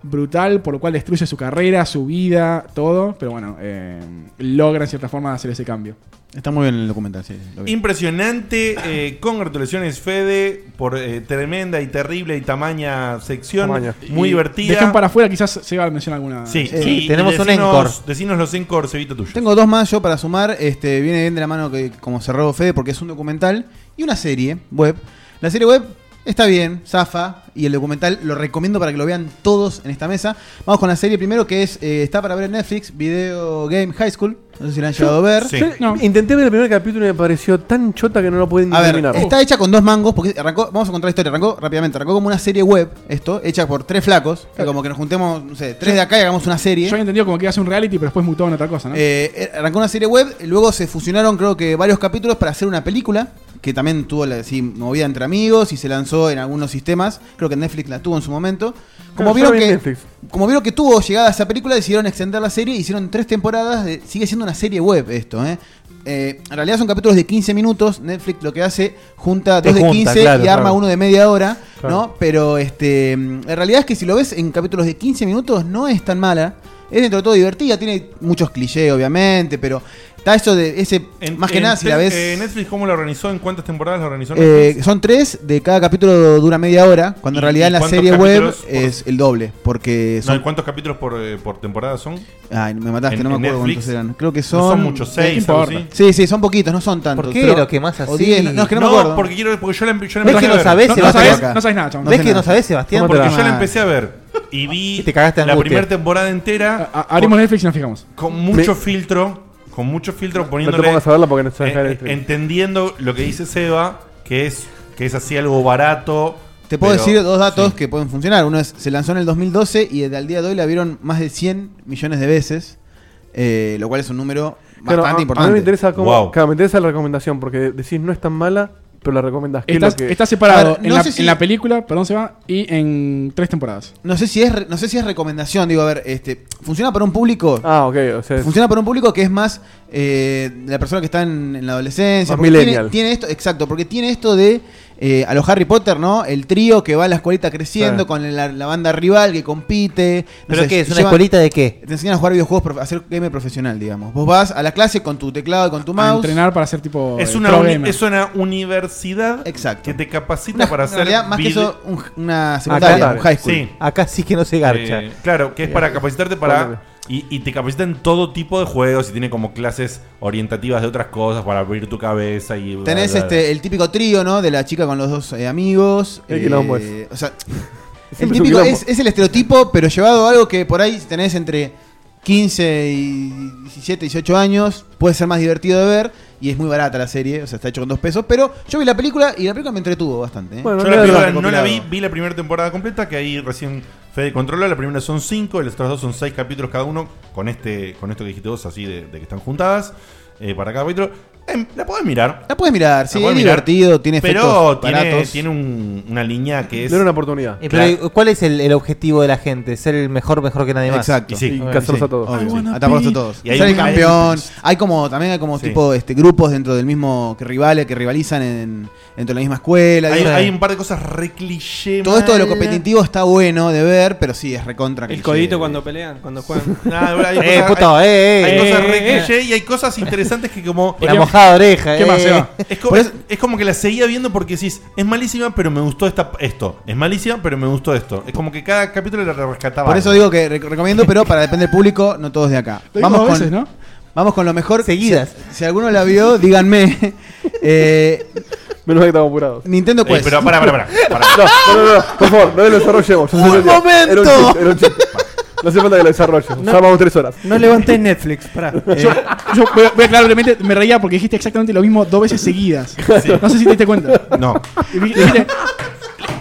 Speaker 5: brutal, por lo cual destruye su carrera, su vida, todo. Pero bueno, eh, logra en cierta forma hacer ese cambio.
Speaker 11: Está muy bien el documental, sí. lo vi. [laughs]
Speaker 3: Impresionante. eh, congratulaciones, Fede, por eh, tremenda y terrible y tamaña sección.
Speaker 5: Tamaño.
Speaker 3: Muy
Speaker 5: Y
Speaker 3: divertida.
Speaker 5: Dejan para afuera, quizás se va a mencionar alguna.
Speaker 3: Sí,
Speaker 11: Eh,
Speaker 3: sí,
Speaker 11: tenemos un
Speaker 3: decinos-
Speaker 11: encore.
Speaker 3: Decinos los encores, Evita tuyo.
Speaker 11: Tengo dos más yo para sumar. Este, viene bien de la mano que como cerró Fede porque es un documental y una serie web. La serie web está bien, zafa, y el documental lo recomiendo para que lo vean todos en esta mesa. Vamos con la serie primero que es eh, está para ver en Netflix, Video Game High School. No sé si la han llegado a ver.
Speaker 4: Yo Intenté ver el primer capítulo y me pareció tan chota que no lo pueden
Speaker 11: A ver,
Speaker 4: terminar.
Speaker 11: está hecha con dos mangos, porque arrancó, vamos a contar la historia, arrancó rápidamente, arrancó como una serie web, esto, hecha por tres flacos, que como que nos juntemos, no sé, tres de acá y hagamos una serie.
Speaker 5: Yo había entendido como que iba a ser un reality, pero después mutó en otra cosa, ¿no?
Speaker 11: Eh, arrancó una serie web, luego se fusionaron creo que varios capítulos para hacer una película, que también tuvo la así, movida entre amigos y se lanzó en algunos sistemas, creo que Netflix la tuvo en su momento.
Speaker 4: Claro,
Speaker 11: Como
Speaker 4: yo
Speaker 11: vieron
Speaker 4: la vi en
Speaker 11: que
Speaker 4: Netflix.
Speaker 11: como vieron que tuvo llegada esa película, decidieron extender la serie, hicieron tres temporadas, de- sigue siendo una serie web esto, ¿eh? Eh, en realidad son capítulos de 15 minutos. Netflix lo que hace junta
Speaker 6: Te
Speaker 11: dos de
Speaker 6: junta,
Speaker 11: 15
Speaker 6: claro,
Speaker 11: y arma
Speaker 6: claro.
Speaker 11: uno de media hora,
Speaker 6: Claro.
Speaker 11: ¿no? Pero este, mm, en realidad es que si lo ves en capítulos de 15 minutos no es tan mala. Es dentro de todo divertida, tiene muchos clichés, obviamente, pero está eso de ese. más que
Speaker 3: En
Speaker 11: nada, si
Speaker 3: te-
Speaker 11: la ves.
Speaker 3: eh, ¿Netflix cómo la organizó? ¿En cuántas temporadas la organizó?
Speaker 11: eh, son tres, de cada capítulo dura media hora, cuando en
Speaker 3: ¿Y-
Speaker 11: realidad
Speaker 3: y
Speaker 11: en la
Speaker 3: cuántos
Speaker 11: serie web
Speaker 3: capítulos por-
Speaker 11: es el doble, porque
Speaker 3: No,
Speaker 11: son.
Speaker 3: ¿en ¿Cuántos capítulos por, eh, por temporada son?
Speaker 11: Ay, me mataste,
Speaker 3: En-
Speaker 11: no me
Speaker 3: en
Speaker 11: acuerdo
Speaker 3: Netflix.
Speaker 11: cuántos eran. Creo que
Speaker 3: No
Speaker 11: son.
Speaker 3: son muchos, seis,
Speaker 11: No
Speaker 3: algo
Speaker 11: importa.
Speaker 3: así.
Speaker 11: Sí, sí, son poquitos, no son tantos.
Speaker 6: ¿Por qué
Speaker 11: pero-
Speaker 6: lo quemás
Speaker 11: o
Speaker 6: así?
Speaker 11: diez, no, no, es que no, me
Speaker 3: No,
Speaker 11: acuerdo.
Speaker 3: porque quiero- porque yo la empe- yo la
Speaker 6: ¿Ves
Speaker 3: empecé
Speaker 6: que
Speaker 3: a
Speaker 6: no
Speaker 3: ver.
Speaker 6: sabés,
Speaker 3: No, no
Speaker 6: Sebastián?
Speaker 3: sabés-
Speaker 6: acá.
Speaker 3: no sabés nada, chabón.
Speaker 6: ¿Ves
Speaker 3: No sé
Speaker 6: que no
Speaker 3: nada.
Speaker 6: sabés, Sebastián?
Speaker 3: Porque
Speaker 6: Porque
Speaker 3: yo la empecé a ver y vi
Speaker 11: [laughs]
Speaker 6: Y te cagaste de
Speaker 3: la
Speaker 6: angustia.
Speaker 3: primera temporada entera.
Speaker 5: abrimos Netflix y nos fijamos.
Speaker 3: Con mucho
Speaker 5: Me-
Speaker 3: filtro, con mucho filtro poniéndole.
Speaker 4: pongas a verla porque no se va a dejar
Speaker 3: eh,
Speaker 4: el
Speaker 3: eh,
Speaker 4: stream.
Speaker 3: Entendiendo lo que dice Seba, que es, que es así algo barato.
Speaker 11: Te puedo
Speaker 3: pero-
Speaker 11: decir dos datos que pueden funcionar. Uno es, se lanzó en el 2012 y desde el día de hoy la vieron más de 100 millones de veces, eh, lo cual es un número
Speaker 4: Claro,
Speaker 11: bastante
Speaker 4: a-
Speaker 11: importante.
Speaker 4: A mí me interesa, cómo,
Speaker 11: Wow.
Speaker 4: claro, me interesa la recomendación porque decís no es tan mala, pero la recomendás. ¿Qué es lo
Speaker 5: Estás-
Speaker 4: que-
Speaker 5: Está separado
Speaker 11: A ver,
Speaker 5: en,
Speaker 11: no
Speaker 5: la,
Speaker 11: sé si-
Speaker 5: en la película, perdón, se va, y en tres temporadas.
Speaker 11: No sé si es re- no sé si es recomendación, digo, a ver, este, funciona para un público.
Speaker 4: Ah, ok, o sea, es-
Speaker 11: Funciona para un público que es más eh, la persona que está en, en la adolescencia.
Speaker 4: Más
Speaker 11: porque tiene-
Speaker 4: millennial.
Speaker 11: Tiene, esto, exacto, porque tiene esto de eh, a los Harry Potter, ¿no? El trío que va a la escuelita creciendo
Speaker 6: Sí.
Speaker 11: con la, la banda rival que compite. no
Speaker 6: ¿Pero
Speaker 11: sé,
Speaker 6: qué? ¿Es una
Speaker 11: llevan-
Speaker 6: escuelita de qué?
Speaker 11: Te enseñan a jugar videojuegos, profe- a hacer gamer profesional, digamos. Vos vas a la clase con tu teclado y con tu
Speaker 5: A
Speaker 11: mouse.
Speaker 5: entrenar para ser tipo.
Speaker 3: Es
Speaker 5: eh,
Speaker 3: una,
Speaker 5: pro
Speaker 3: uni-
Speaker 5: gamer.
Speaker 3: es una universidad que te capacita para
Speaker 11: en
Speaker 3: hacer.
Speaker 11: realidad, más que
Speaker 3: vide-
Speaker 11: eso, un- una secundaria, un high school.
Speaker 3: Sí.
Speaker 6: Acá sí que no se garcha.
Speaker 3: Eh, claro, que es para capacitarte
Speaker 6: Póngame.
Speaker 3: para. Y, y te capacita en todo tipo de juegos y tiene como clases orientativas de otras cosas para abrir tu cabeza y. bla,
Speaker 11: Tenés
Speaker 3: bla, bla.
Speaker 11: este, el típico trío, ¿no? De la chica con los dos eh, amigos.
Speaker 4: El
Speaker 11: Eh,
Speaker 4: quilombo es. [laughs]
Speaker 11: O sea, el
Speaker 4: Siempre es un
Speaker 11: típico
Speaker 4: quilombo.
Speaker 11: es, es el estereotipo, pero llevado a algo que por ahí tenés entre 15 y 17, 18 años. Puede ser más divertido de ver y es muy barata la serie. O sea, está hecho con dos pesos. Pero yo vi la película y la película me entretuvo bastante. ¿eh.
Speaker 3: Yo la película no la vi, vi la primera temporada completa, que ahí recién Fede Controla, la primera son cinco, las otras dos son seis capítulos cada uno, con este con esto que dijiste vos, así de, de que están juntadas, eh, para cada capítulo. Em, la podés mirar.
Speaker 11: La puedes mirar, sí,
Speaker 3: La podés
Speaker 11: es
Speaker 3: mirar,
Speaker 11: divertido, tiene
Speaker 3: Pero
Speaker 11: efectos
Speaker 3: tiene,
Speaker 11: baratos.
Speaker 3: tiene un- una línea que es...
Speaker 4: Dale una oportunidad.
Speaker 6: Eh,
Speaker 3: Claro.
Speaker 6: pero, ¿Cuál es el, el objetivo de la gente? ¿Ser el mejor, mejor que nadie más?
Speaker 11: Exacto.
Speaker 6: Sí.
Speaker 11: Obvio, sí.
Speaker 6: Obvio.
Speaker 11: Atacarlos a todos.
Speaker 6: Y hay
Speaker 11: Ser el
Speaker 6: un- hay-
Speaker 11: campeón. Hay como, también hay como
Speaker 3: Sí.
Speaker 11: tipo este, grupos dentro del mismo que rivales, que rivalizan en, dentro de la misma escuela.
Speaker 3: Hay,
Speaker 11: digo,
Speaker 3: hay un par de cosas re cliché.
Speaker 11: Todo esto de lo
Speaker 3: mal.
Speaker 11: competitivo está bueno de ver, pero sí, es recontra
Speaker 8: El
Speaker 11: cliché.
Speaker 8: codito cuando pelean, cuando
Speaker 11: [laughs]
Speaker 3: [laughs]
Speaker 8: juegan.
Speaker 3: Nada,
Speaker 6: Eh,
Speaker 3: bro, hay cosas- hay- hay cosas re cliché y hay cosas interesantes que como...
Speaker 6: La mojada oreja,
Speaker 3: ¿Qué
Speaker 6: eh.
Speaker 3: más, Seba? Es, co-
Speaker 6: Por eso-
Speaker 3: es como que la seguía viendo porque decís, es malísima, pero me gustó esta, esto. Es malísima, pero me gustó esto. Es como que cada capítulo la rescataba.
Speaker 11: Por eso digo que rec- recomiendo, pero para depender del público, no todos de acá.
Speaker 3: Lo
Speaker 11: Vamos
Speaker 3: vimos
Speaker 11: con,
Speaker 3: dos veces, ¿no?
Speaker 11: vamos con lo mejor. Seguidas. Si, si alguno la
Speaker 4: [laughs]
Speaker 11: vio, díganme. Eh,
Speaker 4: Menos que estamos apurados.
Speaker 8: Eh,
Speaker 11: Nintendo Quest.
Speaker 4: pero
Speaker 3: pará,
Speaker 4: para,
Speaker 3: pará,
Speaker 4: para,
Speaker 3: pará,
Speaker 4: para. [laughs] No, no, no, no, por favor, no lo desarrollemos. ya se
Speaker 11: ¡Un
Speaker 4: entendió. Era un
Speaker 11: momento!
Speaker 4: chiste, era un chiste. No hace falta que lo desarrolle.
Speaker 5: No-
Speaker 4: ya vamos tres horas.
Speaker 8: No levantes Netflix, pará.
Speaker 5: Yo, yo voy, a, voy a aclarar brevemente, me reía porque dijiste exactamente lo mismo dos veces seguidas. No sé si te diste cuenta.
Speaker 3: No.
Speaker 5: Y di- dijiste,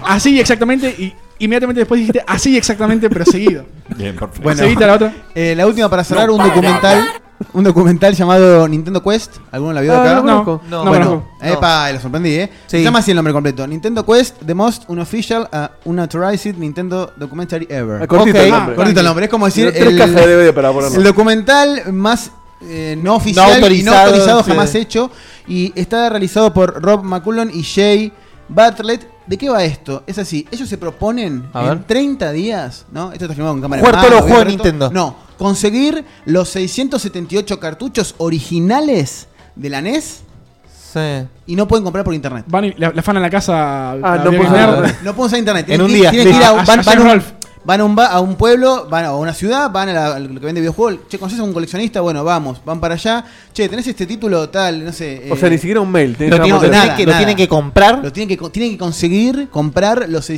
Speaker 5: así exactamente y inmediatamente después dijiste así exactamente pero seguido.
Speaker 3: Bien, perfecto.
Speaker 11: Bueno,
Speaker 5: Seguita la otra.
Speaker 11: eh, la última para cerrar,
Speaker 5: No
Speaker 11: un
Speaker 5: para
Speaker 11: documental. Un documental llamado Nintendo Quest. ¿Alguno la vio de
Speaker 5: Ah,
Speaker 11: acá?
Speaker 5: no, no, no, no,
Speaker 11: bueno,
Speaker 5: no, no.
Speaker 11: epa, lo sorprendí, ¿eh?
Speaker 6: Sí.
Speaker 11: Se llama así el nombre completo. Nintendo Quest, The Most Unofficial uh, Unauthorized Nintendo Documentary Ever.
Speaker 4: Ah, cortito
Speaker 11: Ok,
Speaker 4: el nombre.
Speaker 11: cortito el nombre. Es como decir
Speaker 4: Pero tres cajas de DVD para ponerlo.
Speaker 11: el documental más eh, no oficial
Speaker 6: No
Speaker 11: y no
Speaker 6: autorizado,
Speaker 11: autorizado
Speaker 6: sí.
Speaker 11: jamás hecho. Y está realizado por Rob McCullon y Jay Bartlett. ¿De qué va esto? Es así, ellos se proponen
Speaker 6: A
Speaker 11: en
Speaker 6: ver.
Speaker 11: 30 días, ¿no? Esto está filmado con cámara
Speaker 6: Jugar
Speaker 11: en
Speaker 6: todos
Speaker 11: mano,
Speaker 6: los juegos de
Speaker 11: bien
Speaker 6: Nintendo.
Speaker 11: No, conseguir los 678 cartuchos originales de la NES
Speaker 6: Sí.
Speaker 11: y no pueden comprar por internet.
Speaker 5: Van y la, la fan a la casa.
Speaker 11: Ah, no puedo usar- no puedo usar internet.
Speaker 6: En
Speaker 11: Tienen
Speaker 6: un
Speaker 11: que-
Speaker 6: día.
Speaker 11: tienen que ir a,
Speaker 6: Ah,
Speaker 11: van,
Speaker 6: ayer
Speaker 11: van a un-
Speaker 6: Rolf.
Speaker 11: van a un ba- a un pueblo, van a una ciudad, van a la- a lo que vende videojuegos. Che, ¿conoces a un coleccionista? Bueno, vamos, van para allá. Che, ¿tenés este título tal? No sé. eh,
Speaker 4: O sea, ni siquiera un mail, tenés
Speaker 11: Lo,
Speaker 4: que llamar
Speaker 11: tienen-
Speaker 4: por
Speaker 11: nada,
Speaker 4: teléfono.
Speaker 11: nada.
Speaker 4: Lo tienen que
Speaker 6: comprar.
Speaker 11: Lo tienen que, co- tienen que conseguir comprar los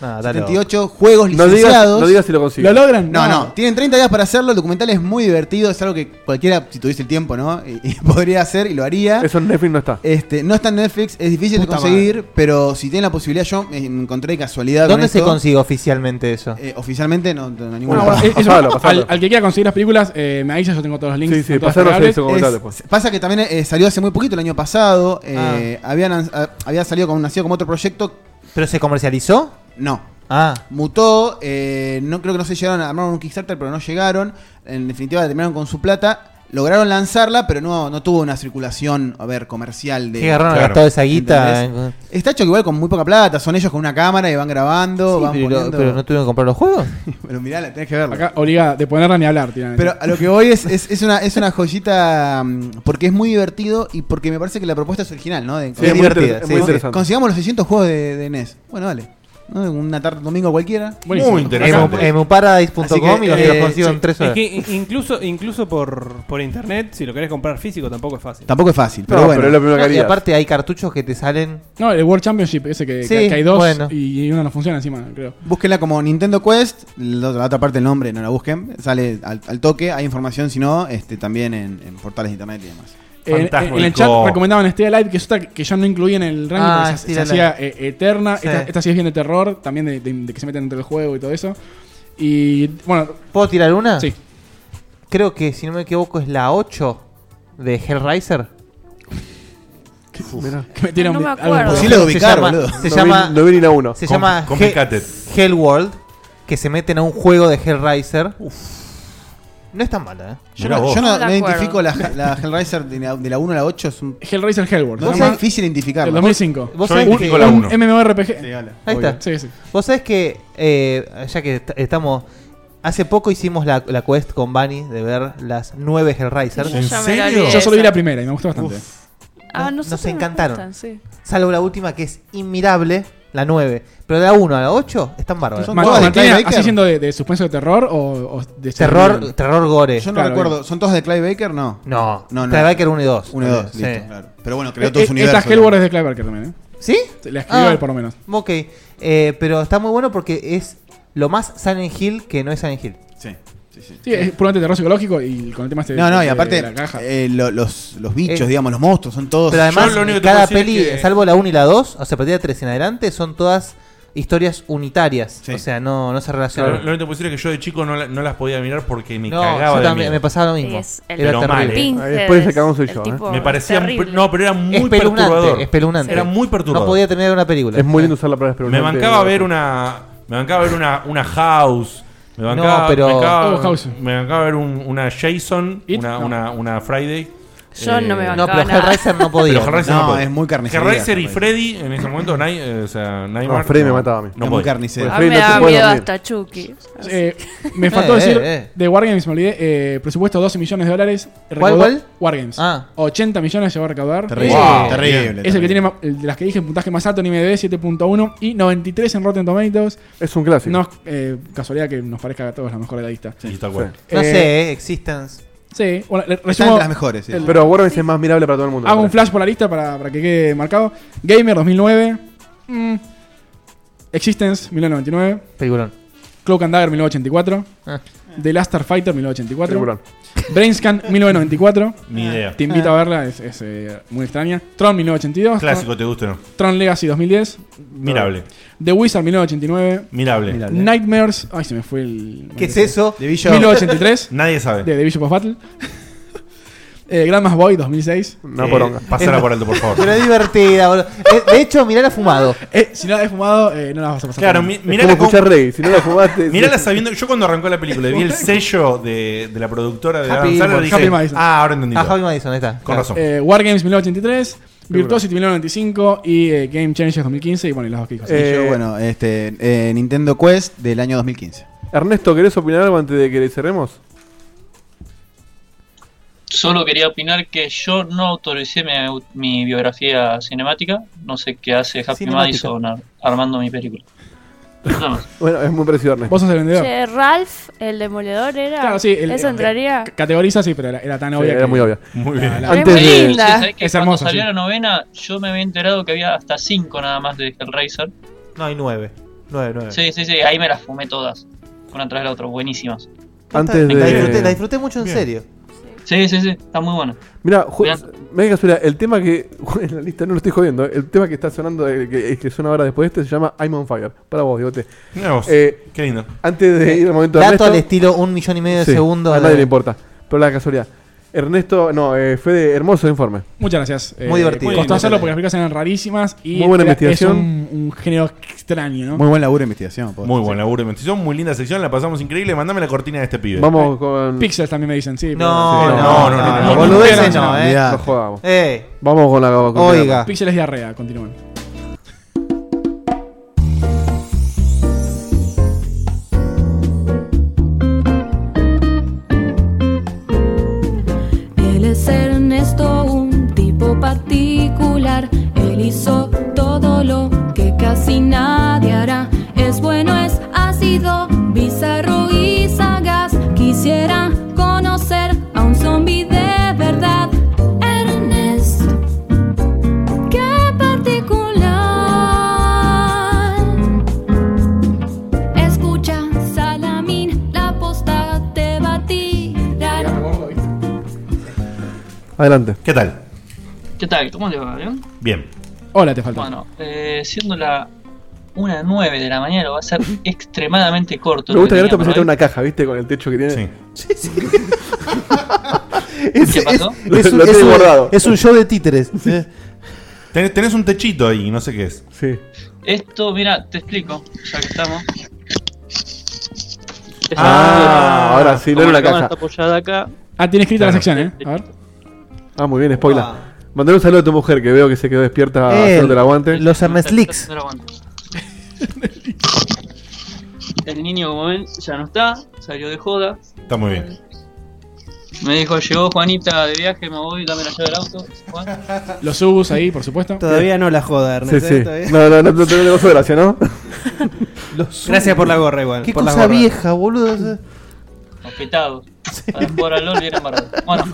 Speaker 11: 678
Speaker 4: loco.
Speaker 11: juegos
Speaker 4: No digas-
Speaker 11: licenciados.
Speaker 4: no digas si lo consiguen. ¿Lo logran?
Speaker 11: No, no,
Speaker 4: No.
Speaker 11: Tienen 30 días para hacerlo. El documental es muy divertido. Es algo que cualquiera, si tuviese el tiempo, ¿no? Y- y [laughs] podría hacer y lo haría.
Speaker 4: Eso en Netflix no está.
Speaker 11: Este, no está en Netflix, es difícil
Speaker 6: Puta
Speaker 11: de conseguir, pero si tienen la posibilidad, yo me encontré de casualidad.
Speaker 6: ¿Dónde
Speaker 11: con
Speaker 6: se
Speaker 11: esto.
Speaker 6: consigue oficialmente eso?
Speaker 11: Eh, oficialmente no, no, no ninguna
Speaker 5: Bueno,
Speaker 4: eh,
Speaker 5: bueno, eso, Al, al que quiera conseguir las películas, eh, me avisa, yo tengo todos los links. con todas las descargables.
Speaker 11: Pasa que también eh, salió hace muy poquito, el año pasado. eh, habían, ah, había salido con, nacido como otro proyecto.
Speaker 6: ¿Pero se comercializó?
Speaker 11: No.
Speaker 6: Ah.
Speaker 11: Mutó, eh, no creo que no se llegaron a armar un Kickstarter, pero no llegaron. En definitiva, terminaron con su plata. Lograron lanzarla, pero no, no tuvo una circulación, a ver, comercial. de
Speaker 6: ¿Qué agarraron a gastado esa guita? eh,
Speaker 11: ¿Entendés? Está hecho igual con muy poca plata. Son ellos con una cámara y van grabando.
Speaker 6: Sí,
Speaker 11: van
Speaker 6: pero,
Speaker 11: poniendo-
Speaker 6: pero no tuvieron que comprar los juegos.
Speaker 11: Pero mirá, la tenés que verla.
Speaker 5: Acá obligada de ponerla ni hablar, tiran.
Speaker 11: Pero a lo que voy es, es, es una, es una joyita mm, porque es muy divertido y porque me parece que la propuesta es original, ¿no? De-
Speaker 6: Sí, es muy divertida, inter- es muy
Speaker 11: ¿no?
Speaker 6: interesante.
Speaker 11: Consigamos los 600 juegos de, de NES. Bueno, dale. ¿No? Una tarde domingo cualquiera. eh,
Speaker 6: Buenísimo. Muy interesante. Emu- emuparadise.com
Speaker 8: eh,
Speaker 6: y los que los consigo en tres
Speaker 11: horas.
Speaker 8: Es que in- incluso, incluso por, por internet, si lo querés comprar físico, tampoco es fácil.
Speaker 11: Tampoco es fácil, pero
Speaker 6: No,
Speaker 11: bueno.
Speaker 6: pero es lo primero que
Speaker 11: No, y
Speaker 6: harías.
Speaker 11: aparte-
Speaker 6: Aparte, hay cartuchos que te salen.
Speaker 5: No, el World Championship, ese que, que-
Speaker 6: Sí,
Speaker 5: que hay dos
Speaker 6: bueno.
Speaker 5: y uno no funciona encima, creo.
Speaker 11: Búsquenla como Nintendo Quest, la otra, la otra parte del nombre no la busquen, sale al, al toque, hay información si no, este, también en, en portales de internet y demás.
Speaker 5: En, en- en el chat recomendaban Stay Alive, que es otra que yo no incluía en el ranking
Speaker 11: Ah,
Speaker 5: porque se- se,
Speaker 11: Stay Alive.
Speaker 5: hacía eh, eterna.
Speaker 11: Sí.
Speaker 5: Esta, esta sí es bien de terror, también de, de- de que se meten entre el juego y todo eso. Y bueno.
Speaker 6: ¿Puedo tirar una?
Speaker 5: Sí.
Speaker 6: Creo que, si no me equivoco, es la 8 de Hellraiser.
Speaker 5: Que me tiran
Speaker 6: No me
Speaker 5: algo
Speaker 6: acuerdo.
Speaker 5: por-
Speaker 6: Sí lo ubicar, Se llama- boludo. se llama- Se llama He- Hellworld, que se meten a un juego de Hellraiser. No es tan mala, ¿eh?
Speaker 11: Yo no, yo no me identifico la, la Hellraiser de la, de la 1 a la 8. Es un...
Speaker 5: Hellraiser Hellworld.
Speaker 11: No,
Speaker 5: Se
Speaker 11: es
Speaker 5: llama-
Speaker 11: difícil identificarla.
Speaker 5: Del 2005.
Speaker 6: Vos
Speaker 5: Yo
Speaker 6: sabés
Speaker 5: identifico la
Speaker 6: un
Speaker 5: uno. MMORPG.
Speaker 11: Sí, dale.
Speaker 6: Ahí
Speaker 11: Obvio.
Speaker 6: está. Vos sabés que, eh, ya que est- estamos... Hace poco hicimos la, la quest con Bunny de ver las nueve Hellraisers.
Speaker 5: Yo ¿En ya me la serio? olvidé Yo solo vi
Speaker 6: esa.
Speaker 5: la primera y me gustó bastante.
Speaker 6: no-
Speaker 9: Ah, nosotros
Speaker 6: nos
Speaker 9: nos
Speaker 6: encantaron.
Speaker 9: gustan, sí.
Speaker 6: Salvo la última que es inmirable, la 9. Pero de la 1 a la 8 están bárbaras.
Speaker 5: Man- ¿Mantiene así siendo de, de suspenso de terror o, o de
Speaker 6: Terror, terror gore.
Speaker 11: Yo no recuerdo, ¿son todos de Clive Baker? No.
Speaker 6: No,
Speaker 11: no, no.
Speaker 6: Clive Baker 1 y 2.
Speaker 11: 1 y 2,
Speaker 6: Sí.
Speaker 11: listo, claro. Pero bueno, creó todo su universo.
Speaker 5: Eh, Esta Hellworld es de Clive Barker también, ¿eh?
Speaker 6: ¿Sí?
Speaker 5: La escribió
Speaker 6: Ah,
Speaker 5: él por lo menos.
Speaker 6: Ok, Eh, pero está muy bueno porque es lo más Silent Hill que no es Silent Hill.
Speaker 11: Sí, sí, sí.
Speaker 5: Sí, es puramente terror psicológico y con el tema este
Speaker 11: No, no, y
Speaker 5: de- de
Speaker 11: aparte,
Speaker 5: la caja.
Speaker 11: eh, lo- los, los bichos,
Speaker 6: Eh,
Speaker 11: digamos, los monstruos, son todos.
Speaker 6: Pero además, cada peli, salvo la 1 y la 2, o sea, a partir de 3 en adelante, son todas historias unitarias. O sea, no, no se relacionan.
Speaker 3: Lo, lo único posible es que yo de chico no, la- no las podía mirar porque me
Speaker 6: No,
Speaker 3: cagaba.
Speaker 6: yo
Speaker 3: de
Speaker 6: también,
Speaker 3: miedo.
Speaker 6: me pasaba lo mismo. Sí, es el- Era
Speaker 3: Pero mal,
Speaker 6: terrible.
Speaker 3: ¿eh?
Speaker 6: Pinhead Ahí después es- sacamos el el show, ¿eh? tipo
Speaker 3: Me parecía.
Speaker 6: terrible.
Speaker 3: No, pero era muy
Speaker 6: Espeluznante,
Speaker 3: perturbador.
Speaker 6: espeluznante.
Speaker 3: Era muy perturbador.
Speaker 6: No podía terminar una película.
Speaker 4: Es muy lindo usar la palabra
Speaker 3: Me
Speaker 4: espeluznante.
Speaker 3: bancaba ver una. Me bancaba ver una, una house. Me
Speaker 6: No,
Speaker 3: bancaba,
Speaker 6: pero-
Speaker 3: me bancaba,
Speaker 6: Oh, House.
Speaker 3: me bancaba ver un- una Jason, una, una, una Friday. Eh,
Speaker 9: Yo no me bancaba
Speaker 6: No, pero nada. Hellraiser
Speaker 3: [laughs]
Speaker 6: no podía.
Speaker 3: Pero Hellraiser
Speaker 6: No,
Speaker 3: podía.
Speaker 6: es muy carnicero.
Speaker 3: Hellraiser y Freddy en ese momento, Night- eh, o sea, Nightmare.
Speaker 4: Freddy me mataba a mí.
Speaker 3: No
Speaker 4: Es muy
Speaker 3: podía.
Speaker 4: carnicero.
Speaker 5: Ah,
Speaker 9: A mí Ah, me daba miedo hasta Chucky.
Speaker 5: Eh,
Speaker 9: [laughs]
Speaker 5: me faltó
Speaker 9: Eh,
Speaker 5: decir
Speaker 9: eh, eh.
Speaker 5: de Wargames, me olvidé. eh, presupuesto 12 millones de dólares.
Speaker 6: ¿Cuál,
Speaker 5: recaudó-
Speaker 6: cuál? Ah.
Speaker 5: Wargames. 80 millones se va a recaudar.
Speaker 6: Terrible, Wow. terrible,
Speaker 5: Bien. Es
Speaker 6: terrible.
Speaker 5: el que tiene ma- el de las que dije, el puntaje más alto en IMDb, 7.1 y 93 en Rotten Tomatoes.
Speaker 4: Es un clásico.
Speaker 5: No es eh, casualidad que nos parezca a todos la mejor de la lista.
Speaker 3: Sí, tal cual.
Speaker 6: No sé, eh, Existence.
Speaker 5: Sí, bueno, le- resumo el-
Speaker 4: Pero Wargames es más mirable para todo el mundo.
Speaker 5: Hago un flash por la lista para, para que quede marcado. Gamer 2009. Mm. Existence 1999.
Speaker 6: Peliculón.
Speaker 5: Cloak and Dagger 1984.
Speaker 6: Ah.
Speaker 5: The Last Starfighter 1984.
Speaker 6: Peliculón.
Speaker 5: Brainscan 1994.
Speaker 3: Ni idea.
Speaker 5: Te invito a verla, es, es, eh, muy extraña. Tron 1982.
Speaker 3: Clásico,
Speaker 5: Tron-
Speaker 3: te gusta o no.
Speaker 5: Tron Legacy 2010.
Speaker 3: Mirable.
Speaker 5: The Wizard 1989.
Speaker 3: Mirable. Mirable.
Speaker 5: Nightmares. Ay, se me fue el.
Speaker 3: ¿Qué es eso? The Bishop.
Speaker 5: 1983.
Speaker 3: [laughs] Nadie sabe.
Speaker 5: De The Bishop of Battle. [laughs] eh, Grandma's Boy 2006.
Speaker 3: Eh, Pasala por alto, por favor.
Speaker 6: Pero es divertida, boludo. Eh, De hecho, mirá la
Speaker 3: [laughs]
Speaker 6: fumado.
Speaker 5: Eh, si no la he fumado, eh, no la vas a pasar.
Speaker 3: Claro,
Speaker 5: por
Speaker 3: mi-
Speaker 5: alto.
Speaker 3: mirala con- [laughs]
Speaker 4: fumaste.
Speaker 3: Mirala sabiendo. Yo cuando arrancó la película y vi el sello de, de la productora de
Speaker 5: Happy
Speaker 3: Adam Sandler,
Speaker 5: Madison. Happy
Speaker 3: dije,
Speaker 5: Madison.
Speaker 3: Ah, ahora entendí.
Speaker 6: Ah,
Speaker 3: todo".
Speaker 6: Happy Madison, ahí está.
Speaker 3: Con
Speaker 6: Claro.
Speaker 3: razón.
Speaker 5: Eh, Wargames 1983, Virtuosity 1995 y eh, Game Changers 2015. Y bueno, y las dos que digo.
Speaker 4: Eh,
Speaker 5: Sí, yo, bueno.
Speaker 4: bueno, este,
Speaker 11: eh,
Speaker 4: Nintendo Quest del año 2015. Ernesto, ¿querés opinar algo antes de que le cerremos?
Speaker 20: Solo quería opinar que yo no autoricé mi, mi biografía cinemática. No sé qué hace Happy
Speaker 4: Cinemática.
Speaker 20: Madison ar- armando mi película. Nada más.
Speaker 4: Bueno, es muy parecido a Ernesto.
Speaker 5: Vos sos el vendedor.
Speaker 9: Che, Ralph, el demoledor era.
Speaker 5: Claro, sí, el-
Speaker 9: Eso entraría.
Speaker 5: C- Categoriza, sí, pero era, era tan
Speaker 4: Sí,
Speaker 5: obvia.
Speaker 4: era
Speaker 5: que-
Speaker 4: muy obvia.
Speaker 3: Muy bien.
Speaker 9: Antes de-
Speaker 20: Sí,
Speaker 9: linda.
Speaker 20: ¿sabés que
Speaker 5: Es
Speaker 20: cuando
Speaker 5: hermosa,
Speaker 20: salió
Speaker 5: sí.
Speaker 20: la novena, yo me había enterado que había hasta cinco nada más de Hellraiser.
Speaker 6: No, hay nueve. Nueve, nueve.
Speaker 20: Sí, sí, sí, ahí me las fumé todas. Una tras la otra, buenísimas.
Speaker 4: Antes
Speaker 6: La
Speaker 4: de-
Speaker 6: disfruté, la disfruté mucho en
Speaker 4: Bien.
Speaker 6: serio.
Speaker 20: Sí, sí, sí, está muy buena.
Speaker 4: Mira, me da casualidad, el tema que. [laughs] En la lista no lo estoy jodiendo, eh, el tema que está sonando, eh, que, que suena ahora después de este, se llama I'm on Fire. Para vos, digote. Eh,
Speaker 3: Mirá vos, qué lindo.
Speaker 4: Antes de ir al momento de
Speaker 6: Dato
Speaker 4: Ernesto-
Speaker 6: al estilo un millón y medio de segundos
Speaker 4: A nadie
Speaker 6: de-
Speaker 4: le importa, pero la casualidad. Ernesto, no, eh, Fede, hermoso informe.
Speaker 5: Muchas gracias. eh,
Speaker 4: Muy divertido.
Speaker 5: Costó
Speaker 4: Muy
Speaker 5: hacerlo
Speaker 4: divertido.
Speaker 5: porque las películas eran rarísimas y
Speaker 4: Muy buena
Speaker 5: era-
Speaker 4: investigación.
Speaker 5: es un, un género extraño, ¿no?
Speaker 3: Muy
Speaker 11: buen laburo de investigación.
Speaker 3: Muy buen laburo de investigación, muy linda sección, la pasamos increíble. Mandame la cortina de este pibe.
Speaker 4: Vamos con.
Speaker 5: [laughs] Pixels también me dicen, sí.
Speaker 3: No,
Speaker 5: pero-
Speaker 3: no, no, no, no, no, no,
Speaker 6: boludeces no, eh.
Speaker 4: No jodamos.
Speaker 6: Eh.
Speaker 4: Vamos con la. con-
Speaker 6: Oiga.
Speaker 5: Pixel es diarrea, continúen.
Speaker 1: Él es Ernesto, un tipo particular. Él hizo todo lo que casi nadie hará. Es bueno, es ácido, bizarro y sagaz. Quisiera conocer a un zombi de verdad. Ernesto, qué particular. Escucha, Salamín, la posta te va a tirar.
Speaker 4: Adelante.
Speaker 3: ¿Qué tal?
Speaker 20: ¿Qué tal? ¿Cómo le va, León?
Speaker 3: Bien.
Speaker 5: Hola, te falta.
Speaker 20: Bueno, eh, siendo la una 9 de la mañana, va a ser [laughs] extremadamente corto.
Speaker 4: Me
Speaker 20: lo
Speaker 4: gusta que Ernesto
Speaker 20: teníamos,
Speaker 4: presenta
Speaker 20: ¿no?
Speaker 4: una caja, ¿viste? Con el techo que tiene. Sí.
Speaker 20: ¿Qué pasó?
Speaker 4: Lo-
Speaker 20: [laughs]
Speaker 4: lo tiene guardado.
Speaker 6: es un show de títeres.
Speaker 3: Tenés, tenés un techito ahí, no sé qué es.
Speaker 4: Sí.
Speaker 20: Esto, mira, te explico, ya que estamos.
Speaker 4: Ah, ahora sí, no era
Speaker 20: Como
Speaker 4: una
Speaker 20: la cámara
Speaker 4: caja.
Speaker 20: Está apoyada acá.
Speaker 5: Ah, tiene escrita la sección, ¿eh? A ver.
Speaker 4: Ah, muy bien, spoiler. Mandale un saludo a tu mujer que veo que se quedó despierta
Speaker 6: Eh,
Speaker 4: haciendo el aguante.
Speaker 6: Los Ernest Leaks.
Speaker 20: No lo [laughs] aguanto. El niño, como ven, ya no está, salió de joda.
Speaker 3: Está muy bien.
Speaker 20: Me dijo, llegó Juanita de viaje, me voy, dame la llave del auto. Juan.
Speaker 5: Los subus ahí, por supuesto.
Speaker 8: Todavía no la joda,
Speaker 4: Sí,
Speaker 8: Ernesto.
Speaker 4: sí.
Speaker 8: ¿eh? Todavía-
Speaker 4: No, no, no, no te negocio gracia,
Speaker 6: [laughs]
Speaker 4: ¿no?
Speaker 8: Gracias por la gorra, igual.
Speaker 6: Qué
Speaker 8: por la
Speaker 6: cosa
Speaker 8: gorra.
Speaker 6: vieja, boludo.
Speaker 20: Los petados. Para jugar al LOL y eran barbados. Bueno,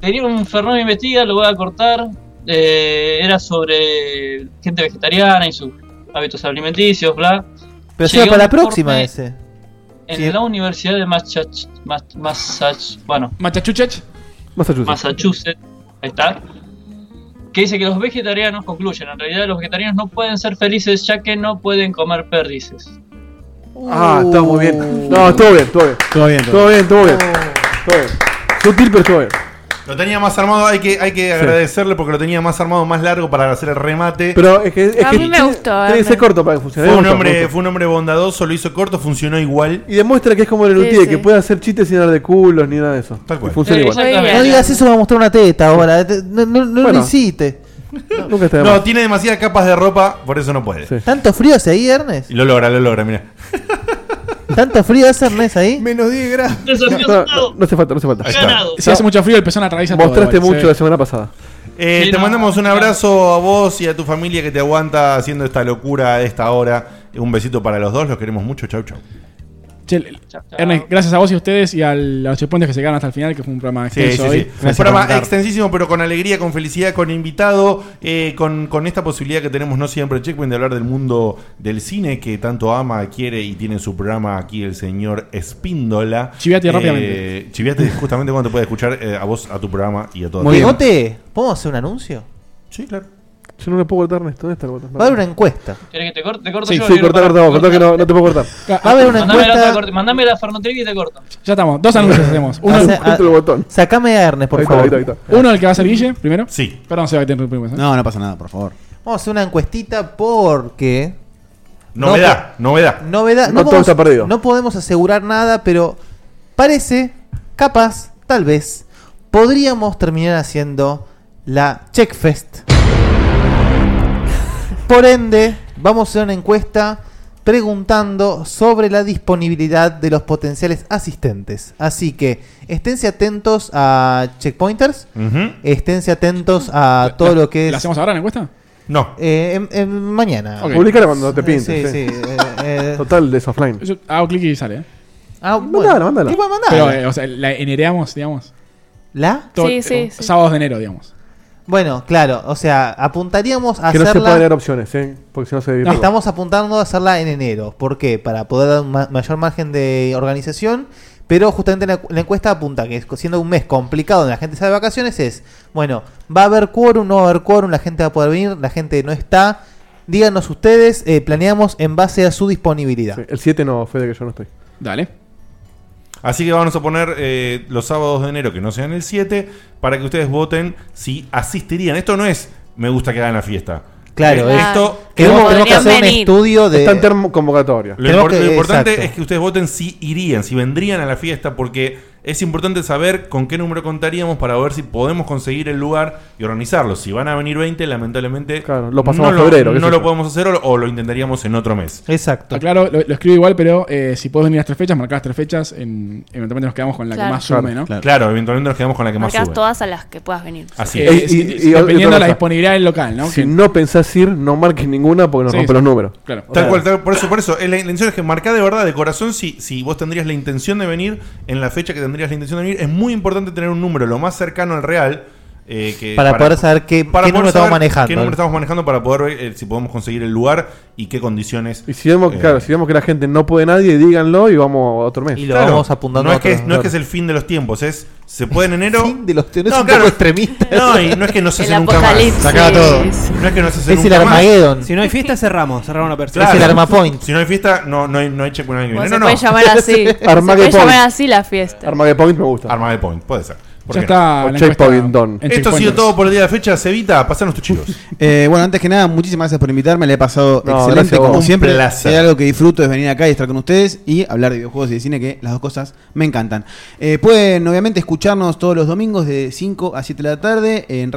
Speaker 20: tenía un Fernández Investiga, lo voy a cortar. Eh, era sobre gente vegetariana y sus hábitos alimenticios, bla.
Speaker 6: Pero
Speaker 20: Llegué a
Speaker 6: será
Speaker 20: un
Speaker 6: para la próxima
Speaker 20: corte
Speaker 6: ese.
Speaker 20: En la Universidad de Massachusetts. Bueno,
Speaker 5: Massachusetts.
Speaker 4: Massachusetts.
Speaker 20: Massachusetts, ahí está. que dice que los vegetarianos concluyen, en realidad los vegetarianos no pueden ser felices ya que no pueden comer perdices.
Speaker 4: Ah,
Speaker 6: Uh.
Speaker 4: está muy bien. No, estuvo bien, estuvo bien.
Speaker 15: Todo bien,
Speaker 4: Todo bien, estuvo bien. Estuvo bien. Sutil, pero estuvo bien.
Speaker 3: Lo tenía más armado, hay que, hay que agradecerle porque lo tenía más armado, más largo para hacer el remate.
Speaker 4: Pero es que- es
Speaker 9: A que mí me tiene- gustó,
Speaker 4: tiene que ser eh. corto para que funcione.
Speaker 3: Fue un,
Speaker 4: Me gustó, me
Speaker 3: hombre,
Speaker 4: gustó.
Speaker 3: fue un hombre bondadoso, lo hizo corto, funcionó igual.
Speaker 4: Y demuestra que es como el
Speaker 3: Sí,
Speaker 4: Lutier,
Speaker 3: sí.
Speaker 4: que puede hacer chistes sin dar de culos ni nada de eso. Tal
Speaker 3: cual.
Speaker 4: funciona
Speaker 3: Sí,
Speaker 4: igual.
Speaker 3: exactamente.
Speaker 6: No digas eso, va a mostrar una teta ahora. Te- No, no- no
Speaker 4: Bueno.
Speaker 6: lo hiciste.
Speaker 4: Nunca está de
Speaker 3: No,
Speaker 4: más.
Speaker 3: tiene demasiadas capas de ropa, por eso no puede.
Speaker 6: ¿Tanto frío hace ahí, Ernest?
Speaker 3: Y lo logra, lo logra, mira.
Speaker 6: ¿Tanto frío hace Ernest ahí?
Speaker 8: Menos 10 grados.
Speaker 4: No, no, no hace falta, no hace falta.
Speaker 5: Ganado. Si hace mucho frío, el pezón atraviesa todo,
Speaker 4: Mostraste
Speaker 5: igual,
Speaker 4: mucho
Speaker 5: se ve.
Speaker 4: la semana pasada.
Speaker 3: Eh,
Speaker 5: Sí,
Speaker 3: te
Speaker 5: no,
Speaker 3: mandamos un abrazo a vos y a tu familia que te aguanta haciendo esta locura a esta hora. Un besito para los dos, los queremos mucho. Chau, chau.
Speaker 5: Che, Ernest, gracias a vos y a ustedes y a los checkpoints que se quedaron hasta el final, que fue un programa
Speaker 3: Sí, sí,
Speaker 5: extenso hoy.
Speaker 3: sí. Un programa extensísimo, pero con alegría, con felicidad, con invitado, eh, con, con esta posibilidad que tenemos no siempre en Checkpoint de hablar del mundo del cine que tanto ama, quiere y tiene su programa aquí el señor Espíndola.
Speaker 5: Chiviate rápidamente.
Speaker 3: Chiviate justamente cuando te puede escuchar eh, a vos, a tu programa y a todos.
Speaker 6: Bigote, ¿podemos hacer un anuncio?
Speaker 3: Sí, claro.
Speaker 4: Yo no le puedo cortar, Ernesto. ¿Dónde está el botón?
Speaker 6: Va a haber una encuesta.
Speaker 20: ¿Querés que te corte? Te corto
Speaker 4: Sí,
Speaker 20: yo.
Speaker 4: sí
Speaker 20: Leo,
Speaker 4: cortá,
Speaker 20: para-
Speaker 4: cortá vos, cortá que no, no te puedo cortar.
Speaker 5: Ah,
Speaker 6: Va a haber una
Speaker 20: Mandame la, otra
Speaker 6: encuesta.
Speaker 20: corte- mandame la Farnotril y te corto.
Speaker 5: Ya estamos, dos anuncios hacemos. Uno,
Speaker 6: Hace- a- Sacame a Ernest, por
Speaker 5: Ahí está,
Speaker 6: favor.
Speaker 5: ahí está, ahí está. Uno el que va a hacer Guille, primero.
Speaker 3: Sí.
Speaker 5: Perdón, Seba, que te interrumpimos. ¿eh?
Speaker 10: No, no pasa nada, por favor.
Speaker 6: Vamos a hacer una encuestita porque.
Speaker 3: Novedad,
Speaker 6: po-
Speaker 3: novedad.
Speaker 6: Novedad.
Speaker 3: No
Speaker 6: No,
Speaker 3: todo
Speaker 6: podemos,
Speaker 3: está perdido.
Speaker 6: no podemos asegurar nada, pero parece, capaz, tal vez, podríamos terminar haciendo la Checkfest. Por ende, vamos a hacer una encuesta preguntando sobre la disponibilidad de los potenciales asistentes. Así que esténse atentos a checkpointers,
Speaker 3: Ujú.
Speaker 6: esténse atentos a todo lo que es... Eh,
Speaker 5: ¿La hacemos ahora la encuesta?
Speaker 3: No. Ah,
Speaker 6: mañana.
Speaker 4: Ok. Publicala cuando te pintes,
Speaker 6: Sí, sí.
Speaker 4: sí.
Speaker 6: eh, eh,
Speaker 4: Total, de offline.
Speaker 5: Yo hago clic y sale. ¿eh?
Speaker 6: Ah,
Speaker 4: Mandala, mandala.
Speaker 6: Igual mandala.
Speaker 5: Pero, eh, o sea, la enereamos, digamos.
Speaker 6: ¿La?
Speaker 5: Todo-
Speaker 6: Sí, sí,
Speaker 5: eh,
Speaker 6: sí.
Speaker 5: Sábados de enero, digamos.
Speaker 6: Bueno, claro, o sea, apuntaríamos a
Speaker 4: Que no se
Speaker 6: hacerla...
Speaker 4: pueden dar opciones, ¿eh? Porque si no se divide.
Speaker 6: Estamos apuntando a hacerla en enero. ¿Por qué? Para poder dar un ma- mayor margen de organización. Pero justamente la, la encuesta apunta que es- siendo un mes complicado donde la gente está de vacaciones es, bueno, va a haber quórum, no va a haber quórum, la gente va a poder venir, la gente no está. Díganos ustedes, eh, planeamos en base a su disponibilidad.
Speaker 4: El 7 no, Fede, que yo no estoy.
Speaker 5: Dale.
Speaker 3: Así que vamos a poner eh, los sábados de enero que no sean el 7 para que ustedes voten si asistirían. Esto no es me gusta que hagan la fiesta.
Speaker 6: Claro,
Speaker 3: Eh,
Speaker 6: es-
Speaker 3: esto
Speaker 6: Queremos- Podrían tenemos que hacer un venir. estudio de-
Speaker 4: Está en termo convocatoria.
Speaker 3: Lo, impor- lo importante es que ustedes voten si irían, si vendrían a la fiesta, porque es importante saber con qué número contaríamos para ver si podemos conseguir el lugar y organizarlo. Si van a venir 20, lamentablemente
Speaker 4: lo pasamos
Speaker 3: no,
Speaker 4: a febrero, qué
Speaker 3: no
Speaker 4: sé
Speaker 3: lo
Speaker 4: yo.
Speaker 3: podemos hacer o, o lo intentaríamos en otro mes.
Speaker 6: Exacto.
Speaker 5: Aclaro, lo, lo escribo igual, pero eh, si puedes venir las tres fechas, marcás tres fechas, en, eventualmente nos quedamos con la
Speaker 9: Claro.
Speaker 5: que más sume, ¿no?
Speaker 3: Claro, eventualmente nos quedamos con la que más
Speaker 9: Marcas
Speaker 3: sube.
Speaker 9: todas a las que puedas venir.
Speaker 3: Así
Speaker 5: Eh,
Speaker 3: es.
Speaker 5: es- es- dependiendo de la disponibilidad del local, ¿no?
Speaker 4: Si
Speaker 5: Que-
Speaker 4: no pensás ir, no marques ninguna porque nos
Speaker 5: Sí,
Speaker 4: rompe
Speaker 5: sí.
Speaker 4: los números.
Speaker 5: Claro.
Speaker 4: O
Speaker 3: Tal
Speaker 4: sea,
Speaker 3: cual, tal- por eso, por eso. eh, La intención es que marcá de verdad, de corazón, si, si vos tendrías la intención de venir, en la fecha que tendrías la intención de venir, es muy importante tener un número lo más cercano al real. eh, que-
Speaker 6: Para poder saber qué- qué número estamos manejando.
Speaker 3: Qué número estamos manejando para poder ver eh, si podemos conseguir el lugar y qué condiciones.
Speaker 4: Y si vemos,
Speaker 3: eh,
Speaker 4: claro, si vemos que la gente no puede nadie, díganlo y vamos a otro mes.
Speaker 3: Claro, No, es que, es- no es que es el fin de los tiempos, es. Se
Speaker 6: [laughs]
Speaker 3: puede en enero. Fin
Speaker 6: de los tiempos,
Speaker 3: no,
Speaker 6: es un poco extremista.
Speaker 3: No, y no es que no se
Speaker 6: [laughs] El
Speaker 3: hace nunca más.
Speaker 6: apocalipsis. Se acaba todo.
Speaker 3: No es que no se hace
Speaker 6: Es el
Speaker 3: nunca más.
Speaker 6: Armageddon.
Speaker 8: Si no hay fiesta, cerramos. Cerramos la persona.
Speaker 3: Claro.
Speaker 6: Point.
Speaker 3: Si no hay fiesta, no, no hay, no hay checkpoint año que
Speaker 9: Bueno,
Speaker 3: viene.
Speaker 9: se
Speaker 3: No,
Speaker 9: puede
Speaker 3: no.
Speaker 9: llamar así. Se puede llamar así la fiesta.
Speaker 4: Arma de Point me gusta.
Speaker 3: Arma de Point, puede ser. ¿Por
Speaker 5: Ya
Speaker 3: qué
Speaker 5: está
Speaker 3: no?
Speaker 4: O la encuesta Checkpoint Don. en
Speaker 3: Esto ha sido
Speaker 4: Checkpointers.
Speaker 3: todo por el día de fecha. Cevita, pasanos tus chivos.
Speaker 10: Eh, bueno, antes que nada, muchísimas gracias por invitarme. Le he pasado
Speaker 3: No, gracias
Speaker 10: excelente,
Speaker 3: a vos.
Speaker 10: como
Speaker 3: Un
Speaker 10: siempre.
Speaker 3: placer.
Speaker 10: Si hay algo que disfruto es venir acá y estar con ustedes y hablar de videojuegos y de cine, que las dos cosas me encantan. Eh, pueden, obviamente, escucharnos todos los domingos de 5 a 7 de la tarde en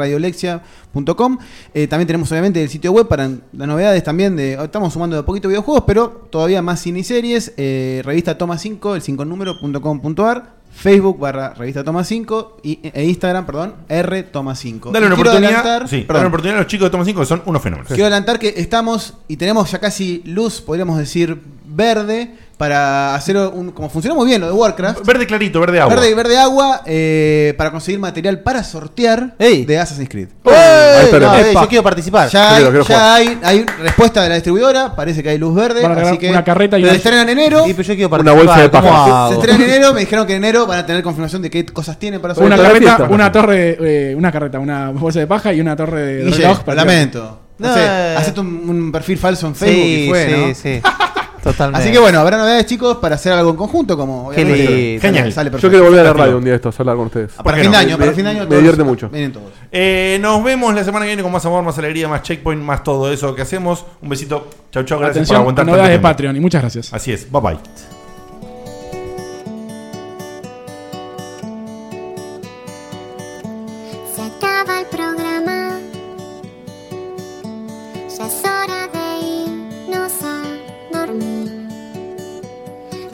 Speaker 10: radiolexia.com. Eh, también tenemos, obviamente, el sitio web para las novedades también. de Estamos sumando de a poquito videojuegos, pero todavía más cine y series. Eh, revista Toma 5, el 5 número, punto com, punto ar. Facebook barra revista Toma 5 y, e Instagram, perdón, R Toma 5.
Speaker 3: Dale una
Speaker 10: Y quiero
Speaker 3: oportunidad.
Speaker 10: adelantar-
Speaker 3: Sí, dale
Speaker 10: perdón.
Speaker 3: una oportunidad a los chicos de Toma 5 que son unos fenómenos.
Speaker 10: Quiero adelantar que estamos y tenemos ya casi luz, podríamos decir, verde
Speaker 11: para hacer un. Como funcionó muy bien lo de Warcraft.
Speaker 3: Verde clarito, verde agua.
Speaker 11: Verde, verde agua eh, para conseguir material para sortear de Assassin's Creed.
Speaker 15: Ahí está,
Speaker 11: No,
Speaker 15: epa.
Speaker 11: eh, yo quiero participar. Ya, hay,
Speaker 15: Quiero, quiero
Speaker 11: ya
Speaker 15: jugar.
Speaker 11: hay- hay respuesta de la distribuidora, parece que hay luz verde.
Speaker 15: Van a
Speaker 11: así
Speaker 15: regalar
Speaker 11: que
Speaker 15: una carreta y
Speaker 11: lo
Speaker 15: una-
Speaker 11: estrenan en enero.
Speaker 15: Sí, pero yo quiero
Speaker 11: Una
Speaker 15: participar,
Speaker 11: bolsa de
Speaker 15: ¿cómo
Speaker 11: paja.
Speaker 15: hago?
Speaker 11: Se estrenan en enero, me dijeron que en enero van a tener confirmación de qué cosas tienen para
Speaker 5: Una
Speaker 11: sortear.
Speaker 5: carreta, una torre, eh, una carreta, una bolsa de paja y una torre de
Speaker 11: Guille,
Speaker 5: reloj. para-
Speaker 11: lamento. No,
Speaker 5: No,
Speaker 11: sé,
Speaker 5: eh.
Speaker 11: hacete un, un perfil falso en
Speaker 5: Sí,
Speaker 11: Facebook y fue,
Speaker 5: sí,
Speaker 11: ¿no?
Speaker 5: sí.
Speaker 11: [laughs]
Speaker 15: Totalmente.
Speaker 11: Así que bueno, habrá novedades, chicos, para hacer algo en conjunto, como
Speaker 15: Qué lindo.
Speaker 11: Genial. sale
Speaker 4: Yo
Speaker 11: perfecto.
Speaker 4: quiero volver a la radio un día de estos, a hablar con ustedes.
Speaker 11: Para fin de año, para
Speaker 4: Me-
Speaker 11: fin de año.
Speaker 4: Me divierte mucho.
Speaker 11: Vienen todos.
Speaker 3: Eh, nos vemos la semana que viene con más amor, más alegría, más checkpoint, más todo eso que hacemos. Un besito. Chau, chau. Gracias
Speaker 5: Atención,
Speaker 3: por aguantar. tanto
Speaker 5: novedades de
Speaker 3: tiempo.
Speaker 5: Patreon y muchas gracias.
Speaker 3: Así es. Bye bye.
Speaker 19: Se acaba el programa. Ya es hora de irnos a dormir.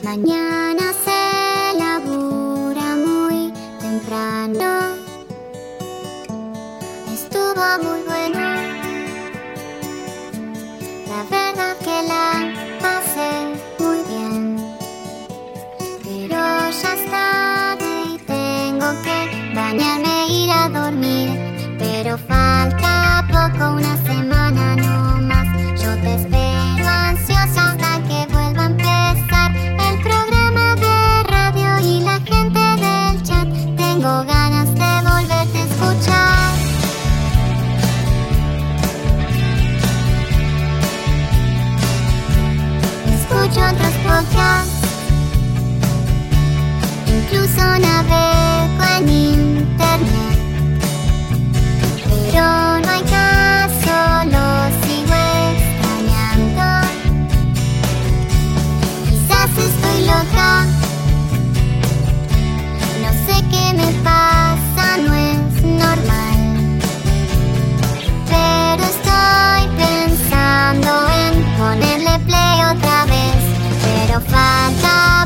Speaker 19: Mañana se labura muy temprano. Estuvo muy bueno. La verdad que la pasé muy bien. Pero ya es tarde y tengo que bañarme e ir a dormir. Pero falta poco, una semana no más. Yo te espero ansiosa hasta que vuelva a empezar el programa de radio y la gente del chat. Tengo ganas de volverte a escuchar. Escucho otros podcasts. Incluso navego en internet Pero no hay caso, lo sigo extrañando Quizás estoy loca No sé qué me pasa, no es normal Pero estoy pensando en ponerle play otra vez pero falta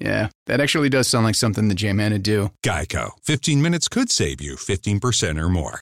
Speaker 26: yeah, that actually does sound like something the J-Man would do.
Speaker 27: Geico. 15 minutes could save you 15% or more.